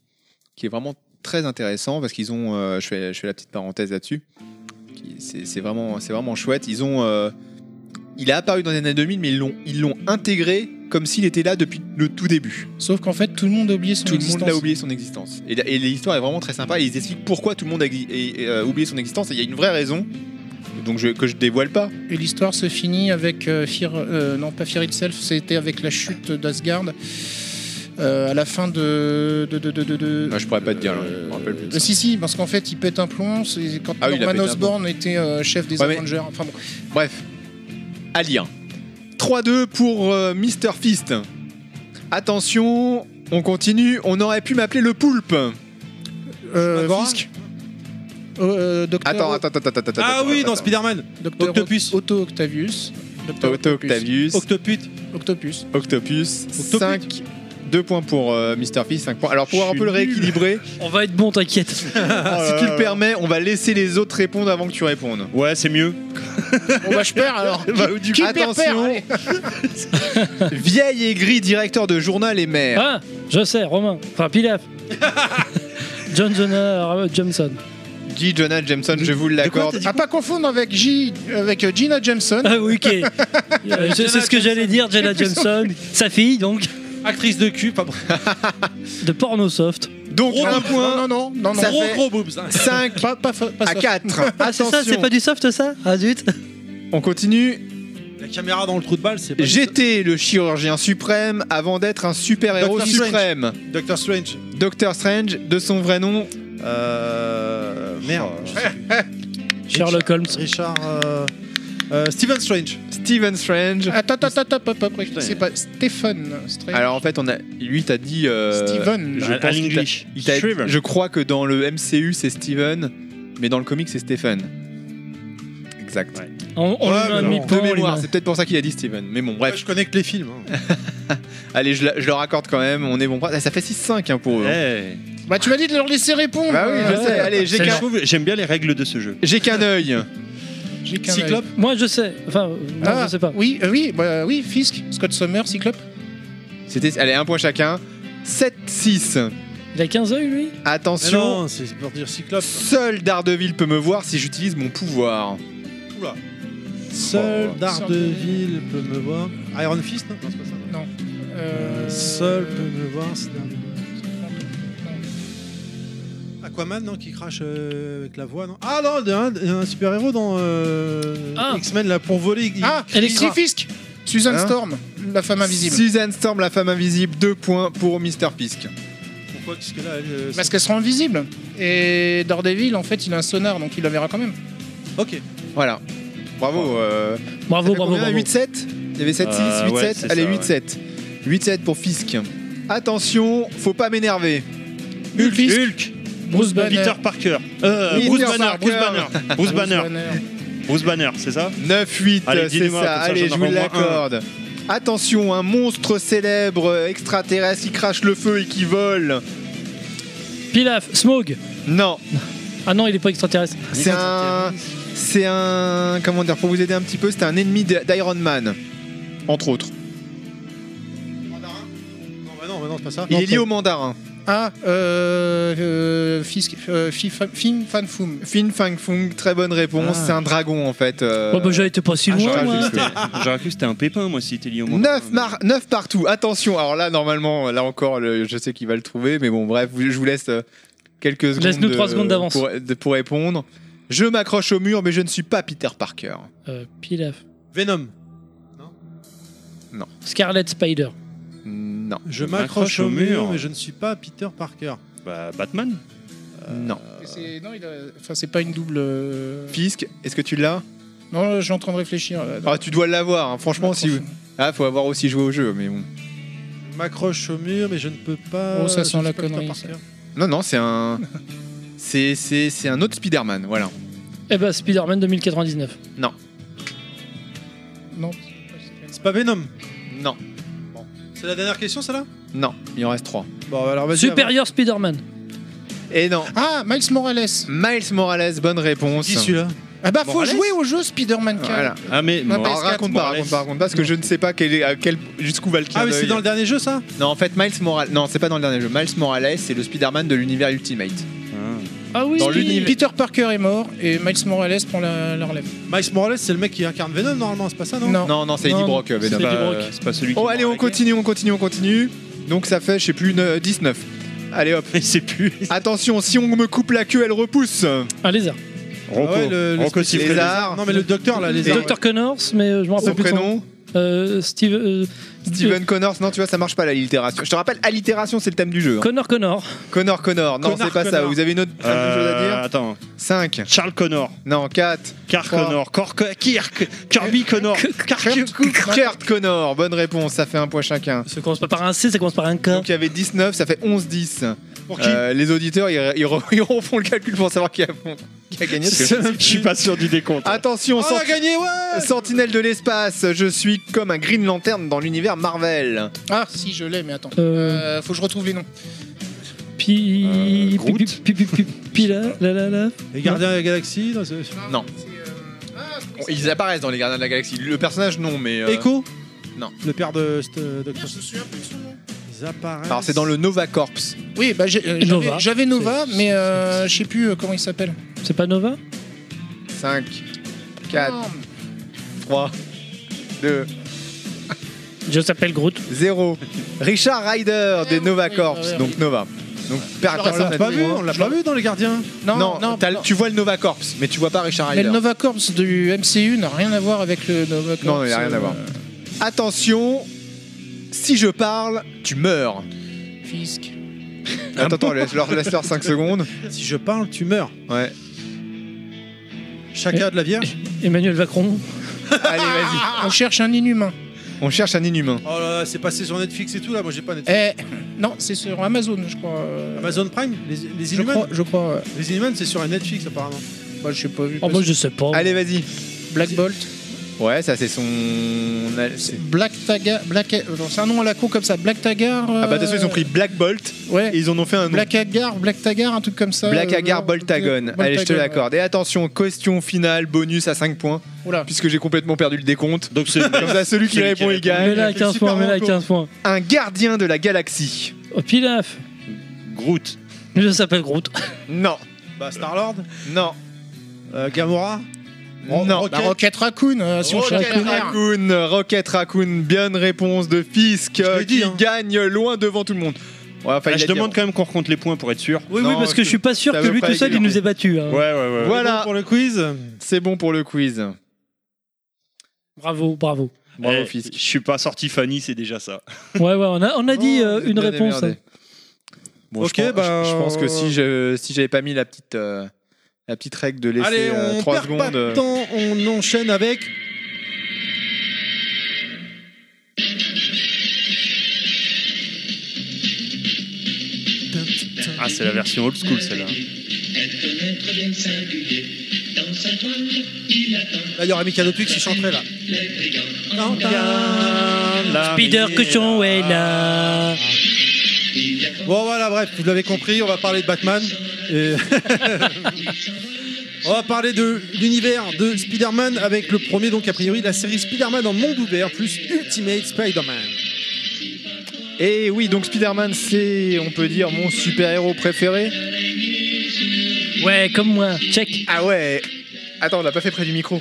Speaker 3: qui est vraiment très intéressant parce qu'ils ont, euh, je, fais, je fais la petite parenthèse là-dessus, qui- c'est c'est vraiment, c'est vraiment chouette. Ils ont, euh, il a apparu dans les années 2000, mais ils l'ont, ils l'ont intégré comme s'il était là depuis le tout début.
Speaker 5: Sauf qu'en fait, tout le monde a oublié son
Speaker 3: Tout
Speaker 5: existence.
Speaker 3: le monde a oublié son existence. Et, la- et l'histoire est vraiment très sympa. Et ils expliquent pourquoi tout le monde a exi- et- et, euh, oublié son existence. Et il y a une vraie raison, donc je, que je dévoile pas.
Speaker 5: Et l'histoire se finit avec euh, Fear, euh, non pas Fear Itself, c'était avec la chute d'Asgard euh, à la fin de. de, de, de, de- de-
Speaker 3: Ah, je pourrais pas te dire, là, je me rappelle plus de
Speaker 5: Euh,
Speaker 3: ça.
Speaker 5: si si, parce qu'en fait il pète un plomb, c'est quand
Speaker 3: Ah oui, il a pété un
Speaker 5: Norman
Speaker 3: plomb.
Speaker 5: Osborn était euh, chef des
Speaker 3: Ouais, mais-
Speaker 5: Avengers. Enfin bon,
Speaker 3: Euh, Bref, Alien. 3-2 pour euh, Mr. Fist. Attention, on continue. On aurait pu m'appeler le poulpe.
Speaker 5: euh,
Speaker 3: Encore un
Speaker 5: Fisk. Euh, Docteur-
Speaker 3: Attends, attends, attends, attends, attends.
Speaker 1: Ah oui,
Speaker 3: attends,
Speaker 1: dans
Speaker 3: attends.
Speaker 1: Spider-Man
Speaker 5: Docteur
Speaker 1: Octopus.
Speaker 5: Otto Octavius. Docteur
Speaker 3: Otto Octavius,
Speaker 1: Octopus
Speaker 5: Octopus.
Speaker 3: Octopus,
Speaker 1: Octopus.
Speaker 3: 5. 2 points pour euh, Mr. Fist, 5 points. Alors pour avoir un peu le euh, rééquilibrer,
Speaker 2: On va être bon, t'inquiète.
Speaker 3: Ah, si tu le permets, on va laisser les autres répondre avant que tu répondes.
Speaker 4: Ouais, c'est mieux.
Speaker 5: Bon bah je perds alors. Qui perd, perd,
Speaker 3: Attention,
Speaker 5: allez.
Speaker 3: vieil aigri directeur de journal et maire.
Speaker 2: Ah, je sais, Romain. Enfin, Pilaf. John Jonah euh, Johnson.
Speaker 5: Ah.
Speaker 3: Guy Jonah Jameson, je vous l'accorde.
Speaker 5: À pas confondre avec J, avec euh, Gina Jameson.
Speaker 2: Ah, oui, ok. Euh, je- C'est ce que j'allais dire, Jenna Johnson. Sa fille, donc,
Speaker 1: Actrice de cul, pas bref.
Speaker 2: de Pornosoft.
Speaker 3: Donc
Speaker 1: Gros
Speaker 3: un
Speaker 1: d'un
Speaker 3: point,
Speaker 5: Non non non non.
Speaker 3: Ça
Speaker 5: non.
Speaker 1: Gros
Speaker 3: fait-
Speaker 1: gros boobs. hein.
Speaker 3: 5
Speaker 5: Pas pas fa- pas
Speaker 3: à
Speaker 5: ça.
Speaker 3: 4.
Speaker 2: Ah, c'est ça, c'est pas du soft, ça Ah, zut.
Speaker 3: On continue.
Speaker 1: La caméra dans le trou de balle, c'est pas.
Speaker 3: J'étais le chirurgien suprême avant d'être un super-héros
Speaker 1: Doctor Strange.
Speaker 3: suprême.
Speaker 1: Doctor Strange.
Speaker 3: Doctor Strange, de son vrai nom. Euh. Merde.
Speaker 2: Sherlock Holmes.
Speaker 1: Richard. euh, euh, Stephen Strange.
Speaker 3: Stephen Strange.
Speaker 5: Attends, attends, attends, attends, hop, hop, hop, c'est pas Stephen. Strange.
Speaker 3: Alors en fait, on a. Lui, t'as dit. euh,
Speaker 5: Steven.
Speaker 3: Je, pense qu'il t'a- il t'a-
Speaker 4: Steven.
Speaker 3: je crois que dans le MCU, c'est Steven, mais dans le comic, c'est Stephen. Exact.
Speaker 4: Ouais.
Speaker 2: On, on
Speaker 1: Ouais,
Speaker 2: lui met un
Speaker 1: mais
Speaker 2: demi
Speaker 1: non.
Speaker 2: point,
Speaker 3: De
Speaker 2: on lui met
Speaker 3: mémoire,
Speaker 2: un-
Speaker 3: c'est peut-être pour ça qu'il a dit Steven. Mais bon,
Speaker 1: Ouais,
Speaker 3: bref.
Speaker 1: je connais que les films. hein.
Speaker 3: Allez, je, la- je le raccorde quand même. On est bon. Ah, Ça fait 6-5 hein, pour eux.
Speaker 1: Eh
Speaker 3: hein.
Speaker 5: Bah, tu m'as dit de leur laisser répondre.
Speaker 3: Bah oui, je
Speaker 5: Euh,
Speaker 3: sais. Allez, j'ai
Speaker 4: Je
Speaker 3: qu'un
Speaker 4: trouve- J'aime bien les règles de ce jeu.
Speaker 3: j'ai qu'un œil.
Speaker 5: Euh, J'ai qu'un
Speaker 1: Cyclope.
Speaker 2: Moi, je sais. Enfin, euh, non,
Speaker 5: Ah,
Speaker 2: je sais pas.
Speaker 5: Oui, euh, oui, bah, oui, Fisk, Scott Summer, Cyclope.
Speaker 3: C'était. Allez, un point chacun. 7-6.
Speaker 2: Il a 15 œils, lui
Speaker 1: Mais
Speaker 3: Attention,
Speaker 1: non, c'est pour dire Cyclope.
Speaker 3: seul Daredevil peut me voir si j'utilise mon pouvoir.
Speaker 1: Oula. Seul Daredevil peut me voir. Iron Fist, non, non c'est pas ça. non.
Speaker 5: Euh,
Speaker 1: Seul peut me voir, c'est Daredevil. Aquaman, non, qui crache euh, avec la voix, non Ah non, il y a un, il y a un super-héros dans euh,
Speaker 2: Ah.
Speaker 1: X-Men, là, pour voler. il-
Speaker 5: Ah,
Speaker 2: Electra.
Speaker 5: Electra. Fisk. Susan
Speaker 3: Hein
Speaker 5: Storm, la femme invisible.
Speaker 3: Susan Storm, la femme invisible, deux points pour Mr. Fisk.
Speaker 1: Pourquoi Parce que là, elle, euh,
Speaker 5: Parce qu'elle sera invisible. Et Daredevil, en fait, il a un sonar, donc il la verra quand même.
Speaker 1: Ok.
Speaker 3: Voilà. Bravo. euh,
Speaker 2: Bravo,
Speaker 3: ça fait
Speaker 2: bravo,
Speaker 3: combien,
Speaker 2: bravo.
Speaker 3: 8-7 Il y avait 7-6,
Speaker 4: Euh,
Speaker 3: 8-7
Speaker 4: ouais, c'est
Speaker 3: Allez,
Speaker 4: ça,
Speaker 3: 8-7. 8-7 pour Fisk. Attention, faut pas m'énerver.
Speaker 5: Hulk Fisk,
Speaker 4: Hulk,
Speaker 5: Bruce Banner.
Speaker 4: Peter Parker, Euh,
Speaker 3: Peter
Speaker 4: Bruce, Banner,
Speaker 3: Parker.
Speaker 4: Bruce Banner, Bruce Banner, Bruce Banner, c'est ça
Speaker 3: 9-8,
Speaker 4: Allez,
Speaker 3: c'est
Speaker 4: dis-le-moi,
Speaker 3: ça.
Speaker 4: comme ça,
Speaker 3: Allez,
Speaker 4: j'en
Speaker 3: je vous
Speaker 4: aurai au moins
Speaker 3: l'accorde. Attention, un monstre célèbre euh, extraterrestre qui crache le feu et qui vole.
Speaker 2: Pilaf, Smog.
Speaker 3: Non,
Speaker 2: Ah non, il est pas extraterrestre.
Speaker 3: c'est
Speaker 6: Ah,
Speaker 3: un. C'est un. Comment dire Pour vous aider un petit peu, c'est un ennemi d- d'Iron Man, entre autres.
Speaker 1: Non, bah non, bah non, c'est pas ça.
Speaker 3: Il
Speaker 1: Non,
Speaker 3: est lié au mandarin.
Speaker 5: Ah, euh, euh, Fisk, euh, Fi- Fa- Fim Fan Foom.
Speaker 3: Fin Fang Fung, très bonne réponse.
Speaker 1: Ah.
Speaker 3: C'est un dragon en fait. euh,
Speaker 2: Oh, bah, j'avais été pas si
Speaker 3: ah,
Speaker 2: loin,
Speaker 3: j'aurais
Speaker 2: moi.
Speaker 3: dû le faire.
Speaker 4: J'aurais cru que c'était un pépin, moi, si c'était lié au monde.
Speaker 3: Neuf
Speaker 6: Bah,
Speaker 3: mar- neuf partout. Attention. Alors là, normalement, là encore, le- je sais qu'il va le trouver, mais bon, bref, je vous laisse euh, quelques secondes.
Speaker 2: Laisse-nous
Speaker 3: de-
Speaker 2: trois secondes d'avance.
Speaker 3: Pour, de- pour répondre. Je m'accroche au mur, mais je ne suis pas Peter Parker.
Speaker 2: Euh, Pilaf.
Speaker 1: Venom.
Speaker 2: Scarlet Spider.
Speaker 3: Non.
Speaker 1: Je m'accroche au mur, mais je ne suis pas Peter Parker.
Speaker 6: Bah, Batman
Speaker 3: Non.
Speaker 5: Mais c'est- non, il a- Enfin, c'est pas une double. euh,
Speaker 3: Fisk, est-ce que tu l'as
Speaker 5: Non, je suis en train de réfléchir. euh,
Speaker 3: Ah, tu dois l'avoir, hein, franchement. Si...
Speaker 5: m'accroche.
Speaker 3: Ah, faut avoir aussi joué au jeu, mais bon.
Speaker 1: Je m'accroche au mur, mais je ne peux pas.
Speaker 5: Oh, ça
Speaker 1: je
Speaker 5: sent
Speaker 1: ne
Speaker 5: la
Speaker 1: suis pas Peter
Speaker 5: connerie,
Speaker 1: Parker.
Speaker 3: Non, non, c'est un. C'est, c'est, c'est un autre Spider-Man, voilà.
Speaker 2: Eh bah, Spider-Man 2099.
Speaker 5: Non.
Speaker 1: C'est pas Venom.
Speaker 3: Non,
Speaker 1: C'est la dernière question, celle-là
Speaker 3: non, il en reste trois.
Speaker 1: Bon, alors vas-y.
Speaker 2: Supérieur Spider-Man.
Speaker 3: Et non,
Speaker 5: Ah, Miles Morales.
Speaker 3: Miles Morales, bonne réponse.
Speaker 1: Qui celui-là
Speaker 5: Ah bah,
Speaker 3: Morales
Speaker 5: faut jouer au jeu Spider-Man 4.
Speaker 3: Voilà.
Speaker 6: Ah, mais.
Speaker 5: Ah,
Speaker 6: bon,
Speaker 5: bah,
Speaker 3: Alors,
Speaker 5: PS4,
Speaker 3: raconte pas,
Speaker 6: Morales.
Speaker 3: raconte pas, raconte pas, parce que je ne sais pas quel est, à quel, jusqu'où va le clin
Speaker 1: Ah, mais c'est
Speaker 3: d'œil.
Speaker 1: dans le dernier jeu, ça
Speaker 3: Non, en fait, Miles Morales. Non, c'est pas dans le dernier jeu. Miles Morales, c'est le Spider-Man de l'univers Ultimate.
Speaker 2: Ah oui.
Speaker 3: Dans l'univers.
Speaker 5: Peter Parker est mort et Miles Morales prend la, la relève.
Speaker 1: Miles Morales, c'est le mec qui incarne Venom, normalement, c'est pas ça, non
Speaker 5: Non.
Speaker 3: Non, non, c'est
Speaker 2: Non,
Speaker 3: Eddie
Speaker 2: non,
Speaker 3: Brock, euh,
Speaker 2: c'est
Speaker 3: Venom.
Speaker 2: Eddie
Speaker 6: Bah,
Speaker 2: Brock.
Speaker 6: euh, c'est pas celui qui.
Speaker 3: Oh, allez, on
Speaker 6: marquait.
Speaker 3: continue, on continue, on continue. Donc, ça fait, je sais plus, une, euh, 19. Allez hop,
Speaker 6: Il sait plus.
Speaker 3: attention, si on me coupe la queue, elle repousse.
Speaker 2: Un lézard.
Speaker 1: Ah ouais, le, le
Speaker 6: Rocco
Speaker 1: spécial-
Speaker 6: Siffredi.
Speaker 3: Lézard.
Speaker 1: Non, mais le docteur, là, les
Speaker 3: Et-
Speaker 2: Dr. Connors, mais euh, je me rappelle
Speaker 3: Son
Speaker 2: plus de nom.
Speaker 3: prénom
Speaker 2: Euh, Steve. euh,
Speaker 3: Steven Connors, non, tu vois, ça marche pas l'allitération. Je te rappelle, allitération, c'est le thème du jeu.
Speaker 2: euh,
Speaker 3: hein.
Speaker 2: Connor Connor.
Speaker 3: Connor, Connor, non,
Speaker 1: Connard,
Speaker 3: c'est pas ça.
Speaker 1: Connard.
Speaker 3: Vous avez une autre thème du jeu
Speaker 6: Euh,
Speaker 3: à dire
Speaker 6: Attends,
Speaker 3: 5,
Speaker 6: Charles Connor,
Speaker 3: non, 4.
Speaker 6: Car
Speaker 3: Trois.
Speaker 6: Connor, Cor Kirk, Kirby Connor,
Speaker 3: Kurt Connor, bonne réponse, ça fait un point chacun.
Speaker 2: Ça commence pas par un C, ça commence par un K.
Speaker 3: Donc il y avait 19, ça fait 11-10.
Speaker 1: Pour
Speaker 3: Euh, les auditeurs, ils, ils re- ils refont le calcul pour savoir qui a, qui a gagné. parce que-
Speaker 6: Je suis pas sûr du décompte.
Speaker 1: Ah,
Speaker 3: Attention,
Speaker 1: On a
Speaker 3: senti-
Speaker 1: gagné, ouais
Speaker 3: sentinelle de l'espace, je suis comme un Green Lantern dans l'univers Marvel.
Speaker 5: Ah, si, je l'ai, mais attends.
Speaker 2: Euh,
Speaker 5: Euh, faut que je retrouve les noms.
Speaker 2: Pi.
Speaker 6: euh,
Speaker 2: pi-
Speaker 6: Groot.
Speaker 2: pi- pi- pi- pi- la la la la.
Speaker 1: Les gardiens de la galaxie. non, c'est-
Speaker 3: Non.
Speaker 5: euh, ah,
Speaker 3: Bon, Ils apparaissent dans les Gardiens de la Galaxie. Le personnage, non, mais. euh,
Speaker 1: Echo
Speaker 3: non.
Speaker 1: Le père de ce- euh, Docteur.
Speaker 5: Ah,
Speaker 1: Ils apparaissent.
Speaker 3: Alors c'est dans le Nova Corps.
Speaker 5: Oui, bah j'ai- euh,
Speaker 2: Nova.
Speaker 5: j'avais- j'avais Nova,
Speaker 2: C'est-
Speaker 5: mais euh, je sais plus euh, comment il s'appelle.
Speaker 2: C'est pas Nova
Speaker 3: 5, 4, 3, 2,
Speaker 2: Je s'appelle Groot.
Speaker 3: 0. Richard Ryder des
Speaker 5: oui,
Speaker 3: Nova
Speaker 5: oui,
Speaker 3: Corps,
Speaker 5: oui, oui.
Speaker 3: donc Nova. Donc per-
Speaker 5: l'aurais
Speaker 1: Ah, on
Speaker 3: personne
Speaker 1: l'a
Speaker 3: n'a
Speaker 1: pas
Speaker 3: dit,
Speaker 1: vu,
Speaker 3: hein.
Speaker 1: on l'a pas vu dans les gardiens.
Speaker 5: Non,
Speaker 3: Non,
Speaker 5: non,
Speaker 3: t'as-
Speaker 5: non.
Speaker 3: tu vois le Nova Corps, mais tu vois pas Richard
Speaker 5: Mais
Speaker 3: Ryder.
Speaker 5: le Nova Corps du MCU n'a rien à voir avec le Nova Corps.
Speaker 3: Non, il a rien à voir. Attention, si je parle, tu meurs.
Speaker 5: euh, Fisk.
Speaker 3: Attends, attends, laisse leur, laisse leur 5 secondes.
Speaker 1: Si je parle, tu meurs.
Speaker 3: Ouais.
Speaker 1: Chacun de la bière.
Speaker 5: Eh,
Speaker 2: Emmanuel Vacron.
Speaker 3: Allez, vas-y.
Speaker 5: On cherche un inhumain.
Speaker 3: On cherche un inhumain.
Speaker 1: Oh là là, c'est passé sur Netflix et tout là. Moi, j'ai pas Netflix.
Speaker 5: Eh, non, c'est sur Amazon, je crois. euh,
Speaker 1: Amazon Prime, les, les
Speaker 5: Je
Speaker 1: Inhumans.
Speaker 5: crois, je crois. ouais.
Speaker 1: Les Inhumans, c'est sur Netflix apparemment.
Speaker 3: Euh,
Speaker 5: Moi, je sais pas vu.
Speaker 2: Oh, moi je sais pas.
Speaker 3: Allez, vas-y.
Speaker 5: Black Bolt.
Speaker 3: Ouais, ça c'est son. c'est-
Speaker 5: Black Tagar. Black... euh, non, C'est un nom à la con comme ça. Black Tagar. euh,
Speaker 3: Ah bah, de toute façon, ils ont pris Black Bolt
Speaker 5: Ouais.
Speaker 3: et ils en ont fait un nom. Black,
Speaker 5: Black Agar, Black Tagar, un truc comme ça. euh,
Speaker 3: Agar
Speaker 5: euh,
Speaker 3: Boltagon.
Speaker 5: Boltagon,
Speaker 3: Allez, je te
Speaker 5: ouais.
Speaker 3: l'accorde. Et attention, question finale, bonus à 5 points,
Speaker 5: Oula.
Speaker 3: puisque j'ai complètement perdu le décompte.
Speaker 6: Donc c'est
Speaker 3: Comme ça, celui qui
Speaker 6: Celui qui
Speaker 3: répond, il
Speaker 6: répond.
Speaker 3: gagne.
Speaker 2: Mets-la à 15 points, mets-la à 15 points.
Speaker 3: Un gardien de la galaxie.
Speaker 2: Oh, Pilaf.
Speaker 6: Groot.
Speaker 2: Je s'appelle Groot.
Speaker 3: Non,
Speaker 1: Bah, Star Lord,
Speaker 3: non,
Speaker 1: Gamora.
Speaker 3: non.
Speaker 5: Bah, Rocket Raccoon, euh, si on cherche
Speaker 3: Rocket
Speaker 5: un air.
Speaker 3: Raccoon, Rocket Raccoon, bonne réponse de Fisk
Speaker 1: l'ai
Speaker 3: euh,
Speaker 1: dit,
Speaker 3: qui
Speaker 1: hein.
Speaker 3: gagne loin devant tout le monde. Ouais, enfin,
Speaker 6: Ah,
Speaker 3: il
Speaker 6: je
Speaker 3: a dit
Speaker 6: demande
Speaker 3: avant.
Speaker 6: quand même qu'on recompte les points pour être sûr.
Speaker 1: Oui,
Speaker 3: Non,
Speaker 1: oui, parce
Speaker 3: je-
Speaker 1: que
Speaker 2: Que je suis pas sûr
Speaker 3: Ça
Speaker 2: que
Speaker 3: veut
Speaker 2: lui
Speaker 3: pas
Speaker 2: tout seul il
Speaker 3: égaler.
Speaker 2: nous ait battus. hein.
Speaker 6: Ouais, ouais, ouais.
Speaker 1: voilà
Speaker 3: Voilà,
Speaker 1: pour le quiz.
Speaker 3: hein. c'est bon pour le quiz.
Speaker 2: Bravo, bravo.
Speaker 3: Bravo
Speaker 6: Eh,
Speaker 3: Fisk.
Speaker 6: Je suis pas sorti Fanny, c'est déjà ça.
Speaker 2: Ouais, ouais, on a, on a dit
Speaker 3: Oh,
Speaker 2: euh,
Speaker 3: vous êtes
Speaker 2: une
Speaker 3: bien
Speaker 2: réponse.
Speaker 3: démerdés. Bon,
Speaker 1: Ok,
Speaker 3: je, pense,
Speaker 1: ben,
Speaker 3: je- je pense que
Speaker 1: euh,
Speaker 3: si je si j'avais pas mis la petite euh, la petite règle de laisser
Speaker 1: Allez,
Speaker 3: euh,
Speaker 1: on
Speaker 3: trois
Speaker 1: perd
Speaker 3: secondes.
Speaker 1: pas de
Speaker 3: euh,
Speaker 1: temps. On enchaîne avec.
Speaker 6: Ah, c'est la version old school celle-là.
Speaker 1: Là, il y aurait Mikado Twix qui chanterait là.
Speaker 2: Spider Cochon est là.
Speaker 1: Bon voilà, bref, vous l'avez compris, on va parler de Batman. Et- on va parler de l'univers de Spider-Man avec le premier, donc a priori, la série Spider-Man en monde ouvert, plus Ultimate Spider-Man.
Speaker 3: Et euh, Eh oui, donc Spider-Man, c'est on peut dire mon super-héros préféré.
Speaker 2: Ouais, comme moi. Check.
Speaker 3: Ah ouais. Attends, on l'a pas fait près du micro.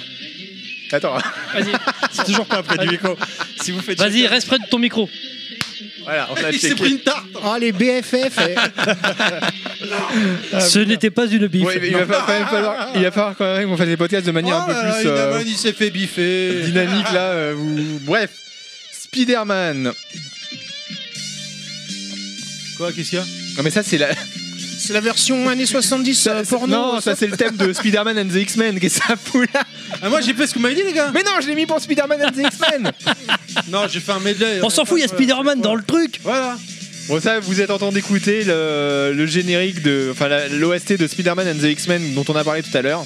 Speaker 3: Attends,
Speaker 2: Vas-y,
Speaker 6: C'est toujours pas près du micro. Si vous faites.
Speaker 2: vas-y, reste près de ton micro.
Speaker 3: voilà, on l'a
Speaker 1: Il s'est
Speaker 2: Ah,
Speaker 3: checké.
Speaker 1: pris une tarte
Speaker 5: Ah, les BFF. eh.
Speaker 2: Ce n'était pas une bif.
Speaker 3: Ouais, mais il, va fa- quand même falloir, il va falloir quand même qu'on fasse des podcasts de manière un
Speaker 1: Oh
Speaker 3: peu plus euh,
Speaker 1: il s'est fait biffer.
Speaker 3: dynamique là. euh, vous- Bref, Spider-Man.
Speaker 1: Quoi, qu'est-ce qu'il y a
Speaker 3: Non mais ça c'est la.
Speaker 5: C'est la version années 70 euh,
Speaker 3: ça-
Speaker 5: porno.
Speaker 3: non, ça
Speaker 5: ça.
Speaker 3: c'est le thème de Spider-Man and the X-Men. Qu'est-ce que ça fout là
Speaker 1: Ah, moi j'ai fait ce que vous m'avez dit, les gars
Speaker 3: Mais non, je l'ai mis pour Spider-Man and the X-Men.
Speaker 1: Non, j'ai fait un medley.
Speaker 2: On s'en fout, il y a Spider-Man dans le truc.
Speaker 1: Voilà.
Speaker 3: Bon ça, vous êtes en train d'écouter le, le générique de, enfin la- l'OST de Spider-Man and the X-Men dont on a parlé tout à l'heure.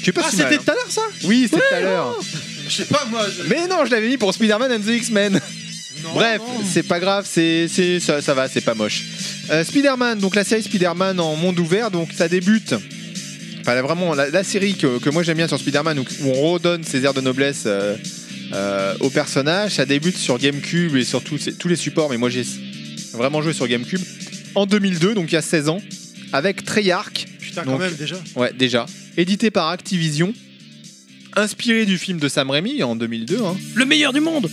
Speaker 3: Je sais pas
Speaker 1: Ah,
Speaker 3: si mal,
Speaker 1: c'était
Speaker 3: hein.
Speaker 1: tout à l'heure ça
Speaker 3: Oui, c'était tout à l'heure.
Speaker 1: Je sais pas, moi. je-
Speaker 3: Mais non, je l'avais mis pour Spider-Man and the X-Men.
Speaker 1: Non,
Speaker 3: Bref,
Speaker 1: non.
Speaker 3: c'est pas grave, c'est, c'est- ça, ça va, c'est pas moche. Euh, Spider-Man, donc la série Spider-Man en monde ouvert, donc ça débute. Enfin, là, vraiment, la, la série que, que moi j'aime bien sur Spider-Man, où, où on redonne ses airs de noblesse euh, euh, au personnage, ça débute sur GameCube et sur tous ces- tous les supports, mais moi j'ai vraiment joué sur GameCube. En 2002, donc il y a 16 ans, avec Treyarch,
Speaker 1: Putain, quand
Speaker 3: Donc-
Speaker 1: même, déjà.
Speaker 3: Ouais, déjà. Édité par Activision, inspiré du film de Sam Raimi en 2002, hein,
Speaker 2: Le meilleur du monde.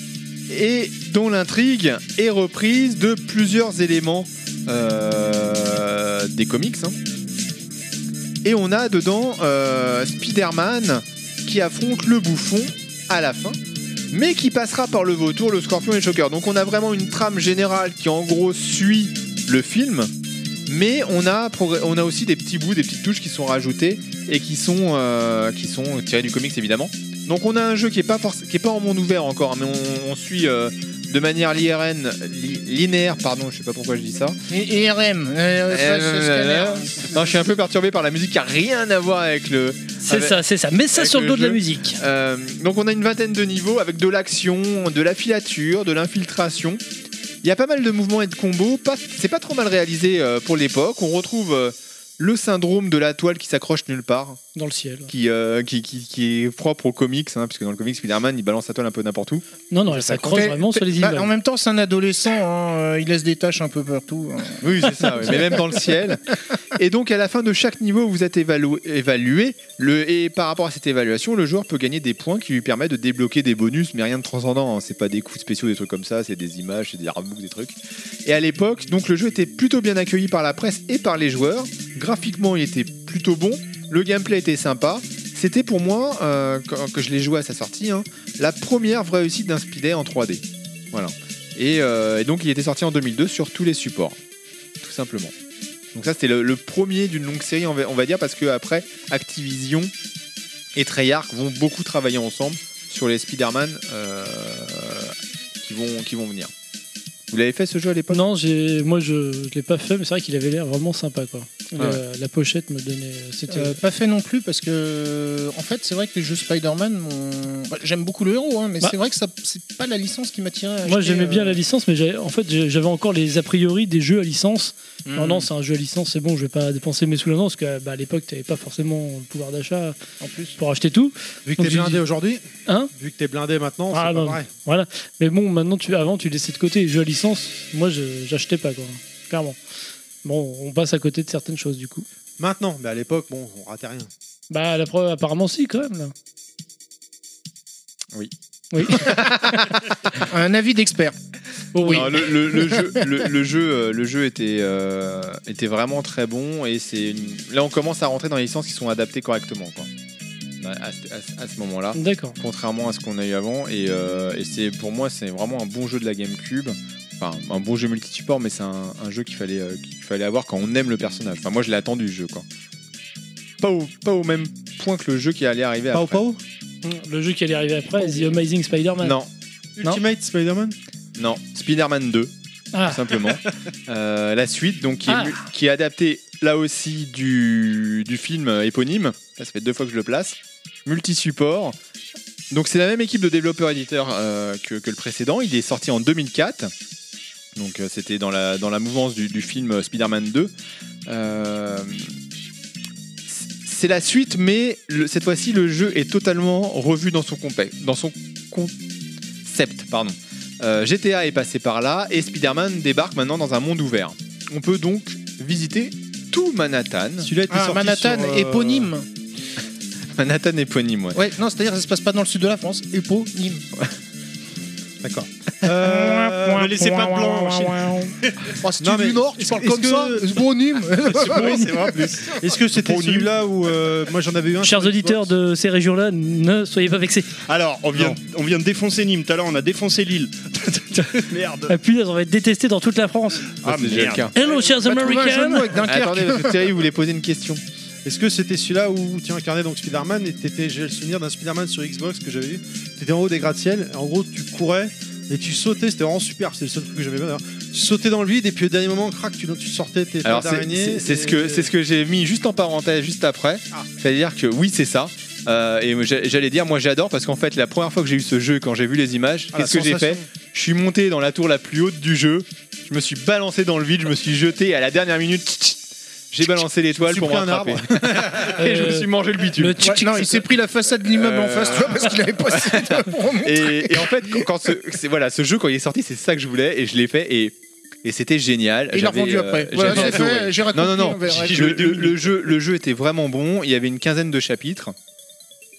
Speaker 3: et dont l'intrigue est reprise de plusieurs éléments euh, des comics. hein. Et on a dedans euh, Spider-Man qui affronte le bouffon à la fin, mais qui passera par le vautour, le scorpion et le choker. Donc on a vraiment une trame générale qui en gros suit le film, mais on a, progr- on a aussi des petits bouts, des petites touches qui sont rajoutées et qui sont, euh, qui sont tirées du comics évidemment. Donc on a un jeu qui est pas forc- qui est pas en monde ouvert encore, hein, mais on, on suit euh, de manière LIRN, li- linéaire, pardon, je sais pas pourquoi je dis ça.
Speaker 5: Et, et RM. euh, flash
Speaker 3: Euh,
Speaker 5: scanner.
Speaker 3: Non, je suis un peu perturbé par la musique qui a rien à voir avec le.
Speaker 2: C'est
Speaker 3: Avec-
Speaker 2: ça, c'est ça. Mets ça
Speaker 3: avec
Speaker 2: sur le
Speaker 3: le
Speaker 2: dos de la
Speaker 3: jeu.
Speaker 2: musique.
Speaker 3: Euh, donc on a une vingtaine de niveaux avec de l'action, de la filature, de l'infiltration. Il y a pas mal de mouvements et de combos. Pas- C'est pas trop mal réalisé euh, pour l'époque. On retrouve euh, le syndrome de la toile qui s'accroche nulle part,
Speaker 2: Dans le ciel.
Speaker 3: qui, euh, qui, qui- qui est propre aux comics, hein, puisque dans le comics, Spider-Man il balance sa toile un peu n'importe où.
Speaker 2: Non, non, elle s'accroche
Speaker 5: Mais-
Speaker 2: vraiment sur les
Speaker 5: bah,
Speaker 2: immeubles.
Speaker 5: en même temps, c'est un adolescent, hein, euh, il laisse des tâches un peu partout. hein.
Speaker 3: Oui, c'est ça, oui, mais même dans le ciel. Et donc, à la fin de chaque niveau, vous êtes évalué, évalué. le, et par rapport à cette évaluation, le joueur peut gagner des points qui lui permettent de débloquer des bonus, mais rien de transcendant. hein. C'est pas des coups spéciaux, des trucs comme ça, c'est des images, c'est des artbooks, des trucs. Et à l'époque, donc le jeu était plutôt bien accueilli par la presse et par les joueurs. Graphiquement, il était plutôt bon. Le gameplay était sympa. C'était pour moi, euh, quand que je l'ai joué à sa sortie, hein, la première vraie réussite d'un speedé en 3D. Voilà. Et, euh, et donc, il était sorti en 2002 sur tous les supports tout simplement. Donc ça c'était le, le premier d'une longue série on va, on va dire parce que après Activision et Treyarch vont beaucoup travailler ensemble sur les Spider-Man euh, qui, vont, qui vont venir. Vous l'avez fait ce jeu à l'époque
Speaker 2: Non, j'ai, moi je, je l'ai pas fait, mais c'est vrai qu'il avait l'air vraiment sympa quoi. La,
Speaker 3: Ah
Speaker 2: la pochette me donnait, c'était
Speaker 5: Euh, pas fait non plus parce que euh, en fait c'est vrai que les jeux Spider-Man m'ont- bah, j'aime beaucoup le héros hein, mais
Speaker 2: Bah.
Speaker 5: c'est vrai que ça c'est pas la licence qui m'attirait à
Speaker 2: Moi
Speaker 5: acheter,
Speaker 2: j'aimais bien
Speaker 5: euh,
Speaker 2: la licence, mais j'avais- en fait j'ai- j'avais encore les a priori des jeux à licence.
Speaker 5: hmm.
Speaker 2: Non, non, c'est un jeu à licence, c'est bon, je vais pas dépenser mes sous là-dedans, parce qu'à l'époque t'avais pas forcément le pouvoir d'achat
Speaker 5: en plus
Speaker 2: pour acheter tout.
Speaker 1: Vu que
Speaker 2: Donc,
Speaker 1: t'es
Speaker 2: j'ai
Speaker 1: blindé
Speaker 2: dit-
Speaker 1: aujourd'hui,
Speaker 2: Hein
Speaker 1: vu que t'es blindé maintenant,
Speaker 2: Ah,
Speaker 1: c'est pas
Speaker 2: non.
Speaker 1: vrai.
Speaker 2: Voilà. Mais bon, maintenant tu, avant tu laissais de côté les jeux à licence. Moi je- j'achetais pas quoi, clairement. Bon, on passe à côté de certaines choses du coup.
Speaker 1: Maintenant, mais à l'époque, bon, on ratait rien.
Speaker 2: Bah la preuve apparemment si quand même. Là.
Speaker 5: euh, un avis d'expert
Speaker 2: Oh,
Speaker 3: Non, le, le- le jeu, le, le jeu, euh, le jeu était, euh, était vraiment très bon et c'est une- là on commence à rentrer dans les licences qui sont adaptées correctement quoi. Bah, À, à ce- à ce- à ce moment-là.
Speaker 2: D'accord.
Speaker 3: contrairement à ce qu'on a eu avant. Et, euh, et c'est pour moi, c'est vraiment un bon jeu de la GameCube. Enfin, un bon jeu multisport, mais c'est un, un jeu qu'il fallait, euh, qu'il fallait avoir quand on aime le personnage. Enfin, moi, je l'ai attendu, ce jeu, quoi. Pas au, pas au même point que le jeu qui allait arriver
Speaker 1: Pao
Speaker 3: après.
Speaker 1: Pao
Speaker 2: Le jeu qui allait arriver après, The Amazing Spider-Man.
Speaker 3: Non,
Speaker 1: Ultimate Spider-Man
Speaker 3: non. Spider-Man 2,
Speaker 2: Ah.
Speaker 3: tout simplement. Euh, la suite, donc, qui est,
Speaker 2: Ah.
Speaker 3: mu- qui est adaptée, là aussi, du, du film euh, éponyme. Là, ça fait deux fois que je le place. Multi-support. Donc c'est la même équipe de développeurs-éditeurs euh, que, que le précédent. Il est sorti en 2004. Donc euh, c'était dans la, dans la mouvance du, du film euh, Spider-Man 2. Euh, c'est la suite, mais le- cette fois-ci, le jeu est totalement revu dans son, compé- dans son concept. Pardon. Euh, GTA est passé par là et Spider-Man débarque maintenant dans un monde ouvert. On peut donc visiter tout Manhattan.
Speaker 1: Celui-là était
Speaker 5: Ah,
Speaker 1: sorti
Speaker 5: Manhattan
Speaker 1: sur, euh,
Speaker 5: éponyme
Speaker 3: Manhattan éponyme, ouais.
Speaker 5: ouais non c'est à dire ça se passe pas dans le sud de la France éponyme
Speaker 1: Euh,
Speaker 4: euh, me laissez pas de blanc.
Speaker 5: Oh, si
Speaker 1: Non,
Speaker 5: tu es
Speaker 1: mais
Speaker 5: du Nord, tu
Speaker 1: est-ce
Speaker 5: parles
Speaker 1: que-
Speaker 5: comme
Speaker 1: est-ce
Speaker 5: ça.
Speaker 1: que-
Speaker 5: C'est bon, Nîmes.
Speaker 4: Oui, c'est vrai, en plus.
Speaker 1: Est-ce que c'était
Speaker 4: Pour nul.
Speaker 1: celui-là où euh, moi j'en avais eu un
Speaker 2: Chers
Speaker 1: sur
Speaker 2: auditeurs
Speaker 1: Xbox
Speaker 2: de ces régions-là, ne soyez pas vexés.
Speaker 4: Alors, on vient, on vient de défoncer Nîmes. Tout à l'heure, on a défoncé Lille. Merde.
Speaker 2: Ah, punaise, on va être détesté dans toute la France.
Speaker 4: Ah,
Speaker 3: C'est déjà le
Speaker 4: merde.
Speaker 3: cas.
Speaker 2: Hello, chers
Speaker 5: On va trouver un jeu de mots
Speaker 3: Ah,
Speaker 2: Americans
Speaker 5: avec Dunkerque.
Speaker 3: Attendez, parce que Thierry voulait poser une question.
Speaker 1: Est-ce que c'était celui-là où tu incarnais donc Spider-Man et t'étais, j'ai le souvenir d'un Spider-Man sur Xbox que j'avais vu. T'étais en haut des gratte-ciel, et en gros tu courais et tu sautais, c'était vraiment super, c'est le seul truc que j'avais bien. d'ailleurs. Tu sautais dans le vide et puis au dernier moment, crac, tu, tu sortais tes
Speaker 3: Alors
Speaker 1: pattes
Speaker 3: c'est-
Speaker 1: d'araignée,
Speaker 3: c'est c'est ce que
Speaker 1: et-
Speaker 3: c'est ce que j'ai mis juste en parenthèse juste après.
Speaker 1: Ah.
Speaker 3: C'est-à-dire que oui c'est ça. Euh, et j'a- j'allais dire moi j'adore parce qu'en fait la première fois que j'ai eu ce jeu quand j'ai vu les images,
Speaker 1: Ah, la
Speaker 3: qu'est-ce que j'ai fait
Speaker 1: sensation.
Speaker 3: Je suis monté dans la tour la plus haute du jeu. Je me suis balancé dans le vide. Je me suis jeté à la dernière minute. tch, tch, J'ai balancé l'étoile
Speaker 1: suis
Speaker 3: pour
Speaker 1: pris un
Speaker 3: m'attraper. Et je me suis mangé le bitume.
Speaker 2: Euh, le tchic
Speaker 5: Ouais, Non, il s'est pris la façade de l'immeuble en
Speaker 3: Euh,
Speaker 5: face, tu vois, parce qu'il avait pas assez de pour remonter.
Speaker 3: Et, et en fait, quand- quand ce, c'est- voilà, ce jeu, quand il est sorti, c'est ça que je voulais et je l'ai fait et, et c'était génial.
Speaker 5: Et il l'a
Speaker 3: J'avais,
Speaker 5: revendu
Speaker 3: euh,
Speaker 5: après.
Speaker 3: j'avais
Speaker 5: Voilà, j'ai
Speaker 3: adoré.
Speaker 5: fait, j'ai raconté.
Speaker 3: Non, non, non.
Speaker 5: on verra.
Speaker 3: Le, le- le jeu, le jeu était vraiment bon. Il y avait une quinzaine de chapitres.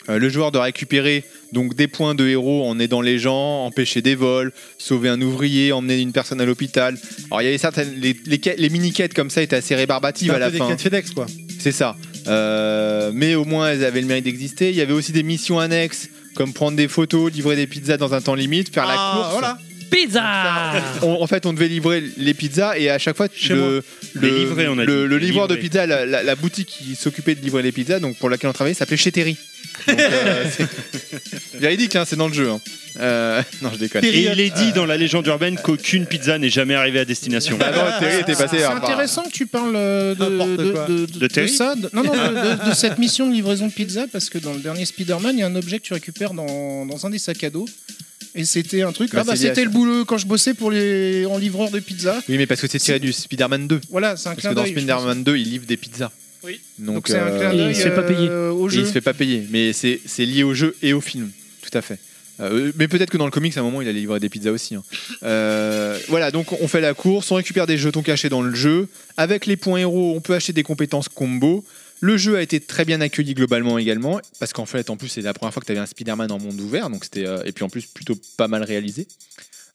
Speaker 3: Euh, le joueur doit récupérer donc des points de héros en aidant les gens, empêcher des vols, sauver un ouvrier, emmener une personne à l'hôpital. Alors il y avait certaines les, les, quêtes- les mini quêtes comme ça étaient assez
Speaker 1: C'était
Speaker 3: rébarbatives
Speaker 1: un
Speaker 3: à la
Speaker 1: peu des
Speaker 3: fin.
Speaker 1: quêtes FedEx quoi.
Speaker 3: C'est ça. Euh, mais au moins, elles avaient le mérite d'exister. Il y avait aussi des missions annexes, comme prendre des photos, livrer des pizzas dans un temps limite, faire
Speaker 5: Ah,
Speaker 3: la course.
Speaker 5: oh
Speaker 1: voilà.
Speaker 2: pizza
Speaker 3: On- en fait, on devait livrer les pizzas et à chaque fois,
Speaker 1: Chez
Speaker 3: le,
Speaker 4: Les livrer, on a
Speaker 3: le-
Speaker 4: dit.
Speaker 3: le
Speaker 4: Les
Speaker 3: livreur de
Speaker 4: livrer.
Speaker 3: pizza, la, la- la boutique qui s'occupait de livrer les pizzas, donc pour laquelle on travaillait, s'appelait Chez Terry. Donc, euh, c'est véridique, hein, c'est dans le jeu. hein. Euh, non, je déconne.
Speaker 4: Et il est dit dans la légende urbaine qu'aucune pizza n'est jamais arrivée à destination.
Speaker 3: Ah non, Terry était passé
Speaker 5: C'est
Speaker 3: par-
Speaker 5: intéressant que tu parles euh, de,
Speaker 1: N'importe
Speaker 5: de-
Speaker 1: quoi.
Speaker 5: de- de-
Speaker 4: De Terry
Speaker 5: de ça, de- non, non, de, de- de cette mission de livraison de pizza, parce que dans le dernier Spider-Man, il y a un objet que tu récupères dans, dans un des sacs à dos. Et c'était un truc.
Speaker 3: Bah,
Speaker 5: ah bah
Speaker 3: c'est lié à
Speaker 5: c'était
Speaker 3: ça.
Speaker 5: le boulot quand je bossais pour les en livreur de pizza.
Speaker 3: Bah, Oui, mais parce que c'est tiré du Spider-Man 2.
Speaker 5: Voilà, c'est un
Speaker 3: Parce que
Speaker 5: clin
Speaker 3: dans
Speaker 5: d'œil. je pense.
Speaker 3: Spider-Man 2, il livre des pizzas. euh,
Speaker 2: Oui.
Speaker 5: Donc c'est un clin
Speaker 2: Et il
Speaker 5: d'œil
Speaker 2: se fait pas payer.
Speaker 5: euh, au
Speaker 3: Et il
Speaker 5: jeu.
Speaker 3: se fait pas payer, mais c'est c'est lié au jeu et au film, tout à fait. Euh, mais peut-être que dans le comics, à un moment, il a livré des pizzas aussi. hein. Euh, voilà, donc on fait la course, on récupère des jetons cachés dans le jeu. Avec les points héros, on peut acheter des compétences combo. Le jeu a été très bien accueilli globalement également, parce qu'en fait, en plus, c'est la première fois que tu avais un Spider-Man en monde ouvert, donc c'était euh, et puis en plus plutôt pas mal réalisé.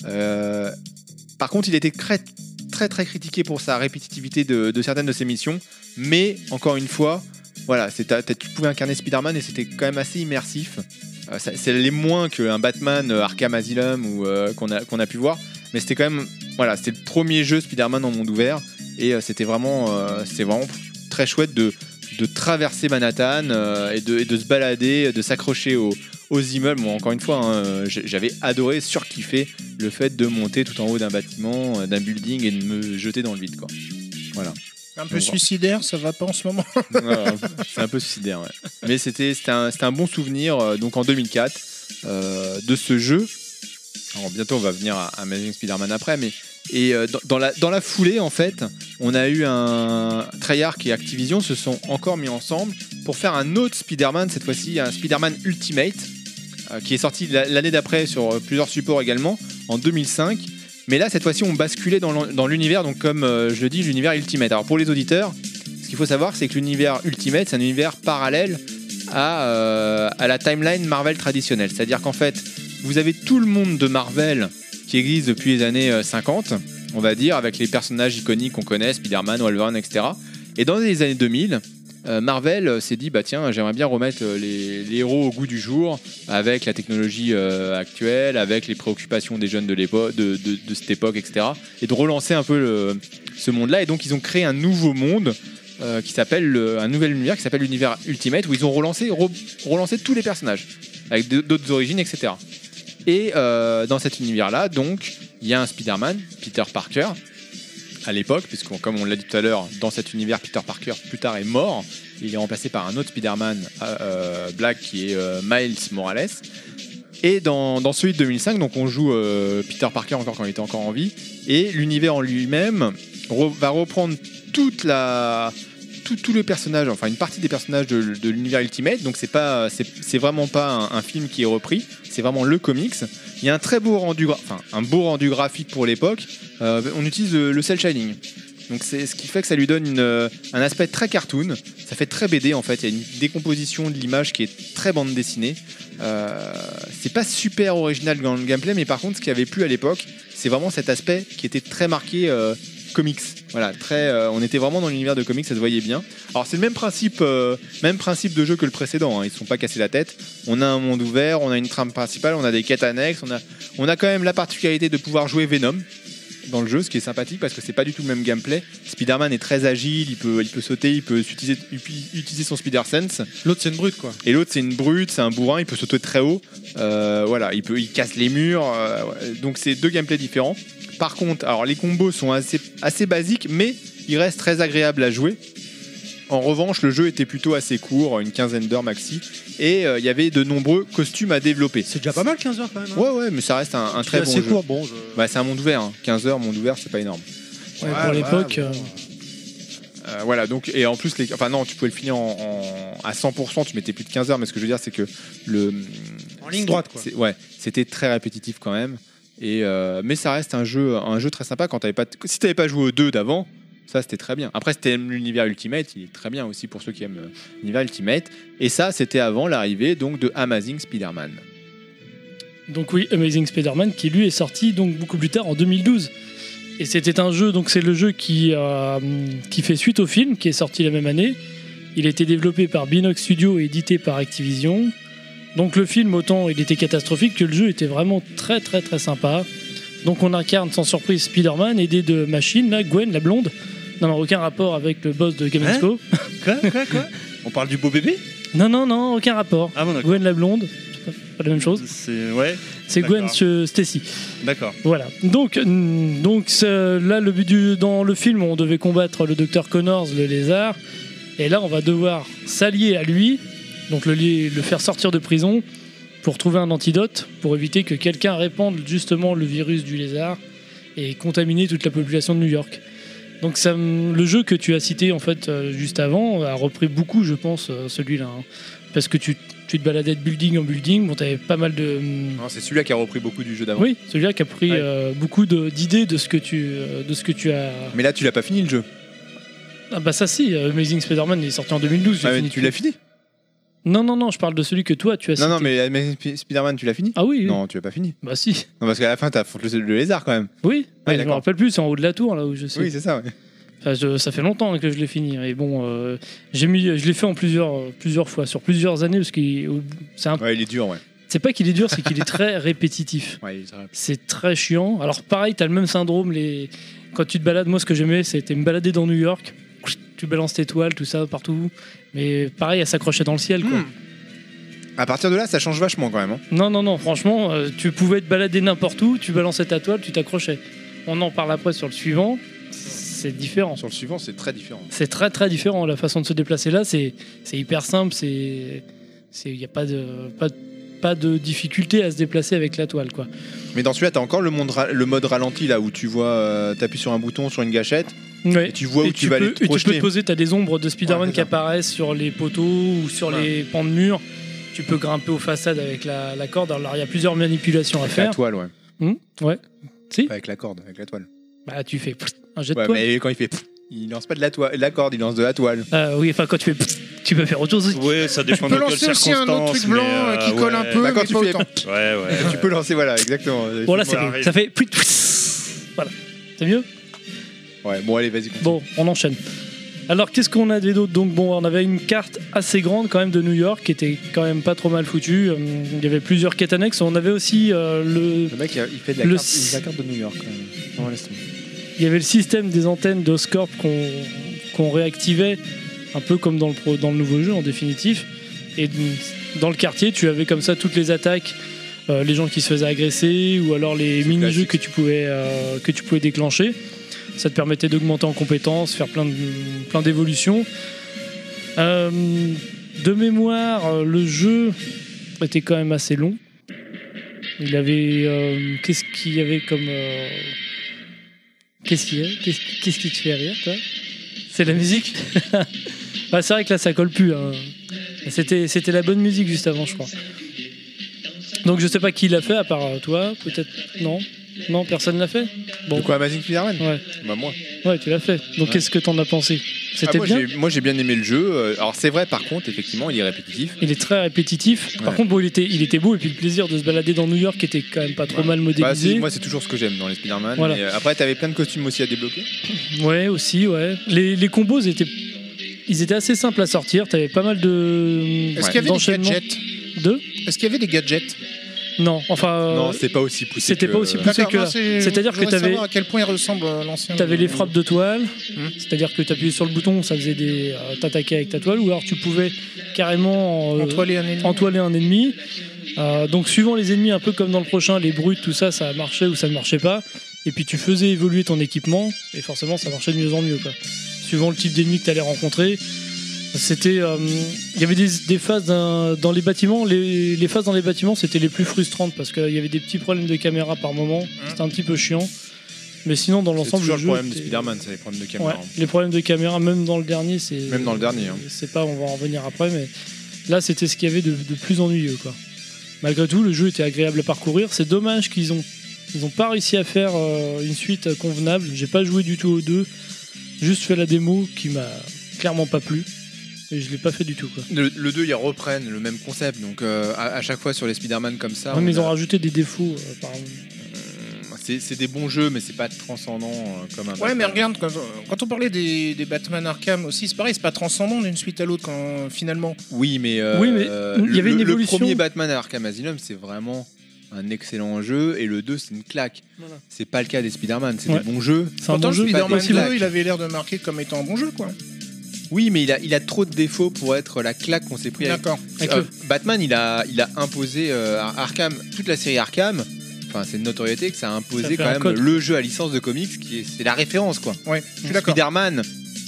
Speaker 3: Euh, par contre, il était très très très critiqué pour sa répétitivité de, de certaines de ses missions, mais encore une fois, voilà, c'est ta- t'as- tu pouvais incarner Spider-Man et c'était quand même assez immersif. Euh, ça- c'est les moins qu'un Batman euh, Arkham Asylum ou euh, qu'on a qu'on a pu voir, mais c'était quand même voilà, c'était le premier jeu Spider-Man en monde ouvert et euh, c'était vraiment euh, c'était vraiment très chouette de de traverser Manhattan euh, et, de, et de se balader, de s'accrocher aux, aux immeubles. Bon, encore une fois, hein, euh, j'ai- j'avais adoré, surkiffé le fait de monter tout en haut d'un bâtiment, euh, d'un building et de me jeter dans le vide. Quoi.
Speaker 5: Un peu suicidaire, ça va pas en ce moment.
Speaker 3: Ouais, c'est un peu suicidaire, ouais. Mais c'était c'était un, c'était un bon souvenir, euh, donc en 2004, euh, de ce jeu. Alors bientôt, on va venir à à Amazing Spider-Man après, mais et euh, dans, dans la, dans la foulée, en fait, on a eu un. Treyarch et Activision se sont encore mis ensemble pour faire un autre Spider-Man, cette fois-ci un Spider-Man Ultimate, euh, qui est sorti la- l'année d'après sur euh, plusieurs supports également, en 2005. Mais là, cette fois-ci, on basculait dans l'en- dans l'univers, donc comme euh, je le dis, l'univers Ultimate. Alors pour les auditeurs, ce qu'il faut savoir, c'est que l'univers Ultimate, c'est un univers parallèle à, euh, à la timeline Marvel traditionnelle. C'est-à-dire qu'en fait, vous avez tout le monde de Marvel qui existe depuis les années euh, 50, on va dire, avec les personnages iconiques qu'on connaît, Spider-Man, Wolverine, etc. Et dans les années 2000, euh, Marvel euh, s'est dit, bah tiens, j'aimerais bien remettre euh, les, les héros au goût du jour avec la technologie euh, actuelle, avec les préoccupations des jeunes de, l'époque, de, de- de cette époque, etc. Et de relancer un peu le- ce monde-là. Et donc, ils ont créé un nouveau monde euh, qui s'appelle le- un nouvel univers qui s'appelle l'univers Ultimate où ils ont relancé, re- relancé tous les personnages avec d- d'autres origines, etc. Et euh, dans cet univers-là, donc, il y a un Spider-Man, Peter Parker, à l'époque, puisque comme on l'a dit tout à l'heure, dans cet univers, Peter Parker plus tard est mort. Il est remplacé par un autre Spider-Man euh, euh, black qui est euh, Miles Morales. Et dans, dans celui de 2005, donc on joue euh, Peter Parker encore quand il était encore en vie. Et l'univers en lui-même re- va reprendre toute la, tout, tout le personnage, enfin une partie des personnages de, de l'univers Ultimate. Donc c'est pas, c'est c'est vraiment pas un, un film qui est repris, c'est vraiment le comics. Il y a un très beau rendu, gra- enfin un beau rendu graphique pour l'époque. Euh, on utilise le, le cel shading. Donc c'est ce qui fait que ça lui donne une, euh, un aspect très cartoon. Ça fait très BD en fait. Il y a une décomposition de l'image qui est très bande dessinée. Euh, c'est pas super original dans le gameplay, mais par contre, ce qui avait plu à l'époque, c'est vraiment cet aspect qui était très marqué. euh, comics voilà très euh, on était vraiment dans l'univers de comics ça se voyait bien alors c'est le même principe euh, même principe de jeu que le précédent hein. ils se sont pas cassés la tête on a un monde ouvert on a une trame principale on a des quêtes annexes on a on a quand même la particularité de pouvoir jouer Venom dans le jeu, ce qui est sympathique parce que c'est pas du tout le même gameplay. Spider-Man est très agile, il peut, il peut sauter, il peut utiliser, utiliser son Spider-Sense.
Speaker 1: L'autre, c'est une brute, quoi.
Speaker 3: Et l'autre, c'est une brute, c'est un bourrin, il peut sauter très haut. Euh, voilà, il, peut, il casse les murs. euh, ouais. donc, c'est deux gameplays différents. Par contre, alors les combos sont assez, assez basiques, mais ils restent très agréables à jouer. En revanche, le jeu était plutôt assez court, une quinzaine d'heures maxi, et euh, il y avait de nombreux costumes à développer.
Speaker 1: C'est déjà pas mal, 15 heures quand même. hein.
Speaker 3: Ouais, ouais, mais ça reste un, un
Speaker 1: C'est
Speaker 3: très bon
Speaker 1: assez
Speaker 3: jeu.
Speaker 1: court, bon. je-
Speaker 3: Bah, c'est un monde ouvert, hein. 15 heures, monde ouvert, c'est pas énorme.
Speaker 2: Ouais,
Speaker 1: Ouais,
Speaker 2: pour
Speaker 1: ouais,
Speaker 2: l'époque,
Speaker 1: bon.
Speaker 2: euh,
Speaker 3: Euh, voilà, donc, et en plus, les, enfin, non, tu pouvais le finir en, en- à 100%, tu mettais plus de 15 heures, mais ce que je veux dire, c'est que le.
Speaker 1: En ligne droite, quoi.
Speaker 3: c'est- Ouais, c'était très répétitif quand même. Et, euh, mais ça reste un jeu, un jeu très sympa quand t'avais pas, si t'avais pas joué aux deux d'avant, ça c'était très bien. Après, si t'aimes l'univers Ultimate, il est très bien aussi pour ceux qui aiment euh, l'univers Ultimate. Et ça, c'était avant l'arrivée donc de Amazing Spider-Man.
Speaker 2: Donc oui, Amazing Spider-Man qui lui est sorti donc beaucoup plus tard en 2012. Et c'était un jeu, donc c'est le jeu qui, euh, qui fait suite au film qui est sorti la même année. Il a été développé par Binox Studio et édité par Activision. Donc le film, autant il était catastrophique que le jeu était vraiment très très très sympa. Donc on incarne sans surprise Spider-Man aidé de Machine, là, Gwen, la blonde. Non, non, aucun rapport avec le boss de Game
Speaker 4: Hein
Speaker 2: Expo.
Speaker 4: Quoi, quoi, quoi On parle du beau bébé
Speaker 2: Non, non, non, aucun rapport.
Speaker 4: Ah bon, d'accord.
Speaker 2: Gwen la blonde, c'est pas- pas la même chose.
Speaker 4: C'est- Ouais,
Speaker 2: C'est Gwen
Speaker 4: D'accord.
Speaker 2: euh, Stacy.
Speaker 4: d'accord.
Speaker 2: Voilà. Donc, mm, donc ce- là, le but du, dans le film, on devait combattre le docteur Connors, le lézard. Et là, on va devoir s'allier à lui, donc le, li- le faire sortir de prison pour trouver un antidote, pour éviter que quelqu'un répande justement le virus du lézard et contaminer toute la population de New York. Donc ça, mm, le jeu que tu as cité en fait euh, juste avant a repris beaucoup, je pense, euh, celui-là, hein. parce que tu, tu te baladais de building en building, bon, t'avais pas mal de mm,
Speaker 3: Non, c'est celui-là qui a repris beaucoup du jeu d'avant.
Speaker 2: Euh, oui, celui-là qui a pris
Speaker 3: Ouais.
Speaker 2: euh, beaucoup de- d'idées de, ce que tu euh, de ce que tu as.
Speaker 3: Mais là, tu l'as pas fini le jeu.
Speaker 2: Ah bah ça si, euh, Amazing Spider-Man il est sorti en 2012. j'ai
Speaker 3: Ah, mais
Speaker 2: fini
Speaker 3: tu
Speaker 2: tout.
Speaker 3: l'as fini
Speaker 2: Non non non, je parle de celui que toi tu as.
Speaker 3: Non, non,
Speaker 2: cité.
Speaker 3: mais Amazing Sp- Spider-Man, tu l'as fini
Speaker 2: Ah oui, oui.
Speaker 3: Non, tu l'as pas fini.
Speaker 2: bah si,
Speaker 3: Non, parce qu'à la fin, t'affrontes le, le lézard quand même.
Speaker 2: oui.
Speaker 3: Ouais,
Speaker 2: Ouais, je me
Speaker 3: d'accord.
Speaker 2: rappelle plus, c'est en haut de la tour là où je sais.
Speaker 3: Oui, c'est ça. ouais.
Speaker 2: Enfin, je- ça fait longtemps hein, que je l'ai fini. Et bon, euh, j'ai mis, je l'ai fait en plusieurs euh, plusieurs fois sur plusieurs années parce que c'est un-
Speaker 3: Ouais, il est dur, ouais.
Speaker 2: c'est pas qu'il est dur, c'est qu'il est très répétitif.
Speaker 3: Ouais, il est très-
Speaker 2: C'est très chiant. Alors pareil, t'as le même syndrome. Les... Quand tu te balades, moi ce que j'aimais, c'était me balader dans New York. Tu balances tes toiles, tout ça, partout. Mais pareil, à s'accrocher dans le ciel. Quoi.
Speaker 3: Hmm. À partir de là, ça change vachement quand même. hein.
Speaker 2: Non, non, non, franchement, euh, tu pouvais te balader n'importe où, tu balançais ta toile, tu t'accrochais. On en parle après sur le suivant. C'est différent.
Speaker 3: Sur le suivant, c'est très différent.
Speaker 2: C'est très très différent la façon de se déplacer là. C'est c'est hyper simple. C'est il n'y a pas de pas, de- pas de difficulté à se déplacer avec la toile quoi.
Speaker 3: Mais dans celui-là, t'as encore le, monde ra- le mode ralenti là où tu vois, euh, t'appuies sur un bouton, sur une gâchette, et tu vois où
Speaker 2: Et
Speaker 3: tu, vas
Speaker 2: peux,
Speaker 3: aller te
Speaker 2: et tu peux
Speaker 3: projeter.
Speaker 2: te poser, t'as des ombres de Spider-Man
Speaker 3: Ouais, c'est
Speaker 2: qui
Speaker 3: ça.
Speaker 2: apparaissent sur les poteaux ou sur
Speaker 3: Ouais.
Speaker 2: les pans de mur. Tu peux grimper aux façades avec la, la corde. Alors, il y a plusieurs manipulations à
Speaker 3: avec la
Speaker 2: faire.
Speaker 3: toile, ouais.
Speaker 2: Hmm, ouais. Si.
Speaker 3: Pas avec la corde, avec la toile.
Speaker 2: Bah, tu fais pfft, un jet de
Speaker 3: Ouais,
Speaker 2: toile.
Speaker 3: mais quand il fait, pfff, il lance pas de la, toile, la corde, il lance de la toile.
Speaker 2: Euh, oui, enfin, quand tu fais pfft, tu peux faire autre chose aussi.
Speaker 4: Ouais, ça dépend
Speaker 5: Tu peux
Speaker 4: dans quelles
Speaker 5: lancer aussi un autre truc
Speaker 4: circonstances, mais,
Speaker 5: blanc
Speaker 4: euh,
Speaker 5: euh, qui colle un
Speaker 4: ouais.
Speaker 5: peu,
Speaker 3: Bah, quand
Speaker 5: mais
Speaker 3: tu
Speaker 5: pas
Speaker 3: fais-
Speaker 5: autant.
Speaker 4: Ouais, ouais.
Speaker 3: Tu peux lancer, voilà, exactement.
Speaker 2: Bon, là, c'est
Speaker 4: Voilà,
Speaker 2: ça fait pfft, pfft. Voilà. C'est mieux
Speaker 3: Ouais, bon, allez, vas-y. continue.
Speaker 2: Bon, on enchaîne. Alors, qu'est-ce qu'on avait d'autre Donc, bon, on avait une carte assez grande quand même de New York qui était quand même pas trop mal foutue. Hum, Il y avait plusieurs quêtes annexes. On avait aussi euh, le
Speaker 3: Le mec, il il fait de la,
Speaker 2: Le
Speaker 3: carte, il fait de la
Speaker 2: s-
Speaker 3: carte de New York. quand même. Non, laisse tomber.
Speaker 2: Il y avait le système des antennes d'Oscorp qu'on qu'on réactivait, un peu comme dans le, pro- dans le nouveau jeu en définitif. Et d- dans le quartier, tu avais comme ça toutes les attaques, euh, les gens qui se faisaient agresser, ou alors les mini-jeux que, tu pouvais, euh, que tu pouvais déclencher. Ça te permettait d'augmenter en compétences, faire plein de- plein d'évolutions. Euh, de mémoire, euh, le jeu était quand même assez long. Il avait. euh, Qu'est-ce qu'il y avait comme. euh, Qu'est-ce qu'il y a Qu'est-ce qu'est-ce qui te fait rire, toi C'est la musique Bah, C'est vrai que là, ça colle plus. hein. C'était c'était la bonne musique juste avant, je crois. Donc, je sais pas qui l'a fait, à part euh, toi, peut-être. Non Non, personne l'a fait
Speaker 3: De quoi Amazing Spider-Man
Speaker 2: Ouais,
Speaker 3: Bah moi.
Speaker 2: ouais tu l'as fait. Donc
Speaker 3: Ouais.
Speaker 2: qu'est-ce que t'en as pensé
Speaker 3: Ah,
Speaker 2: C'était
Speaker 3: moi,
Speaker 2: bien
Speaker 3: j'ai- Moi j'ai bien aimé le jeu. Euh, Alors c'est vrai par contre effectivement il est répétitif.
Speaker 2: Il est très répétitif. Par
Speaker 3: Ouais.
Speaker 2: contre, bon, il, était, il était beau et puis le plaisir de se balader dans New York était quand même pas trop
Speaker 3: Ouais.
Speaker 2: mal
Speaker 3: Bah, c'est-
Speaker 2: modélisé.
Speaker 3: moi c'est toujours ce que j'aime dans les Spider-Man.
Speaker 2: Voilà.
Speaker 3: mais, euh, après t'avais plein de costumes aussi à débloquer.
Speaker 2: Ouais, aussi, ouais. Les, les combos ils étaient, ils étaient assez simples à sortir. T'avais pas mal de.
Speaker 5: Est-ce qu'il y avait des
Speaker 2: d'enchaînements.
Speaker 5: gadgets
Speaker 2: Deux
Speaker 5: Est-ce qu'il y avait des gadgets
Speaker 2: Non, enfin.
Speaker 3: non
Speaker 2: euh,
Speaker 3: c'est pas aussi poussé.
Speaker 2: c'était
Speaker 3: que-
Speaker 2: pas aussi poussé.
Speaker 5: D'accord,
Speaker 2: que
Speaker 5: non,
Speaker 2: là.
Speaker 5: c'est-
Speaker 2: C'est-à-dire
Speaker 5: je
Speaker 2: que
Speaker 5: voudrais
Speaker 2: t'avais-
Speaker 5: savoir à quel point il ressemble à l'ancien.
Speaker 2: T'avais les frappes de toile,
Speaker 5: Hmm.
Speaker 2: c'est-à-dire que t'appuyais sur le bouton, ça faisait des euh, t'attaquais avec ta toile, ou alors tu pouvais carrément euh,
Speaker 5: Antoine et un ennemi.
Speaker 2: entoiler un ennemi. Euh, donc suivant les ennemis, un peu comme dans le prochain, les brutes, tout ça, ça marchait ou ça ne marchait pas. Et puis tu faisais évoluer ton équipement, et forcément ça marchait de mieux en mieux. Quoi. Suivant le type d'ennemi que t'allais rencontrer, c'était, euh, il y avait des, des phases d'un- dans les bâtiments. Les, les phases dans les bâtiments, c'était les plus frustrantes parce qu'il y avait des petits problèmes de caméra par moment. C'était un petit peu chiant. Mais sinon, dans
Speaker 3: Hein C'est
Speaker 2: l'ensemble,
Speaker 3: toujours
Speaker 2: le
Speaker 3: le
Speaker 2: jeu
Speaker 3: problème de
Speaker 2: était-
Speaker 3: Spider-Man, c'est les problèmes de
Speaker 2: Ouais,
Speaker 3: caméra.
Speaker 2: les problèmes de caméra, même dans le dernier, c'est.
Speaker 3: Même dans le dernier, hein.
Speaker 2: C'est pas, on va en revenir après, mais là, c'était ce qu'il y avait de, de plus ennuyeux, quoi. Malgré tout, le jeu était agréable à parcourir. C'est dommage qu'ils ont, ils ont pas réussi à faire euh, une suite euh, convenable. J'ai pas joué du tout aux deux, juste fait la démo qui m'a clairement pas plu. Et je l'ai pas fait du tout, quoi.
Speaker 3: Le, 2 ils reprennent le même concept donc euh, à, à chaque fois sur les Spider-Man comme ça.
Speaker 2: Ouais, mais
Speaker 3: Ah, on
Speaker 2: ils ont
Speaker 3: a-
Speaker 2: rajouté des défauts, euh, par-
Speaker 3: c'est c'est des bons jeux mais c'est pas transcendant euh, comme un.
Speaker 5: Ouais,
Speaker 3: Batman.
Speaker 5: mais regarde, quand, euh, quand on parlait des, des Batman Arkham aussi, c'est pareil, c'est pas transcendant d'une suite à l'autre quand finalement.
Speaker 3: Oui, mais, euh,
Speaker 2: Oui, mais
Speaker 3: euh,
Speaker 2: il y
Speaker 3: le-
Speaker 2: avait une
Speaker 3: le-
Speaker 2: évolution.
Speaker 3: Le premier Batman à Arkham Asylum, c'est vraiment un excellent jeu, et le 2, c'est une claque.
Speaker 2: Voilà.
Speaker 3: C'est pas le cas des Spider-man, c'est
Speaker 2: Ouais.
Speaker 3: des bons jeux.
Speaker 2: C'est un
Speaker 5: Pourtant,
Speaker 2: bon jeu.
Speaker 5: Spider-Man
Speaker 3: pas des
Speaker 5: 2,
Speaker 3: claques.
Speaker 5: il avait l'air de marquer comme étant un bon jeu, quoi.
Speaker 3: Oui, mais il a, il a trop de défauts pour être la claque qu'on s'est pris avec.
Speaker 5: D'accord.
Speaker 2: Avec
Speaker 3: Euh,
Speaker 2: le-
Speaker 3: Batman, il a, il a imposé euh, à Arkham, toute la série Arkham. Enfin, c'est une notoriété que ça a
Speaker 2: Ça
Speaker 3: imposé
Speaker 2: fait
Speaker 3: quand
Speaker 2: un
Speaker 3: même
Speaker 2: code.
Speaker 3: le jeu à licence de comics, qui est, c'est la référence quoi.
Speaker 5: Ouais, je suis d'accord.
Speaker 3: Spider-Man,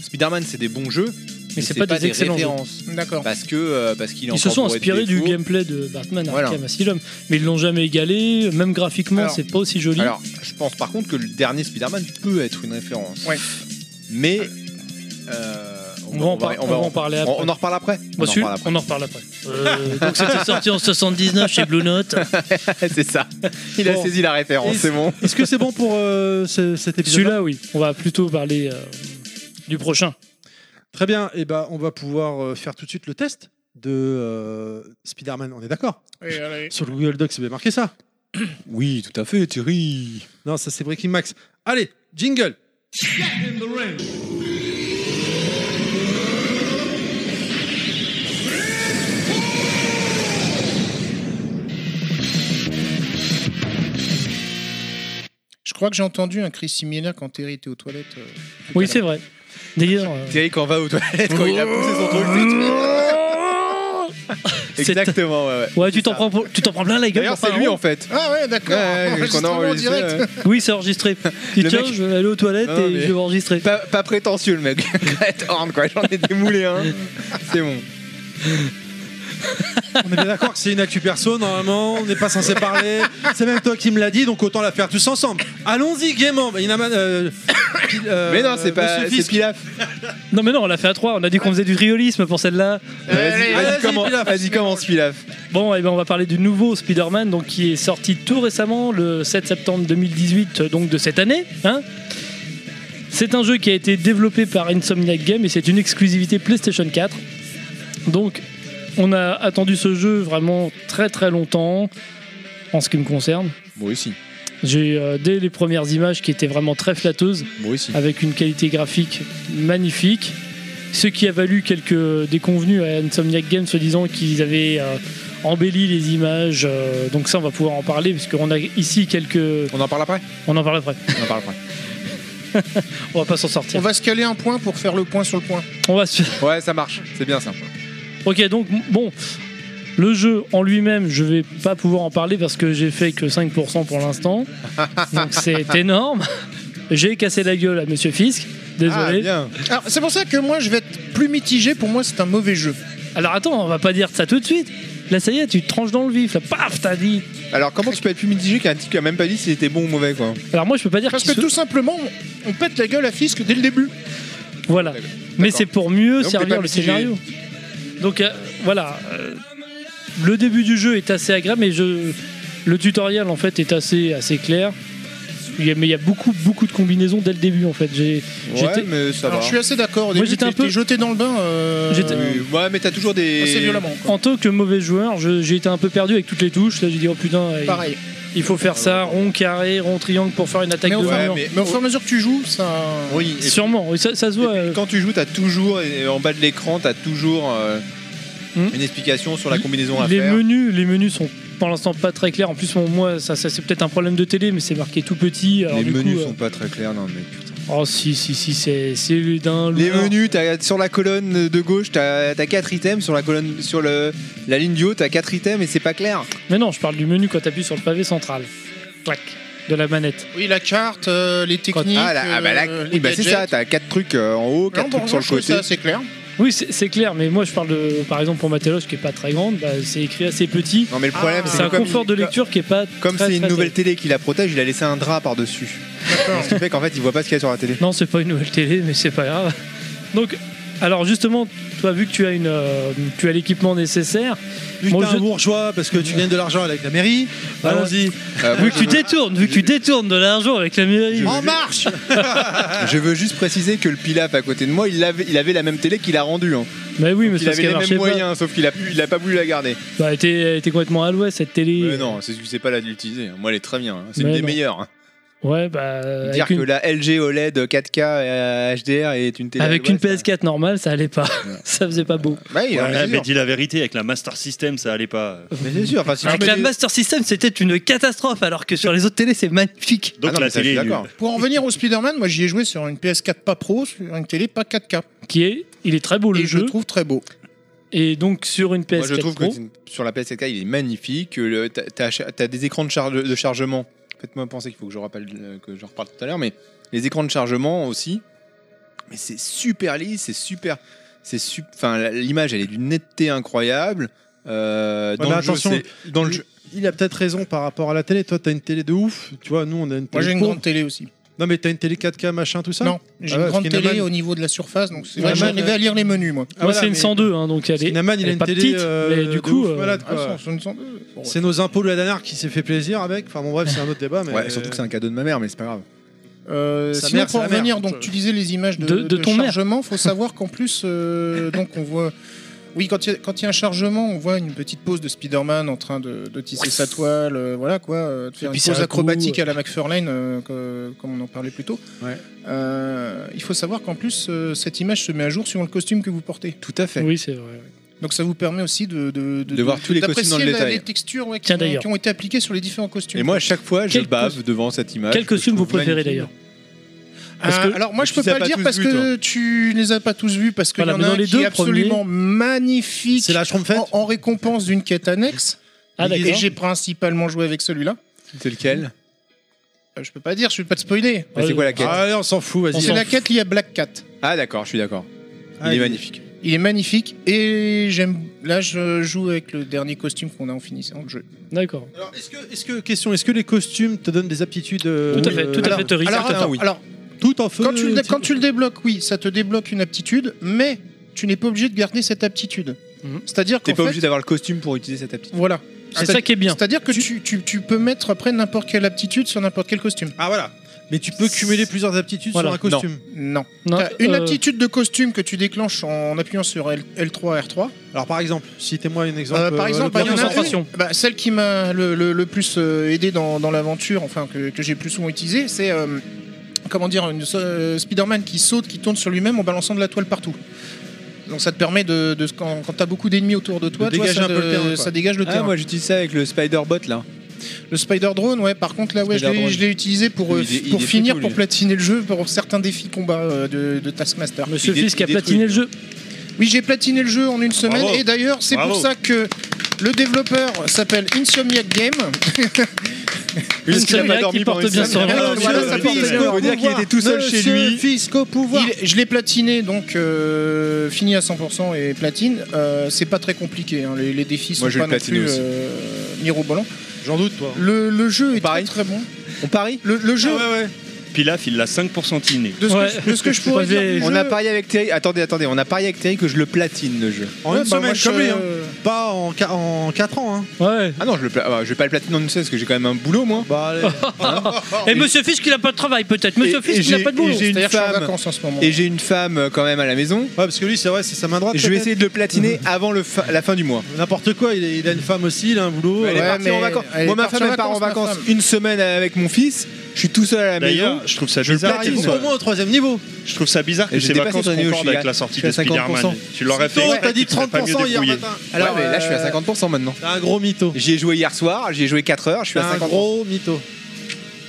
Speaker 3: Spider-Man, c'est des bons jeux, mais,
Speaker 2: c'est pas des excellents jeux.
Speaker 3: références.
Speaker 5: D'accord.
Speaker 3: Parce que euh, parce qu'il est
Speaker 2: Ils se
Speaker 3: encore
Speaker 2: sont
Speaker 3: bourré de
Speaker 2: inspirés du
Speaker 3: défauts.
Speaker 2: gameplay de Batman
Speaker 3: Voilà.
Speaker 2: Arkham Asylum, mais ils l'ont jamais égalé. Même graphiquement,
Speaker 5: Alors-
Speaker 2: c'est pas aussi joli.
Speaker 3: Alors, je pense par contre que le dernier Spider-Man peut être une référence.
Speaker 5: Ouais.
Speaker 3: Mais. euh,
Speaker 2: On va en par- on va en parler après.
Speaker 3: On, on en reparle après.
Speaker 2: Moi,
Speaker 3: on en
Speaker 2: celui-
Speaker 3: reparle
Speaker 2: on en reparle après. Euh, donc c'était sorti en 79 chez Blue Note.
Speaker 3: après. c'est ça. Il a
Speaker 2: Bon.
Speaker 3: saisi la référence,
Speaker 1: Et-
Speaker 3: c'est bon.
Speaker 1: Est-ce que c'est bon pour euh, ce- cet épisode
Speaker 2: Celui-là, oui. On va plutôt parler euh, du prochain.
Speaker 1: Très bien, et ben on va pouvoir euh, faire tout de suite le test de euh, Spider-Man, on est d'accord
Speaker 5: Oui, euh, allez.
Speaker 1: Sur le Google Docs, c'est bien marqué ça
Speaker 3: Oui, tout à fait, Thierry.
Speaker 1: Non, ça c'est Breaking Max. Allez, jingle
Speaker 5: Je crois que j'ai entendu un cri similaire quand Terry était aux toilettes. euh, tout à
Speaker 2: Oui,
Speaker 5: l'heure.
Speaker 2: c'est vrai. D'ailleurs, euh,
Speaker 3: Thierry, quand on va aux toilettes, quand il a poussé son truc. c'est- Exactement, ouais, ouais.
Speaker 2: ouais, tu t'en prends, pour- tu t'en prends plein la gueule.
Speaker 3: D'ailleurs,
Speaker 2: pour
Speaker 3: c'est
Speaker 2: faire
Speaker 3: lui
Speaker 2: un
Speaker 3: en fait.
Speaker 5: Ah ouais, d'accord.
Speaker 3: Ouais, ouais, qu'on a
Speaker 5: Enregistrement
Speaker 3: enregistré,
Speaker 5: direct.
Speaker 3: ouais.
Speaker 2: rôle. Oui, c'est enregistré. Tu
Speaker 3: Le
Speaker 2: tiens,
Speaker 3: mec-
Speaker 2: je vais aller aux toilettes
Speaker 3: Non,
Speaker 2: et
Speaker 3: mais-
Speaker 2: je vais enregistrer.
Speaker 3: Pas, pas prétentieux le mec. Grete Horn, quoi. J'en ai démoulé un. C'est bon.
Speaker 1: On est bien d'accord que c'est une actu perso, normalement, on n'est pas censé parler. C'est même toi qui me l'as dit, donc autant la faire tous ensemble. Allons-y gaiement Bah, il y en a, euh, euh,
Speaker 3: Mais non, c'est pas.
Speaker 1: Monsieur
Speaker 3: C'est
Speaker 1: Fisk.
Speaker 3: Pilaf.
Speaker 2: Non, mais non, on l'a fait à trois. On a dit qu'on faisait du triolisme pour celle-là.
Speaker 3: Vas-y,
Speaker 5: Allez,
Speaker 3: vas-y,
Speaker 1: allez,
Speaker 3: commence-
Speaker 1: Pilaf.
Speaker 3: vas-y, commence, Pilaf.
Speaker 2: Bon, et ben on va parler du nouveau Spider-Man donc, qui est sorti tout récemment, le 7 septembre 2018, euh, donc de cette année. hein. c'est un jeu qui a été développé par Insomniac Games et c'est une exclusivité PlayStation 4. Donc, on a attendu ce jeu vraiment très très longtemps en ce qui me concerne.
Speaker 3: Moi aussi.
Speaker 2: J'ai euh, dès les premières images qui étaient vraiment très flatteuses
Speaker 3: Moi aussi.
Speaker 2: avec une qualité graphique magnifique. Ce qui a valu quelques déconvenus à Insomniac Games, se disant qu'ils avaient euh, embelli les images. euh, donc ça, on va pouvoir en parler, puisqu'on a ici quelques...
Speaker 3: On en parle après
Speaker 2: On en parle après.
Speaker 3: On en parle après.
Speaker 2: On va pas s'en
Speaker 5: On
Speaker 2: sortir.
Speaker 5: va se caler un point pour faire le point sur le point.
Speaker 2: On va se-
Speaker 3: Ouais, ça marche. C'est bien ça.
Speaker 2: Ok, donc bon, le jeu en lui-même, je vais pas pouvoir en parler parce que j'ai fait que 5% pour l'instant. donc c'est énorme. J'ai cassé la gueule à Monsieur Fisk.
Speaker 3: Ah,
Speaker 2: Désolé.
Speaker 3: bien.
Speaker 5: Alors, c'est pour ça que moi, je vais être plus mitigé. Pour moi, c'est un mauvais jeu.
Speaker 2: Alors attends, on va pas dire ça tout de suite. Là, ça y est, tu te tranches dans le vif. Là, paf, t'as dit.
Speaker 3: Alors, comment tu peux être plus mitigé qu'un type qui a même pas dit si c'était bon ou mauvais, quoi
Speaker 2: Alors moi, je peux pas dire
Speaker 5: Parce
Speaker 2: qu'il
Speaker 5: que
Speaker 2: se-
Speaker 5: tout simplement, on- on pète la gueule à Fisk dès le début.
Speaker 2: Voilà.
Speaker 3: D'accord.
Speaker 2: Mais c'est pour mieux
Speaker 3: Donc, t'es
Speaker 2: servir
Speaker 3: pas
Speaker 2: le
Speaker 3: mitigé.
Speaker 2: scénario. Donc euh, voilà. euh, le début du jeu est assez agréable, mais je... le tutoriel en fait est assez, assez clair. Il y a- Mais il y a beaucoup, beaucoup de combinaisons dès le début en fait. J'ai-
Speaker 3: Ouais,
Speaker 2: j'étais-
Speaker 3: mais ça
Speaker 5: Alors, je suis
Speaker 3: va.
Speaker 5: assez d'accord. Au
Speaker 2: Moi,
Speaker 5: début,
Speaker 2: j'étais un
Speaker 5: t'es-
Speaker 2: peu-
Speaker 5: t'es jeté dans le bain. euh,
Speaker 2: J'étais-
Speaker 5: euh,
Speaker 3: Oui, Ouais, mais t'as toujours des.
Speaker 5: assez Oh, violemment. quoi.
Speaker 2: En tant que mauvais joueur, je- j'ai été un peu perdu avec toutes les touches. Là, j'ai dit oh putain, il-
Speaker 5: Pareil.
Speaker 2: il faut faire ça, rond carré, rond triangle pour faire une attaque
Speaker 5: Mais
Speaker 2: de
Speaker 5: au,
Speaker 3: Ouais,
Speaker 5: fur,
Speaker 2: mur.
Speaker 3: mais-
Speaker 5: mais au fur et à mesure que tu joues, ça.
Speaker 3: Oui, et
Speaker 2: Sûrement, oui, ça, ça se
Speaker 3: Et
Speaker 2: voit.
Speaker 3: puis,
Speaker 2: euh,
Speaker 3: quand tu joues, t'as toujours, et en bas de l'écran, t'as toujours euh,
Speaker 2: Hmm.
Speaker 3: une explication sur la combinaison à
Speaker 2: les
Speaker 3: faire.
Speaker 2: menus, les menus sont pour l'instant pas très clairs. En plus, bon, moi, ça, ça, c'est peut-être un problème de télé, mais c'est marqué tout petit. Alors,
Speaker 3: les
Speaker 2: du coup,
Speaker 3: menus
Speaker 2: euh,
Speaker 3: sont pas très clairs, non mais putain.
Speaker 2: Oh si si si c'est c'est d'un
Speaker 3: Les
Speaker 2: lourd.
Speaker 3: menus, t'as- sur la colonne de gauche, t'as 4 items, sur la colonne, sur le, la ligne du haut, t'as 4 items et c'est pas clair.
Speaker 2: Mais non, je parle du menu quand t'appuies sur le pavé central. Clac de la manette.
Speaker 5: Oui, la carte, euh, les techniques.
Speaker 3: ah, la- ah, bah, la-
Speaker 5: euh, les
Speaker 3: oui, bah, c'est
Speaker 5: gadgets.
Speaker 3: ça, t'as 4 trucs euh, en haut, 4
Speaker 5: Non, bon,
Speaker 3: trucs sur le
Speaker 5: je trouve
Speaker 3: côté.
Speaker 5: ça assez clair.
Speaker 2: Oui, c'est c'est clair, mais moi je parle de par exemple pour ma téloche qui est pas très grande, bah, c'est écrit assez petit.
Speaker 3: Non mais le problème,
Speaker 5: Ah,
Speaker 2: C'est
Speaker 3: c'est
Speaker 2: un
Speaker 3: que comme,
Speaker 2: confort de lecture qui est pas
Speaker 3: comme
Speaker 2: très,
Speaker 3: c'est une
Speaker 2: très-
Speaker 3: nouvelle télé qui la protège, il a laissé un drap par dessus. Ce qui fait qu'en fait, il voit pas ce qu'il y a sur la télé.
Speaker 2: Non, c'est pas une nouvelle télé, mais c'est pas grave. Donc alors justement, toi vu que tu as une euh, tu as l'équipement nécessaire,
Speaker 1: Putain,
Speaker 2: Moi, je-
Speaker 1: bourgeois, parce que tu gagnes de l'argent avec la mairie.
Speaker 2: Voilà.
Speaker 1: Allons-y.
Speaker 3: Euh,
Speaker 2: vu que tu détournes, vu que tu détournes de l'argent avec la mairie.
Speaker 1: En marche
Speaker 3: je veux juste préciser que le Pilaf à côté de moi, il avait, il avait la même télé qu'il a rendue. hein.
Speaker 2: Mais oui, mais c'est
Speaker 3: Il
Speaker 2: parce
Speaker 3: avait
Speaker 2: qu'elle
Speaker 3: les
Speaker 2: marchait
Speaker 3: mêmes
Speaker 2: pas.
Speaker 3: moyens, sauf qu'il a, pu- il a pas voulu la garder.
Speaker 2: Bah, elle était, elle était complètement à l'ouest cette télé.
Speaker 3: Mais Euh, non, c'est c'est pas la de l'utiliser. Moi, elle est très bien. hein. C'est
Speaker 2: Mais
Speaker 3: une des
Speaker 2: non.
Speaker 3: meilleures. hein.
Speaker 2: Ouais, bah avec
Speaker 3: Dire
Speaker 2: une-
Speaker 3: que la LG OLED 4K euh, HDR est une télé.
Speaker 2: Avec
Speaker 3: à
Speaker 2: une
Speaker 3: l'ouest,
Speaker 2: PS4 normale, ça allait pas. ça faisait pas beau.
Speaker 3: hein. Ouais, il a
Speaker 4: Ouais, mais
Speaker 3: raison.
Speaker 4: dis la vérité, avec la Master System, ça allait pas.
Speaker 3: Mais c'est sûr.
Speaker 2: Ah,
Speaker 3: Enfin, si tu mets des-
Speaker 2: Master System, c'était une catastrophe, alors que sur les autres télés, c'est magnifique.
Speaker 4: Donc
Speaker 3: Ah non,
Speaker 4: la
Speaker 3: mais ça, je
Speaker 4: télé.
Speaker 3: suis
Speaker 4: est nulle.
Speaker 3: d'accord.
Speaker 5: Pour en venir au Spider-Man, moi j'y ai joué sur une PS4 pas pro, sur une télé pas 4K.
Speaker 2: Qui est, il est très beau le
Speaker 5: et je
Speaker 2: jeu.
Speaker 5: le trouve très beau.
Speaker 2: Et donc sur une PS4
Speaker 3: Moi, je trouve que
Speaker 2: Pro,
Speaker 3: c'est- sur la PS4K, il est magnifique. que le- t'as- T'as cha- t'as des écrans de, charge- de chargement. Faites-moi penser qu'il faut que je rappelle euh, que je reparle tout à l'heure, mais les écrans de chargement aussi. Mais c'est super lisse, c'est super. C'est sup- Enfin, la- l'image, elle est d'une netteté incroyable. Euh, dans
Speaker 1: mais
Speaker 3: le jeu,
Speaker 1: attention,
Speaker 3: c'est- dans le jeu,
Speaker 1: Il a peut-être raison par rapport à la télé. Toi, t'as une télé de ouf. Tu vois, nous, on a une
Speaker 5: Moi
Speaker 1: télé.
Speaker 5: j'ai une
Speaker 1: pauvre.
Speaker 5: grande télé aussi.
Speaker 1: Non, mais t'as une télé 4K, machin, tout ça
Speaker 5: Non, j'ai
Speaker 1: Ah ouais,
Speaker 5: une grande
Speaker 1: Skinnaman.
Speaker 5: télé au niveau de la surface, donc c'est vrai que
Speaker 1: Skinnaman,
Speaker 5: j'arrivais
Speaker 1: euh,
Speaker 5: à lire les menus moi.
Speaker 1: Ah,
Speaker 2: moi
Speaker 1: voilà,
Speaker 2: c'est une
Speaker 1: mais-
Speaker 2: 102, hein, donc elle est,
Speaker 1: Skinnaman, il
Speaker 2: elle
Speaker 1: a
Speaker 2: est
Speaker 1: une
Speaker 2: pas
Speaker 1: télé.
Speaker 2: petite,
Speaker 1: euh,
Speaker 2: mais du
Speaker 1: de
Speaker 2: coup,
Speaker 1: ouf,
Speaker 2: euh,
Speaker 1: malade,
Speaker 5: Ah,
Speaker 1: quoi.
Speaker 5: c'est en 62. Bon, ouais.
Speaker 1: C'est nos impôts de la dernière qui s'est fait plaisir avec. Enfin bon bref, c'est un autre débat. Mais
Speaker 3: ouais, surtout que c'est un cadeau de ma mère, mais c'est pas grave.
Speaker 5: Euh,
Speaker 1: Sa
Speaker 5: sinon,
Speaker 1: mère,
Speaker 5: pour
Speaker 1: c'est la mère,
Speaker 5: revenir,
Speaker 1: donc,
Speaker 5: donc
Speaker 1: euh,
Speaker 5: tu disais les images de,
Speaker 2: de- de ton mère.
Speaker 5: chargement, faut savoir qu'en plus, euh, donc on voit. Oui, quand il y, a- quand il y a un chargement, on voit une petite pose de Spider-Man en train de, de tisser sa toile, euh, voilà quoi, euh, de faire
Speaker 2: puis
Speaker 5: une
Speaker 2: c'est
Speaker 5: pose
Speaker 2: un
Speaker 5: acrobatique
Speaker 2: coup,
Speaker 5: à la McFarlane, euh, que- comme on en parlait plus tôt.
Speaker 1: Ouais.
Speaker 5: Euh, il faut savoir qu'en plus, euh, cette image se met à jour suivant le costume que vous portez.
Speaker 3: Tout à fait.
Speaker 2: Oui, c'est vrai. ouais.
Speaker 5: Donc ça vous permet aussi de, de,
Speaker 3: De voir tous les costumes dans le
Speaker 5: d'apprécier la-
Speaker 3: détail.
Speaker 5: les textures ouais, qui,
Speaker 2: Tiens,
Speaker 5: ont,
Speaker 2: d'ailleurs.
Speaker 5: qui ont été appliquées sur les différents costumes.
Speaker 3: Et moi, à chaque fois, je
Speaker 2: Quel
Speaker 3: bave
Speaker 2: cos-
Speaker 3: devant cette image.
Speaker 2: Quel
Speaker 3: que je
Speaker 2: costume vous
Speaker 3: trouve
Speaker 2: préférez
Speaker 3: magnifique.
Speaker 2: d'ailleurs
Speaker 5: Ah,
Speaker 2: Parce que
Speaker 5: alors moi je
Speaker 3: tu
Speaker 5: peux
Speaker 3: les as
Speaker 5: pas
Speaker 3: pas
Speaker 5: le dire
Speaker 3: tous
Speaker 5: parce
Speaker 3: vus,
Speaker 5: que tu les as pas tous vus parce qu'il
Speaker 2: Voilà,
Speaker 5: y en
Speaker 2: mais
Speaker 5: a
Speaker 2: dans
Speaker 5: un
Speaker 2: les
Speaker 5: qui
Speaker 2: deux
Speaker 5: est absolument magnifique
Speaker 1: C'est la trompette
Speaker 5: en, en récompense d'une quête annexe
Speaker 2: Ah
Speaker 5: et
Speaker 2: d'accord.
Speaker 5: j'ai principalement joué avec celui-là.
Speaker 3: C'est lequel
Speaker 5: Euh, Je peux pas dire, je vais pas te spoiler.
Speaker 3: Bah, C'est quoi la quête
Speaker 1: Ah, allez, on s'en fout,
Speaker 2: On
Speaker 1: vas-y.
Speaker 5: C'est
Speaker 2: s'en
Speaker 5: la
Speaker 2: fout.
Speaker 5: quête liée à Black Cat.
Speaker 3: Ah, d'accord, je suis d'accord. Il
Speaker 1: Allez.
Speaker 3: est magnifique.
Speaker 5: Il est magnifique et j'aime. Là je joue avec le dernier costume qu'on a en finissant le jeu.
Speaker 2: D'accord.
Speaker 1: Alors, est-ce que, est-ce que, question, est-ce que les costumes te donnent des aptitudes euh,
Speaker 2: Tout à fait, tout à
Speaker 1: alors,
Speaker 2: fait, Tori.
Speaker 5: Alors
Speaker 3: certains,
Speaker 5: attends,
Speaker 3: Ah oui.
Speaker 5: alors
Speaker 1: Tout en feu.
Speaker 5: quand tu, le,
Speaker 1: type-
Speaker 5: quand tu le débloques, oui, ça te débloque une aptitude, mais tu n'es pas obligé de garder cette aptitude.
Speaker 2: Mhm.
Speaker 5: C'est-à-dire
Speaker 3: T'es
Speaker 5: qu'en
Speaker 3: pas
Speaker 5: fait,
Speaker 3: obligé d'avoir le costume pour utiliser cette aptitude.
Speaker 5: voilà.
Speaker 2: C'est ça qui est bien.
Speaker 5: C'est-à-dire que tu, tu- tu peux mettre après n'importe quelle aptitude sur n'importe quel costume.
Speaker 1: Ah voilà. Mais tu peux cumuler plusieurs aptitudes
Speaker 2: Voilà.
Speaker 1: sur un costume.
Speaker 5: Non.
Speaker 1: Hein,
Speaker 2: Non,
Speaker 5: T'as une
Speaker 2: euh,
Speaker 5: aptitude de costume que tu déclenches en appuyant sur L, 3 R3.
Speaker 1: Alors par exemple, citez-moi un exemple.
Speaker 5: Euh, par
Speaker 1: euh,
Speaker 5: exemple,
Speaker 1: le
Speaker 5: bah, il y en a
Speaker 1: premier
Speaker 2: concentration.
Speaker 5: une, bah, celle qui m'a le, le- le plus euh, aidé dans, dans l'aventure, enfin que, que j'ai plus souvent utilisé, c'est euh, comment dire, une euh, Spider-Man qui saute, qui tourne sur lui-même en balançant de la toile partout. Donc ça te permet de, de- quand, quand t'as beaucoup d'ennemis autour de toi,
Speaker 1: De
Speaker 5: tu vois,
Speaker 1: dégager
Speaker 5: ça,
Speaker 1: un peu
Speaker 5: te-
Speaker 1: le terrain, quoi.
Speaker 5: ça dégage le
Speaker 3: Ah,
Speaker 5: terrain.
Speaker 3: moi j'utilise ça avec le Spider-Bot là.
Speaker 5: Le Spider Drone, ouais, par contre, là, ouais, je
Speaker 3: Spider
Speaker 5: l'ai-
Speaker 3: Drone.
Speaker 5: je l'ai utilisé pour, euh,
Speaker 3: Il est- il est
Speaker 5: pour
Speaker 3: fait
Speaker 5: finir,
Speaker 3: tout,
Speaker 5: pour
Speaker 3: lui.
Speaker 5: platiner le jeu, pour certains défis combat euh, de, de Taskmaster.
Speaker 2: Ah, Monsieur
Speaker 3: Il dé-
Speaker 2: Fisk a
Speaker 3: il détruit,
Speaker 2: platiné le jeu.
Speaker 5: Oui, j'ai platiné le jeu en une semaine,
Speaker 4: Bravo.
Speaker 5: et d'ailleurs, c'est pour
Speaker 4: Bravo.
Speaker 5: ça que le développeur s'appelle Insomniac Game.
Speaker 2: Une seule blague qui porte bien son
Speaker 5: semaine.
Speaker 2: nom.
Speaker 5: Ah, voilà, ça porte bien.
Speaker 1: Fisco,
Speaker 3: Faut dire qu'il
Speaker 1: pouvoir.
Speaker 3: était tout seul chez
Speaker 1: Monsieur
Speaker 3: lui.
Speaker 1: Fisco pouvoir.
Speaker 5: Il- je l'ai platiné, donc euh, fini à 100% et platine. Euh, c'est pas très compliqué, hein, les, les défis sont
Speaker 3: Moi, je
Speaker 5: pas
Speaker 3: l'ai
Speaker 5: non
Speaker 3: platiné
Speaker 5: plus
Speaker 3: aussi.
Speaker 5: euh, mirobolants.
Speaker 1: J'en doute toi. Ah,
Speaker 5: Le, le jeu est
Speaker 3: parie
Speaker 5: très très bon.
Speaker 3: On parie
Speaker 5: Le, le jeu,
Speaker 1: ouais.
Speaker 6: Pilaf, il l'a 5% tiné.
Speaker 5: De ce,
Speaker 2: Ouais.
Speaker 5: que, je- de ce que je pourrais dire.
Speaker 2: Vas-y.
Speaker 5: du
Speaker 3: On
Speaker 5: jeu,
Speaker 3: a parié avec Thierry. Attendez, attendez, on a parié avec Thierry que je le platine le jeu.
Speaker 1: En
Speaker 5: ouais,
Speaker 1: une
Speaker 5: bah,
Speaker 1: semaine,
Speaker 5: moi, je-
Speaker 1: comme lui, hein. Pas en, 4 ans. Hein.
Speaker 2: Ouais.
Speaker 3: Ah non, je le pla- ah, je vais pas le platiner en une semaine parce que j'ai quand même un boulot moi.
Speaker 1: Bah, allez.
Speaker 2: Et Monsieur Fisk, il a pas de travail peut-être. Monsieur
Speaker 3: Et-
Speaker 2: Fisk,
Speaker 3: et
Speaker 2: il a
Speaker 3: j'ai-
Speaker 2: pas de
Speaker 3: et
Speaker 2: boulot.
Speaker 3: j'ai une
Speaker 5: C'est-à-dire, je suis en
Speaker 3: femme.
Speaker 5: vacances en ce moment.
Speaker 3: Et j'ai une femme euh, quand même à la maison.
Speaker 1: Ouais, parce que lui, c'est vrai, c'est sa main droite.
Speaker 3: Je vais
Speaker 1: peut-être.
Speaker 3: essayer de le platiner avant le fin- la fin du mois.
Speaker 1: N'importe quoi, il, est- il a une femme aussi, il a un boulot.
Speaker 3: Elle est
Speaker 5: Ouais,
Speaker 3: partie
Speaker 5: mais
Speaker 3: en vacances.
Speaker 5: elle est
Speaker 3: Moi, ma
Speaker 5: partie
Speaker 3: femme,
Speaker 5: en
Speaker 3: elle part en
Speaker 5: vacances, ma
Speaker 3: vacances
Speaker 5: femme.
Speaker 3: une semaine avec mon fils. Je suis tout seul à la maison.
Speaker 6: D'ailleurs, je trouve ça
Speaker 3: Je le
Speaker 6: bizarre.
Speaker 3: platine.
Speaker 1: Il faut au moins au troisième niveau.
Speaker 6: Je trouve ça bizarre que
Speaker 3: Et j'ai
Speaker 6: ces
Speaker 3: dépassé
Speaker 6: vacances
Speaker 3: ton niveau, je
Speaker 6: concordent
Speaker 3: suis
Speaker 6: avec
Speaker 3: à-
Speaker 6: la sortie
Speaker 3: je
Speaker 6: de
Speaker 3: suis à 50%.
Speaker 6: Spider-Man. Tu l'aurais fait.
Speaker 1: Tôt, t'as dit
Speaker 6: tu serais pas mieux
Speaker 1: 30% hier
Speaker 6: débrouillé.
Speaker 1: matin.
Speaker 3: Alors
Speaker 1: Ouais,
Speaker 3: là, je suis à
Speaker 1: euh,
Speaker 3: 50% maintenant.
Speaker 1: T'as un gros mytho.
Speaker 3: J'y ai joué hier soir, j'y ai joué 4 heures, je suis
Speaker 1: T'as
Speaker 3: à
Speaker 1: un
Speaker 3: 50%.
Speaker 1: gros mytho.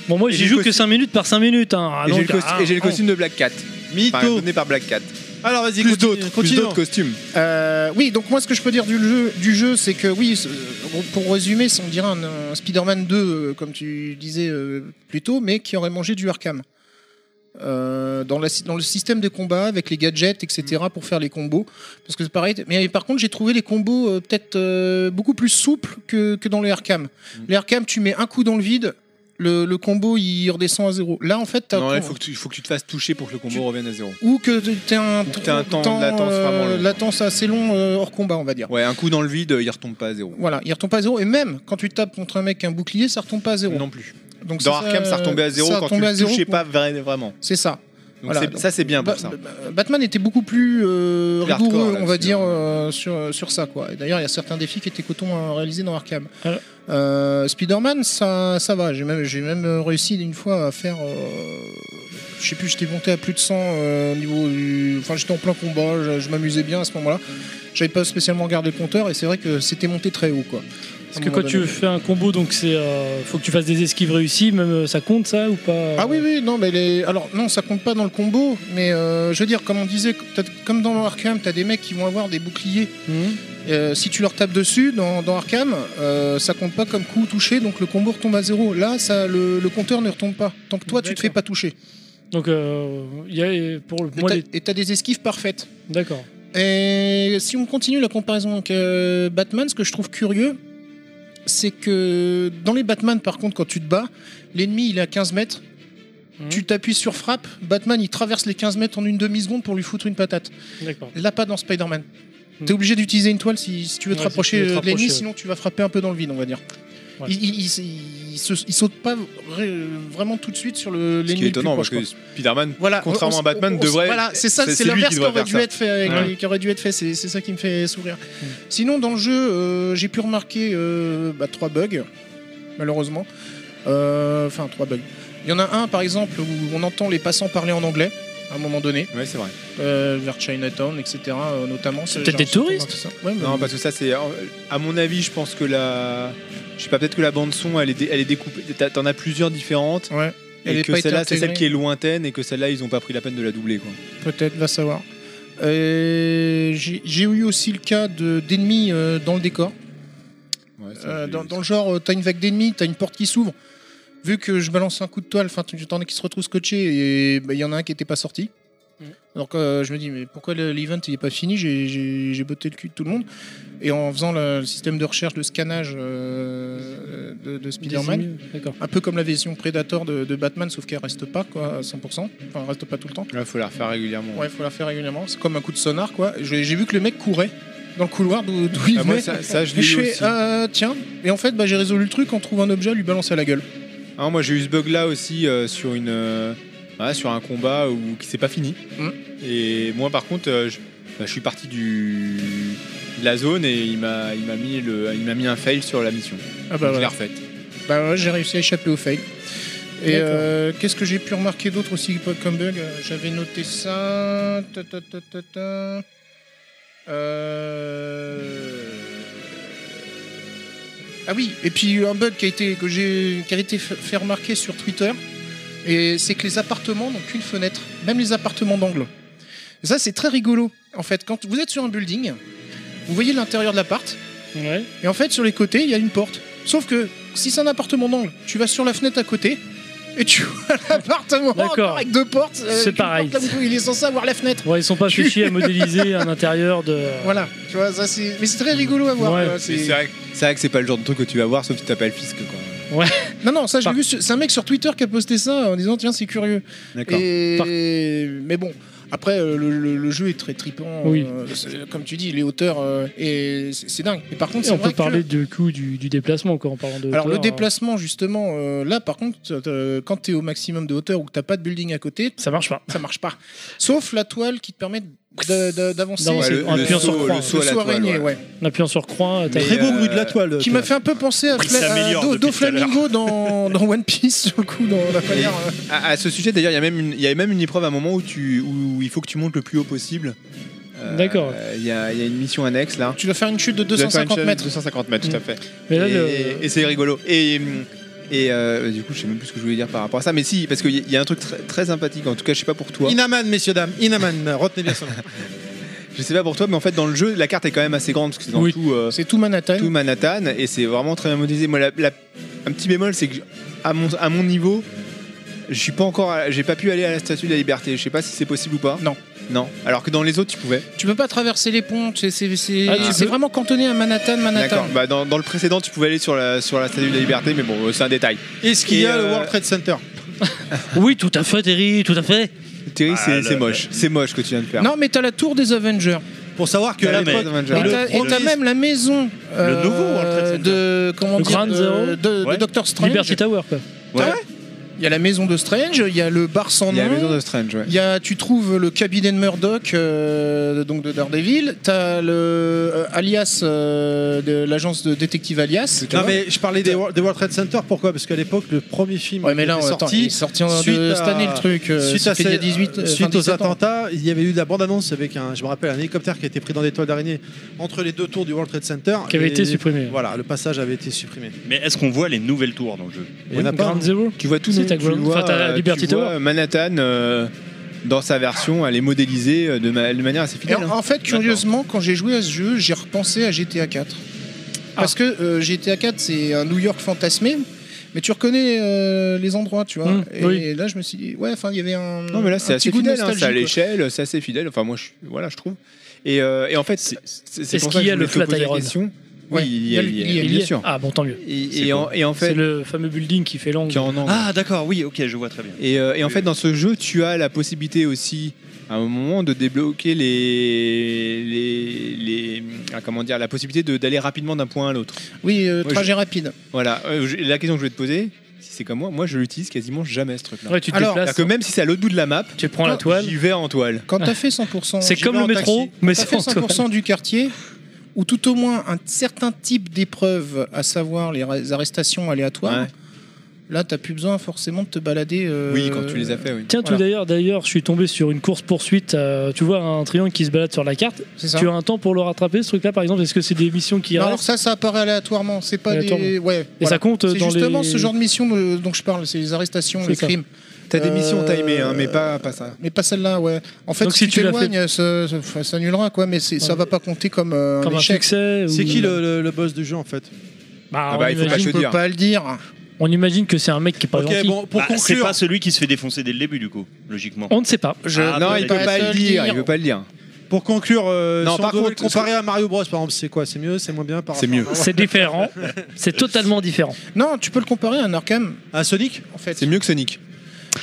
Speaker 2: Bon, moi,
Speaker 3: Et
Speaker 2: j'y
Speaker 3: j'ai
Speaker 2: joue
Speaker 3: le
Speaker 2: que 5 minutes par 5 minutes. hein. Ah,
Speaker 3: Et j'ai
Speaker 2: donc,
Speaker 3: le, costu-
Speaker 2: ah,
Speaker 3: et j'ai le
Speaker 2: ah.
Speaker 3: costume de Black Cat. Enfin,
Speaker 1: Mytho.
Speaker 3: donné par Black Cat.
Speaker 1: Alors, vas-y,
Speaker 3: Plus
Speaker 1: continue,
Speaker 3: d'autres, plus
Speaker 1: continue.
Speaker 3: d'autres costumes.
Speaker 5: Euh, oui, donc moi ce que je peux dire du jeu, du jeu c'est que oui, c'est- euh, pour résumer, c'est, on dirait un, un Spider-Man 2, euh, comme tu disais euh, plus tôt, mais qui aurait mangé du Arkham. Euh, dans, la, dans le système de combat avec les gadgets etc
Speaker 3: Mm.
Speaker 5: pour faire les combos parce que c'est pareil mais par contre j'ai trouvé les combos euh, peut-être euh, beaucoup plus souples que, que dans les Arkham
Speaker 3: Mm.
Speaker 5: les Arkham tu mets un coup dans le vide le, le combo il redescend à zéro là en fait t'as
Speaker 3: Non, là, il
Speaker 5: ton-
Speaker 3: faut, que tu- il faut que tu te fasses toucher pour que le combo
Speaker 5: Tu-
Speaker 3: revienne à zéro.
Speaker 5: ou que t'aies un,
Speaker 3: que t'aies un temps de
Speaker 5: temps,
Speaker 3: latence vraiment
Speaker 5: euh,
Speaker 3: long.
Speaker 5: latence assez long euh, hors combat on va dire
Speaker 3: Ouais, un coup dans le vide, il retombe pas à zéro.
Speaker 5: voilà, il retombe pas à zéro. Et même quand tu tapes contre un mec qui a un bouclier, ça retombe pas à zéro.
Speaker 3: Non plus.
Speaker 5: Donc
Speaker 3: Dans
Speaker 5: c'est
Speaker 3: Arkham, ça retombait à zéro Bah,
Speaker 5: ça
Speaker 3: quand tu
Speaker 5: retombait à
Speaker 3: le
Speaker 5: zéro,
Speaker 3: touchais
Speaker 5: quoi.
Speaker 3: pas vra- vraiment.
Speaker 5: C'est ça.
Speaker 3: Donc
Speaker 5: Voilà.
Speaker 3: c'est- ça, c'est bien pour ça.
Speaker 5: Ba- ba- Batman était beaucoup plus euh,
Speaker 3: Plus hardcore,
Speaker 5: rigoureux, on va
Speaker 3: là-dessus,
Speaker 5: dire,
Speaker 3: ouais.
Speaker 5: euh, sur, sur ça. quoi. Et D'ailleurs, il y a certains défis qui étaient cotons à réaliser dans Arkham.
Speaker 2: Alors-
Speaker 5: Euh, Spider-Man, ça, ça va. J'ai même, j'ai même réussi une fois à faire. euh, je sais plus, j'étais monté à plus de 100 euh, au niveau du- Enfin, j'étais en plein combat, je, je m'amusais bien à ce moment-là. J'avais pas spécialement gardé le compteur et c'est vrai que c'était monté très haut. quoi.
Speaker 2: Parce
Speaker 5: À un
Speaker 2: que
Speaker 5: moment
Speaker 2: quand tu
Speaker 5: donné.
Speaker 2: fais un combo, donc c'est. euh, faut que tu fasses des esquives réussies, même euh, ça compte ça ou pas euh
Speaker 5: Ah oui, oui, non, mais les... Alors, non, ça compte pas dans le combo, mais euh, je veux dire, comme on disait, t'as- comme dans Arkham, t'as des mecs qui vont avoir des boucliers.
Speaker 2: Mhm.
Speaker 5: Euh, si tu leur tapes dessus, dans, dans Arkham, euh, ça compte pas comme coup touché, donc le combo retombe à zéro. Là, ça, le, le compteur ne retombe pas, tant que toi, tu te
Speaker 2: D'accord.
Speaker 5: fais pas toucher.
Speaker 2: Donc, euh, il y a pour le-
Speaker 5: Et
Speaker 2: moi,
Speaker 5: t'as-
Speaker 2: les-
Speaker 5: et t'as des esquives parfaites.
Speaker 2: D'accord.
Speaker 5: Et si on continue la comparaison avec euh, Batman, ce que je trouve curieux, c'est que dans les Batman, par contre, quand tu te bats, l'ennemi il est à 15 mètres.
Speaker 2: Mhm.
Speaker 5: Tu t'appuies sur frappe, Batman il traverse les 15 mètres en une demi-seconde pour lui foutre une patate.
Speaker 2: D'accord.
Speaker 5: Là, pas dans Spider-Man.
Speaker 2: Mhm.
Speaker 5: T'es obligé d'utiliser une toile si, si tu veux te
Speaker 2: Ouais, si
Speaker 5: rapprocher
Speaker 2: tu veux te
Speaker 5: euh, de l'ennemi,
Speaker 2: rapprocher, ouais.
Speaker 5: sinon tu vas frapper un peu dans le vide, on va dire.
Speaker 2: Ouais.
Speaker 5: Il, il- il s- il se- il saute pas vra- vraiment tout de suite sur le-
Speaker 3: Ce
Speaker 5: l'ennemi.
Speaker 3: qui est
Speaker 5: le plus
Speaker 3: étonnant
Speaker 5: proche,
Speaker 3: parce que
Speaker 5: quoi.
Speaker 3: Spider-Man,
Speaker 5: Voilà,
Speaker 3: contrairement
Speaker 5: on-
Speaker 3: à Batman,
Speaker 5: on- on-
Speaker 3: devrait-
Speaker 5: Voilà, c'est ça,
Speaker 3: c'est- c'est
Speaker 5: c'est
Speaker 3: lui qui
Speaker 5: l'inverse qui
Speaker 3: devrait
Speaker 5: aurait
Speaker 3: faire
Speaker 5: dû
Speaker 3: ça. Mm.
Speaker 5: être fait, euh,
Speaker 2: Ouais.
Speaker 5: qui aurait dû être fait. C'est c'est ça qui me fait sourire. Sinon, dans le jeu, euh, j'ai pu remarquer euh, bah, trois bugs, malheureusement. Euh, Enfin, trois bugs. Il y en a un, par exemple, où on entend les passants parler en anglais à un moment donné,
Speaker 3: ouais, c'est vrai.
Speaker 5: euh, vers Chinatown, etc. euh, notamment. C'est
Speaker 2: peut-être des touristes
Speaker 3: Non, parce que ça, c'est. À mon avis, je pense que la. Je sais pas, peut-être que la bande-son, elle est, dé- elle est découpée. t'as- T'en as plusieurs différentes.
Speaker 5: Ouais. Elle
Speaker 3: et
Speaker 5: est
Speaker 3: que
Speaker 5: pas été
Speaker 3: celle-là, c'est
Speaker 5: intégrée.
Speaker 3: celle qui est lointaine et que celle-là, ils ont pas pris la peine de la doubler. Quoi.
Speaker 5: Peut-être, va savoir. Euh, J'ai j'ai eu aussi le cas de- d'ennemis euh, dans le décor. Euh, dans, dans le genre, euh, t'as une vague d'ennemis, t'as une porte qui s'ouvre. Vu que je balance un coup de toile, enfin, tu- t'en as qui se retrouvent scotchés et bah, il y en a un qui n'était pas sorti.
Speaker 2: Mhm.
Speaker 5: Donc euh, je me dis, mais pourquoi le- l'event il n'est pas fini J'ai- J'ai j'ai botté le cul de tout le monde. Et en faisant le, le système de recherche de scannage euh, de, de Spider-Man,
Speaker 2: D'accord.
Speaker 5: un peu comme la version Predator de, de Batman, sauf qu'elle reste pas quoi, à 100%, enfin, elle reste pas tout le temps.
Speaker 3: Il faut la refaire régulièrement.
Speaker 5: Ouais, il faut la faire régulièrement. C'est comme un coup de sonar, quoi. J'ai j'ai vu que le mec courait dans le couloir d'où d'où il
Speaker 3: Ah, moi,
Speaker 5: venait.
Speaker 3: ça, ça, je
Speaker 5: Et
Speaker 3: l'ai
Speaker 5: je
Speaker 3: eu
Speaker 5: fais,
Speaker 3: aussi.
Speaker 5: euh, tiens. Et en fait, bah, j'ai résolu le truc en trouvant un objet, à lui balancer à la gueule.
Speaker 3: Hein, moi, j'ai eu ce bug-là aussi euh, sur une. euh, ouais, sur un combat où, qui s'est pas fini.
Speaker 5: Mhm.
Speaker 3: Et moi, par contre, euh, je, bah, je suis parti du. de la zone et il m'a il m'a mis le il m'a mis un fail sur la mission. Donc,
Speaker 5: Ah bah
Speaker 3: je l'ai
Speaker 5: voilà.
Speaker 3: refaite.
Speaker 5: Bah ouais, j'ai réussi à échapper au fail. Et
Speaker 2: D'accord.
Speaker 5: euh, qu'est-ce que j'ai pu remarquer d'autre aussi comme bug Euh, J'avais noté ça. Ta, ta, ta, ta, ta. Euh, Ah oui, et puis un bug qui a été, que j'ai, qui a été fa- fait remarquer sur Twitter, et c'est que les appartements n'ont qu'une fenêtre, même les appartements d'angle. Et Ça, c'est très rigolo. En fait, quand vous êtes sur un building, vous voyez l'intérieur de l'appart,
Speaker 2: Ouais.
Speaker 5: et en fait, sur les côtés, il y a une porte. Sauf que si c'est un appartement d'angle, tu vas sur la fenêtre à côté et tu vois l'appartement
Speaker 2: D'accord.
Speaker 5: encore avec deux portes. euh,
Speaker 2: C'est
Speaker 5: avec une
Speaker 2: pareil.
Speaker 5: porte là où il est censé avoir la fenêtre.
Speaker 2: Ouais, ils sont pas fait chier à modéliser un intérieur de.
Speaker 5: Voilà, tu vois, ça c'est. Mais c'est très rigolo à voir.
Speaker 2: Ouais.
Speaker 5: quoi,
Speaker 3: Mais
Speaker 5: c'est-
Speaker 3: C'est vrai, que- c'est vrai que c'est pas le genre de truc que tu vas voir sauf si t'appelles Fisk. Quoi.
Speaker 2: Ouais.
Speaker 5: Non, non, ça, j'ai
Speaker 2: Par-
Speaker 5: vu. sur- C'est un mec sur Twitter qui a posté ça en disant tiens, c'est curieux.
Speaker 3: D'accord.
Speaker 5: Et...
Speaker 2: Par-
Speaker 5: Mais bon. Après, euh, le, le- le jeu est très tripant.
Speaker 2: Oui.
Speaker 5: euh, c'est- comme tu dis, les hauteurs, euh, et c'est c'est dingue. Et par contre,
Speaker 2: Et on
Speaker 5: c'est vrai
Speaker 2: peut parler
Speaker 5: que...
Speaker 2: du coup du, du déplacement quoi, en parlant de. hein.
Speaker 5: Alors, le
Speaker 2: hauteur,
Speaker 5: déplacement, justement, euh, là, par contre, euh, quand tu es au maximum de hauteur ou que t'as pas de building à côté,
Speaker 2: euh, Ça marche pas.
Speaker 5: ça marche pas. Sauf la toile qui te permet de- de- d'avancer. Ah,
Speaker 2: D'avancer.
Speaker 5: Le-
Speaker 2: En appuyant sur
Speaker 3: saut-
Speaker 2: croix.
Speaker 3: le saut à la
Speaker 5: saut
Speaker 3: toile,
Speaker 5: araignée,
Speaker 3: ouais.
Speaker 5: ouais.
Speaker 2: En appuyant sur croix, t'as-
Speaker 3: Mais-
Speaker 1: Très beau
Speaker 3: euh,
Speaker 1: bruit de la toile.
Speaker 5: Qui
Speaker 1: toi.
Speaker 5: m'a fait un peu penser à,
Speaker 6: Il
Speaker 5: Fla- à
Speaker 6: s'améliore
Speaker 5: Do-
Speaker 6: depuis tout à
Speaker 5: Doflamingo dans, dans One Piece, sur le coup, dans la
Speaker 3: Et
Speaker 5: manière, euh,
Speaker 3: à, à ce sujet, d'ailleurs, il y a même une- il y a même une épreuve à un moment où, tu, où il faut que tu montes le plus haut possible. Euh,
Speaker 2: D'accord.
Speaker 3: Il y, a il y a une mission annexe là.
Speaker 5: Tu dois faire une chute de
Speaker 3: Tu dois faire une
Speaker 5: 250
Speaker 3: chaîne-
Speaker 5: mètres.
Speaker 3: 250 mètres, tout à fait.
Speaker 2: Mais là,
Speaker 3: et
Speaker 2: le-
Speaker 3: et c'est rigolo. Et, et euh, du coup, je sais même plus ce que je voulais dire par rapport à ça. Mais si, parce qu'il y, y a un truc très, très sympathique. En tout cas, je sais pas pour toi.
Speaker 1: Inaman, messieurs, dames. Inaman, retenez bien son nom.
Speaker 3: Je sais pas pour toi, mais en fait, dans le jeu, la carte est quand même assez grande parce que c'est dans
Speaker 2: Oui.
Speaker 3: tout, euh,
Speaker 5: C'est tout Manhattan.
Speaker 3: tout Manhattan et c'est vraiment très bien modélisé. Moi, la- la- un petit bémol, c'est que à mon, à mon niveau, je suis pas encore, à- j'ai pas pu aller à la Statue de la Liberté. Je sais pas si c'est possible ou pas.
Speaker 5: Non.
Speaker 3: Non. Alors que dans les autres, tu pouvais.
Speaker 5: Tu peux pas traverser les ponts. c'est- C'est c'est-
Speaker 2: Ah, tu
Speaker 5: c'est
Speaker 2: peux.
Speaker 5: vraiment cantonné à Manhattan, Manhattan.
Speaker 3: D'accord. Bah, dans, dans le précédent, tu pouvais aller sur la, sur la Statue de la Liberté, mais bon, euh, c'est un détail.
Speaker 1: Est-ce qu'il y a
Speaker 3: Et,
Speaker 1: le
Speaker 3: euh,
Speaker 1: World Trade Center
Speaker 2: Oui, tout à fait, Terry, tout à fait.
Speaker 3: Thierry,
Speaker 6: Ah,
Speaker 3: c'est
Speaker 6: le-
Speaker 3: c'est moche. C'est moche que tu viens de faire.
Speaker 5: Non, mais t'as la tour des Avengers.
Speaker 1: Pour savoir que
Speaker 3: T'as
Speaker 1: la
Speaker 3: les
Speaker 1: l'époque.
Speaker 3: Avengers.
Speaker 5: Et
Speaker 1: le
Speaker 5: t'as- et t'as
Speaker 1: premier-
Speaker 5: même la maison. euh,
Speaker 6: nouveau World Trade Center.
Speaker 5: De, comment
Speaker 2: Le
Speaker 5: dire,
Speaker 2: Grand
Speaker 5: de-
Speaker 2: Zero.
Speaker 5: de- de,
Speaker 6: Ouais.
Speaker 5: Doctor Strange.
Speaker 2: Liberty Tower quoi.
Speaker 5: Il y a la maison de Strange, il y a le bar sans
Speaker 3: Il y a la
Speaker 5: nom.
Speaker 3: maison de Strange, ouais.
Speaker 5: Il y a, tu trouves le cabinet de Murdoch euh, donc de Daredevil, t'as le euh, alias euh, de l'agence de détective alias.
Speaker 1: Non, mais je parlais des, Wor- des World Trade Center, pourquoi Parce qu'à l'époque, le premier film
Speaker 5: Ouais, mais là,
Speaker 1: qui
Speaker 5: on
Speaker 1: était
Speaker 5: attends, il est
Speaker 1: sorti.
Speaker 5: sorti en
Speaker 1: suite
Speaker 5: de
Speaker 1: à-
Speaker 5: cette année le truc. euh,
Speaker 1: Suite,
Speaker 5: ça
Speaker 1: à
Speaker 5: fait il y a
Speaker 1: ces-
Speaker 5: 18, euh,
Speaker 1: suite
Speaker 5: enfin,
Speaker 1: aux
Speaker 5: 17 ans.
Speaker 1: attentats, il y avait eu la bande-annonce avec un, je me rappelle, un hélicoptère qui a été pris dans des toiles d'araignée entre les deux tours du World Trade Center.
Speaker 2: Qui avait
Speaker 1: Et-
Speaker 2: été supprimé.
Speaker 1: Voilà, le passage avait été supprimé.
Speaker 6: Mais est-ce qu'on voit les nouvelles tours dans le jeu
Speaker 1: Il y en a pas.
Speaker 2: Ground Zero.
Speaker 3: Tu vois tout
Speaker 2: Si,
Speaker 3: le
Speaker 2: t'as
Speaker 3: tu
Speaker 2: Ground-
Speaker 3: vois,
Speaker 2: enfin, t'as
Speaker 3: euh, tu
Speaker 2: Liberty
Speaker 3: vois,
Speaker 2: Tower.
Speaker 3: euh, Manhattan euh, dans sa version, elle est modélisée euh, de, ma- de manière assez
Speaker 5: Et
Speaker 3: fidèle.
Speaker 5: en,
Speaker 3: hein.
Speaker 5: en fait, curieusement, quand j'ai joué à ce jeu, j'ai repensé à GTA 4. Parce que euh, GTA 4, c'est un New York fantasmé, mais tu reconnais euh, les endroits, tu vois.
Speaker 2: Mm,
Speaker 5: et
Speaker 2: oui.
Speaker 5: là, je me suis dit, ouais, enfin, il y avait un.
Speaker 3: Non mais là c'est
Speaker 5: un petit
Speaker 3: assez
Speaker 5: goût de
Speaker 3: fidèle, hein,
Speaker 5: nostalgie,
Speaker 3: c'est à
Speaker 5: quoi.
Speaker 3: l'échelle, c'est assez fidèle. Enfin moi je, voilà je trouve. Et, euh, et en fait c'est- c'est c'est
Speaker 2: Est-ce
Speaker 3: pour ça
Speaker 2: qu'il
Speaker 3: que
Speaker 2: y a
Speaker 3: je
Speaker 2: le
Speaker 3: voulais te
Speaker 2: Flat
Speaker 3: poser la
Speaker 2: Iron
Speaker 3: question.
Speaker 5: Ouais,
Speaker 3: Oui il y a, il y a-
Speaker 5: il y a-
Speaker 2: y
Speaker 3: bien
Speaker 2: est.
Speaker 3: sûr.
Speaker 2: Ah bon, tant mieux.
Speaker 3: Et, et en, et en
Speaker 2: C'est
Speaker 3: fait
Speaker 2: le fameux building qui fait l'angle.
Speaker 3: qui est en angle.
Speaker 6: Ah d'accord, oui, ok, je vois très bien.
Speaker 3: Et, euh, et en fait dans ce jeu tu as la possibilité aussi à un moment de débloquer les les, les- ah, comment dire la possibilité de- d'aller rapidement d'un point à l'autre.
Speaker 5: Oui, euh,
Speaker 3: Moi,
Speaker 5: trajet rapide.
Speaker 3: Voilà Euh, je- la question que je vais te poser si c'est comme moi moi je l'utilise quasiment jamais ce truc là.
Speaker 2: Ouais, tu te
Speaker 5: Alors,
Speaker 3: C'est-à-dire
Speaker 2: déplaces,
Speaker 3: que même si c'est à l'autre bout de la map
Speaker 2: tu prends la toile.
Speaker 3: j'y vais en toile.
Speaker 5: Quand t'as fait 100%.
Speaker 2: C'est
Speaker 5: j'y
Speaker 2: comme
Speaker 5: vais
Speaker 2: le
Speaker 5: en
Speaker 2: métro,
Speaker 5: taxi.
Speaker 2: mais
Speaker 5: Quand
Speaker 2: sans
Speaker 5: t'as fait
Speaker 2: toile.
Speaker 5: 100% du quartier, ou tout au moins un certain type d'épreuve, à savoir les ra- arrestations aléatoires,
Speaker 3: Ouais.
Speaker 5: là, t'as plus besoin forcément de te balader. euh,
Speaker 3: Oui quand tu les as fait oui.
Speaker 2: Tiens, tout
Speaker 5: Voilà.
Speaker 2: d'ailleurs, d'ailleurs, je suis tombé sur une course poursuite. tu vois un triangle qui se balade sur la carte.
Speaker 5: C'est ça.
Speaker 2: Tu as un temps pour le rattraper, ce truc-là, par exemple. Est-ce que c'est des missions qui
Speaker 5: Non, alors
Speaker 2: restent
Speaker 5: ça, ça apparaît aléatoirement. C'est pas des.
Speaker 2: Aléatoirement.
Speaker 5: Ouais.
Speaker 2: Et
Speaker 5: voilà.
Speaker 2: ça compte
Speaker 5: C'est
Speaker 2: dans
Speaker 5: justement
Speaker 2: les.
Speaker 5: ce genre de mission de- dont je parle, c'est les arrestations,
Speaker 2: C'est
Speaker 5: les
Speaker 2: ça.
Speaker 5: crimes.
Speaker 3: T'as des missions
Speaker 5: Euh,
Speaker 3: timées hein, mais pas pas ça.
Speaker 5: Mais pas celle-là, ouais. En fait,
Speaker 2: Donc
Speaker 5: si,
Speaker 2: si
Speaker 5: tu
Speaker 2: tu l'as
Speaker 5: t'éloignes, ça, ça- ça s'annulera, quoi, mais c'est- ça
Speaker 2: Ouais.
Speaker 5: va pas compter comme euh,
Speaker 2: Comme
Speaker 5: un
Speaker 2: un
Speaker 5: échec.
Speaker 2: succès.
Speaker 1: C'est
Speaker 2: ou-
Speaker 1: qui le, le- le boss du jeu en fait
Speaker 2: Bah,
Speaker 3: Ah bah,
Speaker 2: on,
Speaker 3: il faut
Speaker 5: Ah,
Speaker 2: imagine,
Speaker 3: pas
Speaker 5: je
Speaker 3: Je
Speaker 5: peux
Speaker 3: veux dire.
Speaker 5: pas le dire.
Speaker 2: on imagine que c'est un mec qui est pas
Speaker 1: Ok,
Speaker 2: gentil.
Speaker 1: bon, pour
Speaker 6: Bah, c'est
Speaker 1: conclure.
Speaker 6: pas celui qui se fait défoncer dès le début, du coup, logiquement.
Speaker 2: On ne sait pas.
Speaker 5: Je-
Speaker 6: Ah,
Speaker 3: Non,
Speaker 6: bah,
Speaker 3: il peut
Speaker 5: pas
Speaker 3: pas
Speaker 5: te
Speaker 3: le
Speaker 5: le
Speaker 3: dire,
Speaker 5: dire.
Speaker 3: il veut pas le dire.
Speaker 1: Pour conclure, euh,
Speaker 3: Non,
Speaker 1: si on
Speaker 3: par
Speaker 1: devait
Speaker 3: contre,
Speaker 1: le comparer à Mario Bros, par exemple, c'est quoi C'est mieux C'est moins bien par
Speaker 3: C'est
Speaker 1: rapport
Speaker 3: mieux.
Speaker 1: à-
Speaker 2: C'est différent. c'est totalement différent.
Speaker 3: Euh,
Speaker 5: Non, tu peux le comparer à un Arkham,
Speaker 1: À Ah, Sonic
Speaker 5: en fait.
Speaker 3: C'est mieux que Sonic.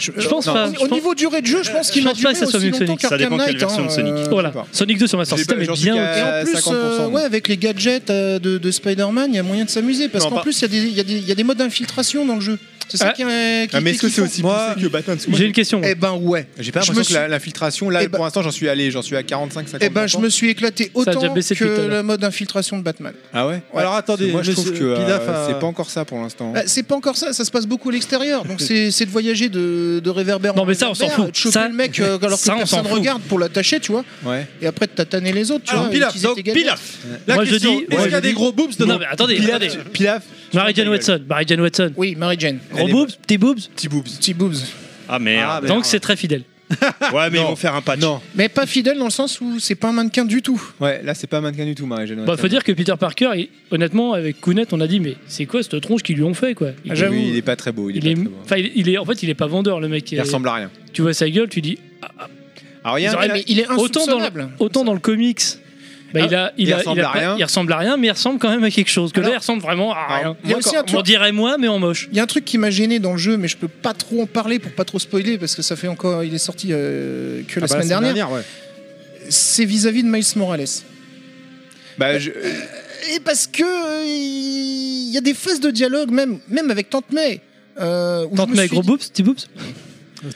Speaker 2: Je pense
Speaker 3: non,
Speaker 2: pas.
Speaker 5: Au-
Speaker 2: je
Speaker 5: Au
Speaker 2: pense-
Speaker 5: niveau durée de jeu, je pense qu'il
Speaker 2: je
Speaker 5: m'a
Speaker 2: pense pas
Speaker 5: duré
Speaker 2: que ça soit
Speaker 5: aussi
Speaker 2: mieux que
Speaker 5: longtemps
Speaker 2: Sonic. Ça
Speaker 5: qu'Arkham
Speaker 6: dépend quelle
Speaker 5: Knight.
Speaker 6: version
Speaker 5: hein,
Speaker 6: de Sonic.
Speaker 5: euh,
Speaker 2: Voilà.
Speaker 3: je sais pas.
Speaker 2: Sonic 2 sur Master
Speaker 3: J'ai pas-
Speaker 2: System est
Speaker 3: j'en suis
Speaker 2: bien.
Speaker 3: qu'à-
Speaker 5: Et
Speaker 2: au-dessus.
Speaker 5: en plus,
Speaker 3: 50%,
Speaker 5: euh,
Speaker 3: moi.
Speaker 5: ouais, avec les gadgets euh, de, de Spider-Man, il y a moyen de s'amuser. Parce
Speaker 3: Non,
Speaker 5: qu'en
Speaker 3: pas-
Speaker 5: plus, il y, a des- il y a des- il y a des modes d'infiltration dans le jeu. C'est ça
Speaker 2: Ah.
Speaker 5: qui est. qui-
Speaker 3: Ah, mais
Speaker 5: qui-
Speaker 3: est-ce que
Speaker 5: qui
Speaker 3: c'est
Speaker 5: font-
Speaker 3: aussi
Speaker 1: Moi,
Speaker 3: poussé que Batman Moi,
Speaker 2: J'ai une question. moi.
Speaker 5: Eh ben ouais.
Speaker 3: J'ai pas
Speaker 5: je
Speaker 3: l'impression
Speaker 5: me
Speaker 3: que la- l'infiltration, là,
Speaker 5: Eh ben-
Speaker 3: pour l'instant, j'en suis allé, j'en suis à 45, 50.
Speaker 5: Eh ben, je me suis éclaté autant
Speaker 2: déjà baissé depuis tout à
Speaker 5: que
Speaker 2: l'heure.
Speaker 5: le mode d'infiltration de Batman.
Speaker 3: Ah ouais
Speaker 1: Alors
Speaker 3: Parce que
Speaker 1: attendez,
Speaker 3: Moi, je trouve
Speaker 1: monsieur
Speaker 3: que euh,
Speaker 1: Pidaf a-
Speaker 3: c'est pas encore ça pour l'instant.
Speaker 5: Bah, c'est pas encore ça, ça se passe beaucoup à l'extérieur. Donc c'est c'est de voyager de, de réverbère
Speaker 2: Non,
Speaker 5: en
Speaker 2: mais ça, on s'en
Speaker 5: réverbère,
Speaker 2: fout.
Speaker 5: de choper
Speaker 2: Ça-
Speaker 5: le mec euh, alors que
Speaker 2: ça, on
Speaker 5: personne
Speaker 2: s'en fout.
Speaker 5: regarde pour l'attacher, tu vois.
Speaker 3: Ouais.
Speaker 5: Et après de tataner les autres, tu
Speaker 1: Alors,
Speaker 5: vois. et
Speaker 1: Pilaf,
Speaker 5: utiliser
Speaker 1: donc,
Speaker 5: tes gadgets.
Speaker 1: Pilaf. La
Speaker 2: Moi, je
Speaker 1: question,
Speaker 2: dis.
Speaker 1: est-ce
Speaker 2: moi,
Speaker 1: qu'il y a
Speaker 2: je
Speaker 1: des
Speaker 2: dis-
Speaker 1: gros boobs dedans
Speaker 2: Non, mais attendez. attendez.
Speaker 3: Pilaf, Pilaf,
Speaker 2: Mary Jane Watson. Mary Jane Watson.
Speaker 5: Oui, Mary Jane.
Speaker 2: Gros boobs, petits boobs.
Speaker 3: petit boobs.
Speaker 5: Petit boobs.
Speaker 6: Ah merde.
Speaker 2: Donc c'est très fidèle.
Speaker 6: ouais, mais ils vont faire un patch.
Speaker 3: Non,
Speaker 5: Mais pas fidèle dans le sens où c'est pas un mannequin du tout.
Speaker 3: ouais, là, c'est pas mannequin du tout, Marie-Jeanne.
Speaker 2: Bah, faut dire que Peter Parker, il- honnêtement, avec Kounet, on a dit mais c'est quoi cette tronche qu'ils lui ont fait quoi Il-
Speaker 5: j'avoue.
Speaker 3: il est pas très beau. Il,
Speaker 2: Il
Speaker 3: est
Speaker 2: est,
Speaker 3: pas très beau.
Speaker 2: enfin, il, il est, en fait, il est pas vendeur le mec.
Speaker 3: Il ressemble à rien.
Speaker 2: Tu vois sa gueule, tu dis
Speaker 3: Alors, il y a
Speaker 2: Ils
Speaker 3: un-
Speaker 2: auraient
Speaker 5: Mais il est
Speaker 2: autant dans,
Speaker 5: insoupçonnable.
Speaker 2: le, autant dans le comics. Bah, il, a, il,
Speaker 3: il
Speaker 2: a-
Speaker 3: ressemble
Speaker 2: a
Speaker 3: à
Speaker 2: pas-
Speaker 3: rien.
Speaker 2: il ressemble à rien, mais il ressemble quand même à quelque chose. Que là,
Speaker 5: Alors-
Speaker 2: il ressemble vraiment à rien.
Speaker 5: Il y a aussi un
Speaker 2: On
Speaker 5: truc-
Speaker 2: dirait moi, mais en moche.
Speaker 5: Il y a un truc qui m'a gêné dans le jeu, mais je peux pas trop en parler pour pas trop spoiler parce que ça fait encore, il est sorti euh, que la,
Speaker 1: Ah bah,
Speaker 5: semaine dernière.
Speaker 1: ouais.
Speaker 5: C'est vis-à-vis de Miles Morales. Euh,
Speaker 3: Bah, je-
Speaker 5: Et parce que euh, il y a des phases de dialogue même, même avec Tante May. euh, où je
Speaker 2: Tante
Speaker 5: me
Speaker 2: May,
Speaker 5: suis
Speaker 2: gros
Speaker 5: dit,
Speaker 2: boobs, petit boobs.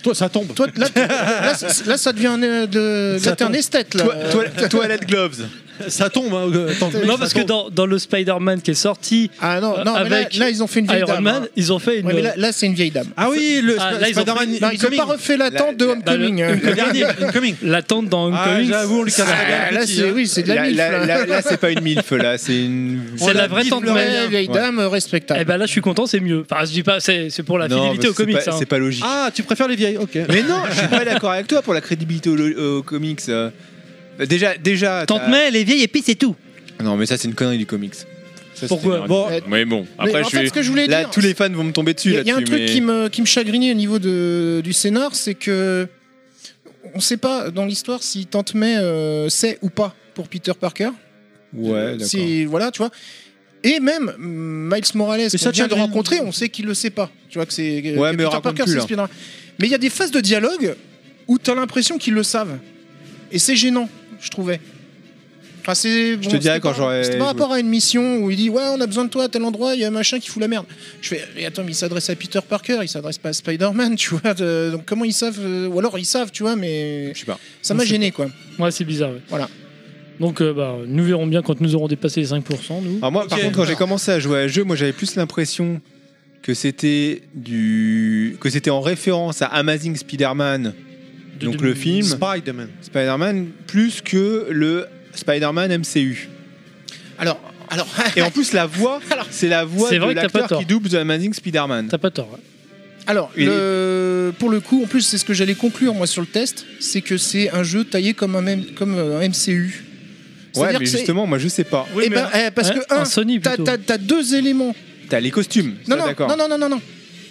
Speaker 1: Toi, ça tombe.
Speaker 5: Toi, là, tu- là, c- là, ça devient un, euh, de,
Speaker 1: Ça
Speaker 5: là, t'es un
Speaker 1: tombe.
Speaker 5: esthète là.
Speaker 3: Toi- toi- Toilette gloves.
Speaker 1: ça tombe. hein, euh, tant mieux,
Speaker 2: Non,
Speaker 1: ça
Speaker 2: parce que
Speaker 1: tombe.
Speaker 2: dans, dans le Spider-Man qui est sorti,
Speaker 5: Ah non,
Speaker 2: Euh,
Speaker 5: non, mais là-
Speaker 2: avec
Speaker 5: là, ils ont fait une vieille
Speaker 2: Iron
Speaker 5: dame.
Speaker 2: Man,
Speaker 5: hein.
Speaker 2: ils ont fait une.
Speaker 5: Ouais, mais là, là, c'est une vieille dame.
Speaker 1: Ah oui, le
Speaker 2: Ah, là, ils ont
Speaker 1: Spider-Man
Speaker 5: Non, ils ont
Speaker 1: Incoming.
Speaker 5: pas refait l'attente de
Speaker 3: La- la-
Speaker 2: bah,
Speaker 5: Homecoming. euh.
Speaker 1: Le dernier, Incoming.
Speaker 2: L'attente dans
Speaker 1: Ah,
Speaker 2: Homecoming,
Speaker 1: j'avoue, on lui casse la gueule,
Speaker 5: Ah,
Speaker 1: le
Speaker 5: là,
Speaker 1: petit,
Speaker 5: c'est
Speaker 1: hein.
Speaker 5: oui, c'est de la,
Speaker 3: Là-
Speaker 5: MILF,
Speaker 3: là-
Speaker 5: là.
Speaker 3: là- là, c'est pas une milf, là, c'est une.
Speaker 2: c'est
Speaker 1: la
Speaker 2: la vraie Tante
Speaker 1: bifleurée.
Speaker 2: May.
Speaker 5: Ouais, vieille
Speaker 3: Ouais.
Speaker 5: dame euh, respectable.
Speaker 2: hein. Eh ben là, je suis content, c'est mieux. Enfin, je dis pas, c'est c'est pour la
Speaker 3: Non,
Speaker 2: fidélité
Speaker 3: mais
Speaker 2: aux comics.
Speaker 3: C'est pas,
Speaker 2: hein.
Speaker 3: c'est pas logique.
Speaker 1: Ah, tu préfères les vieilles, ok.
Speaker 3: Mais non, je suis pas d'accord avec toi pour la crédibilité aux, lo- aux comics. euh. Bah, Déjà, déjà.
Speaker 2: Tante
Speaker 3: t'as-
Speaker 2: May, elle est vieille et puis c'est tout.
Speaker 3: Non, mais ça, c'est une connerie du comics. Ça,
Speaker 2: Pourquoi
Speaker 3: c'est une-
Speaker 1: Bon,
Speaker 3: Mais bon,
Speaker 5: Mais
Speaker 3: après,
Speaker 5: en
Speaker 3: je
Speaker 5: fait,
Speaker 3: suis.
Speaker 5: ce que je voulais
Speaker 3: Là,
Speaker 5: dire,
Speaker 3: tous les fans vont me tomber dessus
Speaker 5: il y a- il y, a un
Speaker 3: là-dessus.
Speaker 5: truc
Speaker 3: mais-
Speaker 5: qui me qui me chagrinait au niveau de, du scénar, c'est que on sait pas dans l'histoire si Tante May euh, sait ou pas pour Peter Parker.
Speaker 3: Ouais, d'accord.
Speaker 5: Si voilà, tu vois. Et même mm, Miles Morales,
Speaker 1: ça
Speaker 5: qu'on vient de
Speaker 1: chagrine.
Speaker 5: rencontrer, on sait qu'il le sait pas. Tu vois que c'est euh, que
Speaker 3: Ouais, mais
Speaker 5: Peter
Speaker 3: raconte
Speaker 5: Parker,
Speaker 3: plus,
Speaker 5: c'est
Speaker 3: là.
Speaker 5: Spider-Man. Mais il y a des phases de dialogue où t'as l'impression qu'ils le savent. Et c'est gênant, je trouvais. Enfin, c'est,
Speaker 3: te dirai
Speaker 5: c'était
Speaker 3: quand
Speaker 5: par-
Speaker 3: j'aurai
Speaker 5: C'était par
Speaker 3: joué.
Speaker 5: rapport à une mission où il dit Ouais, on a besoin de toi à tel endroit, il y a un machin qui fout la merde. Je fais Mais attends, mais il s'adresse à Peter Parker, il s'adresse pas à Spider-Man, tu vois. de- donc comment ils savent euh, Ou alors ils savent, tu vois, mais
Speaker 3: Je sais pas.
Speaker 5: ça m'a
Speaker 2: Je sais
Speaker 5: gêné, quoi.
Speaker 2: Ouais, c'est bizarre. ouais.
Speaker 5: Voilà.
Speaker 2: Donc, euh, bah, nous verrons bien quand nous aurons dépassé les 5%, nous.
Speaker 3: Alors moi, par
Speaker 1: Ok.
Speaker 3: contre, quand j'ai commencé à jouer à ce jeu, moi, j'avais plus l'impression que c'était du que c'était en référence à Amazing Spider-Man,
Speaker 2: De-
Speaker 3: donc
Speaker 2: de-
Speaker 3: le film
Speaker 1: Spider-Man.
Speaker 3: Spider-Man, plus que le Spider-Man MCU.
Speaker 5: Alors, alors.
Speaker 3: Et en plus, la voix, c'est la voix
Speaker 2: C'est
Speaker 3: de
Speaker 2: vrai que t'as pas
Speaker 3: l'acteur
Speaker 2: tort.
Speaker 3: qui double The Amazing Spider-Man.
Speaker 2: T'as pas tort. ouais.
Speaker 5: Alors,
Speaker 3: Et-
Speaker 5: le- pour le coup, en plus, c'est ce que j'allais conclure moi sur le test, c'est que c'est un jeu taillé comme un, même- comme euh, un MCU.
Speaker 3: Ouais,
Speaker 5: C'est-à-dire
Speaker 3: mais
Speaker 5: que c'est-
Speaker 3: justement, moi, je sais pas.
Speaker 5: Eh ben, eh, parce
Speaker 2: Ouais,
Speaker 5: que un,
Speaker 2: un Sony
Speaker 5: t'as-
Speaker 2: plutôt.
Speaker 5: t'as t'as deux éléments.
Speaker 3: T'as les costumes, ça,
Speaker 5: Non, non,
Speaker 3: Ah, d'accord.
Speaker 5: non, non, non, non, non.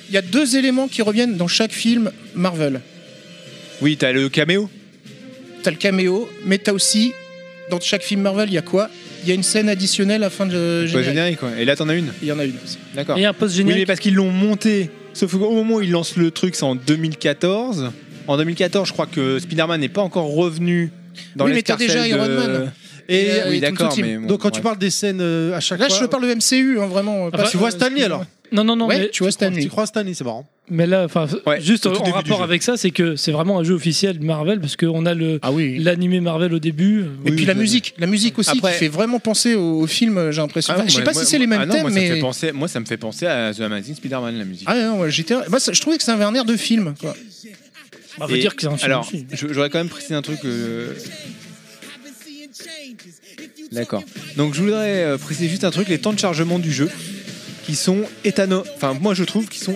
Speaker 5: Il y a deux éléments qui reviennent dans chaque film Marvel.
Speaker 3: Oui, t'as le caméo.
Speaker 5: T'as le caméo, mais t'as aussi dans chaque film Marvel, il y a quoi Il y a une scène additionnelle à la fin de
Speaker 3: Quoi,
Speaker 5: générique.
Speaker 3: générique, quoi. Et là, t'en as une.
Speaker 5: Il y en a une. aussi.
Speaker 3: D'accord.
Speaker 2: Et un post
Speaker 3: Oui, mais
Speaker 2: générique.
Speaker 3: parce qu'ils l'ont monté. Sauf qu'au moment où ils lancent le truc, c'est en 2014. En 2014, je crois que Spider-Man n'est pas encore revenu dans
Speaker 5: Oui, mais t'as
Speaker 3: l'escarcelle
Speaker 5: déjà Iron
Speaker 3: de-
Speaker 5: Man.
Speaker 1: Et
Speaker 5: Et, euh,
Speaker 3: Oui,
Speaker 5: Tom
Speaker 3: d'accord,
Speaker 5: Team.
Speaker 3: mais bon,
Speaker 1: donc, quand tu
Speaker 3: bref.
Speaker 1: parles des scènes euh, à chaque
Speaker 5: Là,
Speaker 1: fois.
Speaker 5: je te parle de MCU, hein, vraiment.
Speaker 2: bah,
Speaker 1: tu vois Stanley alors
Speaker 2: Non, non, non.
Speaker 5: Ouais,
Speaker 2: mais-
Speaker 5: tu vois Stanley.
Speaker 1: Tu crois Stanley, c'est marrant.
Speaker 2: Mais là, enfin,
Speaker 3: Ouais,
Speaker 2: juste
Speaker 3: au
Speaker 2: en
Speaker 3: tout début du
Speaker 2: rapport
Speaker 3: jeu.
Speaker 2: avec ça, c'est que c'est vraiment un jeu officiel de Marvel parce qu'on a le
Speaker 5: Ah oui.
Speaker 2: l'animé Marvel au début. euh,
Speaker 5: Et
Speaker 2: oui.
Speaker 5: puis la musique, la musique aussi
Speaker 3: Après-
Speaker 5: qui fait vraiment penser au, au film, euh, j'ai l'impression.
Speaker 3: Ah,
Speaker 5: Enfin, je sais
Speaker 3: moi-
Speaker 5: pas
Speaker 3: moi-
Speaker 5: si c'est les mêmes
Speaker 3: ah non,
Speaker 5: thèmes,
Speaker 3: moi, ça me
Speaker 5: mais
Speaker 3: fait penser- moi, ça me fait penser à The Amazing Spider-Man, la musique.
Speaker 5: ah non, ouais, j'étais, moi, ça- je trouvais que c'est un air de film. Quoi.
Speaker 2: Bah, faut
Speaker 3: Et-
Speaker 2: dire que c'est un film.
Speaker 3: Alors,
Speaker 2: aussi.
Speaker 3: je- j'aurais quand même précisé un truc. euh, D'accord. Donc, je voudrais euh, préciser juste un truc les temps de chargement du jeu qui sont étano. Enfin, moi, je trouve qu'ils sont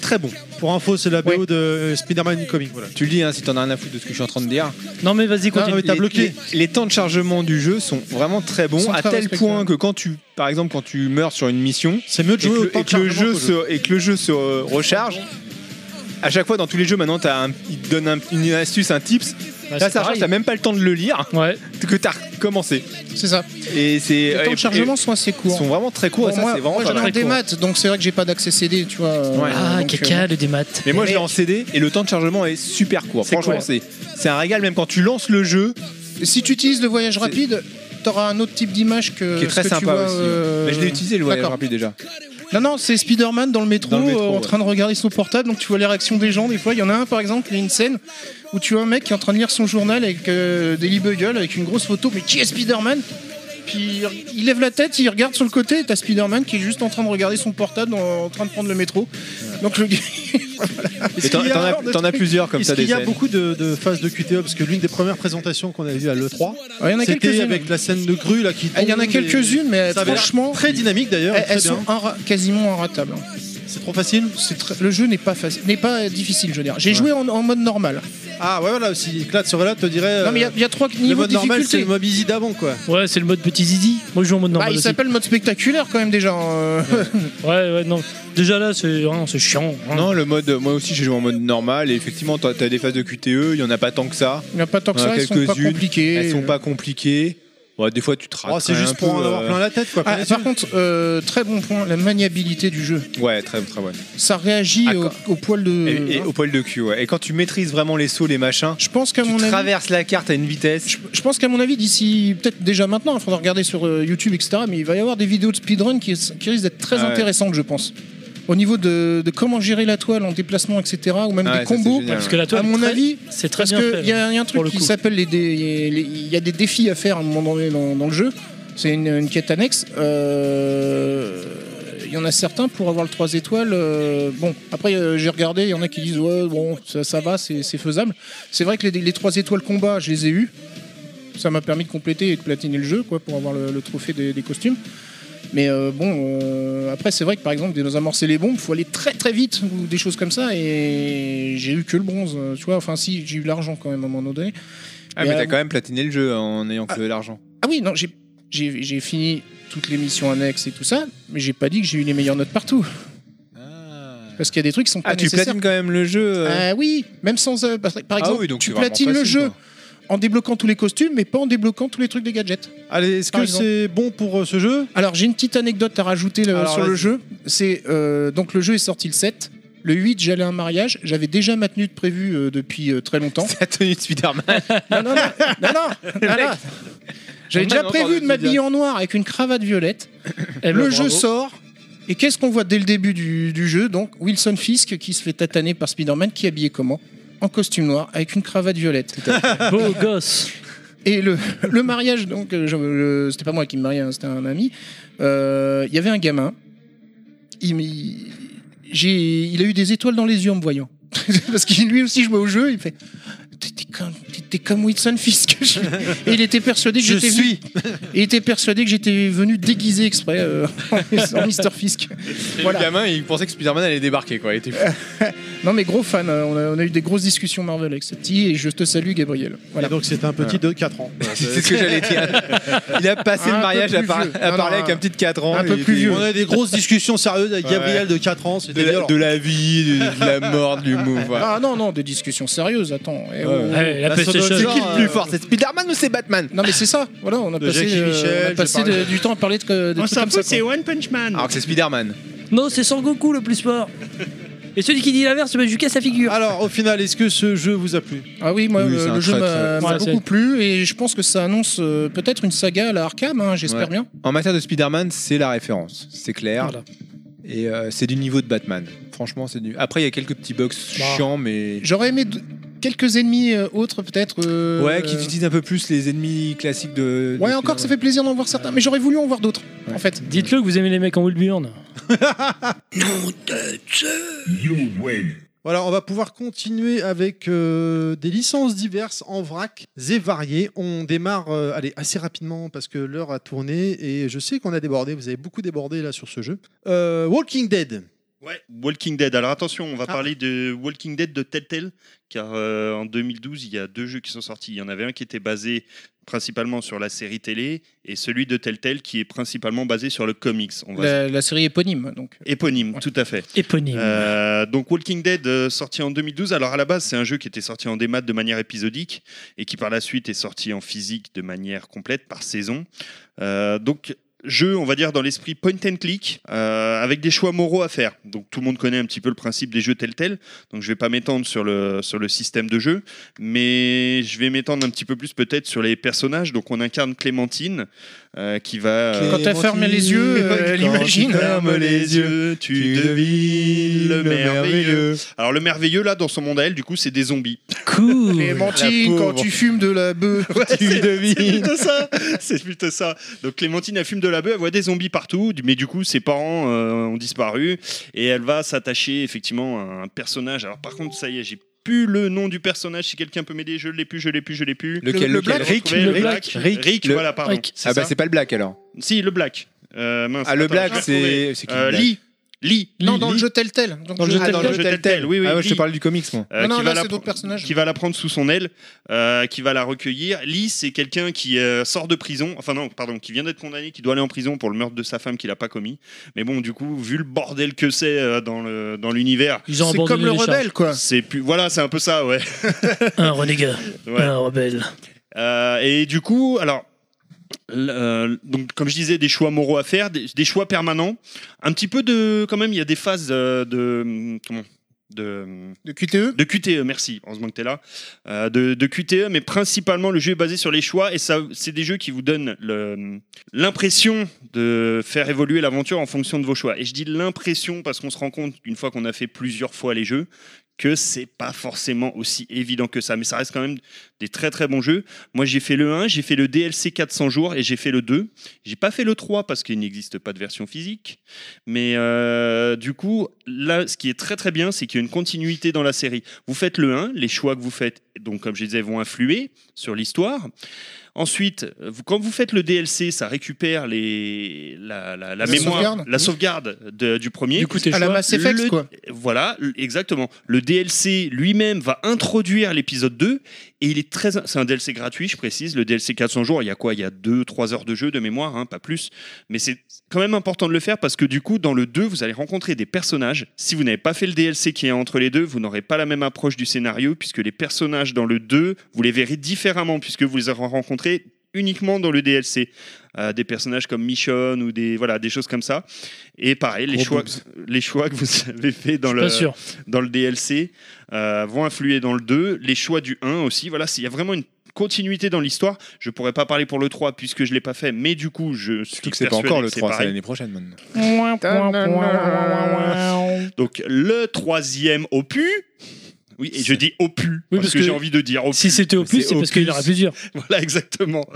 Speaker 3: très bons.
Speaker 1: Pour info, c'est la BO
Speaker 5: Oui.
Speaker 1: de euh, Spider-Man Incoming. Voilà.
Speaker 3: Tu le dis, hein, si t'en as rien à foutre de ce que je suis en train de dire.
Speaker 2: Non, mais vas-y,
Speaker 1: Ah,
Speaker 2: continue.
Speaker 1: mais t'as
Speaker 3: les-
Speaker 1: bloqué.
Speaker 3: Les, les temps de chargement du jeu sont vraiment très
Speaker 5: Ils
Speaker 3: bons,
Speaker 5: sont
Speaker 3: à
Speaker 5: très
Speaker 3: tel
Speaker 5: respectueux.
Speaker 3: point que quand tu, par exemple, quand tu meurs sur une mission
Speaker 1: C'est mieux de
Speaker 3: et que,
Speaker 1: jouer au
Speaker 3: le-
Speaker 1: temps
Speaker 3: et
Speaker 1: de
Speaker 3: que le
Speaker 1: chargement
Speaker 3: jeu
Speaker 1: qu'au jeu.
Speaker 3: se, et que le jeu se euh, recharge, à chaque fois dans tous les jeux maintenant, t'as un- il te donne un- une astuce, un tips.
Speaker 2: Bah,
Speaker 3: Là,
Speaker 2: c'est
Speaker 3: ça charge,
Speaker 2: pareil.
Speaker 3: t'as même pas le temps de le lire
Speaker 2: Ouais.
Speaker 3: que t'as recommencé.
Speaker 5: C'est ça.
Speaker 3: Et c'est
Speaker 5: Les temps
Speaker 3: et-
Speaker 5: de chargement sont assez
Speaker 3: et-
Speaker 5: courts.
Speaker 3: sont vraiment très courts.
Speaker 5: Bon,
Speaker 3: et ça,
Speaker 5: moi,
Speaker 3: c'est vraiment
Speaker 5: moi
Speaker 3: pas
Speaker 5: j'en ai
Speaker 3: mal.
Speaker 5: en démat, donc c'est vrai que j'ai pas d'accès CD, tu vois. euh,
Speaker 3: Ouais.
Speaker 2: Ah,
Speaker 5: donc, euh,
Speaker 2: caca, le démat.
Speaker 3: Mais moi, je l'ai
Speaker 5: Mais-
Speaker 3: en CD et le temps de chargement est super court.
Speaker 2: C'est
Speaker 3: Franchement,
Speaker 2: court.
Speaker 3: c'est c'est un régal. Même quand tu lances le jeu,
Speaker 5: euh, Si tu utilises le voyage rapide, t'auras un autre type d'image que.
Speaker 3: qui est
Speaker 5: ce
Speaker 3: très
Speaker 5: que tu
Speaker 3: sympa
Speaker 5: vois,
Speaker 3: aussi.
Speaker 5: euh,
Speaker 3: Mais je l'ai utilisé le voyage
Speaker 5: d'accord.
Speaker 3: rapide déjà.
Speaker 5: Non, non, c'est Spider-Man dans le métro,
Speaker 3: Dans le métro,
Speaker 5: euh, en
Speaker 3: ouais.
Speaker 5: train de regarder son portable, donc tu vois les réactions des gens. Des fois, il y en a un par exemple, il y a une scène où tu vois un mec qui est en train de lire son journal avec euh, Daily Bugle, avec une grosse photo, mais qui est Spider-Man Puis il- il lève la tête, il regarde sur le côté, et t'as Spider-Man qui est juste en train de regarder son portable, en, en train de prendre le métro. Donc le gars-
Speaker 3: Et t'en
Speaker 1: qu'il y a
Speaker 3: t'en as-
Speaker 1: alors des
Speaker 3: t'en as
Speaker 1: trucs
Speaker 3: plusieurs comme
Speaker 1: Est-ce
Speaker 3: ça des
Speaker 1: qu'il y a
Speaker 3: scènes.
Speaker 1: beaucoup de, de phases de QTE Parce que l'une des premières présentations qu'on a vues à l'E3,
Speaker 5: Ouais, il y en a
Speaker 1: c'était
Speaker 5: quelques-unes.
Speaker 1: avec la scène de grue là, qui
Speaker 5: Ah, Il y en a
Speaker 1: tombe et-
Speaker 5: quelques-unes, mais
Speaker 1: Ça avait l'air
Speaker 5: franchement, Eh,
Speaker 1: très dynamique d'ailleurs.
Speaker 5: elles,
Speaker 1: et très
Speaker 5: elles sont
Speaker 1: bien.
Speaker 5: inra- quasiment inratables. hein.
Speaker 1: C'est trop facile
Speaker 5: C'est tr- Le jeu n'est pas, faci- n'est pas difficile, je veux dire. J'ai joué en, en mode normal.
Speaker 1: Ah ouais, voilà, si Clad serait là, te dirait.
Speaker 5: Non, mais il y
Speaker 1: euh,
Speaker 5: a- il y, a trois
Speaker 1: le
Speaker 5: niveaux
Speaker 1: mode
Speaker 5: de
Speaker 1: normal, c'est
Speaker 5: difficulté.
Speaker 1: le mob easy d'avant quoi.
Speaker 2: Ouais, c'est le mode petit zizi. Moi, je joue en mode
Speaker 5: Bah,
Speaker 2: normal.
Speaker 5: il
Speaker 2: aussi.
Speaker 5: s'appelle mode spectaculaire quand même déjà. euh.
Speaker 2: Ouais, ouais, non. Déjà là, c'est hein, c'est chiant. hein.
Speaker 3: Non, le mode, moi aussi j'ai joué en mode normal et effectivement t'as t'as des phases de QTE, E, il y en a pas tant que ça.
Speaker 5: Il n'y a pas tant que
Speaker 3: On a
Speaker 5: ça, elles sont pas
Speaker 3: Ah, quelques-unes,
Speaker 5: compliquées.
Speaker 3: Elles sont pas compliquées. Ouais, des fois, tu te rates.
Speaker 1: Oh, c'est juste pour en
Speaker 3: euh,
Speaker 1: avoir plein la tête, quoi.
Speaker 5: Ah,
Speaker 1: plein les
Speaker 5: par
Speaker 1: yeux.
Speaker 5: contre, euh, très bon point, la maniabilité du jeu.
Speaker 3: Ouais, très, très bon.
Speaker 5: Ça réagit
Speaker 3: Ah,
Speaker 5: au,
Speaker 3: quand-
Speaker 5: au poil de.
Speaker 3: Et, et au poil de cul, ouais. Et quand tu maîtrises vraiment les sauts, les machins,
Speaker 5: Je pense qu'à
Speaker 3: tu
Speaker 5: mon avis,
Speaker 3: traverses la carte à une vitesse.
Speaker 5: je, je pense qu'à mon avis, d'ici peut-être déjà maintenant, il faudra regarder sur euh, YouTube, etc. Mais il va y avoir des vidéos de speedrun qui, qui risquent d'être très
Speaker 3: Ah ouais.
Speaker 5: intéressantes, je pense. Au niveau de, de comment gérer la toile en déplacement, etc. Ou même
Speaker 3: Ah ouais,
Speaker 5: des
Speaker 3: ça, c'est
Speaker 5: combos.
Speaker 3: génial.
Speaker 2: Parce que la toile,
Speaker 5: À mon
Speaker 2: est très-
Speaker 5: avis,
Speaker 2: c'est très
Speaker 5: Parce
Speaker 2: bien fait. hein,
Speaker 5: qu'il y, a- y a un
Speaker 2: pour
Speaker 5: truc
Speaker 2: le
Speaker 5: qui
Speaker 2: coup.
Speaker 5: s'appelle les dé- les- les- il y a des défis à faire à un moment donné dans, dans le jeu. C'est une, une quête annexe. Euh, Il y en a certains pour avoir le 3 étoiles. euh, bon, après euh, j'ai regardé, il y en a qui disent ouais bon ça, ça va, c'est c'est faisable. C'est vrai que les, les 3 étoiles combat, je les ai eues. Ça m'a permis de compléter et de platiner le jeu quoi pour avoir le, le trophée des, des costumes. Mais euh, bon, euh, après c'est vrai que par exemple dans amorcer les bombes, faut aller très très vite ou des choses comme ça. Et j'ai eu que le bronze, euh, tu vois. Enfin si, j'ai eu l'argent quand même à un moment donné.
Speaker 3: Ah, mais
Speaker 5: Mais,
Speaker 3: t'as
Speaker 5: euh,
Speaker 3: quand même platiné le jeu en ayant que l'argent.
Speaker 5: Ah oui, non, j'ai- j'ai j'ai fini toutes les missions annexes et tout ça, mais j'ai pas dit que j'ai eu les meilleures notes partout. Parce qu'il y a des trucs qui sont pas
Speaker 3: Ah, tu
Speaker 5: nécessaires.
Speaker 3: platines quand même le jeu. euh.
Speaker 5: Ah oui, même sans euh, par par exemple,
Speaker 3: ah oui, donc
Speaker 5: tu
Speaker 3: c'est vraiment
Speaker 5: platines le
Speaker 3: facile,
Speaker 5: jeu
Speaker 3: quoi.
Speaker 5: en débloquant tous les costumes, mais pas en débloquant tous les trucs des gadgets.
Speaker 1: Allez, est-ce
Speaker 5: Par
Speaker 1: que
Speaker 5: exemple.
Speaker 1: c'est bon pour euh, ce jeu
Speaker 5: Alors j'ai une petite anecdote à rajouter là,
Speaker 1: Alors,
Speaker 5: sur le
Speaker 1: vas-y.
Speaker 5: jeu. C'est euh, donc le jeu est sorti le 7. Le 8, j'allais à un mariage. J'avais déjà ma tenue de prévue euh, depuis euh, très longtemps.
Speaker 3: Ta tenue de Spider-Man.
Speaker 5: Non, non, non, non, non, non, non. J'avais
Speaker 3: On
Speaker 5: déjà
Speaker 3: parle
Speaker 5: prévu
Speaker 3: encore
Speaker 5: de
Speaker 3: de
Speaker 5: m'habiller
Speaker 3: Lydia.
Speaker 5: en noir avec une cravate violette.
Speaker 2: Eh ben,
Speaker 5: le jeu
Speaker 2: bravo.
Speaker 5: sort. Et qu'est-ce qu'on voit dès le début du, du jeu Donc Wilson Fisk qui se fait tataner par Spider-Man, qui est habillé comment En costume noir, avec une cravate violette.
Speaker 2: Beau gosse.
Speaker 5: Et le, le mariage, donc, euh, je- je- c'était pas moi qui me mariais, hein, c'était un ami. Euh, Il y avait un gamin. Il, m'y- j'ai- il a eu des étoiles dans les yeux en me voyant. Parce que lui aussi jouait au jeu, il fait. T'es- T'es comme, t'es- t'es comme Wilson Fisk. Et il était persuadé que
Speaker 1: Je
Speaker 5: j'étais venu-
Speaker 1: suis.
Speaker 5: il était persuadé que j'étais venu déguisé exprès euh, en Mister Fisk.
Speaker 3: Et
Speaker 5: Voilà.
Speaker 3: Le gamin, il pensait que Spider-Man allait débarquer, quoi. Il était fou.
Speaker 5: Non mais gros fan, euh, on a, on a eu des grosses discussions Marvel avec ce petit et je te salue Gabriel. Voilà.
Speaker 1: Et donc c'était un petit de 4 ans. Voilà,
Speaker 3: C'est ce que j'allais dire. Il a passé le
Speaker 5: Un peu
Speaker 3: mariage à,
Speaker 5: plus
Speaker 3: par-
Speaker 5: vieux.
Speaker 3: à
Speaker 5: Non,
Speaker 3: parler
Speaker 5: non,
Speaker 3: avec un petit de 4 ans.
Speaker 5: un peu
Speaker 3: il
Speaker 5: plus
Speaker 3: était-
Speaker 5: vieux.
Speaker 1: On a des grosses discussions sérieuses avec
Speaker 3: Ouais.
Speaker 1: Gabriel de 4 ans,
Speaker 3: De
Speaker 1: c'était
Speaker 3: la,
Speaker 1: violent.
Speaker 3: de la vie, de, de la mort, du mouvement.
Speaker 5: Ah non non, des discussions sérieuses, attends. eh,
Speaker 1: Ah,
Speaker 3: Ouais.
Speaker 5: oh.
Speaker 2: Ouais, la,
Speaker 1: La
Speaker 2: PlayStation.
Speaker 1: sonorisation.
Speaker 3: Qui est le plus fort, c'est Spider-Man ou c'est Batman
Speaker 5: Non mais c'est ça, voilà, on a
Speaker 1: De
Speaker 5: passé,
Speaker 1: Jackie
Speaker 5: euh,
Speaker 1: Michel,
Speaker 5: on a passé
Speaker 1: j'ai parlé.
Speaker 5: de- du temps à parler de, de
Speaker 9: On
Speaker 5: trucs
Speaker 9: s'en
Speaker 5: comme ça.
Speaker 9: fout, Oh, c'est
Speaker 5: quoi.
Speaker 9: One Punch Man.
Speaker 3: Alors que c'est Spider-Man.
Speaker 2: Non, c'est Sangoku le plus fort. Et celui qui dit l'inverse, se met jusqu'à sa figure.
Speaker 1: Alors, au final, est-ce que ce jeu vous a plu
Speaker 5: Ah oui, moi
Speaker 3: Oui,
Speaker 5: le,
Speaker 3: c'est
Speaker 5: le
Speaker 3: un
Speaker 5: jeu
Speaker 3: très,
Speaker 5: m'a
Speaker 3: très-
Speaker 5: m'a
Speaker 2: Ouais,
Speaker 5: beaucoup
Speaker 2: c'est-
Speaker 5: plu et je pense que ça annonce euh, peut-être une saga à la Arkham, hein, j'espère
Speaker 3: Ouais.
Speaker 5: bien.
Speaker 3: En matière de Spider-Man, c'est la référence. C'est clair.
Speaker 2: Voilà.
Speaker 3: Et euh, c'est du niveau de Batman. Franchement, c'est du. Après, il y a quelques petits bugs chiants, mais.
Speaker 5: J'aurais aimé d- quelques ennemis euh, autres peut-être. euh,
Speaker 3: Ouais, qui utilisent un peu plus les ennemis classiques de. de
Speaker 5: Ouais, encore que ça fait plaisir d'en voir certains, mais j'aurais voulu en voir d'autres,
Speaker 3: Ouais.
Speaker 5: en fait.
Speaker 2: Dites-le que vous aimez les mecs en Woodburn.
Speaker 1: Voilà, on va pouvoir continuer avec euh, des licences diverses en vrac et variées. On démarre euh, allez, assez rapidement parce que l'heure a tourné et je sais qu'on a débordé, vous avez beaucoup débordé là sur ce jeu. Euh, Walking Dead.
Speaker 6: Ouais, Walking Dead. Alors attention, on va
Speaker 1: Ah.
Speaker 6: parler de Walking Dead de Telltale, car euh, en 2012, il y a deux jeux qui sont sortis. Il y en avait un qui était basé principalement sur la série télé, et celui de Telltale qui est principalement basé sur le comics. On va...
Speaker 5: La, la série éponyme, donc.
Speaker 6: Éponyme,
Speaker 5: Ouais.
Speaker 6: tout à fait.
Speaker 2: Éponyme.
Speaker 6: Euh, donc Walking Dead euh, sorti en 2012. Alors à la base, c'est un jeu qui était sorti en démat de manière épisodique et qui par la suite est sorti en physique de manière complète par saison. Euh, donc jeu, on va dire, dans l'esprit point and click, euh, avec des choix moraux à faire. Donc tout le monde connaît un petit peu le principe des jeux tel tel, donc je vais pas m'étendre sur le, sur le système de jeu, mais je vais m'étendre un petit peu plus peut-être sur les personnages. Donc on incarne Clémentine, euh, qui va...
Speaker 3: Clé-
Speaker 5: Quand elle ferme les yeux, euh, elle
Speaker 6: hein,
Speaker 3: Quand tu
Speaker 5: imagine. hein.
Speaker 3: fermes les yeux, tu devines le merveilleux.
Speaker 6: Alors le merveilleux là dans son monde à elle du coup c'est des zombies.
Speaker 5: Les
Speaker 2: Cool.
Speaker 5: mentines,
Speaker 3: la
Speaker 5: quand
Speaker 3: pauvre.
Speaker 5: tu fumes de la bœuf.
Speaker 3: Tu devines.
Speaker 6: plutôt ça. C'est plutôt ça. Donc Clémentine elle fume de la bœuf, elle voit des zombies partout, mais du coup ses parents euh, ont disparu et elle va s'attacher effectivement à un personnage. Alors par contre ça y est j'ai plus le nom du personnage si quelqu'un peut m'aider je l'ai plus je l'ai plus je l'ai plus.
Speaker 3: Lequel,
Speaker 5: le
Speaker 3: lequel
Speaker 5: Black
Speaker 3: Rick
Speaker 6: Retrouver le
Speaker 2: Rick,
Speaker 6: Black.
Speaker 3: Rick,
Speaker 6: Rick,
Speaker 3: le-
Speaker 6: voilà pardon.
Speaker 2: Rick.
Speaker 3: Ah bah
Speaker 6: ça
Speaker 3: c'est pas le Black alors.
Speaker 6: Si le Black. Euh, mince,
Speaker 3: Ah le
Speaker 6: attends,
Speaker 3: Black
Speaker 6: je vais retrouver.
Speaker 3: c'est. c'est qui, le
Speaker 6: Euh,
Speaker 3: Black
Speaker 6: Lee. Lee.
Speaker 5: Non, dans le jeu tel tel. Donc,
Speaker 2: Dans le
Speaker 5: je-
Speaker 2: jeu
Speaker 5: Ah,
Speaker 6: Ah, dans le jeu Telltale, oui, oui.
Speaker 3: Ah ouais, je te
Speaker 6: Lee.
Speaker 3: parle du comics moi.
Speaker 6: Euh,
Speaker 5: non,
Speaker 6: qui
Speaker 5: non,
Speaker 6: va
Speaker 5: là,
Speaker 6: la
Speaker 5: c'est
Speaker 6: pr-
Speaker 5: d'autres personnages.
Speaker 6: qui va la prendre sous son aile, euh, qui va la recueillir. Lee, c'est quelqu'un qui euh, sort de prison, enfin non, pardon, qui vient d'être condamné, qui doit aller en prison pour le meurtre de sa femme qu'il n'a pas commis. Mais bon, du coup, vu le bordel que c'est euh, dans le- dans l'univers,
Speaker 2: Ils ont
Speaker 5: C'est
Speaker 2: abandonné
Speaker 5: comme le
Speaker 2: les charges.
Speaker 5: rebelle, quoi.
Speaker 6: c'est plus, voilà, c'est un peu ça, ouais.
Speaker 2: Un renégat,
Speaker 6: Ouais.
Speaker 2: un rebelle.
Speaker 6: Euh, et du coup, alors. l- euh, donc comme je disais, des choix moraux à faire, des, des choix permanents. Un petit peu de, quand même, il y a des phases euh, de comment de hum,
Speaker 5: De E, QTE
Speaker 6: de QTE, merci, heureusement que tu es là, Euh, de, de QTE, mais principalement le jeu est basé sur les choix et ça, c'est des jeux qui vous donnent le- l'impression de faire évoluer l'aventure en fonction de vos choix. Et je dis l'impression parce qu'on se rend compte, une fois qu'on a fait plusieurs fois les jeux, que c'est pas forcément aussi évident que ça, mais ça reste quand même des très très bons jeux. Moi j'ai fait le 1, j'ai fait le DLC 400 jours et j'ai fait le 2. J'ai pas fait le 3 parce qu'il n'existe pas de version physique. Mais euh, du coup, là, ce qui est très très bien, c'est qu'il y a une continuité dans la série. Vous faites le 1, les choix que vous faites, donc comme je disais, vont influer sur l'histoire. Ensuite, euh, vous- quand vous faites le DLC, ça récupère les, la, la- la
Speaker 5: La
Speaker 6: mémoire,
Speaker 5: sauvegarde.
Speaker 6: la sauvegarde de- du premier.
Speaker 2: Du coup, tes
Speaker 5: À la
Speaker 2: choix.
Speaker 5: Mass Effect,
Speaker 6: le-
Speaker 5: quoi.
Speaker 6: Voilà, l- exactement. Le DLC lui-même va introduire l'épisode 2 et il est très. C'est un DLC gratuit, je précise. Le DLC 400 jours, il y a quoi Il y a 2-3 heures de jeu de mémoire, hein, pas plus. Mais c'est quand même important de le faire parce que du coup, dans le 2, vous allez rencontrer des personnages. Si vous n'avez pas fait le DLC qui est entre les deux, vous n'aurez pas la même approche du scénario puisque les personnages dans le 2, vous les verrez différemment puisque vous les aurez rencontrés uniquement dans le DLC. Euh, des personnages comme Michonne ou des, voilà, des choses comme ça. Et pareil, les
Speaker 1: Gros
Speaker 6: choix, les choix que vous avez fait dans
Speaker 2: Je suis
Speaker 6: le,
Speaker 2: pas sûr.
Speaker 6: dans le DLC euh, vont influer dans le 2, les choix du 1 aussi. Voilà, s'il y a vraiment une continuité dans l'histoire, je pourrais pas parler pour le 3 puisque je l'ai pas fait, mais du coup, je suis
Speaker 3: Surtout que c'est pas
Speaker 6: persuadé
Speaker 3: encore
Speaker 6: que
Speaker 3: le
Speaker 6: c'est
Speaker 3: 3, c'est
Speaker 6: pareil.
Speaker 3: l'année prochaine maintenant.
Speaker 6: Donc le troisième opus. Oui, et je dis opus parce,
Speaker 2: parce
Speaker 6: que,
Speaker 2: que
Speaker 6: j'ai envie de dire opus.
Speaker 2: Si c'était Opus, c'est parce qu'il y en aura plusieurs.
Speaker 6: Voilà, exactement.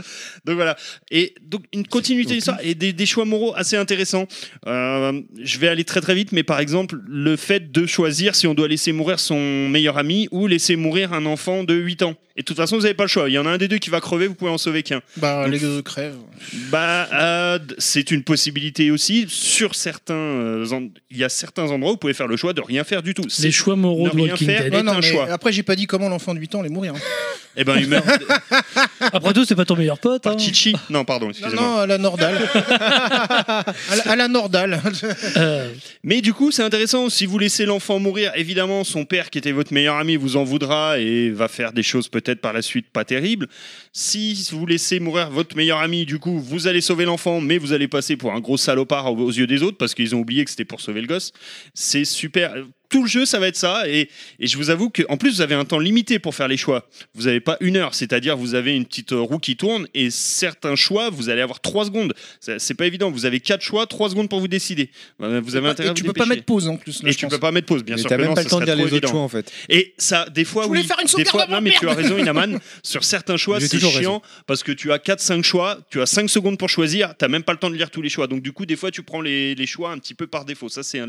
Speaker 6: Donc voilà. Et donc une continuité d'histoire et des, des choix moraux assez intéressants. Euh, je vais aller très très vite, mais par exemple, le fait de choisir si on doit laisser mourir son meilleur ami ou laisser mourir un enfant de 8 ans. Et de toute façon, vous n'avez pas le choix. Il y en a un des deux qui va crever, vous pouvez en sauver qu'un.
Speaker 5: Bah, les deux crèvent.
Speaker 6: Bah, euh, d- c'est une possibilité aussi. Sur certains, euh, en- il y a certains endroits où vous pouvez faire le choix de rien faire du tout. C'est-
Speaker 2: Les choix moraux
Speaker 6: Ne
Speaker 2: de
Speaker 6: rien
Speaker 2: Walking
Speaker 6: faire.
Speaker 2: Dead.
Speaker 6: est
Speaker 5: Ouais, non,
Speaker 6: un
Speaker 5: mais
Speaker 6: choix.
Speaker 5: Après, j'ai pas dit comment l'enfant de 8 ans allait mourir. hein.
Speaker 6: Eh ben, il meurt
Speaker 2: Après tout, c'est pas ton meilleur pote. hein.
Speaker 6: par Chichi. Non, pardon,
Speaker 5: Non,
Speaker 6: excusez-moi.
Speaker 5: non, à la Nordal. à, la, à la Nordal.
Speaker 2: Euh,
Speaker 6: Mais du coup, c'est intéressant. Si vous laissez l'enfant mourir, évidemment, son père, qui était votre meilleur ami, vous en voudra et va faire des choses peut-être par la suite pas terribles. Si vous laissez mourir votre meilleur ami, du coup, vous allez sauver l'enfant, mais vous allez passer pour un gros salopard aux aux yeux des autres parce qu'ils ont oublié que c'était pour sauver le gosse. C'est super. Tout le jeu, ça va être ça. Et, et je vous avoue que, en plus, vous avez un temps limité pour faire les choix. Vous n'avez pas une heure, c'est-à-dire vous avez une petite euh, roue qui tourne et certains choix, vous allez avoir trois secondes. Ça- C'est pas évident. Vous avez quatre choix, trois secondes pour vous décider. Euh, Vous avez intérêt à
Speaker 5: Et tu
Speaker 6: vous
Speaker 5: peux pas
Speaker 6: dépêcher.
Speaker 5: mettre pause en plus. Là,
Speaker 6: Et
Speaker 5: je
Speaker 6: tu
Speaker 5: pense.
Speaker 6: peux pas mettre pause, bien
Speaker 3: Mais
Speaker 6: sûr
Speaker 3: t'as
Speaker 6: que
Speaker 3: même
Speaker 6: non,
Speaker 3: pas
Speaker 6: ce
Speaker 3: le temps de
Speaker 6: serait
Speaker 3: dire
Speaker 6: trop
Speaker 3: les autres
Speaker 6: évident.
Speaker 3: choix en fait.
Speaker 6: Et ça, des fois,
Speaker 5: Je voulais
Speaker 6: oui,
Speaker 5: faire une
Speaker 6: des
Speaker 5: sauvegarde
Speaker 6: fois,
Speaker 5: avant,
Speaker 6: non, mais tu as
Speaker 5: merde.
Speaker 6: raison, Inaman. Sur certains choix,
Speaker 3: J'ai
Speaker 6: c'est
Speaker 3: toujours
Speaker 6: chiant parce que tu as 4-5 choix, tu as 5 secondes pour choisir, t'as même pas le temps de lire tous les choix. Donc, du coup, des fois, tu prends les, les choix un petit peu par défaut. Ça, c'est un,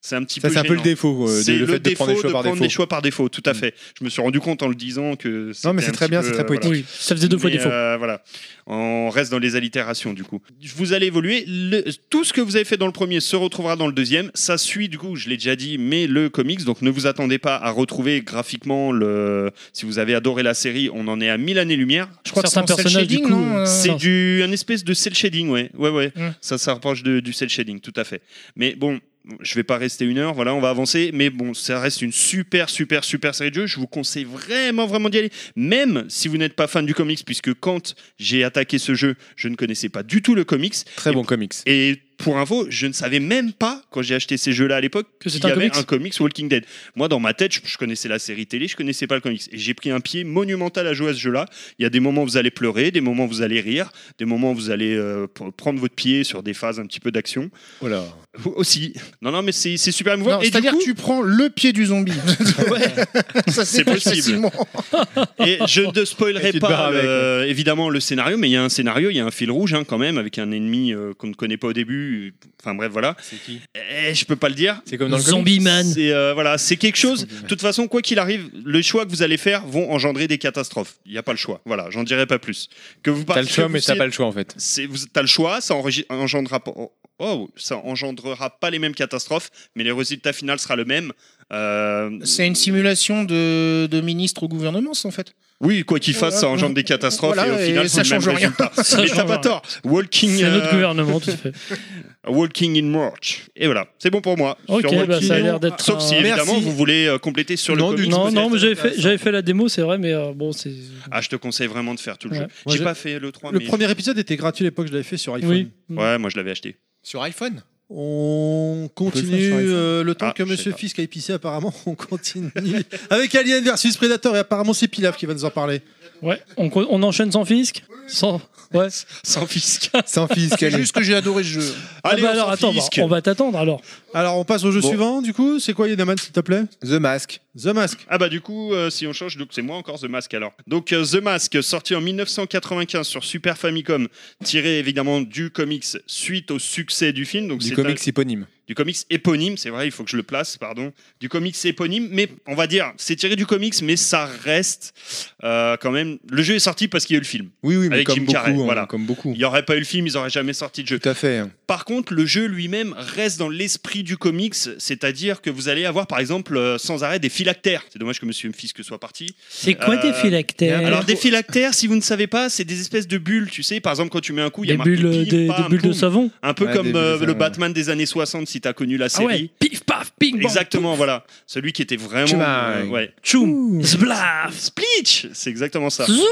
Speaker 6: c'est un petit
Speaker 3: Ça,
Speaker 6: peu.
Speaker 3: c'est un peu le
Speaker 6: gênant.
Speaker 3: défaut, euh,
Speaker 6: C'est
Speaker 3: de- le fait de
Speaker 6: défaut
Speaker 3: prendre des choix par défaut. Mm.
Speaker 6: des choix par défaut, tout à fait. Je me suis rendu compte en le disant que.
Speaker 3: Non,
Speaker 6: c'était
Speaker 3: mais c'est
Speaker 6: un
Speaker 3: très
Speaker 6: petit
Speaker 3: bien,
Speaker 6: peu,
Speaker 3: c'est très
Speaker 6: euh,
Speaker 3: poétique.
Speaker 6: voilà.
Speaker 2: oui, ça faisait deux fois
Speaker 6: Mais,
Speaker 2: défaut.
Speaker 6: euh, voilà, on reste dans les allitérations du coup. Vous allez évoluer. Le- tout ce que vous avez fait dans le premier se retrouvera dans le deuxième. Ça suit du coup, je l'ai déjà dit, mais le comics. Donc ne vous attendez pas à retrouver graphiquement le. Si vous avez adoré la série, on en est à mille années lumière.
Speaker 5: Je crois que c'est
Speaker 2: Certains
Speaker 5: en cel
Speaker 2: personnages, du
Speaker 5: shading,
Speaker 2: coup,
Speaker 5: non euh,
Speaker 6: C'est
Speaker 2: Non.
Speaker 6: du un espèce de cel shading, ouais, ouais, ouais.
Speaker 5: Mm.
Speaker 6: Ça, ça rapproche de- du cel shading, tout à fait. Mais bon, je vais pas rester une heure. Voilà, on va avancer. Mais bon, ça reste une super, super, super série de jeux. Je vous conseille vraiment, vraiment d'y aller. Même si vous n'êtes pas fan du comics, puisque quand j'ai attaqué ce jeu, je ne connaissais pas du tout le comics.
Speaker 3: Très bon comics.
Speaker 6: Et pour info, je ne savais même pas, quand j'ai acheté ces jeux-là à l'époque,
Speaker 2: Que
Speaker 6: qu'il
Speaker 2: c'était
Speaker 6: y
Speaker 2: un
Speaker 6: avait
Speaker 2: comics.
Speaker 6: un comics Walking Dead. Moi, dans ma tête, je, je connaissais la série télé, je connaissais pas le comics. Et j'ai pris un pied monumental à jouer à ce jeu-là. Il y a des moments où vous allez pleurer, des moments où vous allez rire, des moments où vous allez euh, pr- prendre votre pied sur des phases un petit peu d'action.
Speaker 3: Voilà.
Speaker 6: Aussi. Non, non, mais c'est c'est super émouvant.
Speaker 5: Non,
Speaker 6: Et du
Speaker 5: C'est-à-dire
Speaker 6: coup-
Speaker 5: que tu prends le pied du zombie.
Speaker 6: Ouais.
Speaker 5: ça
Speaker 6: C'est
Speaker 5: c'est pas
Speaker 6: possible.
Speaker 5: facilement.
Speaker 6: Et je ne
Speaker 3: Et
Speaker 6: spoilerai
Speaker 3: tu te
Speaker 6: pas
Speaker 3: barres avec,
Speaker 6: euh, évidemment le scénario, mais il y a un scénario, il y a un fil rouge hein, quand même avec un ennemi euh, qu'on ne connaît pas au début. Enfin bref, voilà.
Speaker 3: C'est qui
Speaker 6: Et je peux pas le dire.
Speaker 3: C'est comme dans le comics.
Speaker 2: Zombie Man.
Speaker 6: C'est euh, voilà, c'est quelque chose. De toute façon, quoi qu'il arrive, les choix que vous allez faire vont engendrer des catastrophes. Il n'y a pas le choix. Voilà, j'en dirai pas plus. Que vous
Speaker 3: T'as le
Speaker 6: que
Speaker 3: choix,
Speaker 6: vous
Speaker 3: mais t'as
Speaker 6: sied-
Speaker 3: pas le choix en fait.
Speaker 6: c'est- vous- t'as le choix, ça enregi- engendrera pas- oh, ça engendrera pas les mêmes catastrophes, mais le résultat final sera le même. Euh,
Speaker 5: C'est une simulation de, de ministre au gouvernement, ça, en fait.
Speaker 6: oui, quoi qu'il fasse, ça
Speaker 5: Voilà.
Speaker 6: engendre des catastrophes
Speaker 5: Voilà,
Speaker 6: et au
Speaker 5: et
Speaker 6: final,
Speaker 5: ça
Speaker 6: c'est le
Speaker 5: change
Speaker 6: même
Speaker 5: rien.
Speaker 6: résultat.
Speaker 2: Ça
Speaker 6: mais
Speaker 2: change
Speaker 6: t'as pas
Speaker 2: rien.
Speaker 6: tort. Walking,
Speaker 2: C'est un autre
Speaker 6: euh,
Speaker 2: gouvernement, tout à fait.
Speaker 6: walking in March. Et voilà, c'est bon pour moi.
Speaker 2: Ok,
Speaker 6: Sur
Speaker 2: bah, ça a
Speaker 6: Walking-
Speaker 2: l'air d'être.
Speaker 6: Sauf
Speaker 2: un-
Speaker 6: si évidemment
Speaker 1: Merci.
Speaker 6: vous voulez euh, compléter sur
Speaker 3: Non,
Speaker 6: le
Speaker 3: du
Speaker 6: comics.
Speaker 2: Non, non,
Speaker 6: peut-être.
Speaker 2: mais j'avais fait, j'avais fait la démo, c'est vrai, mais euh, bon, c'est.
Speaker 6: Ah, je te conseille vraiment de faire tout le
Speaker 2: Ouais.
Speaker 6: jeu.
Speaker 1: Moi,
Speaker 6: J'ai
Speaker 1: j'ai-
Speaker 6: pas fait le 3
Speaker 1: Le
Speaker 6: Ah, mais
Speaker 1: premier épisode était gratuit à l'époque, je l'avais fait sur iPhone.
Speaker 2: Oui.
Speaker 6: Ouais, moi je l'avais acheté.
Speaker 3: Sur iPhone
Speaker 1: On
Speaker 5: On peut le faire
Speaker 1: continue
Speaker 5: sur iPhone.
Speaker 1: euh, le temps
Speaker 6: Ah,
Speaker 1: que
Speaker 6: je sais
Speaker 1: Monsieur
Speaker 6: pas.
Speaker 1: Fisk a épicé apparemment. On continue avec Alien versus Predator et apparemment c'est Pilaf qui va nous en parler.
Speaker 2: Ouais, on, co- on enchaîne sans fisc Sans. Ouais.
Speaker 6: Sans fisc.
Speaker 3: Sans fisc,
Speaker 5: C'est
Speaker 3: allez.
Speaker 5: juste que j'ai adoré ce jeu.
Speaker 2: Ah
Speaker 6: Allez,
Speaker 2: bah
Speaker 6: on
Speaker 2: alors,
Speaker 6: s'en
Speaker 2: attends, bah,
Speaker 6: fisque.
Speaker 2: on va t'attendre alors.
Speaker 1: Alors on passe au jeu
Speaker 6: Bon.
Speaker 1: suivant. Du coup, c'est quoi Yedaman s'il te plaît
Speaker 3: The Mask.
Speaker 1: The Mask.
Speaker 6: Ah bah du coup, euh, si on change, donc c'est moi encore The Mask alors. Donc euh, The Mask, sorti en 1995 sur Super Famicom, tiré évidemment du comics suite au succès du film. Donc
Speaker 3: Du
Speaker 6: c'est
Speaker 3: comics éponyme.
Speaker 6: un- du comics éponyme, c'est vrai, il faut que je le place, pardon. Du comics éponyme, mais on va dire, c'est tiré du comics, mais ça reste euh, quand même... Le jeu est sorti parce qu'il y a eu le film.
Speaker 3: Oui, oui, mais
Speaker 6: Avec
Speaker 3: comme,
Speaker 6: Jim
Speaker 3: beaucoup,
Speaker 6: Carrey,
Speaker 3: hein,
Speaker 6: voilà.
Speaker 3: comme beaucoup.
Speaker 6: Il n'y aurait pas eu le film, ils n'auraient jamais sorti de jeu.
Speaker 3: Tout à fait. hein.
Speaker 6: Par contre, le jeu lui-même reste dans l'esprit du comics, c'est-à-dire que vous allez avoir par exemple euh, sans arrêt des phylactères. C'est dommage que Monsieur Fiske soit parti.
Speaker 2: C'est quoi
Speaker 6: Euh,
Speaker 2: des phylactères
Speaker 6: Alors des phylactères, si vous ne savez pas, c'est des espèces de bulles, tu sais. Par exemple, quand tu mets un coup, il y a
Speaker 2: Des
Speaker 6: marqué
Speaker 2: bulles, euh,
Speaker 6: pif,
Speaker 2: des,
Speaker 6: pam,
Speaker 2: des bulles de
Speaker 6: poum.
Speaker 2: savon
Speaker 6: Un peu
Speaker 3: Ouais, des
Speaker 6: comme
Speaker 3: bulles de
Speaker 6: euh,
Speaker 3: savon,
Speaker 6: le
Speaker 3: ouais.
Speaker 6: Batman des années 60, si t'as connu la
Speaker 2: Ah
Speaker 6: série.
Speaker 2: ouais, pif paf, ping bang
Speaker 6: Exactement, voilà. Celui qui était vraiment.
Speaker 3: Tchoumaï.
Speaker 6: euh, ouais.
Speaker 2: Tchoum, zblaf,
Speaker 6: Splitch C'est exactement ça.
Speaker 2: zoup.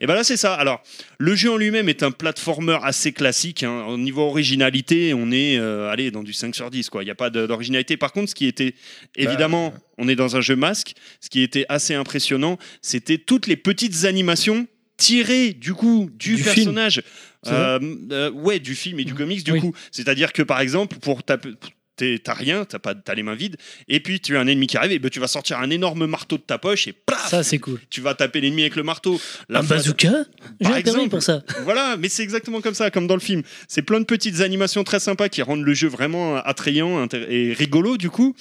Speaker 6: Et ben là, c'est ça. Alors, le jeu en lui-même est un platformer assez classique. hein. Au niveau originalité, on est euh, allez, dans du 5 sur 10. quoi. Il n'y a pas de- d'originalité. Par contre, ce qui était
Speaker 2: Bah,
Speaker 6: évidemment, on est dans un jeu masque. Ce qui était assez impressionnant, c'était toutes les petites animations tirées du coup du,
Speaker 2: Du film.
Speaker 6: personnage.
Speaker 2: C'est vrai Mmh.
Speaker 6: Euh, euh, ouais, du film et du comics, du
Speaker 2: Oui.
Speaker 6: coup. C'est-à-dire que par exemple, pour taper. t'es- T'as rien, t'as pas, t'as les mains vides, et puis tu as un ennemi qui arrive, et ben tu vas sortir un énorme marteau de ta poche et plaf,
Speaker 2: Ça c'est cool.
Speaker 6: tu vas taper l'ennemi avec le marteau. La
Speaker 2: un
Speaker 6: phrase-
Speaker 2: bazooka J'ai
Speaker 6: Par
Speaker 2: un permis
Speaker 6: exemple.
Speaker 2: pour ça.
Speaker 6: Voilà, mais c'est exactement comme ça, comme dans le film. C'est plein de petites animations très sympas qui rendent le jeu vraiment attrayant intér- et rigolo du coup.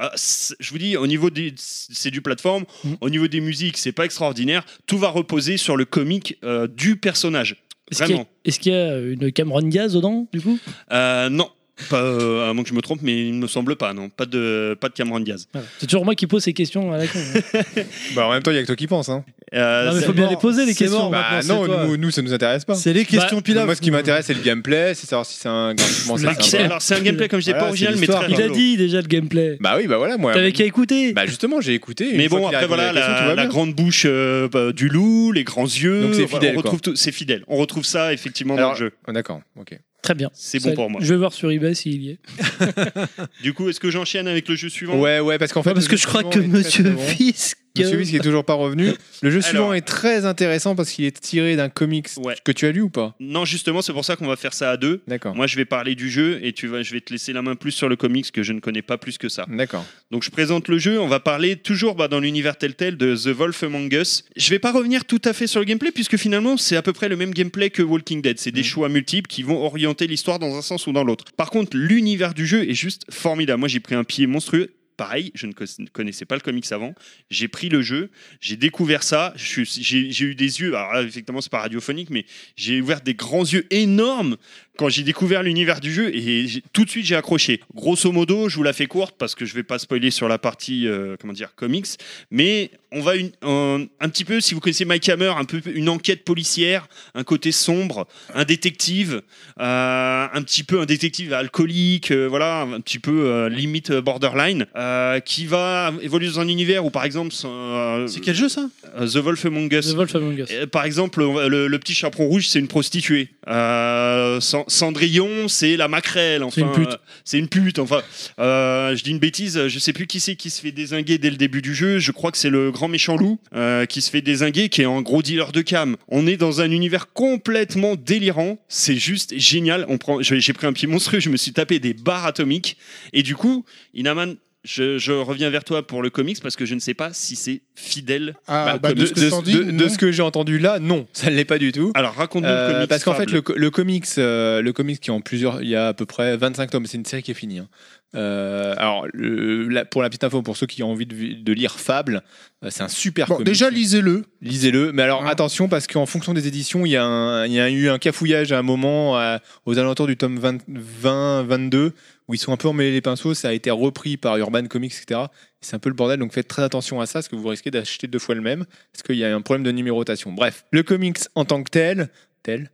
Speaker 6: Euh, c'est- je vous dis, au niveau des, c'est du plateforme,
Speaker 2: Mm.
Speaker 6: au niveau des musiques, c'est pas extraordinaire. Tout va reposer sur le comique euh, du personnage.
Speaker 2: Est-ce qu'il y, a-
Speaker 6: Vraiment.
Speaker 2: est-ce qu'il y a une Cameron Diaz dedans du coup
Speaker 6: Euh, non, pas, euh, à moins que je me trompe, mais il me semble pas, non, pas de, pas de Cameron Diaz.
Speaker 2: Voilà. C'est toujours moi qui pose ces questions à la con. hein.
Speaker 3: Bah, en même temps, il y a que toi qui penses. Hein.
Speaker 6: Euh,
Speaker 2: Non, mais
Speaker 6: c'est-
Speaker 2: faut bien les poser les
Speaker 1: C'est
Speaker 2: questions.
Speaker 1: mort,
Speaker 3: Bah,
Speaker 1: maintenant,
Speaker 3: non,
Speaker 1: c'est toi.
Speaker 3: nous, nous, ça nous intéresse pas.
Speaker 1: C'est les questions
Speaker 2: Bah,
Speaker 1: Pilaf.
Speaker 3: Moi, ce qui m'intéresse, c'est le gameplay, c'est savoir si c'est un graphiquement c'est
Speaker 6: c'est-
Speaker 3: sympa.
Speaker 6: alors, c'est un gameplay comme je dis
Speaker 3: Voilà,
Speaker 6: pas original,
Speaker 3: Ah, c'est
Speaker 6: mais très
Speaker 3: l'histoire,
Speaker 2: Il a
Speaker 6: rigolo.
Speaker 2: dit déjà le gameplay.
Speaker 3: Bah oui, bah voilà, moi.
Speaker 2: T'avais qu'à écouter.
Speaker 3: Bah justement, j'ai écouté. Une
Speaker 6: Mais
Speaker 3: fois
Speaker 6: bon,
Speaker 3: qu'il a
Speaker 6: après
Speaker 3: répondu
Speaker 6: voilà,
Speaker 3: à la, question,
Speaker 6: la,
Speaker 3: tout va
Speaker 6: la
Speaker 3: bien.
Speaker 6: grande bouche euh, bah, du loup, les grands yeux.
Speaker 3: Donc c'est
Speaker 6: voilà,
Speaker 3: fidèle,
Speaker 6: on retrouve tout. C'est fidèle. On retrouve ça effectivement
Speaker 3: Alors,
Speaker 6: dans le jeu.
Speaker 3: Ah, D'accord, ok.
Speaker 2: Très bien.
Speaker 6: C'est
Speaker 2: Ça-
Speaker 6: bon pour moi.
Speaker 2: Je vais voir sur eBay s'il y est.
Speaker 6: Du coup, est-ce que j'enchaîne avec le jeu suivant
Speaker 3: Ouais, ouais, parce qu'en fait.
Speaker 2: parce
Speaker 3: le
Speaker 2: que
Speaker 3: jeu
Speaker 2: je crois
Speaker 3: suivant
Speaker 2: que
Speaker 3: est très, très
Speaker 2: Monsieur
Speaker 3: bon.
Speaker 2: Fisk.
Speaker 3: Monsieur Wiss qui est toujours pas revenu. Le jeu
Speaker 6: Alors.
Speaker 3: suivant est très intéressant parce qu'il est tiré d'un comics
Speaker 6: Ouais.
Speaker 3: que tu as lu ou pas
Speaker 6: Non, justement, c'est pour ça qu'on va faire ça à deux.
Speaker 3: D'accord.
Speaker 6: Moi, je vais parler du jeu et tu vas, je vais te laisser la main plus sur le comics que je ne connais pas plus que ça.
Speaker 3: D'accord.
Speaker 6: Donc, je présente le jeu. On va parler toujours bah, dans l'univers Telltale de The Wolf Among Us. Je vais pas revenir tout à fait sur le gameplay puisque finalement, c'est à peu près le même gameplay que Walking Dead. C'est des
Speaker 3: Mm.
Speaker 6: choix multiples qui vont orienter l'histoire dans un sens ou dans l'autre. Par contre, l'univers du jeu est juste formidable. Moi, j'ai pris un pied monstrueux. Pareil, je ne co- connaissais pas le comics avant. J'ai pris le jeu, j'ai découvert ça. je suis- J'ai j'ai eu des yeux. Alors, là, effectivement, c'est pas radiophonique, mais j'ai ouvert des grands yeux énormes quand j'ai découvert l'univers du jeu et j'ai- tout de suite j'ai accroché. Grosso modo, je vous la fais courte parce que je vais pas spoiler sur la partie euh, comment dire comics, mais on va une, un- un petit peu si vous connaissez Mike Hammer, un peu une enquête policière, un côté sombre, un détective, euh, un petit peu un détective alcoolique, euh, voilà, un petit peu euh, limite borderline, euh, qui va évoluer dans un univers où par exemple euh,
Speaker 1: C'est quel jeu ça
Speaker 6: The Wolf Among Us
Speaker 2: The Wolf Among Us.
Speaker 6: euh, Par exemple, on va- le, le petit chaperon rouge, c'est une prostituée. Euh, Cen- Cendrillon, c'est la maquerelle. Enfin,
Speaker 2: C'est une pute.
Speaker 6: euh, c'est une pute. Enfin, Euh, je dis une bêtise. Je sais plus qui c'est qui se fait désinguer dès le début du jeu. Je crois que c'est le grand méchant loup euh, qui se fait désinguer, qui est un gros dealer de cam. On est dans un univers complètement délirant. C'est juste génial. On prend. je- J'ai pris un pied monstrueux. Je me suis tapé des barres atomiques. Et du coup, Inaman je, je reviens vers toi pour le comics parce que je ne sais pas si c'est fidèle.
Speaker 5: Ah,
Speaker 6: Bah,
Speaker 5: bah,
Speaker 6: comme-
Speaker 5: de ce que
Speaker 3: de,
Speaker 5: t'en dis,
Speaker 3: de- de
Speaker 5: non.
Speaker 3: ce que j'ai entendu là, non, ça ne l'est pas du tout.
Speaker 6: Alors raconte-nous
Speaker 3: Euh,
Speaker 6: le comics.
Speaker 3: parce qu'en fait,
Speaker 6: Fable.
Speaker 3: le, co- le comics, euh, le comics qui est en plusieurs, il y a à peu près 25 tomes, c'est une série qui est finie. hein. Euh, alors, le- la- pour la petite info, pour ceux qui ont envie de, vi- de lire Fable, euh, c'est un super
Speaker 5: Bon,
Speaker 3: comics.
Speaker 5: déjà, lisez-le.
Speaker 3: lisez-le. Mais
Speaker 6: Ah.
Speaker 3: alors,
Speaker 5: Hein.
Speaker 3: attention, parce qu'en fonction des éditions, il y, a un- il y a eu un cafouillage à un moment, à- aux alentours du tome 20, 20, 22, où ils sont un peu emmêlés les pinceaux. Ça a été repris par Urban Comics, etc. C'est un peu le bordel, donc faites très attention à ça, parce que vous risquez d'acheter deux fois le même, parce qu'il y a un problème de numérotation. Bref, le comics en tant que tel, tel,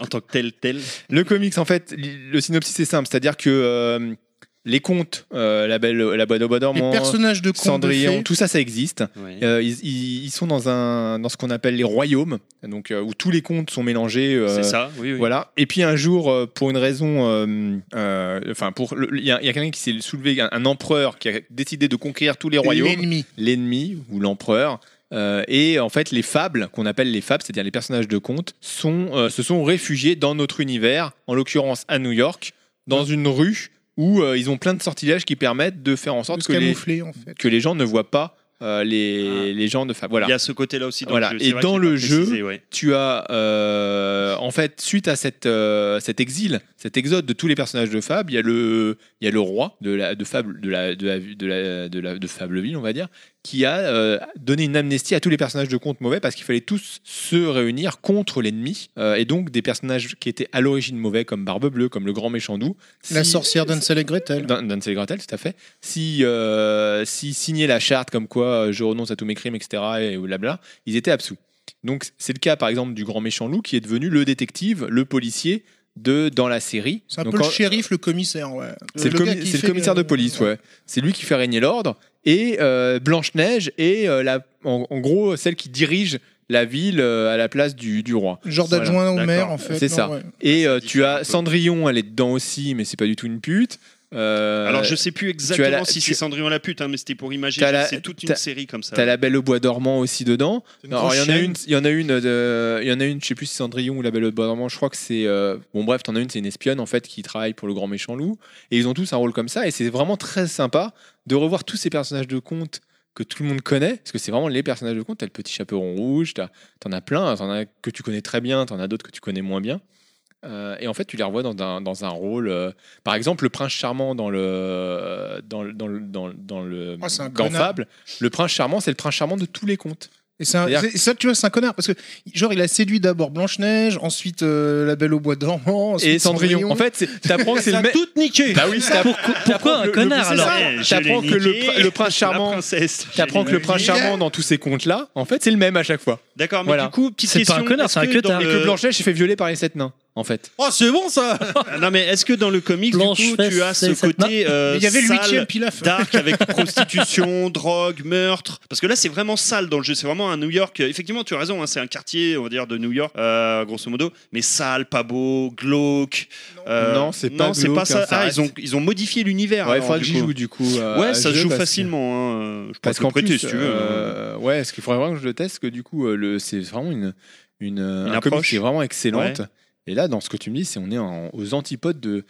Speaker 6: en tant que tel, tel.
Speaker 3: le comics, en fait, li- le synopsis c'est simple, c'est-à-dire que euh, les contes, euh, la belle, la bonne au bois
Speaker 5: Les
Speaker 3: dormant,
Speaker 5: personnages de contes de
Speaker 3: Cendrillon,
Speaker 5: fées.
Speaker 3: tout ça, ça existe.
Speaker 6: Ouais.
Speaker 3: Euh, ils, ils- ils sont dans un dans ce qu'on appelle les royaumes, donc euh, où tous les contes sont mélangés. euh,
Speaker 6: c'est ça, oui, oui.
Speaker 3: Voilà. Et puis un jour, euh, pour une raison, euh, euh, enfin pour, le- il y a, il y a quelqu'un qui s'est soulevé, un, un empereur qui a décidé de conquérir tous les royaumes
Speaker 5: L'ennemi.
Speaker 3: l'ennemi ou l'empereur. Euh, et en fait, les fables, qu'on appelle les fables, c'est-à-dire les personnages de contes, sont, euh, se sont réfugiés dans notre univers, en l'occurrence à New York, dans une rue où euh, ils ont plein de sortilèges qui permettent de faire en
Speaker 5: De
Speaker 3: sorte
Speaker 5: se
Speaker 3: que les,
Speaker 5: camoufler, en fait.
Speaker 3: que les gens ne voient pas euh, les,
Speaker 6: Ah.
Speaker 3: les gens de fables. Voilà.
Speaker 6: Il y a ce côté-là aussi. Dans
Speaker 3: Voilà.
Speaker 6: Le jeu.
Speaker 3: Et
Speaker 6: C'est vrai que
Speaker 3: dans
Speaker 6: j'ai pas
Speaker 3: le jeu,
Speaker 6: précisé, ouais.
Speaker 3: Tu as, euh, en fait, suite à cette, euh, cet exil, cet exode de tous les personnages de Fable, il y a le, il y a le roi de la, de Fable, de la, de la, de la- de la- de Fableville, on va dire, qui a euh, donné une amnistie à tous les personnages de contes mauvais parce qu'il fallait tous se réunir contre l'ennemi Euh, et donc des personnages qui étaient à l'origine mauvais comme Barbe Bleue, comme le grand méchant doux,
Speaker 5: La
Speaker 3: si-
Speaker 5: sorcière d'Ansel et Gretel.
Speaker 3: Dan- Danse et Gretel, tout à fait. Si, euh, si signaient la charte comme quoi euh, je renonce à tous mes crimes, etc., et blabla, ils étaient absous. Donc c'est le cas par exemple du grand méchant loup qui est devenu le détective, le policier de dans la série.
Speaker 5: C'est un
Speaker 3: Donc,
Speaker 5: peu le
Speaker 3: en-
Speaker 5: shérif, le commissaire. ouais.
Speaker 3: c'est le,
Speaker 5: gars
Speaker 3: commi-
Speaker 5: qui
Speaker 3: c'est le
Speaker 5: fait
Speaker 3: commissaire
Speaker 5: le-
Speaker 3: de police, ouais. C'est lui qui fait régner l'ordre. Et euh, Blanche-Neige est euh, la, en, en gros celle qui dirige la ville euh, à la place du, du roi.
Speaker 5: Genre
Speaker 3: Voilà,
Speaker 5: d'adjoint au
Speaker 6: d'accord.
Speaker 5: maire, en fait.
Speaker 3: C'est
Speaker 5: non,
Speaker 3: ça.
Speaker 5: ouais.
Speaker 3: Et euh,
Speaker 6: Ça
Speaker 3: tu
Speaker 6: diffère un
Speaker 3: as
Speaker 6: peu.
Speaker 3: Cendrillon, elle est dedans aussi, mais c'est pas du tout une pute. Euh,
Speaker 6: Alors je sais plus exactement
Speaker 3: la-
Speaker 6: si
Speaker 3: tu-
Speaker 6: c'est Cendrillon la pute, hein, mais c'était pour imaginer.
Speaker 3: T'as la-
Speaker 6: C'est toute une
Speaker 3: t'as-
Speaker 6: série comme ça.
Speaker 3: T'as la Belle au bois dormant aussi dedans.
Speaker 1: C'est une
Speaker 3: Alors,
Speaker 1: grosse
Speaker 3: Il y en a
Speaker 1: chaîne.
Speaker 3: une, il y en a une, euh, il y en a une, je sais plus si c'est Cendrillon ou la Belle au bois dormant. Je crois que c'est euh, bon bref, t'en as une, c'est une espionne en fait qui travaille pour le grand méchant loup. Et ils ont tous un rôle comme ça et c'est vraiment très sympa de revoir tous ces personnages de contes que tout le monde connaît parce que c'est vraiment les personnages de contes. T'as le petit chaperon rouge, t'as- t'en as plein, t'en as que tu connais très bien, t'en as d'autres que tu connais moins bien. Euh, et en fait, tu les revois dans un, dans un rôle. euh, par exemple, le prince charmant dans le dans le dans le dans, le- dans le
Speaker 5: Oh, c'est un
Speaker 3: dans
Speaker 5: connard.
Speaker 3: Fable, le prince charmant, c'est le prince charmant de tous les contes.
Speaker 5: Et c'est un-
Speaker 3: C'est-à-dire-
Speaker 5: c'est- ça, tu vois, c'est un connard. Parce que, genre, il a séduit d'abord Blanche-Neige, ensuite euh, la Belle au bois dormant, ensuite
Speaker 3: Et Cendrillon. En fait, c'est- t'apprends que Oh, c'est le mec.
Speaker 2: Toute niquée
Speaker 3: Bah oui, c'est t'app-
Speaker 2: Pourquoi, pourquoi un
Speaker 3: le- le-
Speaker 2: connard
Speaker 3: c'est
Speaker 2: alors
Speaker 3: ça.
Speaker 6: Eh, je
Speaker 3: t'apprends
Speaker 6: l'ai
Speaker 3: que le
Speaker 6: niqué,
Speaker 3: pr- le prince charmant-
Speaker 6: La princesse.
Speaker 3: T'apprends que le prince
Speaker 5: Génial.
Speaker 3: charmant dans tous ces contes-là, en fait, c'est le même à chaque fois.
Speaker 6: D'accord, mais
Speaker 3: Voilà.
Speaker 6: du coup, petite
Speaker 2: C'est pas
Speaker 6: question.
Speaker 2: un connard,
Speaker 6: est-ce
Speaker 2: c'est un
Speaker 6: que dans
Speaker 2: cutard.
Speaker 6: le-
Speaker 3: hein. Que Blanchette s'est fait violer par les sept nains, en fait.
Speaker 1: Oh, c'est bon ça
Speaker 6: Ah, Non, mais est-ce que dans le comics,
Speaker 2: Blanche
Speaker 6: du coup,
Speaker 2: fesse,
Speaker 6: tu as ce
Speaker 2: c'est cette-
Speaker 6: côté. euh,
Speaker 5: Mais Il y avait le
Speaker 6: sale,
Speaker 5: huitième pilaf.
Speaker 6: Dark avec prostitution, drogue, meurtre. Parce que là, c'est vraiment sale dans le jeu. C'est vraiment un New York. euh, Effectivement, tu as raison. hein, c'est un quartier, on va dire, de New York, euh, grosso modo. Mais sale, pas beau, glauque. euh,
Speaker 3: Non, c'est pas
Speaker 6: non, c'est
Speaker 3: glauque,
Speaker 6: pas ça.
Speaker 3: hein, ça
Speaker 6: Ah,
Speaker 3: reste.
Speaker 6: ils ont, ils ont modifié l'univers.
Speaker 3: Ouais, il
Speaker 6: alors,
Speaker 3: faudra que
Speaker 6: du
Speaker 3: j'y
Speaker 6: coup.
Speaker 3: joue du coup. euh, à
Speaker 6: Ouais, ça
Speaker 3: ce
Speaker 6: se
Speaker 3: jeu,
Speaker 6: joue
Speaker 3: parce que-
Speaker 6: facilement. hein, Je peux
Speaker 3: Parce
Speaker 6: te le
Speaker 3: qu'en
Speaker 6: prêter
Speaker 3: plus,
Speaker 6: si tu veux. hein.
Speaker 3: euh, ouais, parce qu'il faudrait vraiment que je le teste, que du coup, euh, le, c'est vraiment une, une, euh,
Speaker 6: Une
Speaker 3: un comics
Speaker 6: approche.
Speaker 3: qui est vraiment excellente. Et là, dans ce que tu me dis, c'est on est en- aux antipodes de.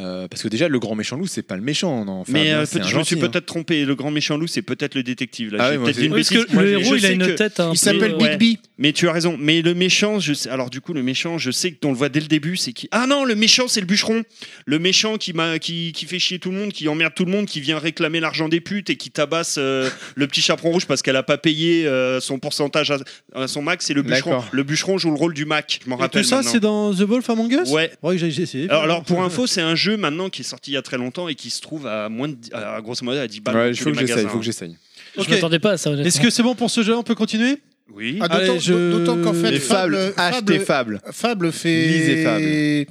Speaker 3: euh, parce que déjà, le grand méchant loup, c'est pas le méchant. non, enfin,
Speaker 6: Mais
Speaker 3: bien,
Speaker 6: euh,
Speaker 3: c'est
Speaker 6: peut-
Speaker 3: un
Speaker 6: je me suis
Speaker 3: gentil, hein.
Speaker 6: peut-être trompé. Le grand méchant loup, c'est peut-être le détective. Là.
Speaker 3: Ah
Speaker 6: J'ai
Speaker 3: oui, moi,
Speaker 6: peut-être
Speaker 3: c'est-
Speaker 6: dit une
Speaker 2: Oui, parce
Speaker 6: bêtise.
Speaker 2: que
Speaker 6: Moi,
Speaker 2: le
Speaker 6: je-
Speaker 2: héros,
Speaker 6: je
Speaker 2: il a
Speaker 6: sais
Speaker 2: une
Speaker 6: que-
Speaker 2: tête. un peu-
Speaker 5: Il s'appelle
Speaker 2: ouais.
Speaker 5: Bigby.
Speaker 6: Mais tu as raison. Mais le méchant, je sais. Alors du coup, le méchant, je sais qu'on le voit dès le début, c'est qui Ah non, le méchant, c'est le bûcheron. Le méchant qui m'a, qui, qui fait chier tout le monde, qui emmerde tout le monde, qui vient réclamer l'argent des putes et qui tabasse euh, le petit chaperon rouge parce qu'elle a pas payé euh, son pourcentage à, à son mac. C'est le bûcheron.
Speaker 3: D'accord.
Speaker 6: Le bûcheron joue le rôle du mac. Je m'en
Speaker 1: Et
Speaker 6: rappelle
Speaker 1: Tout ça,
Speaker 6: maintenant.
Speaker 1: c'est dans The Wolf Among Us
Speaker 6: Ouais,
Speaker 1: Ouais, j'ai j'ai essayé.
Speaker 6: alors, alors, pour info, c'est un jeu maintenant qui est sorti il y a très longtemps et qui se trouve à moins de dix- à, grosso modo à 10 balles.
Speaker 3: Ouais,
Speaker 6: dans
Speaker 3: il
Speaker 6: tous
Speaker 3: faut
Speaker 6: les
Speaker 3: que j'essaye.
Speaker 6: magasins.
Speaker 3: faut que j'essaye.
Speaker 2: Je
Speaker 1: Ok.
Speaker 2: m'attendais pas à ça. honnêtement.
Speaker 1: Est-ce que c'est bon pour ce jeu On peut continuer
Speaker 6: Oui.
Speaker 5: Ah, d'autant
Speaker 1: Allez, je-
Speaker 5: d'autant qu'en fait,
Speaker 3: Les fables,
Speaker 5: Fable-
Speaker 3: achetez
Speaker 5: Fable-
Speaker 3: fables.
Speaker 5: Fable fait.
Speaker 3: Lisez Fable.
Speaker 5: Et,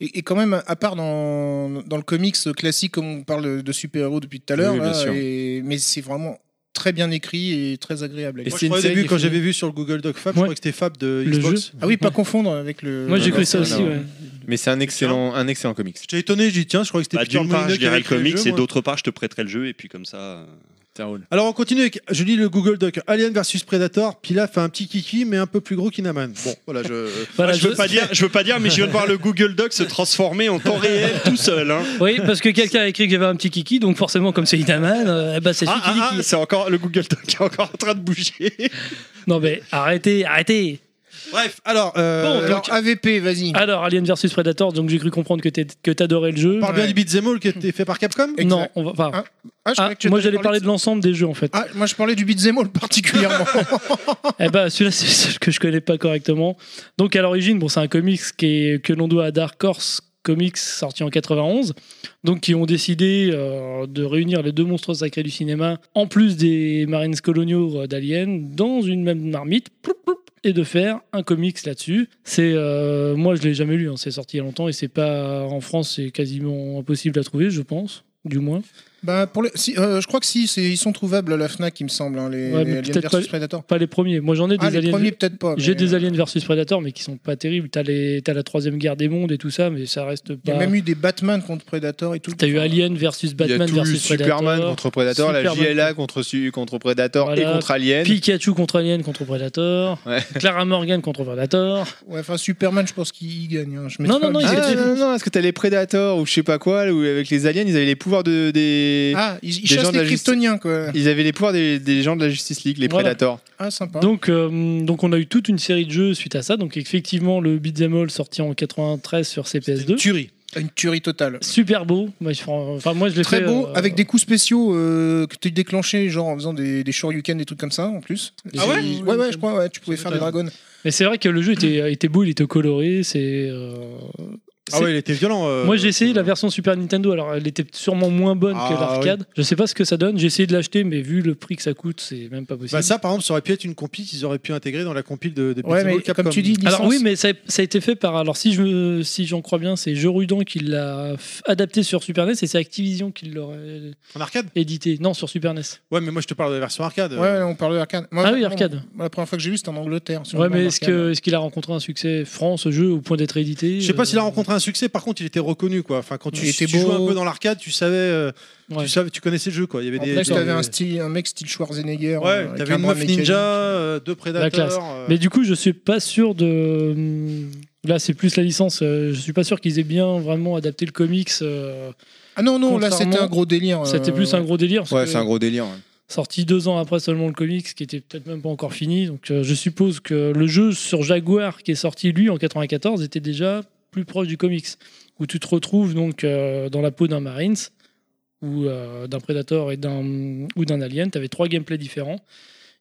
Speaker 5: et quand même, à part dans, dans le comics classique, comme on parle de, de super-héros depuis tout à l'heure,
Speaker 3: Oui, bien
Speaker 5: là,
Speaker 3: sûr.
Speaker 5: et- mais c'est vraiment très bien écrit et très agréable. à
Speaker 3: Et
Speaker 5: lire.
Speaker 1: Moi, je
Speaker 3: c'est une
Speaker 1: crois au
Speaker 3: série
Speaker 1: début,
Speaker 3: qui
Speaker 1: quand
Speaker 3: est
Speaker 1: j'avais vu sur le Google Doc Fab, je
Speaker 2: Ouais.
Speaker 1: crois que c'était Fab de
Speaker 2: Le
Speaker 1: Xbox.
Speaker 5: Ah oui, pas confondre avec le.
Speaker 2: Moi, j'ai
Speaker 3: Non,
Speaker 2: cru
Speaker 3: non,
Speaker 2: ça
Speaker 3: non,
Speaker 2: aussi.
Speaker 3: non.
Speaker 2: ouais.
Speaker 3: Mais c'est un excellent, un excellent comics.
Speaker 1: J'étais étonné, j'ai dit tiens, je crois que c'était
Speaker 6: Bah,
Speaker 1: Peter
Speaker 6: D'une part,
Speaker 1: Molyneux
Speaker 6: je
Speaker 1: qui avait
Speaker 6: lirai le
Speaker 1: créé le
Speaker 6: comics
Speaker 1: jeu,
Speaker 6: et
Speaker 1: moi.
Speaker 6: d'autre part, je te prêterai le jeu et puis comme ça. euh,
Speaker 3: Ça roule.
Speaker 1: Alors on continue avec, je lis le Google Doc, Alien versus Predator, Pilaf fait un petit kiki mais un peu plus gros qu'Inaman. Bon, voilà, je... euh,
Speaker 2: Voilà,
Speaker 4: Bah,
Speaker 6: Moi, je veux pas dire, je veux pas dire, mais je viens de voir le Google Doc se transformer en temps réel tout seul. hein.
Speaker 2: Oui, parce que quelqu'un a écrit que j'avais un petit kiki, donc forcément, comme c'est Inaman, euh, eh ben, c'est celui
Speaker 6: Ah,
Speaker 2: qui dit
Speaker 6: ah,
Speaker 2: qui-
Speaker 6: ah, c'est encore le Google Doc est encore en train de bouger. ah.
Speaker 2: Non, mais arrêtez, arrêtez
Speaker 1: Bref, alors, euh,
Speaker 2: Bon,
Speaker 1: alors,
Speaker 5: Alors, AVP,
Speaker 3: Ah,
Speaker 5: vas-y. Ah,
Speaker 2: Alors, Alien vs Predator, donc j'ai cru comprendre que t'es- que t'adorais le jeu.
Speaker 1: on parle bien
Speaker 5: ouais.
Speaker 1: du Beat'em All qui a été fait par Capcom
Speaker 5: Exact.
Speaker 2: Non, on va.
Speaker 6: Hein,
Speaker 2: enfin,
Speaker 5: Ah, Ah, je
Speaker 2: ah,
Speaker 5: croyais que tu
Speaker 2: moi
Speaker 5: t'allais
Speaker 2: j'allais parler de l'ensemble des jeux en fait.
Speaker 5: Ah, moi je parlais du beat'em all particulièrement.
Speaker 2: Eh ben, celui-là, c'est celui que je connais pas correctement. Donc, à l'origine, bon, c'est un comics qui est- que l'on doit à Dark Horse Comics, sorti en 91. Donc, qui ont décidé euh, de réunir les deux monstres sacrés du cinéma, en plus des Marines coloniaux euh, d'Alien, dans une même marmite, ploup, ploup, et de faire un comics là-dessus. C'est, euh, moi, je l'ai jamais lu. hein, c'est sorti il y a longtemps et c'est pas en France, c'est quasiment impossible à trouver, je pense. Du moins.
Speaker 5: bah, pour les... si, euh, je crois que si, c'est- ils sont trouvables à la Fnac, il me semble, hein, les,
Speaker 2: Ouais,
Speaker 5: les
Speaker 2: mais
Speaker 5: Alien
Speaker 2: peut-être pas-
Speaker 5: vs Predator.
Speaker 2: Pas les premiers. Moi, j'en ai des
Speaker 5: Ah, les
Speaker 2: aliens.
Speaker 5: premiers peut-être pas.
Speaker 2: J'ai
Speaker 5: mais- euh,
Speaker 3: euh,
Speaker 2: des Aliens versus Predator, mais qui sont pas terribles. T'as les... t'as la troisième guerre des mondes et tout ça, mais ça reste
Speaker 5: Il y a
Speaker 2: pas.
Speaker 5: même eu des Batman contre Predator et tout.
Speaker 2: Bah. T'as eu Alien versus
Speaker 3: Il y a
Speaker 2: Batman
Speaker 3: tout eu
Speaker 2: versus
Speaker 3: Superman
Speaker 2: Predator,
Speaker 3: contre Predator,
Speaker 2: Superman.
Speaker 3: la JLA contre, Su- contre Predator et
Speaker 2: Voilà.
Speaker 3: contre Alien.
Speaker 2: Pikachu contre Alien contre Predator,
Speaker 3: Ouais.
Speaker 2: Clara Morgan contre Predator.
Speaker 5: Ouais, enfin Superman, je pense qu'il gagne. hein. Je
Speaker 2: Non,
Speaker 5: mettrai
Speaker 2: non, non,
Speaker 5: pas
Speaker 2: il
Speaker 5: le-
Speaker 3: Ah
Speaker 2: était-
Speaker 3: non, non, non, parce que t'as les Predators ou je sais pas quoi, ou avec les aliens, ils avaient les pouvoirs de, des.
Speaker 5: Ah, ils, ils
Speaker 3: Des gens
Speaker 5: chassent
Speaker 3: de la
Speaker 5: les
Speaker 3: justice.
Speaker 5: Kryptoniens, quoi.
Speaker 3: Ils avaient les pouvoirs des, des gens de la Justice League, les
Speaker 2: Voilà.
Speaker 3: Predators.
Speaker 5: Ah, sympa.
Speaker 2: Donc, euh, donc on a eu toute une série de jeux suite à ça. Donc effectivement, le Beat'em All sorti en 93 sur
Speaker 1: Une
Speaker 2: CPS2.
Speaker 1: tuerie.
Speaker 5: Ah, Une tuerie totale.
Speaker 2: Super beau. Moi, je- Enfin, moi je l'ai
Speaker 5: Très
Speaker 2: fait,
Speaker 5: beau,
Speaker 2: euh,
Speaker 5: avec des coups spéciaux euh, que tu déclenchais, genre en faisant des, des shoryuken, des trucs comme ça, en plus.
Speaker 2: Ah ouais
Speaker 5: Ouais, ouais, je crois, ouais, tu pouvais faire des dragons.
Speaker 2: Mais c'est vrai que le jeu était, était beau, il était coloré. C'est. euh,
Speaker 1: Ah ouais, il était violent. euh,
Speaker 2: Moi j'ai essayé la version Super Nintendo, alors elle était sûrement moins bonne
Speaker 1: Ah,
Speaker 2: que l'arcade. Je sais pas ce que ça donne, j'ai essayé de l'acheter, mais vu le prix que ça coûte, c'est même pas possible.
Speaker 1: Bah ça, par exemple, ça aurait pu être une compile qu'ils auraient pu intégrer dans la compile de, de
Speaker 5: Ouais,
Speaker 1: Beat'em
Speaker 5: mais
Speaker 1: All Capcom.
Speaker 5: comme tu dis,
Speaker 2: alors
Speaker 5: licence.
Speaker 2: oui, mais ça, ça a été fait par, alors si je si j'en crois bien, c'est Jeux Rudan qui l'a f- adapté sur Super NES et c'est Activision qui l'aurait
Speaker 1: En arcade
Speaker 2: édité. Non, sur Super NES.
Speaker 1: Ouais, mais moi je te parle de la version arcade.
Speaker 5: Ouais, on parle de l'arcade. Moi,
Speaker 2: Ah oui,
Speaker 5: moi,
Speaker 2: arcade.
Speaker 5: moi, la première fois que j'ai vu, c'était en Angleterre. sur
Speaker 2: Ouais,
Speaker 5: une borne
Speaker 2: mais est-ce
Speaker 5: d'arcade.
Speaker 2: que est-ce qu'il a rencontré un succès franc ce jeu au point d'être édité
Speaker 1: Je sais pas
Speaker 2: euh,
Speaker 1: s'il a rencontré un succès, par contre il était reconnu quoi. Enfin, quand tu,
Speaker 5: Il était
Speaker 1: tu
Speaker 5: beau.
Speaker 1: jouais un peu dans l'arcade, tu savais, euh,
Speaker 2: ouais.
Speaker 1: tu savais, tu connaissais le jeu quoi. Il y avait
Speaker 5: En
Speaker 1: des.
Speaker 5: plus,
Speaker 1: des-
Speaker 5: t'avais un, style, un mec style Schwarzenegger. euh,
Speaker 1: Ouais,
Speaker 5: avec
Speaker 1: t'avais
Speaker 5: un
Speaker 1: une
Speaker 5: bras
Speaker 1: meuf
Speaker 5: mécanique. Bah,
Speaker 1: ninja, euh, deux
Speaker 2: classe.
Speaker 1: prédateurs. euh,
Speaker 2: Mais du coup, je suis pas sûr de. hum, Là, c'est plus la licence. euh, Je suis pas sûr qu'ils aient bien vraiment adapté le comics. euh,
Speaker 5: Ah non, non, là, c'était
Speaker 2: Contrairement-
Speaker 5: un gros délire.
Speaker 2: C'était
Speaker 5: euh,
Speaker 2: plus un gros délire. parce
Speaker 3: Ouais,
Speaker 2: que
Speaker 3: c'est un gros délire. hein.
Speaker 2: Sorti deux ans après seulement le comics, qui était peut-être même pas encore fini. Donc euh, je suppose que le jeu sur Jaguar, qui est sorti lui en 94, était déjà plus proche du comics. Où tu te retrouves donc euh, dans la peau d'un Marines, ou euh, d'un Predator et d'un, ou d'un Alien. Tu avais trois gameplays différents.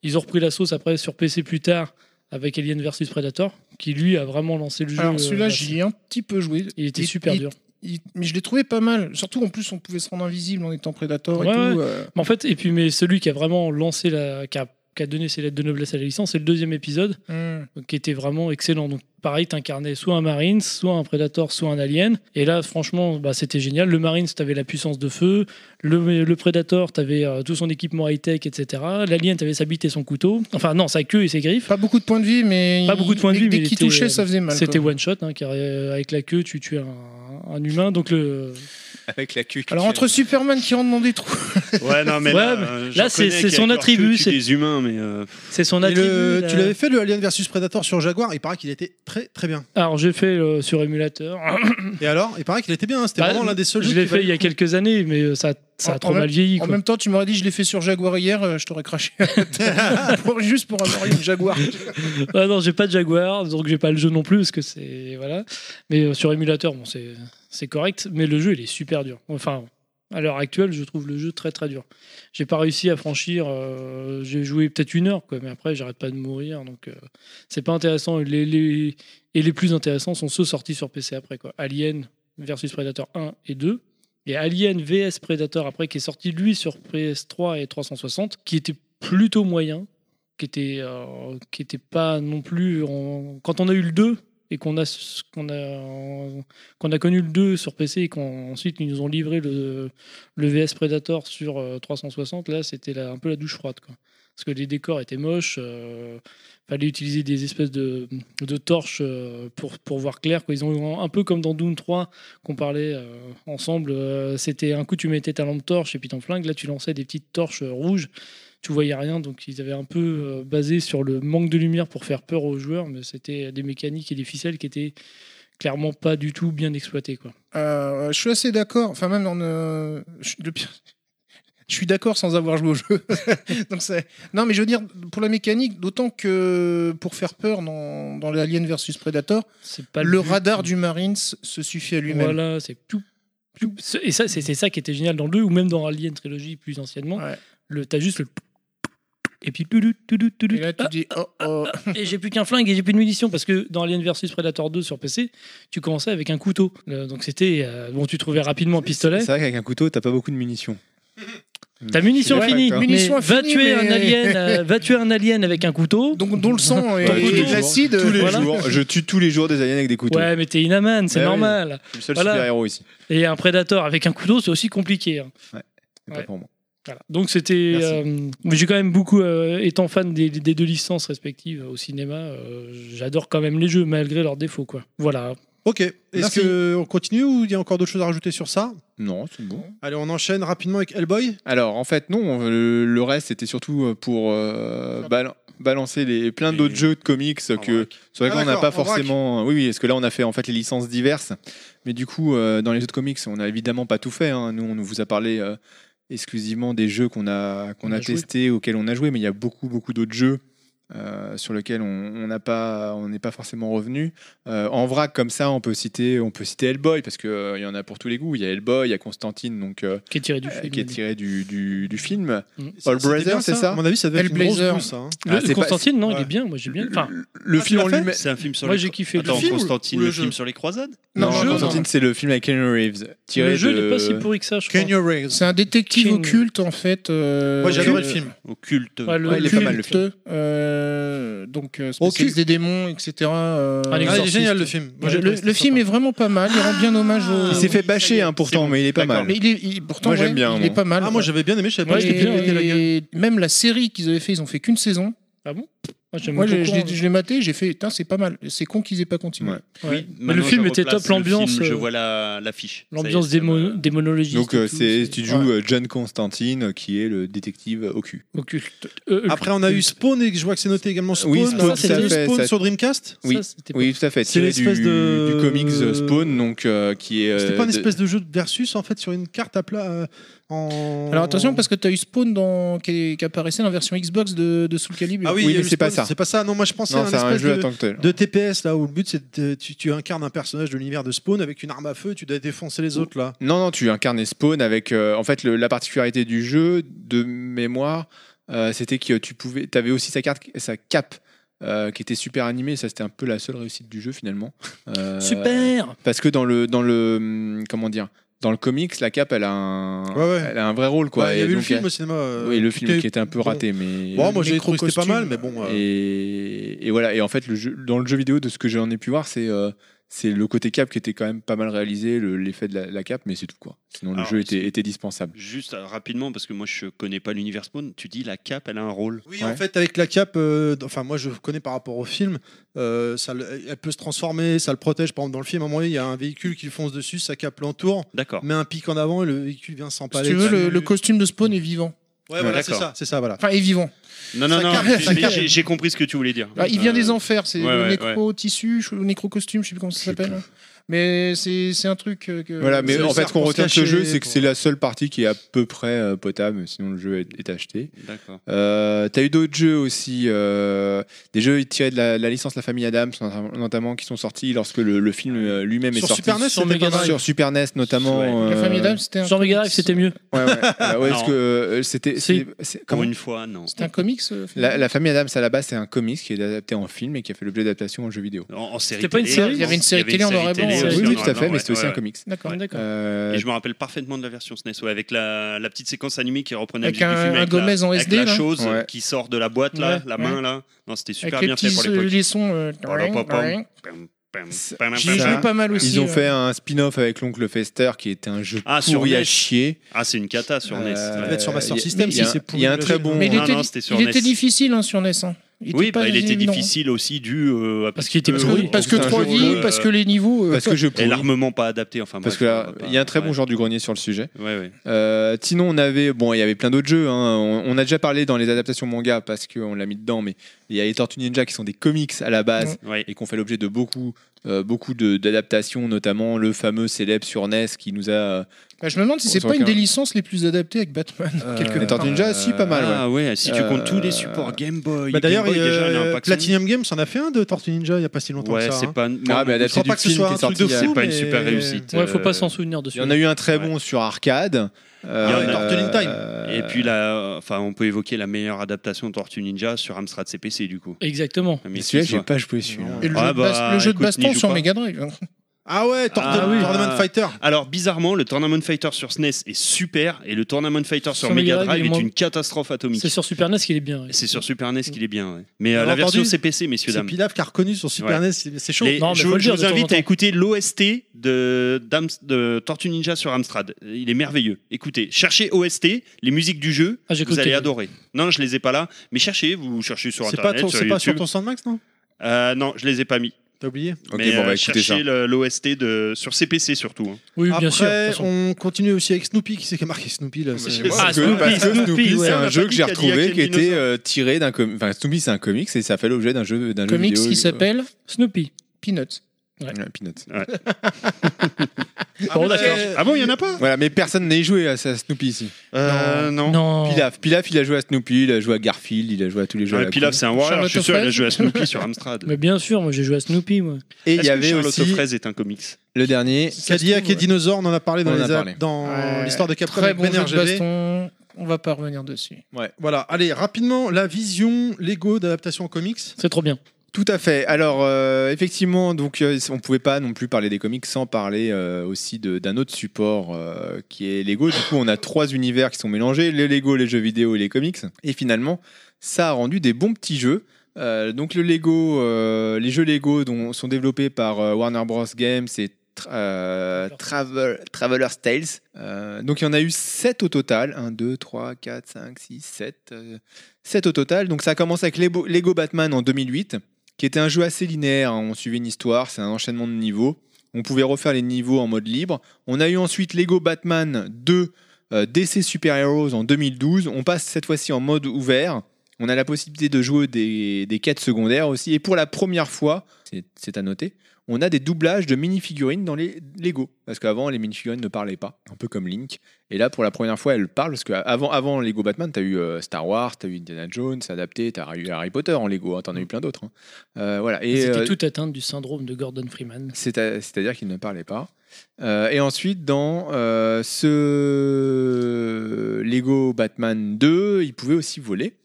Speaker 2: Ils ont repris la sauce après sur PC plus tard avec Alien versus Predator, qui lui a vraiment lancé le jeu. euh,
Speaker 5: Alors celui-là,
Speaker 2: là,
Speaker 5: j'y ai un petit peu joué.
Speaker 2: Il était
Speaker 5: Il-
Speaker 2: super dur.
Speaker 5: Il- Mais je l'ai trouvé pas mal. Surtout, en plus, on pouvait se rendre invisible en étant Predator et
Speaker 2: Ouais,
Speaker 5: tout.
Speaker 2: ouais.
Speaker 5: euh.
Speaker 2: Mais En fait, et puis mais celui qui a vraiment lancé la, qui a, qui a donné ses lettres de noblesse à la licence, c'est le deuxième épisode
Speaker 5: Hum.
Speaker 2: qui était vraiment excellent. Donc pareil, t'incarnais soit un Marine, soit un Predator, soit un Alien. Et là, franchement, bah, c'était génial. Le Marine, t'avais la puissance de feu. Le, le Predator, t'avais euh, tout son équipement high-tech, etc. L'Alien, t'avais sa bite et son couteau. Enfin non, sa queue et ses griffes.
Speaker 5: Pas beaucoup de points de vie, mais.
Speaker 2: Pas beaucoup de points de
Speaker 5: dès-
Speaker 2: vue,
Speaker 5: Dès
Speaker 2: mais il
Speaker 5: qu'il
Speaker 2: était-
Speaker 5: touchait, ça faisait mal.
Speaker 2: C'était
Speaker 5: quoi.
Speaker 2: one-shot, hein, car euh, avec la queue, tu tuais un, un humain. Donc le...
Speaker 3: Avec la queue.
Speaker 5: Alors, entre Superman qui rentre dans des trous.
Speaker 6: Ouais, non, mais
Speaker 2: Ouais,
Speaker 6: là,
Speaker 2: mais
Speaker 6: euh, je
Speaker 2: là, c'est-
Speaker 6: reconnais
Speaker 2: c'est
Speaker 6: qu'avec
Speaker 2: son
Speaker 6: leur queue,
Speaker 2: attribut,
Speaker 6: tu
Speaker 2: c'est-
Speaker 6: des humains, mais euh,
Speaker 2: c'est son
Speaker 1: et
Speaker 2: attribut.
Speaker 1: le-
Speaker 2: là.
Speaker 5: euh.
Speaker 1: tu l'avais fait le Alien versus Predator sur Jaguar, il paraît qu'il était très très bien.
Speaker 2: Alors j'ai fait euh, sur émulateur.
Speaker 1: Et alors, il paraît qu'il était bien, hein, c'était
Speaker 2: Bah,
Speaker 1: vraiment l'un des seuls jeux.
Speaker 2: Je l'ai
Speaker 1: qui
Speaker 2: fait
Speaker 1: valait
Speaker 2: il y a
Speaker 1: le coup.
Speaker 2: quelques années, mais euh, ça, ça
Speaker 5: En-
Speaker 2: a
Speaker 5: en
Speaker 2: trop mal vieilli.
Speaker 5: En
Speaker 2: quoi.
Speaker 5: même temps, tu m'aurais dit, je l'ai fait sur Jaguar hier, euh, je t'aurais craché. à la tête. Pour- Juste pour avoir eu une Jaguar.
Speaker 2: Ah non, j'ai pas de Jaguar, donc j'ai pas le jeu non plus, parce que c'est. Voilà. Mais euh, sur émulateur, bon, c'est c'est correct, mais le jeu, il est super dur. Enfin, à l'heure actuelle, je trouve le jeu très très dur. J'ai pas réussi à franchir, euh, j'ai joué peut-être une heure, quoi, mais après, j'arrête pas de mourir, donc euh, c'est pas intéressant. Les, les- Et les plus intéressants sont ceux sortis sur PC après, quoi. Alien versus Predator 1 et 2. Et Alien vs Predator après, qui est sorti lui sur PS3 et 360, qui était plutôt moyen qui était, euh, qui était pas non plus. en- Quand on a eu le 2 et qu'on a, s- qu'on a, qu'on a connu le 2 sur PC et qu'ensuite ils nous ont livré le, le VS Predator sur euh, 360, là c'était la- un peu la douche froide. Quoi. Parce parce que les décors étaient moches. euh, fallait utiliser des espèces de, de torches euh, pour, pour voir clair. Quoi. Ils ont un peu comme dans Doom 3 qu'on parlait euh, ensemble. euh, C'était un coup tu mettais ta lampe torche et puis ton flingue. Là tu lançais des petites torches euh, rouges. Tu voyais rien, donc ils avaient un peu euh, basé sur le manque de lumière pour faire peur aux joueurs, mais c'était des mécaniques et des ficelles qui étaient clairement pas du tout bien exploitées. Quoi.
Speaker 5: Euh, je suis assez d'accord. Enfin, même, en, euh, je, suis- le pire- je suis d'accord sans avoir joué au jeu. Donc c'est. Non, mais je veux dire pour la mécanique, d'autant que pour faire peur dans, dans l'Alien versus Predator,
Speaker 2: C'est pas
Speaker 5: le
Speaker 2: but. hein.
Speaker 5: radar du Marines se suffit à lui-même.
Speaker 2: Voilà, c'est tout. tout- Et ça, c'est c'est ça qui était génial dans le 2, ou même dans Alien Trilogy plus anciennement.
Speaker 5: Ouais.
Speaker 2: Le, t'as juste le. Et puis. tout, tout, tout, tout, tout,
Speaker 5: Et là, tu
Speaker 2: Ah,
Speaker 5: dis oh oh.
Speaker 2: et j'ai plus qu'un flingue et j'ai plus de munitions parce que dans Alien vs Predator 2 sur PC, tu commençais avec un couteau. Euh, donc c'était. euh, bon, tu trouvais rapidement un pistolet.
Speaker 3: C'est vrai qu'avec un couteau, t'as pas beaucoup de munitions.
Speaker 2: Ta munition
Speaker 3: Ouais,
Speaker 2: est finie.
Speaker 3: d'accord.
Speaker 2: mais
Speaker 5: Munition
Speaker 2: va,
Speaker 5: infinie,
Speaker 2: tuer un
Speaker 5: mais-
Speaker 2: alien, euh, va tuer un alien avec un couteau.
Speaker 5: Donc dont le sang et,
Speaker 3: Tous les
Speaker 5: et
Speaker 3: jours.
Speaker 5: l'acide.
Speaker 3: Tous les
Speaker 5: voilà.
Speaker 3: jours, je tue tous les jours des aliens avec des couteaux.
Speaker 2: Euh, ouais, mais t'es inaman, c'est
Speaker 3: Ouais, ouais.
Speaker 2: normal.
Speaker 3: Je suis le seul
Speaker 2: Voilà.
Speaker 3: super-héros ici.
Speaker 2: Et un Predator avec un couteau, c'est aussi compliqué. hein.
Speaker 3: C'est pas
Speaker 2: Ouais.
Speaker 3: pour moi.
Speaker 2: Voilà. Donc c'était.
Speaker 3: Merci.
Speaker 2: euh, mais j'ai quand même beaucoup, euh, étant fan des, des deux licences respectives au cinéma, euh, j'adore quand même les jeux malgré leurs défauts, quoi. Voilà.
Speaker 1: Ok. Est-ce
Speaker 3: Merci.
Speaker 1: qu'on continue ou il y a encore d'autres choses à rajouter sur ça
Speaker 3: Non, c'est bon.
Speaker 1: Allez, on enchaîne rapidement avec Hellboy.
Speaker 3: Alors, en fait, non, le, le reste, c'était surtout pour euh, bal- balancer les, plein d'autres
Speaker 4: Et-
Speaker 3: jeux de comics que. C'est vrai
Speaker 1: Ah,
Speaker 3: qu'on n'a
Speaker 1: d'accord,
Speaker 3: pas
Speaker 1: en vrac.
Speaker 3: forcément. euh, Oui, oui, parce que là, on a fait en fait les licences diverses. Mais du coup, euh, dans les jeux de comics, on n'a évidemment pas tout fait. hein. Nous, on vous a parlé euh, exclusivement des jeux qu'on a, qu'on
Speaker 2: On
Speaker 3: a,
Speaker 2: a joué.
Speaker 3: testés, auxquels on a joué. Mais il y a beaucoup, beaucoup d'autres jeux euh, sur lesquels on on n'a pas, on n'est pas forcément revenu. Euh, en vrac, comme ça, on peut citer, on peut citer Hellboy, parce qu'il y en a pour tous les goûts. Il y a Hellboy, il y a Constantine, donc, euh,
Speaker 2: Qui est tiré du
Speaker 3: euh,
Speaker 2: film.
Speaker 3: qui est tiré du, du- du film.
Speaker 1: C'était
Speaker 3: Brothers,
Speaker 1: bien,
Speaker 3: c'est ça
Speaker 1: À mon avis, ça devait être une grosse
Speaker 5: Hellblazer.
Speaker 1: douce, ça, hein.
Speaker 2: Le-
Speaker 3: Ah, c'est pas-
Speaker 2: Constantine, non, il
Speaker 1: ouais.
Speaker 2: est bien. Moi j'ai bien. Enfin,
Speaker 3: Le
Speaker 1: Ah, tu
Speaker 3: film
Speaker 1: l'as
Speaker 3: en
Speaker 1: fait
Speaker 3: lui-même.
Speaker 4: C'est un film sur
Speaker 2: moi
Speaker 4: les.
Speaker 2: j'ai kiffé.
Speaker 4: Attends,
Speaker 1: film ou-
Speaker 4: Constantine,
Speaker 1: ou le
Speaker 4: le,
Speaker 1: jeu
Speaker 4: film sur les croisades
Speaker 5: Non,
Speaker 3: Non,
Speaker 1: le jeu,
Speaker 3: Constantine, c'est le film avec Keanu Reeves.
Speaker 2: le,
Speaker 3: Tiré
Speaker 2: jeu
Speaker 3: de-
Speaker 2: n'est pas si pourri que ça, je crois.
Speaker 1: Kenny Reeves.
Speaker 5: C'est un détective
Speaker 2: King.
Speaker 5: occulte en fait. euh,
Speaker 1: Moi, j'adorais
Speaker 5: euh,
Speaker 1: le film.
Speaker 4: Au culte.
Speaker 2: Ouais, le-
Speaker 3: Ouais, il est pas mal, le
Speaker 5: culte, euh, donc euh,
Speaker 1: Occulte.
Speaker 5: spécialiste des démons, etc. euh,
Speaker 2: Ah,
Speaker 1: Ah, il est
Speaker 2: Exorciste.
Speaker 1: génial le film. Moi,
Speaker 5: le,
Speaker 1: j'ai-
Speaker 5: le film est vraiment pas mal. Il rend bien hommage
Speaker 2: Ah.
Speaker 5: au.
Speaker 3: Il s'est fait bâcher hein, pourtant,
Speaker 4: C'est bon.
Speaker 3: mais il est pas
Speaker 4: D'accord.
Speaker 3: mal.
Speaker 5: Mais il est, il- pourtant,
Speaker 3: Moi, j'aime
Speaker 5: ouais,
Speaker 3: bien,
Speaker 5: il
Speaker 3: moi.
Speaker 5: est pas mal.
Speaker 1: Ah, moi j'avais bien aimé, je savais pas,
Speaker 2: Ouais,
Speaker 1: je l'ai bien
Speaker 2: et-
Speaker 1: aimé, la gueule.
Speaker 5: et même la série qu'ils avaient fait, ils ont fait qu'une saison.
Speaker 2: Ah bon Moi, j'aime
Speaker 5: Moi, je,
Speaker 2: beaucoup,
Speaker 5: je
Speaker 2: hein.
Speaker 5: l'ai- je l'ai maté, j'ai fait, putain, c'est pas mal. C'est con qu'ils aient pas continué.
Speaker 3: Ouais.
Speaker 2: Ouais. Mais le
Speaker 4: Maintenant,
Speaker 2: film
Speaker 4: je
Speaker 2: était
Speaker 4: replace
Speaker 2: top,
Speaker 4: le
Speaker 2: l'ambiance.
Speaker 4: film, Je
Speaker 2: euh,
Speaker 4: vois la- l'affiche. Ça y est,
Speaker 2: L'ambiance
Speaker 4: ça
Speaker 2: démo-
Speaker 4: me-
Speaker 2: démonologiste.
Speaker 3: Donc
Speaker 2: et
Speaker 3: euh,
Speaker 2: tout,
Speaker 3: c'est tu joues
Speaker 5: ouais.
Speaker 3: euh, John Constantine euh, qui est le détective au cul.
Speaker 2: occulte. Euh,
Speaker 1: Après, on a eu Spawn et je vois que c'est noté également Spawn.
Speaker 3: Oui,
Speaker 1: Euh,
Speaker 3: Spawn,
Speaker 2: ça,
Speaker 1: t'as
Speaker 2: c'était-
Speaker 1: vu Spawn
Speaker 3: ça-
Speaker 1: sur Dreamcast
Speaker 2: ça,
Speaker 3: oui.
Speaker 2: c'était pas-
Speaker 3: Oui, tout à fait.
Speaker 1: C'est
Speaker 3: Tiré du,
Speaker 1: l'espèce de-
Speaker 3: du comics euh, Spawn, donc euh, qui est. euh,
Speaker 1: C'était pas une
Speaker 3: de-
Speaker 1: espèce de jeu de versus en fait sur une carte à plat euh, en.
Speaker 5: Alors attention, parce que t'as eu Spawn dans... qui, qui apparaissait dans la version Xbox de, de Soul Calibur.
Speaker 1: Ah oui,
Speaker 3: Oui,
Speaker 1: il y a
Speaker 3: mais
Speaker 1: eu
Speaker 3: c'est pas
Speaker 1: Spawn,
Speaker 3: ça.
Speaker 1: C'est pas ça. Non, moi je pensais à
Speaker 3: Non,
Speaker 1: un
Speaker 3: c'est un
Speaker 1: espèce
Speaker 3: jeu à
Speaker 1: de,
Speaker 3: tant que tel.
Speaker 1: de TPS là où le but c'est de- tu, tu incarnes un personnage de l'univers de Spawn avec une arme à feu, tu dois défoncer les autres là.
Speaker 3: Non, non, tu incarnais Spawn avec. euh, en fait, le- la particularité du jeu, de mémoire, euh, c'était que tu pouvais. T'avais aussi sa carte, sa cape. euh, qui était super animée, ça c'était un peu la seule réussite du jeu finalement. Euh,
Speaker 2: Super
Speaker 3: Parce que dans le dans le hum, comment dire dans le comics, la cape elle a un
Speaker 1: Ouais, ouais.
Speaker 3: elle a un vrai rôle quoi.
Speaker 1: Ouais, il y
Speaker 3: Et
Speaker 1: a eu le
Speaker 3: donc,
Speaker 1: film au cinéma. euh,
Speaker 3: Oui, le
Speaker 1: qui
Speaker 3: film
Speaker 1: était-
Speaker 3: qui était un peu
Speaker 1: bon.
Speaker 3: raté, mais.
Speaker 1: Bon, moi j'ai trouvé que c'était pas mal,
Speaker 5: micro-costume.
Speaker 1: mais bon. euh,
Speaker 3: et, et voilà. Et en fait, le jeu, dans le jeu vidéo, de ce que j'en ai pu voir, c'est euh, c'est le côté cap qui était quand même pas mal réalisé, le- l'effet de la, la cape, mais c'est tout quoi. Sinon, le
Speaker 4: Alors,
Speaker 3: jeu était,
Speaker 4: c'est-
Speaker 3: était dispensable.
Speaker 4: Juste euh, rapidement, parce que moi je connais pas l'univers Spawn, tu dis la cape, elle a un rôle.
Speaker 1: Oui,
Speaker 3: Ouais.
Speaker 1: en fait, avec la cape, euh, d- enfin, moi je connais par rapport au film, euh, ça, le- elle peut se transformer, ça le protège. Par exemple, dans le film, à un moment donné, il y a un véhicule qui fonce dessus, sa cape l'entoure,
Speaker 4: D'accord.
Speaker 1: met un pic en avant et le véhicule vient
Speaker 5: Si
Speaker 1: s'empaler.
Speaker 5: tu veux, le,
Speaker 1: dessus.
Speaker 5: le costume de Spawn est vivant.
Speaker 1: Ouais, voilà,
Speaker 4: Ouais,
Speaker 1: c'est
Speaker 4: d'accord.
Speaker 1: ça, c'est ça, voilà.
Speaker 5: Enfin, est vivant.
Speaker 4: Non, non,
Speaker 1: Ça
Speaker 4: non,
Speaker 1: cape,
Speaker 4: mais
Speaker 1: ça cape.
Speaker 4: j'ai- j'ai compris ce que tu voulais dire.
Speaker 5: Ah, il vient
Speaker 4: Euh,
Speaker 5: des enfers, c'est
Speaker 4: ouais,
Speaker 5: le
Speaker 4: ouais,
Speaker 5: nécro-tissu, le nécro-costume, je sais plus comment ça s'appelle. hein. Mais c'est c'est un truc. euh, que-
Speaker 3: Voilà, mais
Speaker 1: c'est
Speaker 3: en
Speaker 1: le
Speaker 3: fait, ce qu'on
Speaker 1: serpent
Speaker 3: retient de ce
Speaker 1: caché,
Speaker 3: jeu, c'est que
Speaker 1: pour-
Speaker 3: c'est la seule partie qui est à peu près euh, potable, sinon le jeu est- est acheté.
Speaker 4: D'accord.
Speaker 3: Euh, T'as eu d'autres jeux aussi, euh, des jeux tirés de la, la licence La Famille Adams notam- notamment, qui sont sortis lorsque le, le film euh, lui-même est
Speaker 1: Sur
Speaker 3: sorti.
Speaker 1: Super NES, hein.
Speaker 2: sur
Speaker 1: c'était pas
Speaker 2: Mega
Speaker 1: mal.
Speaker 2: Drive.
Speaker 3: Sur Super NES notamment.
Speaker 4: Ouais.
Speaker 5: La
Speaker 3: euh,
Speaker 5: famille d'âme, c'était un.
Speaker 2: Jean Mega
Speaker 5: comics,
Speaker 2: c'était mieux.
Speaker 3: Ouais, ouais. Euh, ouais, parce
Speaker 4: Non.
Speaker 3: que euh, c'était.
Speaker 2: Si.
Speaker 3: c'est- c'est-
Speaker 4: Pour
Speaker 3: comment-
Speaker 4: une fois, non.
Speaker 5: C'était un comics. euh,
Speaker 3: La, la Famille Adams à la base, c'est un comics qui est adapté en film et qui a fait l'objet d'adaptation en jeu vidéo.
Speaker 4: En, en série
Speaker 2: C'était pas une
Speaker 4: télé,
Speaker 2: série
Speaker 4: non
Speaker 5: Il y avait une série
Speaker 4: Il y
Speaker 5: télé en
Speaker 4: avait une
Speaker 5: noir et
Speaker 4: série
Speaker 5: blanc,
Speaker 4: télé
Speaker 5: euh,
Speaker 4: aussi
Speaker 3: oui,
Speaker 4: en
Speaker 3: oui,
Speaker 4: noir
Speaker 3: tout à
Speaker 4: et
Speaker 3: fait,
Speaker 4: blanc,
Speaker 3: mais c'était
Speaker 4: ouais,
Speaker 3: aussi un
Speaker 4: ouais.
Speaker 3: comics.
Speaker 5: D'accord,
Speaker 4: Ouais.
Speaker 5: d'accord.
Speaker 3: Euh,
Speaker 4: Et je me rappelle parfaitement de la version SNES, ouais, avec la, la petite séquence animée qui reprenait la
Speaker 5: Avec
Speaker 4: musique
Speaker 5: un-
Speaker 4: du film,
Speaker 5: un
Speaker 4: avec
Speaker 5: Gomez
Speaker 4: la,
Speaker 5: en
Speaker 4: avec
Speaker 5: SD,
Speaker 4: la
Speaker 5: là.
Speaker 4: chose
Speaker 3: Ouais.
Speaker 4: qui sort de la boîte là,
Speaker 5: Ouais,
Speaker 4: la
Speaker 5: ouais.
Speaker 4: main là. Non, c'était super
Speaker 5: Avec les
Speaker 4: bien fait
Speaker 5: petits
Speaker 4: pour
Speaker 5: euh,
Speaker 6: Oh,
Speaker 4: l'époque.
Speaker 5: les sons. euh,
Speaker 4: Pam, pam, pam, pam,
Speaker 5: J'y ai
Speaker 1: Ça,
Speaker 5: joué pas mal aussi.
Speaker 3: Ils ont
Speaker 5: euh,
Speaker 3: fait un spin-off avec l'oncle Fester qui était un jeu
Speaker 6: Ah, sur
Speaker 3: pourri à
Speaker 6: NES.
Speaker 3: chier.
Speaker 6: Ah, c'est une cata sur NES.
Speaker 3: Euh,
Speaker 1: Ça va être sur Master
Speaker 3: il y a-
Speaker 1: System,
Speaker 3: il y a-
Speaker 1: si c'est pour
Speaker 3: Il y a un
Speaker 1: le
Speaker 3: très
Speaker 1: jeu.
Speaker 3: bon.
Speaker 5: Mais il
Speaker 6: Non,
Speaker 5: était,
Speaker 6: non, c'était sur
Speaker 5: il
Speaker 6: NES.
Speaker 5: était difficile hein, sur NES. hein. Il était
Speaker 6: Oui,
Speaker 5: pas
Speaker 6: bah, il était
Speaker 5: évident.
Speaker 6: difficile aussi dû. euh, à-
Speaker 2: Parce qu'il était
Speaker 6: euh,
Speaker 5: Parce
Speaker 2: pourri.
Speaker 5: que, parce que
Speaker 3: c'est un
Speaker 5: 3
Speaker 3: jeu
Speaker 5: vies,
Speaker 6: où,
Speaker 5: parce
Speaker 6: euh,
Speaker 5: que les niveaux. euh,
Speaker 3: Parce que je
Speaker 6: Et
Speaker 3: pourris.
Speaker 6: l'armement pas adapté, enfin.
Speaker 3: Parce
Speaker 6: bref,
Speaker 3: que là,
Speaker 6: on va pas-
Speaker 3: il y a un très bon
Speaker 6: ouais.
Speaker 3: genre du grenier sur le sujet.
Speaker 6: Ouais, ouais.
Speaker 3: Euh, sinon, on avait. Bon, il y avait plein d'autres jeux. hein. On, on a déjà parlé dans les adaptations manga parce qu'on l'a mis dedans, mais il y a les Tortues Ninja qui sont des comics à la base
Speaker 6: Ouais.
Speaker 3: et qui ont fait l'objet de beaucoup, euh, beaucoup de- d'adaptations, notamment le fameux célèbre sur NES qui nous a. euh,
Speaker 5: bah, je me demande si c'est
Speaker 3: Sur
Speaker 5: pas une
Speaker 3: aucun.
Speaker 5: des licences les plus adaptées avec Batman. quelque
Speaker 3: les
Speaker 5: part.
Speaker 3: Tortues Ninja, si, pas mal. ouais.
Speaker 6: Ah ouais, si tu comptes tous les
Speaker 3: Euh,
Speaker 6: supports Game Boy.
Speaker 1: Bah, D'ailleurs,
Speaker 6: Game Boy, déjà, il y a un
Speaker 1: euh,
Speaker 6: pack
Speaker 1: Platinum Games en a fait un de Tortue Ninja il n'y a pas si
Speaker 6: Sony.
Speaker 1: longtemps
Speaker 6: Ouais,
Speaker 1: que ça.
Speaker 6: c'est
Speaker 1: hein.
Speaker 6: pas.
Speaker 3: Ah,
Speaker 6: non,
Speaker 3: mais
Speaker 1: Je
Speaker 3: adapté
Speaker 1: crois
Speaker 3: du
Speaker 1: pas que ce
Speaker 3: film
Speaker 1: soit
Speaker 3: qui est
Speaker 1: un truc
Speaker 3: sorti.
Speaker 1: de
Speaker 3: il y a-
Speaker 1: fou,
Speaker 6: c'est pas une
Speaker 1: mais-
Speaker 6: super réussite.
Speaker 2: Ouais, faut
Speaker 6: euh,
Speaker 2: pas s'en souvenir
Speaker 3: Il
Speaker 2: dessus.
Speaker 3: y en a eu un très
Speaker 6: Ouais.
Speaker 3: bon sur arcade. Euh,
Speaker 6: Il y en a-
Speaker 1: Turtle in Time.
Speaker 3: euh,
Speaker 6: Et puis là, enfin, on peut évoquer la meilleure adaptation de Tortue Ninja sur Amstrad CPC du coup.
Speaker 2: Exactement.
Speaker 6: Mais
Speaker 3: Mais celui-là,
Speaker 6: excuse-moi.
Speaker 3: j'ai pas joué celui-là.
Speaker 5: Et le
Speaker 6: Ah
Speaker 5: jeu, de bas-
Speaker 6: bah,
Speaker 5: le jeu de
Speaker 6: écoute, n'y
Speaker 5: baston
Speaker 6: joue
Speaker 5: sur
Speaker 6: pas.
Speaker 5: Mega Drive.
Speaker 1: Ah ouais, Torte-
Speaker 6: Ah oui.
Speaker 1: Tournament
Speaker 6: Ah.
Speaker 1: Fighter.
Speaker 6: Alors bizarrement, le Tournament Fighter sur SNES est super et le Tournament Fighter sur
Speaker 2: Sur Mega
Speaker 6: Mega
Speaker 2: Drive,
Speaker 6: Drive
Speaker 2: il est
Speaker 6: est
Speaker 2: moins-
Speaker 6: une catastrophe atomique.
Speaker 2: C'est sur Super NES qu'il est bien. ouais.
Speaker 6: C'est sur Super NES qu'il est bien. ouais. Mais euh,
Speaker 1: On a
Speaker 6: la version
Speaker 1: entendu.
Speaker 6: CPC, messieurs
Speaker 1: C'est
Speaker 6: dames.
Speaker 1: Pilaf qui a reconnu sur Super
Speaker 6: Ouais.
Speaker 1: NES, c'est c'est chaud.
Speaker 6: Les-
Speaker 2: Non, mais
Speaker 6: je
Speaker 2: faut le
Speaker 6: je
Speaker 2: dire de
Speaker 6: vous
Speaker 2: temps en
Speaker 6: invite
Speaker 2: temps.
Speaker 6: à écouter l'OST de, d'Ams- de Tortue Ninja sur Amstrad. Il est merveilleux. Écoutez, cherchez OST, les musiques du jeu,
Speaker 2: Ah, j'ai cru
Speaker 6: vous
Speaker 2: que
Speaker 6: allez
Speaker 2: t'étais-
Speaker 6: adorer. Non, je les ai pas là, mais cherchez, vous cherchez sur
Speaker 1: C'est pas,
Speaker 6: Internet,
Speaker 1: ton-
Speaker 6: sur
Speaker 1: c'est pas sur
Speaker 6: YouTube.
Speaker 1: ton Sandmax, non
Speaker 6: Euh, non, je les ai pas mis.
Speaker 1: T'as oublié
Speaker 3: Ok,
Speaker 6: mais
Speaker 3: bon, on va
Speaker 6: euh,
Speaker 3: écouter ça.
Speaker 6: cherchez le- l'OST de, sur CPC surtout. hein.
Speaker 2: Oui, bien sûr. de toute
Speaker 1: Après,
Speaker 2: façon.
Speaker 1: on continue aussi avec Snoopy. Qui c'est qui a marqué Snoopy là c'est-
Speaker 6: je sais pas.
Speaker 2: Ah,
Speaker 3: Parce que-
Speaker 2: Snoopy,
Speaker 3: parce que
Speaker 2: Snoopy,
Speaker 3: Snoopy,
Speaker 2: ouais.
Speaker 3: c'est un
Speaker 6: On a
Speaker 3: jeu
Speaker 6: pas
Speaker 3: que
Speaker 6: dit
Speaker 3: j'ai
Speaker 6: Cadillac
Speaker 3: retrouvé
Speaker 6: and
Speaker 3: qui était
Speaker 6: Dinosaur.
Speaker 3: euh, tiré d'un comic. Enfin, Snoopy, c'est un comics et ça fait l'objet d'un jeu d'un jeu
Speaker 5: Comics
Speaker 3: vidéo. euh,
Speaker 5: qui s'appelle
Speaker 2: Snoopy.
Speaker 5: Peanuts.
Speaker 3: Ouais, Peanuts.
Speaker 2: Bon, d'accord.
Speaker 1: Euh,
Speaker 6: Ah bon, il y en a pas
Speaker 3: Voilà, mais personne n'est joué à, à Snoopy ici.
Speaker 6: Euh, Non.
Speaker 5: Oh.
Speaker 2: Non.
Speaker 3: Pilaf, Pilaf, il a joué à Snoopy, il a joué à Garfield, il a joué à tous les jeux. à
Speaker 6: Ouais,
Speaker 3: la
Speaker 6: Ah, Pilaf, c'est un warrior, je suis
Speaker 5: Charlotte
Speaker 6: sûr, il a
Speaker 5: Fraise.
Speaker 6: joué à Snoopy sur Amstrad.
Speaker 2: Mais bien sûr, moi j'ai joué à Snoopy. Moi.
Speaker 3: con. Et il
Speaker 6: Est-ce
Speaker 3: y
Speaker 6: que
Speaker 3: avait
Speaker 6: Charlotte
Speaker 3: aussi
Speaker 6: Fraise est un comics.
Speaker 3: le dernier.
Speaker 1: Cadillac et Dinosaure, on en a parlé dans,
Speaker 3: On en a
Speaker 1: les a-
Speaker 3: parlé.
Speaker 1: dans
Speaker 5: Ouais.
Speaker 1: l'histoire de Capcom
Speaker 5: Très
Speaker 1: avec
Speaker 5: bon
Speaker 1: Ben
Speaker 5: jeu de
Speaker 1: Hergélé.
Speaker 5: baston. On va pas revenir dessus.
Speaker 1: Voilà, allez, rapidement, la vision Lego d'adaptation en comics.
Speaker 2: C'est trop bien.
Speaker 3: Tout à fait. Alors, euh, effectivement, donc euh, on pouvait pas non plus parler des comics sans parler euh, aussi de- d'un autre support euh, qui est Lego. Du coup, on a trois univers qui sont mélangés les Lego, les jeux vidéo et les comics. Et finalement, ça a rendu des bons petits jeux. Euh, donc, le Lego, euh, les jeux Lego dont, sont développés par euh, Warner Bros. Games et tra- euh, Travel- Traveler's Tales. Euh, donc, il y en a eu sept au total 1, 2, 3, 4, 5, 6, 7. 7 euh, au total. Donc, ça a commencé avec Lego- Lego Batman en 2008 qui était un jeu assez linéaire. hein. On suivait une histoire, c'est un enchaînement de niveaux. On pouvait refaire les niveaux en mode libre. On a eu ensuite Lego Batman 2 euh, DC Super Heroes en 2012. On passe cette fois-ci en mode ouvert. On a la possibilité de jouer des, des quêtes secondaires aussi. Et pour la première fois, c'est- c'est à noter, on a des doublages de minifigurines dans les Lego. Parce qu'avant, les minifigurines ne parlaient pas, un peu comme Link. Et là, pour la première fois, elles parlent. Parce qu'avant avant Lego Batman, tu as eu euh, Star Wars, tu as eu Indiana Jones, adapté, tu as eu Harry Potter en Lego, hein, tu en as eu plein d'autres. hein. Euh, voilà. Et,
Speaker 2: C'était
Speaker 3: euh,
Speaker 2: tout atteinte du syndrome de Gordon Freeman.
Speaker 3: c'est à- C'est-à-dire qu'il ne parlait pas. Euh, et ensuite, dans euh, ce Lego Batman 2, il pouvait aussi voler.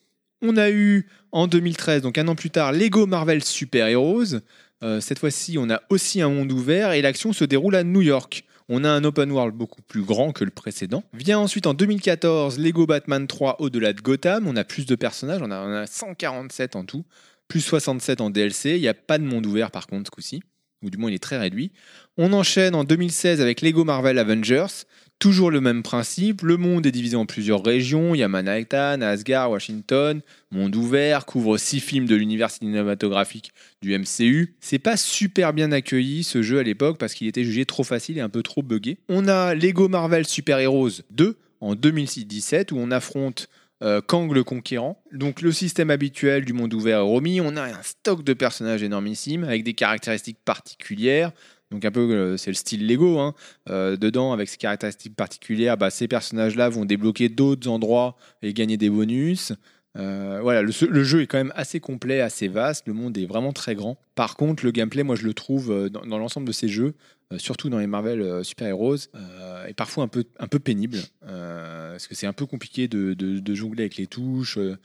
Speaker 3: On a eu en 2013, donc un an plus tard, Lego Marvel Super Heroes. Euh, cette fois-ci, on a aussi un monde ouvert et l'action se déroule à New York. On a un open world beaucoup plus grand que le précédent. Vient ensuite en 2014 Lego Batman 3 au-delà de Gotham. On a plus de personnages, on a- on a 147 en tout, plus 67 en DLC. Il n'y a pas de monde ouvert par contre ce coup-ci ou du moins il est très réduit. On enchaîne en 2016 avec Lego Marvel Avengers, toujours le même principe, le monde est divisé en plusieurs régions, il y a Manhattan, Asgard, Washington, monde ouvert, couvre six films de l'univers cinématographique du MCU. C'est pas super bien accueilli ce jeu à l'époque parce qu'il était jugé trop facile et un peu trop buggé. On a Lego Marvel Super Heroes 2 en 2017 où on affronte euh, Kang le Conquérant. Donc le système habituel du monde ouvert est remis. On a un stock de personnages énormissime avec des caractéristiques particulières. Donc un peu, euh, c'est le style Lego. hein. Euh, dedans, avec ces caractéristiques particulières, bah, ces personnages-là vont débloquer d'autres endroits et gagner des bonus. Euh, voilà, le, le jeu est quand même assez complet, assez vaste. Le monde est vraiment très grand. Par contre, le gameplay, moi, je le trouve euh, dans, dans l'ensemble de ces jeux, euh, surtout dans les Marvel euh, Super Heroes, euh, est parfois un peu, un peu pénible. euh, parce que c'est un peu compliqué de, de- de jongler avec les touches, euh,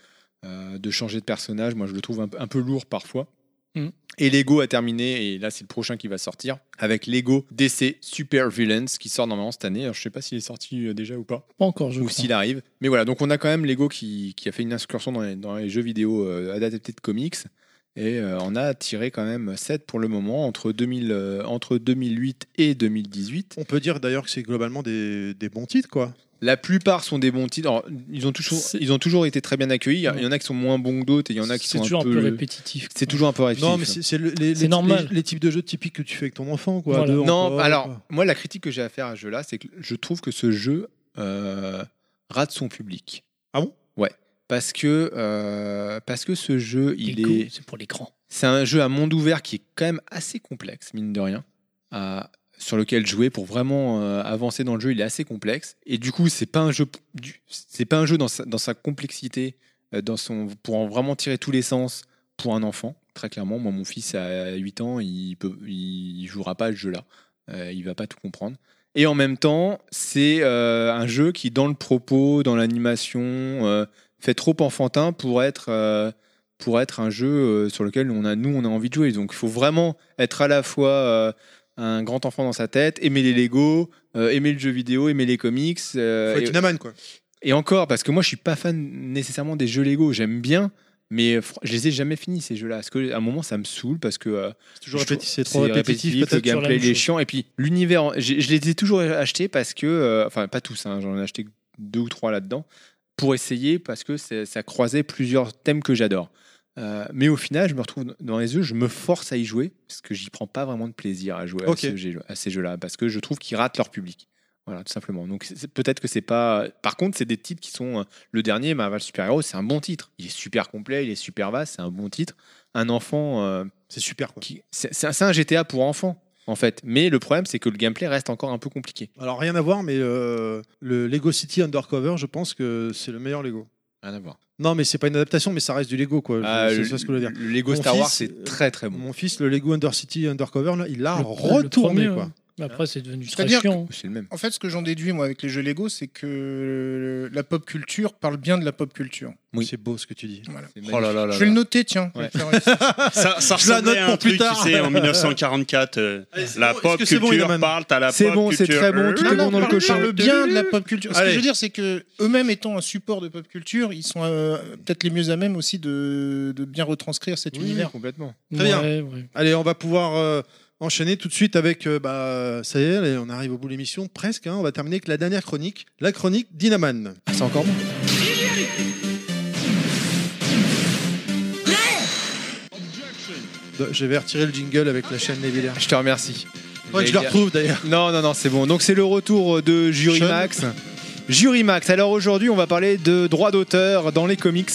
Speaker 3: euh, de changer de personnage. Moi, je le trouve un, peu- un peu lourd parfois.
Speaker 2: Mhm.
Speaker 3: Et Lego a terminé, et là c'est le prochain qui va sortir, avec Lego DC Super Villains qui sort normalement cette année. Alors, je sais pas s'il est sorti euh, déjà ou pas
Speaker 2: Pas encore, je
Speaker 3: ou
Speaker 2: crois.
Speaker 3: s'il arrive. Mais voilà, donc on a quand même Lego qui, qui a fait une incursion dans les, dans les jeux vidéo euh, adaptés de comics. Et euh, on a tiré quand même 7 pour le moment entre, 2000, euh, entre 2008 et 2018.
Speaker 1: On peut dire d'ailleurs que c'est globalement des, des bons titres, quoi.
Speaker 3: La plupart sont des bons titres. Alors, ils, ont toujours,
Speaker 2: C'est-
Speaker 3: ils ont toujours été très bien accueillis. Il y en
Speaker 2: Ouais.
Speaker 3: a qui sont moins bons que d'autres et il y en a qui
Speaker 2: C'est
Speaker 3: sont
Speaker 2: toujours un peu
Speaker 3: le-
Speaker 2: répétitif.
Speaker 3: C'est toujours un peu réfléchi.
Speaker 1: Non, mais c'est c'est le- les,
Speaker 2: C'est
Speaker 1: les-
Speaker 2: normal.
Speaker 1: les- les types de jeux typiques que tu fais avec ton enfant, quoi.
Speaker 2: Voilà.
Speaker 1: deux
Speaker 3: Non,
Speaker 1: encore, euh.
Speaker 3: alors,
Speaker 1: quoi.
Speaker 3: moi, la critique que j'ai à faire à ce jeu-là, c'est que je trouve que ce jeu euh, rate son public.
Speaker 1: Ah bon
Speaker 3: Ouais. Parce que, euh, parce que ce jeu, il
Speaker 2: L'écho,
Speaker 3: est.
Speaker 2: C'est pour l'écran.
Speaker 3: C'est un jeu à monde ouvert qui est quand même assez complexe, mine de rien, à- sur lequel jouer pour vraiment euh, avancer dans le jeu, il est assez complexe. Et du coup, c'est pas un jeu, du- c'est pas un jeu dans sa, dans sa complexité, euh, dans son, pour en vraiment tirer tous les sens pour un enfant. Très clairement, moi, mon fils à 8 ans, il peut, il jouera pas à ce jeu-là. Euh, il va pas tout comprendre. Et en même temps, c'est euh, un jeu qui, dans le propos, dans l'animation, euh, fait trop enfantin pour être euh, pour être un jeu euh, sur lequel on a, nous, on a envie de jouer. Donc, il faut vraiment être à la fois euh, un grand enfant dans sa tête, aimer les Lego, euh, aimer le jeu vidéo, aimer les comics. euh,
Speaker 1: Faut
Speaker 3: et-
Speaker 1: être une amane, quoi.
Speaker 3: et encore, parce que moi, je suis pas fan nécessairement des jeux Lego. J'aime bien, mais euh, fr- je les ai jamais finis ces jeux-là. Parce qu'à un moment, ça me saoule parce que euh,
Speaker 1: C'est toujours
Speaker 3: je trouve-
Speaker 1: répétitif, c'est trop
Speaker 3: c'est
Speaker 1: répétitif,
Speaker 3: le
Speaker 1: peut-être.
Speaker 2: sur la
Speaker 3: gameplay
Speaker 2: même
Speaker 3: il est
Speaker 2: chose.
Speaker 3: chiant. Et puis l'univers, en- j'ai- je les ai toujours achetés parce que, euh, enfin pas tous, hein, j'en ai acheté que deux ou trois là-dedans pour essayer parce que c'est- ça croisait plusieurs thèmes que j'adore. Euh, mais au final, je me retrouve dans- dans les jeux, je me force à y jouer parce que j'y prends pas vraiment de plaisir à jouer à
Speaker 1: Ok.
Speaker 3: ce jeu- à ces jeux-là parce que je trouve qu'ils ratent leur public. Voilà, tout simplement. Donc c'est- c'est- peut-être que c'est pas. Par contre, c'est des titres qui sont. euh, Le dernier, Marvel Super Hero, c'est un bon titre. Il est super complet, il est super vaste, c'est un bon titre. Un enfant euh,
Speaker 1: C'est super, quoi.
Speaker 3: qui- C'est c'est un, c'est un GTA pour enfants, en fait. Mais le problème, c'est que le gameplay reste encore un peu compliqué.
Speaker 1: Alors, rien à voir, mais euh, le Lego City Undercover, je pense que c'est le meilleur Lego.
Speaker 3: Rien à voir.
Speaker 1: Non, mais c'est pas une adaptation, mais ça reste du Lego, quoi. Je- c'est ça ce que je veux dire.
Speaker 3: Ah, Euh, le Lego
Speaker 1: Mon
Speaker 3: Star Wars,
Speaker 1: fils,
Speaker 3: c'est
Speaker 1: euh,
Speaker 3: très très bon.
Speaker 1: Mon fils, le Lego Under City Undercover, là, il l'a
Speaker 2: Le- le
Speaker 1: retourné,
Speaker 2: premier,
Speaker 1: quoi.
Speaker 2: hein. Mais Après, c'est devenu très
Speaker 5: C'est-à-dire
Speaker 2: chiant.
Speaker 3: C'est le même.
Speaker 5: En fait, ce que j'en déduis, moi, avec les jeux Lego, c'est que la pop culture parle bien de la pop culture.
Speaker 3: Oui.
Speaker 1: C'est beau ce que tu dis.
Speaker 5: Voilà.
Speaker 3: C'est
Speaker 4: Oh là là
Speaker 5: Je
Speaker 4: là
Speaker 5: vais le
Speaker 4: là.
Speaker 5: noter, tiens.
Speaker 3: Ouais.
Speaker 4: Ça, ça
Speaker 1: Je la
Speaker 4: ressemblait
Speaker 1: note
Speaker 4: à un
Speaker 1: pour plus
Speaker 4: truc, tu
Speaker 1: tard.
Speaker 4: sais, en 1944. euh,
Speaker 1: Allez,
Speaker 4: la
Speaker 1: c'est bon,
Speaker 4: pop
Speaker 1: est-ce que c'est bon,
Speaker 4: culture
Speaker 1: Inaman
Speaker 4: parle, t'as la
Speaker 3: C'est
Speaker 4: pop
Speaker 3: bon, c'est
Speaker 4: culture.
Speaker 3: très bon, tout
Speaker 5: Non,
Speaker 3: est
Speaker 5: non,
Speaker 3: bon dans le
Speaker 5: parle-
Speaker 3: cochon.
Speaker 5: parle bien de la pop culture. Ce que
Speaker 1: Allez.
Speaker 5: je veux dire, c'est que eux-mêmes étant un support de pop culture, ils sont euh, peut-être les mieux à même aussi de, de bien retranscrire cet univers.
Speaker 3: complètement.
Speaker 1: Très bien.
Speaker 2: Ouais, ouais.
Speaker 1: Allez, on va pouvoir euh, enchaîner tout de suite avec. euh, bah, ça y est, allez, on arrive au bout de l'émission, presque. hein. on va terminer avec la dernière chronique, la chronique d'Inaman.
Speaker 3: Ah, c'est encore bon.
Speaker 1: De- Je vais retirer le jingle avec la chaîne Les Villers.
Speaker 3: Je te remercie.
Speaker 1: Faudrait que je le retrouve d'ailleurs.
Speaker 3: Non, non, non, c'est bon. Donc c'est le retour euh, de Jury
Speaker 1: Sean.
Speaker 3: Max. Jury Max. Alors aujourd'hui, on va parler de droit d'auteur dans les comics.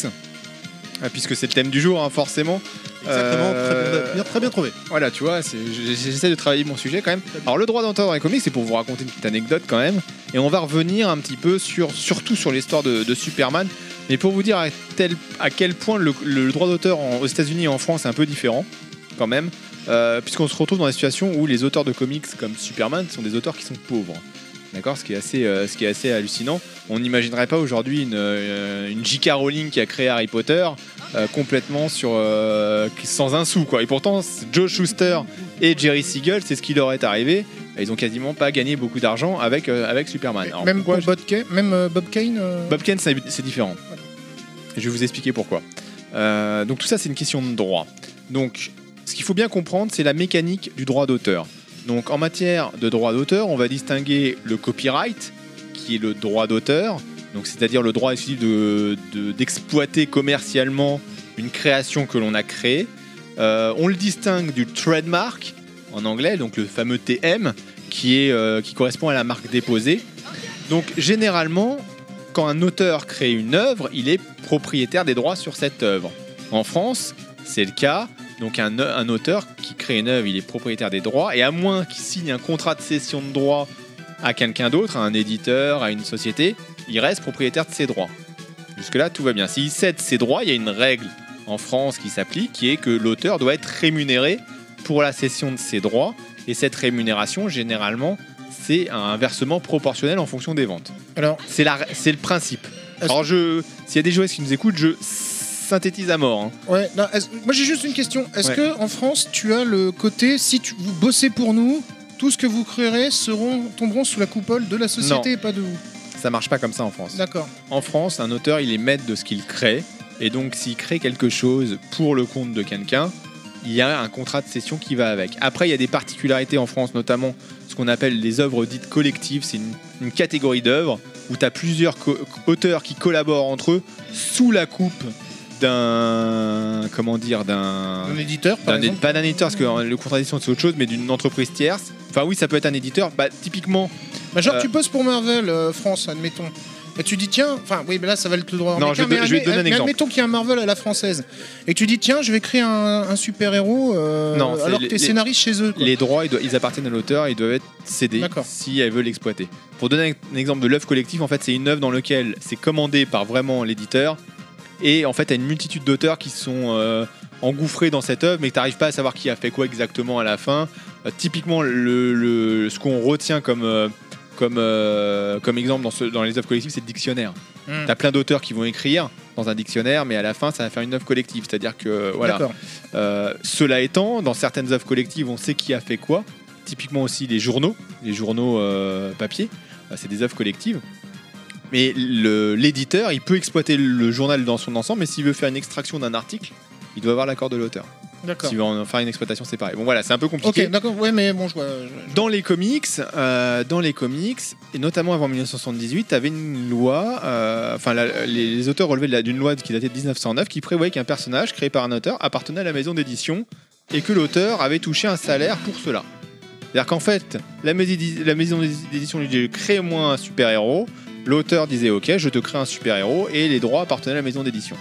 Speaker 3: Ah, Puisque c'est le thème du jour, hein, forcément.
Speaker 1: Exactement,
Speaker 3: Euh,
Speaker 1: très, bien, très bien trouvé.
Speaker 3: Voilà, tu vois, c'est- j- j'essaie de travailler mon sujet quand même. Alors, le droit d'entendre dans les comics, c'est pour vous raconter une petite anecdote quand même. Et on va revenir un petit peu sur, surtout sur l'histoire de, de Superman. Mais pour vous dire à, tel- à quel point le, le droit d'auteur en- aux États-Unis et en France est un peu différent, quand même. Euh, Puisqu'on se retrouve dans des situations où les auteurs de comics comme Superman sont des auteurs qui sont pauvres. D'accord ce, qui est assez, euh, ce qui est assez hallucinant. On n'imaginerait pas aujourd'hui une, euh, une J.K. Rowling qui a créé Harry Potter euh, complètement sur, euh, sans un sou. Quoi. Et pourtant, c'est Joe Schuster et Jerry Siegel, c'est ce qui leur est arrivé. Ils ont quasiment pas gagné beaucoup d'argent avec, euh, avec Superman. Alors,
Speaker 5: même,
Speaker 3: pourquoi
Speaker 5: pour Bob Kane- même euh, Bob Kane. euh,
Speaker 3: Bob Kane, c'est c'est différent. Et Je vais vous expliquer pourquoi. Euh, donc tout ça, c'est une question de droit. Donc, ce qu'il faut bien comprendre, c'est la mécanique du droit d'auteur. Donc, en matière de droit d'auteur, on va distinguer le copyright, qui est le droit d'auteur, donc c'est-à-dire le droit exclusif de- de- d'exploiter commercialement une création que l'on a créée. Euh, on le distingue du trademark en anglais, donc le fameux TM, qui, est, euh, qui correspond à la marque déposée. Donc généralement, quand un auteur crée une œuvre, il est propriétaire des droits sur cette œuvre. En France, c'est le cas. Donc un, eu- un auteur qui crée une œuvre, il est propriétaire des droits, et à moins qu'il signe un contrat de cession de droits à quelqu'un d'autre, à un éditeur, à une société, il reste propriétaire de ses droits. Jusque-là, tout va bien. S'il cède ses droits, il y a une règle en France qui s'applique, qui est que l'auteur doit être rémunéré pour la cession de ses droits, et cette rémunération, généralement, c'est un versement proportionnel en fonction des ventes.
Speaker 5: Alors,
Speaker 3: C'est la, c'est le principe.
Speaker 5: Est-ce-
Speaker 3: Alors je, s'il y a des joueurs qui nous écoutent, je synthétise à mort. hein.
Speaker 5: ouais, non, est-ce- moi j'ai juste une question. Est-ce
Speaker 3: Ouais.
Speaker 5: que en France, tu as le côté si tu, vous bossez pour nous, tout ce que vous créerez seront, tomberont sous la coupole de la société et pas de vous
Speaker 3: Ça marche pas comme ça en France.
Speaker 5: D'accord.
Speaker 3: En France, un auteur, il est maître de ce qu'il crée. Et donc, s'il crée quelque chose pour le compte de quelqu'un, il y a un contrat de cession qui va avec. Après, il y a des particularités en France, notamment ce qu'on appelle les œuvres dites collectives. C'est une, une catégorie d'œuvres où tu as plusieurs co- auteurs qui collaborent entre eux sous la coupe d'un. Comment dire D'un.
Speaker 5: Un éditeur, par
Speaker 3: d'un é-
Speaker 5: exemple.
Speaker 3: pas d'un éditeur, parce que euh, le contrat de cession, c'est autre chose, mais d'une entreprise tierce. Enfin, oui, ça peut être un éditeur. Bah, typiquement,
Speaker 5: Bah, genre,
Speaker 3: euh,
Speaker 5: tu poses pour Marvel euh, France, admettons. Et tu dis, tiens, enfin, oui, mais là, ça va être le droit.
Speaker 3: Non, je vais
Speaker 5: américain,
Speaker 3: te-
Speaker 5: mais
Speaker 3: je vais te
Speaker 5: admet-
Speaker 3: donner un
Speaker 5: mais
Speaker 3: exemple.
Speaker 5: Admettons qu'il y a un Marvel à la française. Et tu dis, tiens, je vais créer un, un super-héros euh,
Speaker 3: Non, c'est
Speaker 5: alors que
Speaker 3: les-
Speaker 5: t'es
Speaker 3: les-
Speaker 5: scénariste chez eux. quoi.
Speaker 3: les droits, ils, doivent- ils appartiennent à l'auteur, ils doivent être cédés
Speaker 5: Mmh. D'accord.
Speaker 3: si elle veut l'exploiter. Pour donner un exemple de l'œuvre collective, en fait, c'est une œuvre dans laquelle c'est commandé par vraiment l'éditeur. Et en fait, t'as une multitude d'auteurs qui sont euh, engouffrés dans cette œuvre, mais t'arrives pas à savoir qui a fait quoi exactement à la fin. Euh, typiquement, le, le- ce qu'on retient comme, euh, comme, euh, comme exemple dans, ce- dans les œuvres collectives, c'est le dictionnaire.
Speaker 5: Hmm.
Speaker 3: T'as plein d'auteurs qui vont écrire dans un dictionnaire, mais à la fin, ça va faire une œuvre collective. C'est-à-dire que voilà.
Speaker 5: D'accord.
Speaker 3: Euh, cela étant, dans certaines œuvres collectives, on sait qui a fait quoi. Typiquement aussi les journaux, les journaux euh, papier, euh, c'est des œuvres collectives. Mais le- l'éditeur, il peut exploiter le journal dans son ensemble, mais s'il veut faire une extraction d'un article, il doit avoir l'accord de l'auteur.
Speaker 5: D'accord.
Speaker 3: S'il veut en faire une exploitation séparée. Bon voilà, c'est un peu compliqué.
Speaker 5: Ok, d'accord, ouais, mais bon, je vois. je-
Speaker 3: Dans les comics, euh, dans les comics, et notamment avant 1978, avait une loi, euh, enfin la- les, les auteurs relevaient de la- d'une loi qui datait de 1909 qui prévoyait qu'un personnage créé par un auteur appartenait à la maison d'édition et que l'auteur avait touché un salaire pour cela. C'est-à-dire qu'en fait, la, maisi- la maison d'édition lui disait crée-moi un super-héros, l'auteur disait ok, je te crée un super-héros et les droits appartenaient à la maison d'édition.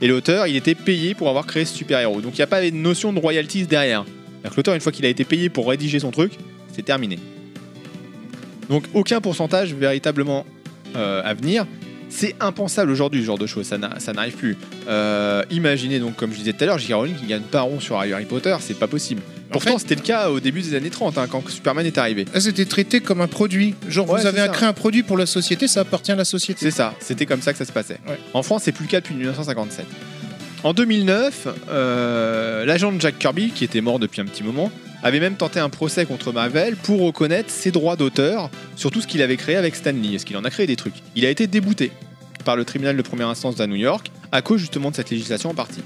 Speaker 3: Et l'auteur, il était payé pour avoir créé ce super-héros. Donc il n'y a pas de notion de royalties derrière. C'est-à-dire que l'auteur, une fois qu'il a été payé pour rédiger son truc, c'est terminé. Donc aucun pourcentage véritablement euh, à venir. C'est impensable aujourd'hui ce genre de choses, ça n'a- ça n'arrive plus. Euh, imaginez donc, comme je disais tout à l'heure, J.K. Rowling qui gagne pas un rond sur Harry Potter, c'est pas possible. Pourtant,
Speaker 5: fait-
Speaker 3: c'était le cas au début des années 30, hein, quand Superman est arrivé.
Speaker 5: Ah, c'était traité comme un produit. Genre,
Speaker 3: Ouais,
Speaker 5: vous avez
Speaker 3: c'est ça.
Speaker 5: créé un produit pour la société, ça appartient à la société.
Speaker 3: C'est ça, c'était comme ça que ça se passait.
Speaker 5: Ouais.
Speaker 3: En France, c'est plus le cas depuis 1957. En 2009, euh, l'agent de Jack Kirby, qui était mort depuis un petit moment, avait même tenté un procès contre Marvel pour reconnaître ses droits d'auteur sur tout ce qu'il avait créé avec Stan Lee, parce qu'il en a créé des trucs. Il a été débouté par le tribunal de première instance à New York à cause justement de cette législation en partie.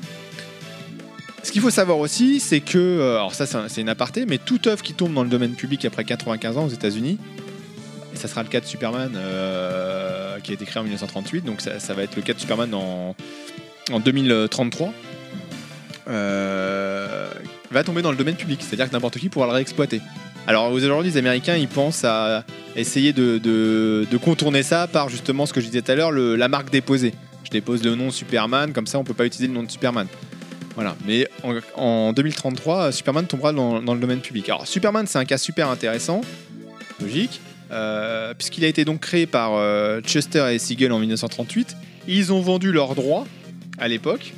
Speaker 3: Ce qu'il faut savoir aussi, c'est que, euh, alors ça c'est un- c'est une aparté, mais toute œuvre qui tombe dans le domaine public après 95 ans aux États-Unis, et ça sera le cas de Superman euh, qui a été créé en 1938, donc ça, ça va être le cas de Superman en, en 2033. euh, va tomber dans le domaine public, c'est-à-dire que n'importe qui pourra le réexploiter. Alors aujourd'hui, les Américains, ils pensent à essayer de, de- de contourner ça par justement ce que je disais tout à l'heure, le- la marque déposée. Je dépose le nom Superman, comme ça on peut pas utiliser le nom de Superman. Voilà, mais en, en 2033, Superman tombera dans- dans le domaine public. Alors Superman, c'est un cas super intéressant, logique. Euh, puisqu'il a été donc créé par euh, Chester et Siegel en 1938. Ils ont vendu leurs droits à l'époque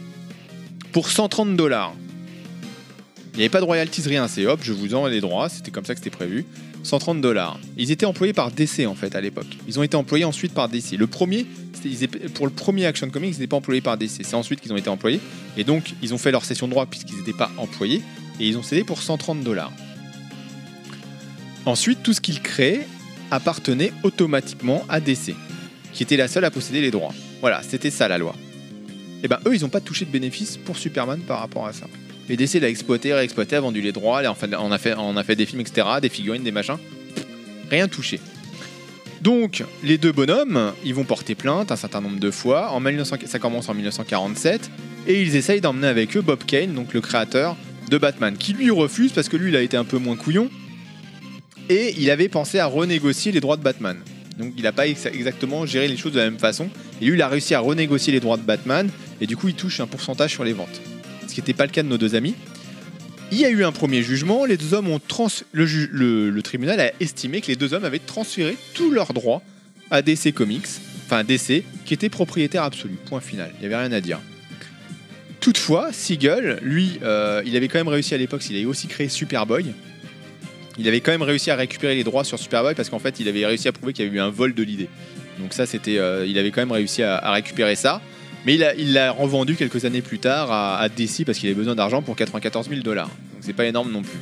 Speaker 3: pour 130 dollars. Il n'y avait pas de royalties, rien. C'est hop, je vous en ai les droits. C'était comme ça que c'était prévu. 130 dollars. Ils étaient employés par DC en fait à l'époque. Ils ont été employés ensuite par DC. Le premier, c'était- ils étaient- pour le premier Action Comics, ils n'étaient pas employés par DC. C'est ensuite qu'ils ont été employés. Et donc, ils ont fait leur session de droit puisqu'ils n'étaient pas employés. Et ils ont cédé pour 130 dollars. Ensuite, tout ce qu'ils créent, appartenait automatiquement à DC, qui était la seule à posséder les droits. Voilà, c'était ça la loi. Et ben eux, ils n'ont pas touché de bénéfice pour Superman par rapport à ça. Et DC l'a exploité, réexploité, a vendu les droits, l'a- enfin, on a fait, on a fait des films, etc., des figurines, des machins. Rien touché. Donc, les deux bonhommes, ils vont porter plainte un certain nombre de fois. En 1900 ça commence en 1947. Et ils essayent d'emmener avec eux Bob Kane, donc le créateur de Batman, qui lui refuse parce que lui, il a été un peu moins couillon et il avait pensé à renégocier les droits de Batman. Donc il n'a pas ex- exactement géré les choses de la même façon. Et lui, il a réussi à renégocier les droits de Batman, et du coup, il touche un pourcentage sur les ventes. Ce qui n'était pas le cas de nos deux amis. Il y a eu un premier jugement, les deux hommes ont trans... le, ju- le- le tribunal a estimé que les deux hommes avaient transféré tous leurs droits à DC Comics, enfin DC, qui était propriétaire absolu, point final, il n'y avait rien à dire. Toutefois, Siegel, lui, euh, il avait quand même réussi à l'époque, il avait aussi créé Superboy, il avait quand même réussi à récupérer les droits sur Superboy parce qu'en fait, il avait réussi à prouver qu'il y avait eu un vol de l'idée. Donc ça, c'était, euh, il avait quand même réussi à, à récupérer ça. Mais il a- il l'a revendu quelques années plus tard à, à DC parce qu'il avait besoin d'argent pour 94 000 dollars. Donc c'est pas énorme non plus.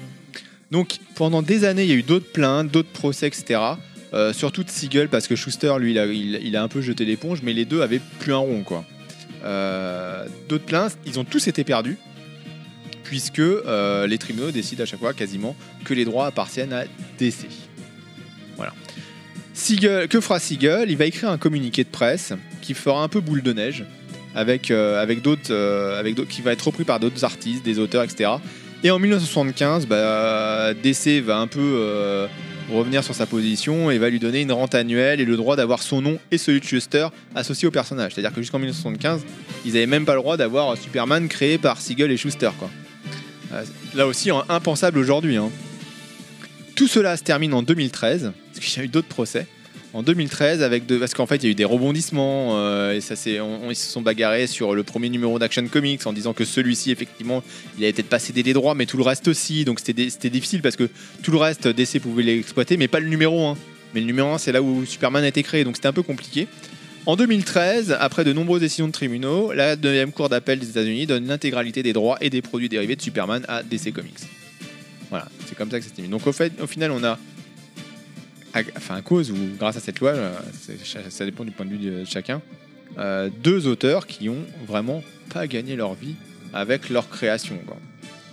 Speaker 3: Donc pendant des années, il y a eu d'autres plaintes, d'autres procès, etc. Euh, surtout de Siegel parce que Schuster, lui, il a, il- il a un peu jeté l'éponge, mais les deux avaient plus un rond, quoi. Euh, D'autres plaintes, ils ont tous été perdus, puisque euh, les tribunaux décident à chaque fois quasiment que les droits appartiennent à DC. Voilà. Siegel, que fera Siegel Il va écrire un communiqué de presse qui fera un peu boule de neige, avec, euh, avec d'autres, euh, avec d'autres- qui va être repris par d'autres artistes, des auteurs, etc. Et en 1975, bah, DC va un peu euh, revenir sur sa position et va lui donner une rente annuelle et le droit d'avoir son nom et celui de Schuster associés au personnage. C'est-à-dire que jusqu'en 1975, ils n'avaient même pas le droit d'avoir Superman créé par Siegel et Schuster. Quoi. Euh, Là aussi, hein, impensable aujourd'hui. hein. Tout cela se termine en 2013, parce qu'il y a eu d'autres procès. En 2013, avec de... parce qu'en fait, il y a eu des rebondissements, euh, et ça, c'est, on- on- ils se sont bagarrés sur le premier numéro d'Action Comics en disant que celui-ci, effectivement, il avait peut-être pas cédé les droits, mais tout le reste aussi. Donc c'était, dé- c'était difficile parce que tout le reste, DC pouvait l'exploiter, mais pas le numéro 1. Mais le numéro 1, c'est là où Superman a été créé, donc c'était un peu compliqué. En 2013, après de nombreuses décisions de tribunaux, la deuxième cour d'appel des États-Unis donne l'intégralité des droits et des produits dérivés de Superman à DC Comics. Voilà, c'est comme ça que c'est terminé. Donc au, fait, au final, on a, à- enfin à cause ou grâce à cette loi, euh, c'est- cha- ça dépend du point de vue de chacun, euh, deux auteurs qui ont vraiment pas gagné leur vie avec leur création. quoi.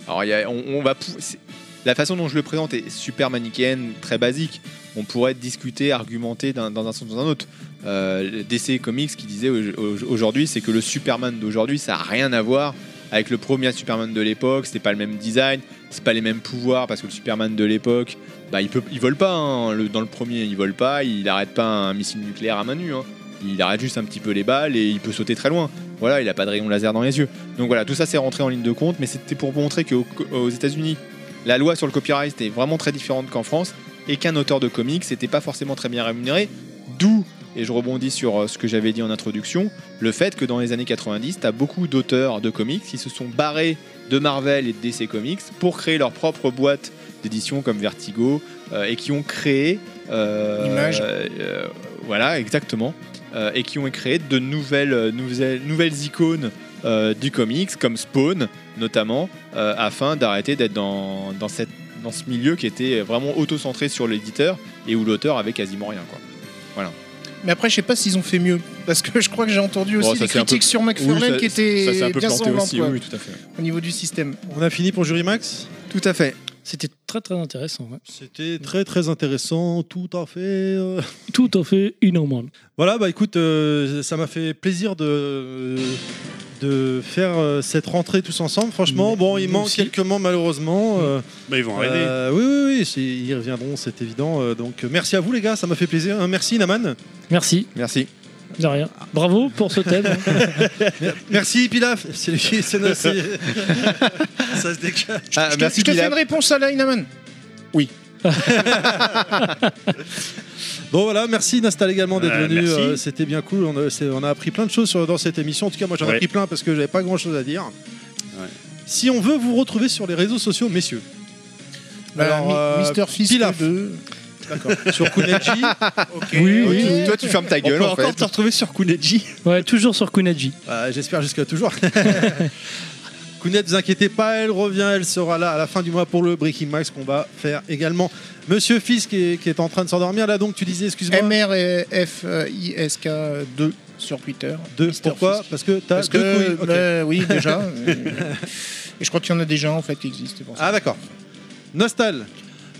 Speaker 3: Alors il y a- on, on va, pou- c'est- la façon dont je le présente est super manichéenne, très basique. On pourrait discuter, argumenter d'un- dans un sens ou dans un autre. Euh, le DC Comics qui disait au- au- aujourd'hui, c'est que le Superman d'aujourd'hui, ça a rien à voir avec le premier Superman de l'époque. C'était pas le même design, c'est pas les mêmes pouvoirs parce que le Superman de l'époque, bah il peut, il vole pas. hein. Le- dans le premier, il vole pas, il arrête pas un missile nucléaire à main nue. hein. Il arrête juste un petit peu les balles et il peut sauter très loin. Voilà, il a pas de rayon laser dans les yeux. Donc voilà, tout ça c'est rentré en ligne de compte, mais c'était pour montrer qu'aux aux États-Unis, la loi sur le copyright était vraiment très différente qu'en France et qu'un auteur de comics n'était pas forcément très bien rémunéré. D'où et je rebondis sur euh, ce que j'avais dit en introduction, le fait que dans les années 90, t'as beaucoup d'auteurs de comics qui se sont barrés de Marvel et de DC Comics pour créer leur propre boîte d'édition comme Vertigo euh, et qui ont créé. euh,
Speaker 5: Image.
Speaker 3: euh, euh, voilà, exactement. Euh, et qui ont créé de nouvelles, euh, nouvelles, nouvelles icônes euh, du comics, comme Spawn notamment, euh, afin d'arrêter d'être dans, dans, cette, dans ce milieu qui était vraiment auto-centré sur l'éditeur et où l'auteur avait quasiment rien. Quoi.
Speaker 5: Mais après, je sais pas s'ils ont fait mieux. Parce que je crois que j'ai entendu aussi
Speaker 3: Bon, ça,
Speaker 5: des
Speaker 3: c'est un peu-
Speaker 5: critiques sur McFarlane qui étaient bien sanglantes quoi,
Speaker 3: tout à fait.
Speaker 5: au niveau du système.
Speaker 1: On a fini pour Jurimax
Speaker 3: Tout à fait.
Speaker 2: C'était très très intéressant. ouais.
Speaker 1: C'était très très intéressant, tout à fait. euh.
Speaker 2: Tout à fait innommable.
Speaker 1: Voilà, bah écoute, euh, ça m'a fait plaisir de de faire euh, cette rentrée tous ensemble. Franchement,
Speaker 2: Mais
Speaker 1: bon, il
Speaker 2: nous
Speaker 1: manque
Speaker 2: aussi.
Speaker 1: quelques mois malheureusement. euh,
Speaker 6: Bah, ils vont rêver.
Speaker 1: euh, oui, oui, oui, c'est- ils reviendront, c'est évident. euh, donc euh, merci à vous les gars, ça m'a fait plaisir. hein. merci Naman,
Speaker 2: Merci,
Speaker 3: Merci.
Speaker 2: de rien. Bravo pour ce thème.
Speaker 1: merci Pilaf. C'est lui, c'est c'est- ça se dégage.
Speaker 3: Ah,
Speaker 5: Je te-
Speaker 3: merci
Speaker 5: je te fais
Speaker 3: Bilal.
Speaker 5: une réponse à Lineman.
Speaker 1: Bon voilà, merci Nastal également d'être
Speaker 6: Euh,
Speaker 1: venu.
Speaker 6: merci.
Speaker 1: euh, C'était bien cool. On a, c'est- on a appris plein de choses sur- dans cette émission. En tout cas, moi j'en ai
Speaker 6: Ouais.
Speaker 1: appris plein parce que j'avais pas grand chose à dire.
Speaker 6: Ouais.
Speaker 1: Si on veut vous retrouver sur les réseaux sociaux, messieurs, Alors, euh,
Speaker 5: Bah, Ben, Mister Fist
Speaker 1: Pilaf.
Speaker 5: 2.
Speaker 1: sur Kuneji,
Speaker 2: Oui, oui,
Speaker 3: Toi,
Speaker 2: oui.
Speaker 3: tu- Toi, tu fermes ta
Speaker 6: On
Speaker 3: gueule
Speaker 6: peut
Speaker 3: en
Speaker 6: encore
Speaker 3: fait.
Speaker 6: te retrouver sur Kuneji.
Speaker 2: Ouais, toujours sur Kunaji.
Speaker 1: Euh, J'espère jusqu'à toujours. Kounet, ne vous inquiétez pas, elle revient, elle sera là à la fin du mois pour le Breaking Max qu'on va faire également. Monsieur Fils qui est, qui est en train de s'endormir là, donc tu disais,
Speaker 5: Eh,
Speaker 1: excuse-moi,
Speaker 5: euh, MRFISK2 sur Twitter.
Speaker 1: deux.
Speaker 5: Mister
Speaker 1: Pourquoi
Speaker 5: Fisk.
Speaker 1: Parce que t'as
Speaker 5: Parce
Speaker 1: deux
Speaker 5: que,
Speaker 1: couilles. Ok.
Speaker 5: bah, oui, déjà. euh, Et je crois qu'il y en a déjà en fait qui existent. c'est pour ça.
Speaker 1: Ah d'accord. Nostal.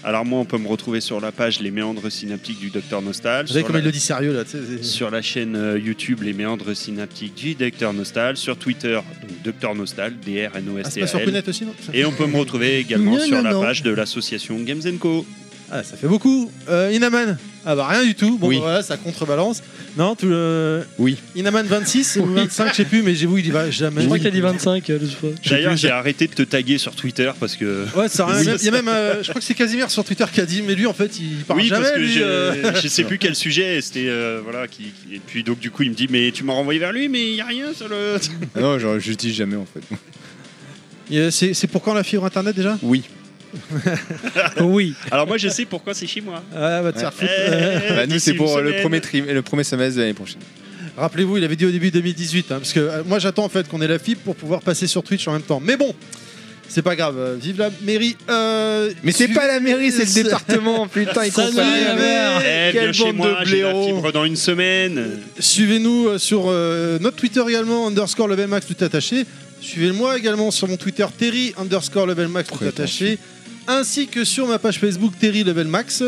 Speaker 6: Alors moi, on peut me retrouver sur la page Les Méandres Synaptiques du Docteur Nostal.
Speaker 1: Vous savez
Speaker 6: sur
Speaker 1: comment
Speaker 6: la-
Speaker 1: il le dit sérieux là. tu
Speaker 3: Mm.
Speaker 1: sais, c'est-
Speaker 6: sur la chaîne euh, YouTube Les Méandres Synaptiques du Docteur Nostal, sur Twitter, donc Docteur Nostal,
Speaker 1: Ah, c'est pas sur
Speaker 6: D-R-N-O-S-T-A-L.
Speaker 1: Kounet aussi non
Speaker 6: Et on peut me retrouver également
Speaker 1: Non,
Speaker 6: sur
Speaker 1: non,
Speaker 6: la
Speaker 1: non.
Speaker 6: page de l'association Games Co.
Speaker 1: Ah, ça fait beaucoup. Euh, Inaman. Ah bah rien du tout. Bon
Speaker 3: Oui.
Speaker 1: bah, voilà, ça contrebalance. Non, tout le.
Speaker 3: Oui.
Speaker 1: Inaman 26 ou 25, je sais plus, mais j'ai vous il y va jamais.
Speaker 2: Je crois qu'il a dit 25 euh, l'autre fois.
Speaker 6: D'ailleurs, j'ai arrêté de te taguer sur Twitter parce que...
Speaker 1: Ouais, ça a rien-
Speaker 6: Oui.
Speaker 1: même- il y a même, euh, je crois que c'est Casimir sur Twitter qui a dit, mais lui en fait il parle
Speaker 6: oui,
Speaker 1: jamais.
Speaker 6: parce que
Speaker 1: lui,
Speaker 6: j'ai-
Speaker 1: euh.
Speaker 6: je sais plus quel sujet, et c'était... euh, voilà, qui, qui- Et puis donc du coup, il me dit, mais tu m'as renvoyé vers lui, mais il n'y a rien sur le...
Speaker 3: Ah Non, genre, je dis jamais en fait.
Speaker 1: Et, euh, C'est c'est pour quand la fibre internet déjà
Speaker 3: Oui.
Speaker 2: Oui.
Speaker 6: Alors moi, je sais pourquoi c'est chez moi.
Speaker 1: Ah, va te
Speaker 3: Ouais.
Speaker 1: faire foutre.
Speaker 6: Eh,
Speaker 3: Bah, nous,
Speaker 6: d'ici
Speaker 3: c'est
Speaker 6: une
Speaker 3: pour le
Speaker 6: semaine.
Speaker 3: premier, tri- le premier semestre de l'année prochaine.
Speaker 1: Rappelez-vous, il avait dit au début 2018, hein, parce que euh, moi j'attends en fait qu'on ait la fibre pour pouvoir passer sur Twitch en même temps. Mais bon, C'est pas grave, euh, vive la mairie. euh,
Speaker 3: Mais c'est
Speaker 1: tu-
Speaker 3: pas la mairie, c'est le département. Putain, ils
Speaker 2: Salut,
Speaker 1: Ah,
Speaker 3: comprennent rien.
Speaker 2: la mère.
Speaker 4: Eh,
Speaker 3: Quelle
Speaker 4: viens chez
Speaker 3: bande
Speaker 4: moi,
Speaker 3: de
Speaker 4: j'ai la
Speaker 3: blaireaux.
Speaker 4: fibre dans une semaine.
Speaker 1: Suivez-nous euh, sur euh, notre Twitter également, underscore levelmax tout attaché. Suivez-moi également sur mon Twitter Terry underscore levelmax tout attaché. Ainsi que sur ma page Facebook Terry levelmax.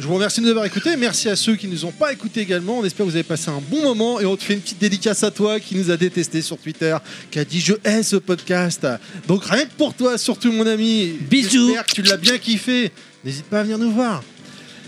Speaker 1: Je vous remercie de nous avoir écoutés. Merci à ceux qui nous ont pas écoutés également. On espère que vous avez passé un bon moment et on te fait une petite dédicace à toi qui nous a détesté sur Twitter, qui a dit je hais ce podcast. Donc rien que pour toi, surtout mon ami.
Speaker 2: Bisous.
Speaker 1: J'espère que tu l'as bien kiffé. N'hésite pas à venir nous voir.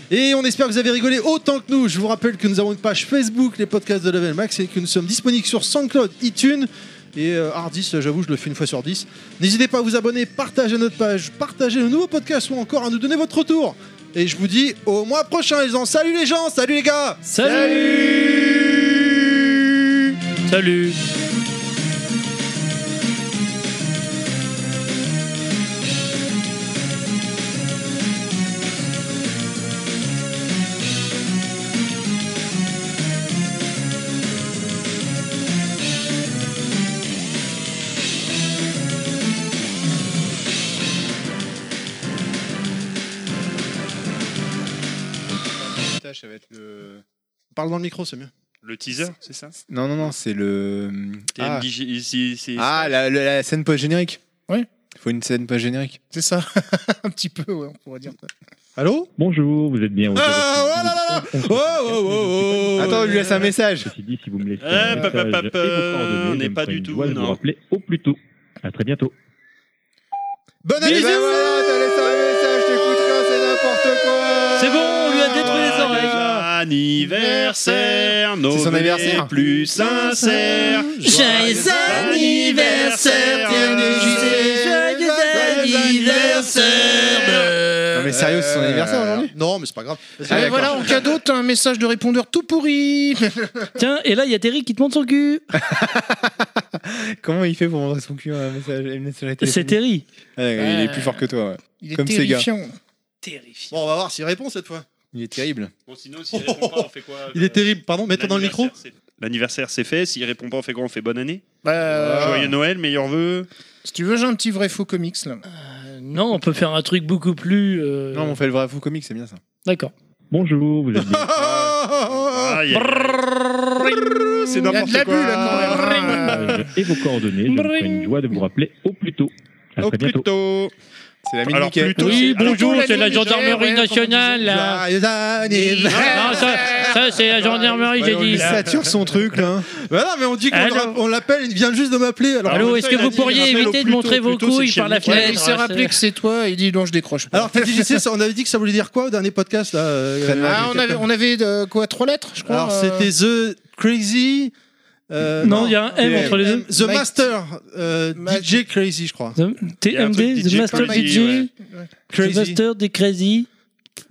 Speaker 1: Et on espère que vous avez rigolé autant que nous. Je vous rappelle que nous avons une page Facebook, les podcasts de Level Max, et que nous sommes disponibles sur SoundCloud, iTunes et euh, Hardis. J'avoue, je le fais une fois sur 10. N'hésitez pas à vous abonner, partagez notre page, partagez le nouveau podcast ou encore à nous donner votre retour. Et je vous dis au mois prochain, les gens. Salut les gens, salut les gars.
Speaker 2: Salut Salut
Speaker 3: Putain, ça va être le-
Speaker 1: Parle dans le micro, c'est mieux.
Speaker 4: Le teaser, c'est ça
Speaker 3: Non, non, non, c'est le. Ah,
Speaker 4: TMDG, ici, c'est-
Speaker 3: Ah, la, la- la scène post-générique.
Speaker 5: Ouais.
Speaker 3: Faut une scène post-générique.
Speaker 5: C'est ça, un petit peu, ouais, on pourrait dire.
Speaker 1: Allô
Speaker 9: Bonjour, vous êtes bien au
Speaker 1: Ah, oh là là là Oh, oh, oh, oh.
Speaker 3: Attends, on lui laisse un message.
Speaker 9: Ceci dit, si vous me laissez
Speaker 4: Eh,
Speaker 9: un
Speaker 4: pa, pa, pa,
Speaker 9: message
Speaker 4: pa,
Speaker 9: et vos coordonnées,
Speaker 4: on n'est
Speaker 9: je me
Speaker 4: pas
Speaker 9: ferai
Speaker 4: du
Speaker 9: une
Speaker 4: tout,
Speaker 9: joie de
Speaker 4: non.
Speaker 9: vous rappeler au plus tôt. À très bientôt.
Speaker 1: Bonne
Speaker 3: Eh
Speaker 1: année,
Speaker 3: ben voilà, t'as laissé un message, t'écouteras, c'est n'importe quoi.
Speaker 2: C'est bon, on lui a détruit les oreilles
Speaker 4: Ah, Anniversaire, nos
Speaker 3: son
Speaker 4: vœux
Speaker 3: anniversaire.
Speaker 4: les plus sincères.
Speaker 2: Joyeux
Speaker 4: anniversaire,
Speaker 2: Joyeux anniversaire
Speaker 3: Non, mais Euh, sérieux, c'est son anniversaire aujourd'hui.
Speaker 1: Non, mais c'est pas grave. Vas-y.
Speaker 3: Ah,
Speaker 5: Ah, Et
Speaker 3: d'accord.
Speaker 5: voilà, en cadeau, t'as un message de répondeur tout pourri.
Speaker 2: Tiens, et là, il y a Terry qui te montre son cul
Speaker 3: Comment il fait pour montrer son cul à un message, un message à la
Speaker 2: C'est
Speaker 3: téléphonie
Speaker 2: Terry
Speaker 3: Ouais, Il est plus fort que toi. ouais.
Speaker 5: Il est
Speaker 3: Comme Sega.
Speaker 5: terrifiant.
Speaker 2: Terrifiant
Speaker 1: Bon, on va voir s'il répond cette fois.
Speaker 3: Il est terrible.
Speaker 4: Bon, sinon, s'il répond pas, on fait quoi euh,
Speaker 1: Il est terrible, pardon, mets-toi dans le micro.
Speaker 4: L'anniversaire, c'est- L'anniversaire, c'est fait. S'il répond pas, on fait quoi On fait bonne année
Speaker 5: Bah,
Speaker 1: Ah,
Speaker 5: euh,
Speaker 4: Joyeux Noël, meilleurs vœux.
Speaker 5: si tu veux, j'ai un petit vrai faux comics
Speaker 1: Ah,
Speaker 5: là.
Speaker 2: Euh, Non, on peut faire un truc beaucoup plus... euh,
Speaker 3: Non, mais on fait le vrai fou comique, c'est bien ça.
Speaker 2: D'accord.
Speaker 9: Bonjour, vous êtes bien.
Speaker 1: Oh.
Speaker 4: Ah, il y a- C'est
Speaker 5: Il y a de
Speaker 4: n'importe
Speaker 5: la bulle
Speaker 4: quoi.
Speaker 5: là
Speaker 1: Ah,
Speaker 5: quand même. hein.
Speaker 9: au message et vos coordonnées, je me ferai une joie de vous rappeler au plus tôt. À
Speaker 3: Au
Speaker 9: très bientôt.
Speaker 3: plus tôt. C'est la
Speaker 4: Alors,
Speaker 3: mini
Speaker 4: plus tôt,
Speaker 2: Oui,
Speaker 4: c'est- alors,
Speaker 2: bonjour,
Speaker 5: la
Speaker 2: c'est la
Speaker 5: nuit, ouais, ouais,
Speaker 2: gendarmerie
Speaker 5: comme on
Speaker 2: nationale là.
Speaker 1: Joyeux anniversaire.
Speaker 2: Non, ça, ça, c'est la gendarmerie, j'ai dit.
Speaker 3: sature son truc là.
Speaker 1: Bah non, mais on dit qu'on
Speaker 2: Allô
Speaker 1: rapp- on l'appelle, il vient juste de m'appeler. Alors, en
Speaker 2: Allô,
Speaker 1: même
Speaker 2: est-ce
Speaker 1: temps,
Speaker 2: que
Speaker 1: il a
Speaker 2: vous
Speaker 1: dit-
Speaker 2: pourriez
Speaker 4: rappelle au
Speaker 2: éviter de
Speaker 4: plus tôt,
Speaker 2: montrer vos
Speaker 4: plutôt, c'est
Speaker 2: couilles
Speaker 4: chez
Speaker 2: par la
Speaker 4: nous.
Speaker 5: Ouais,
Speaker 2: fenêtre
Speaker 5: il s'est
Speaker 2: hein,
Speaker 5: rappelé que c'est toi, il dit non, je décroche. pas.
Speaker 1: Alors, TTJC, ça- on avait dit que ça voulait dire quoi au dernier podcast là, euh,
Speaker 3: Très mal.
Speaker 5: ah, on avait, on avait euh, quoi, trois lettres, je crois.
Speaker 1: Alors,
Speaker 5: euh,
Speaker 1: c'était The Crazy. euh,
Speaker 2: Non, il y a un M
Speaker 1: euh,
Speaker 2: entre les deux.
Speaker 1: The
Speaker 5: Mike-
Speaker 1: Master. euh,
Speaker 5: Ma-
Speaker 1: DJ Crazy, je crois.
Speaker 4: y a
Speaker 2: The-
Speaker 4: un truc
Speaker 2: TMD, The
Speaker 4: DJ,
Speaker 2: Master
Speaker 4: comme il dit,
Speaker 2: DJ, The
Speaker 1: Crazy.
Speaker 2: Master des Crazy.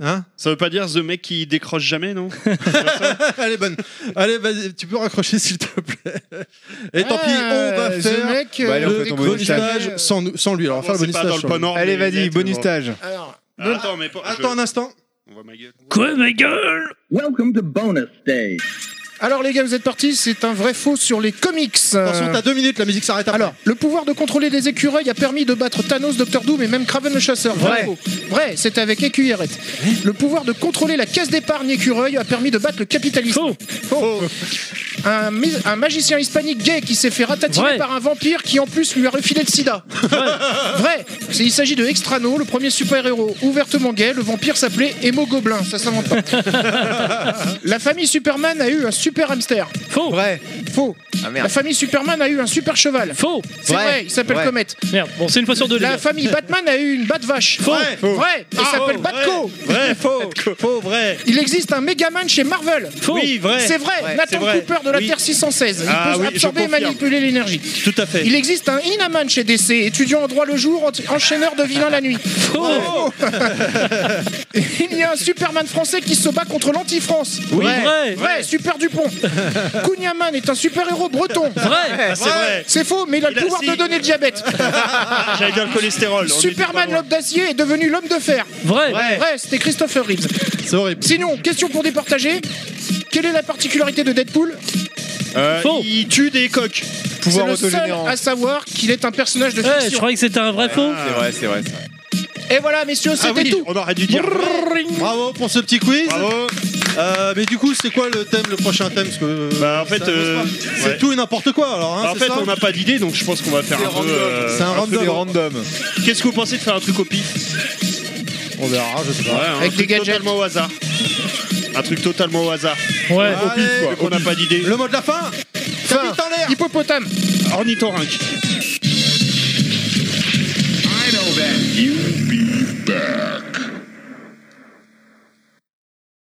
Speaker 1: Hein
Speaker 4: Ça veut pas dire The mec qui décroche jamais, non
Speaker 1: Elle est bonne. Allez, vas-y, tu peux raccrocher s'il te plaît. Et tant
Speaker 5: ah,
Speaker 1: pis, on va
Speaker 5: The
Speaker 1: faire
Speaker 5: Mec, euh,
Speaker 3: Bah, allez, on
Speaker 1: le
Speaker 3: fait ton
Speaker 5: décroche-
Speaker 1: bonus
Speaker 3: bonus stage.
Speaker 1: stage sans, nous- sans lui.
Speaker 6: Ah,
Speaker 1: Alors, on va faire le
Speaker 4: C'est
Speaker 1: bonus
Speaker 4: pas
Speaker 1: stage.
Speaker 4: dans le
Speaker 1: sans
Speaker 4: bon
Speaker 1: lui.
Speaker 4: ordre,
Speaker 3: Allez,
Speaker 4: mais
Speaker 3: vas-y,
Speaker 4: net,
Speaker 3: bonus
Speaker 4: bon.
Speaker 3: stage.
Speaker 5: Alors,
Speaker 4: Attends, mais pas. je-
Speaker 1: Attends un instant.
Speaker 4: On voit ma gueule.
Speaker 2: Quoi, ma gueule
Speaker 10: Welcome to Bonus Day.
Speaker 5: alors, les gars, vous êtes partis, c'est un vrai faux sur les comics. euh.
Speaker 1: Attention, t'as deux minutes, la musique s'arrête après.
Speaker 5: Alors, le pouvoir de contrôler les écureuils a permis de battre Thanos, Doctor Doom et même Kraven le chasseur. Vrai. ou faux Vrai, c'était avec écuyérette. Le pouvoir de contrôler la caisse d'épargne écureuil a permis de battre le capitalisme.
Speaker 2: Faux
Speaker 5: Faux. Oh. Un, mi- un magicien hispanique gay qui s'est fait ratatiner
Speaker 2: Vrai.
Speaker 5: par un vampire qui en plus lui a refilé le sida. Vrai. C'est- Il s'agit de Extrano, le premier super-héros ouvertement gay. Le vampire s'appelait Emo Gobelin, ça s'invente pas. la famille Superman a eu un super hamster.
Speaker 2: Faux
Speaker 3: Vrai.
Speaker 5: Faux.
Speaker 3: Ah
Speaker 5: La famille Superman a eu un super cheval.
Speaker 2: Faux
Speaker 5: C'est
Speaker 3: Vrai.
Speaker 5: vrai, il s'appelle
Speaker 3: Vrai.
Speaker 5: Comet.
Speaker 2: Merde, bon, c'est une fois sur deux, les
Speaker 5: La
Speaker 2: gars.
Speaker 5: famille Batman a eu une batte vache. Faux.
Speaker 1: Faux. Ah, oh,
Speaker 5: Vrai. Il
Speaker 6: Ah,
Speaker 5: s'appelle
Speaker 6: oh,
Speaker 5: Batco.
Speaker 1: Vrai, faux, faux, vrai.
Speaker 5: Il existe un Megaman chez Marvel.
Speaker 2: Faux
Speaker 1: vrai.
Speaker 5: C'est vrai.
Speaker 1: c'est
Speaker 5: Nathan
Speaker 1: vrai.
Speaker 5: Cooper de la
Speaker 1: Oui.
Speaker 5: Terre 616. Il
Speaker 1: Ah
Speaker 5: peut
Speaker 1: oui, je
Speaker 5: absorber et
Speaker 1: confirme.
Speaker 5: manipuler l'énergie.
Speaker 1: Tout à fait.
Speaker 5: Il existe un Inaman chez DC, étudiant en droit le jour, ent- enchaîneur de vilains la nuit.
Speaker 2: Faux
Speaker 5: Il y a un Superman français qui se bat contre l'anti-France.
Speaker 2: Oui, vrai
Speaker 5: Vrai, Super Dupont. Kunyaman est un super-héros breton.
Speaker 2: Vrai
Speaker 4: Ah, c'est vrai.
Speaker 5: C'est faux, mais il a le
Speaker 4: Il a-
Speaker 5: pouvoir
Speaker 4: si.
Speaker 5: de donner le diabète.
Speaker 4: Ah, J'avais bien le cholestérol. on était pas
Speaker 5: Superman,
Speaker 4: loin.
Speaker 5: l'homme d'acier, est devenu l'homme de fer.
Speaker 2: Vrai
Speaker 5: Vrai, c'était Christopher Reeves.
Speaker 1: C'est horrible.
Speaker 5: Sinon, question pour départager. Quelle est la particularité de Deadpool
Speaker 4: Euh,
Speaker 2: Faux.
Speaker 4: Il tue des coqs.
Speaker 5: C'est
Speaker 11: pouvoir
Speaker 5: le seul
Speaker 11: autogénérant.
Speaker 5: à savoir qu'il est un personnage de
Speaker 2: Ouais, je
Speaker 5: fiction.
Speaker 2: croyais que c'était un vrai faux.
Speaker 11: C'est vrai, c'est vrai. c'est vrai.
Speaker 5: Et voilà, messieurs, c'était
Speaker 6: Ah oui,
Speaker 5: tout.
Speaker 6: on aurait dû dire.
Speaker 1: Bravo pour ce petit quiz.
Speaker 11: Bravo.
Speaker 1: Euh, mais du coup, c'est quoi le thème, le prochain thème Parce que, euh,
Speaker 6: Bah, en fait,
Speaker 1: ça avance
Speaker 6: euh,
Speaker 1: pas. c'est
Speaker 6: ouais.
Speaker 1: tout et n'importe quoi. Alors, hein,
Speaker 6: Bah, en
Speaker 1: c'est
Speaker 6: fait,
Speaker 1: ça
Speaker 6: on n'a pas d'idée, donc je pense qu'on va faire
Speaker 11: C'est
Speaker 6: un
Speaker 11: random.
Speaker 6: peu. euh,
Speaker 1: C'est un
Speaker 11: Un peu
Speaker 1: random.
Speaker 11: des randoms.
Speaker 6: Qu'est-ce que vous pensez de faire un truc au pif
Speaker 1: On verra, je sais pas.
Speaker 6: Ouais, un
Speaker 5: Avec
Speaker 6: truc
Speaker 5: des gadgets.
Speaker 6: totalement au hasard. Un truc totalement au hasard.
Speaker 2: Ouais.
Speaker 1: Ah,
Speaker 6: Au pif,
Speaker 1: Allez,
Speaker 6: quoi. On n'a pas d'idée.
Speaker 1: Le mot de la fin.
Speaker 5: Fin.
Speaker 1: Vite en l'air.
Speaker 5: Hippopotame.
Speaker 6: Ornithorynque.
Speaker 12: I know that you'll be back.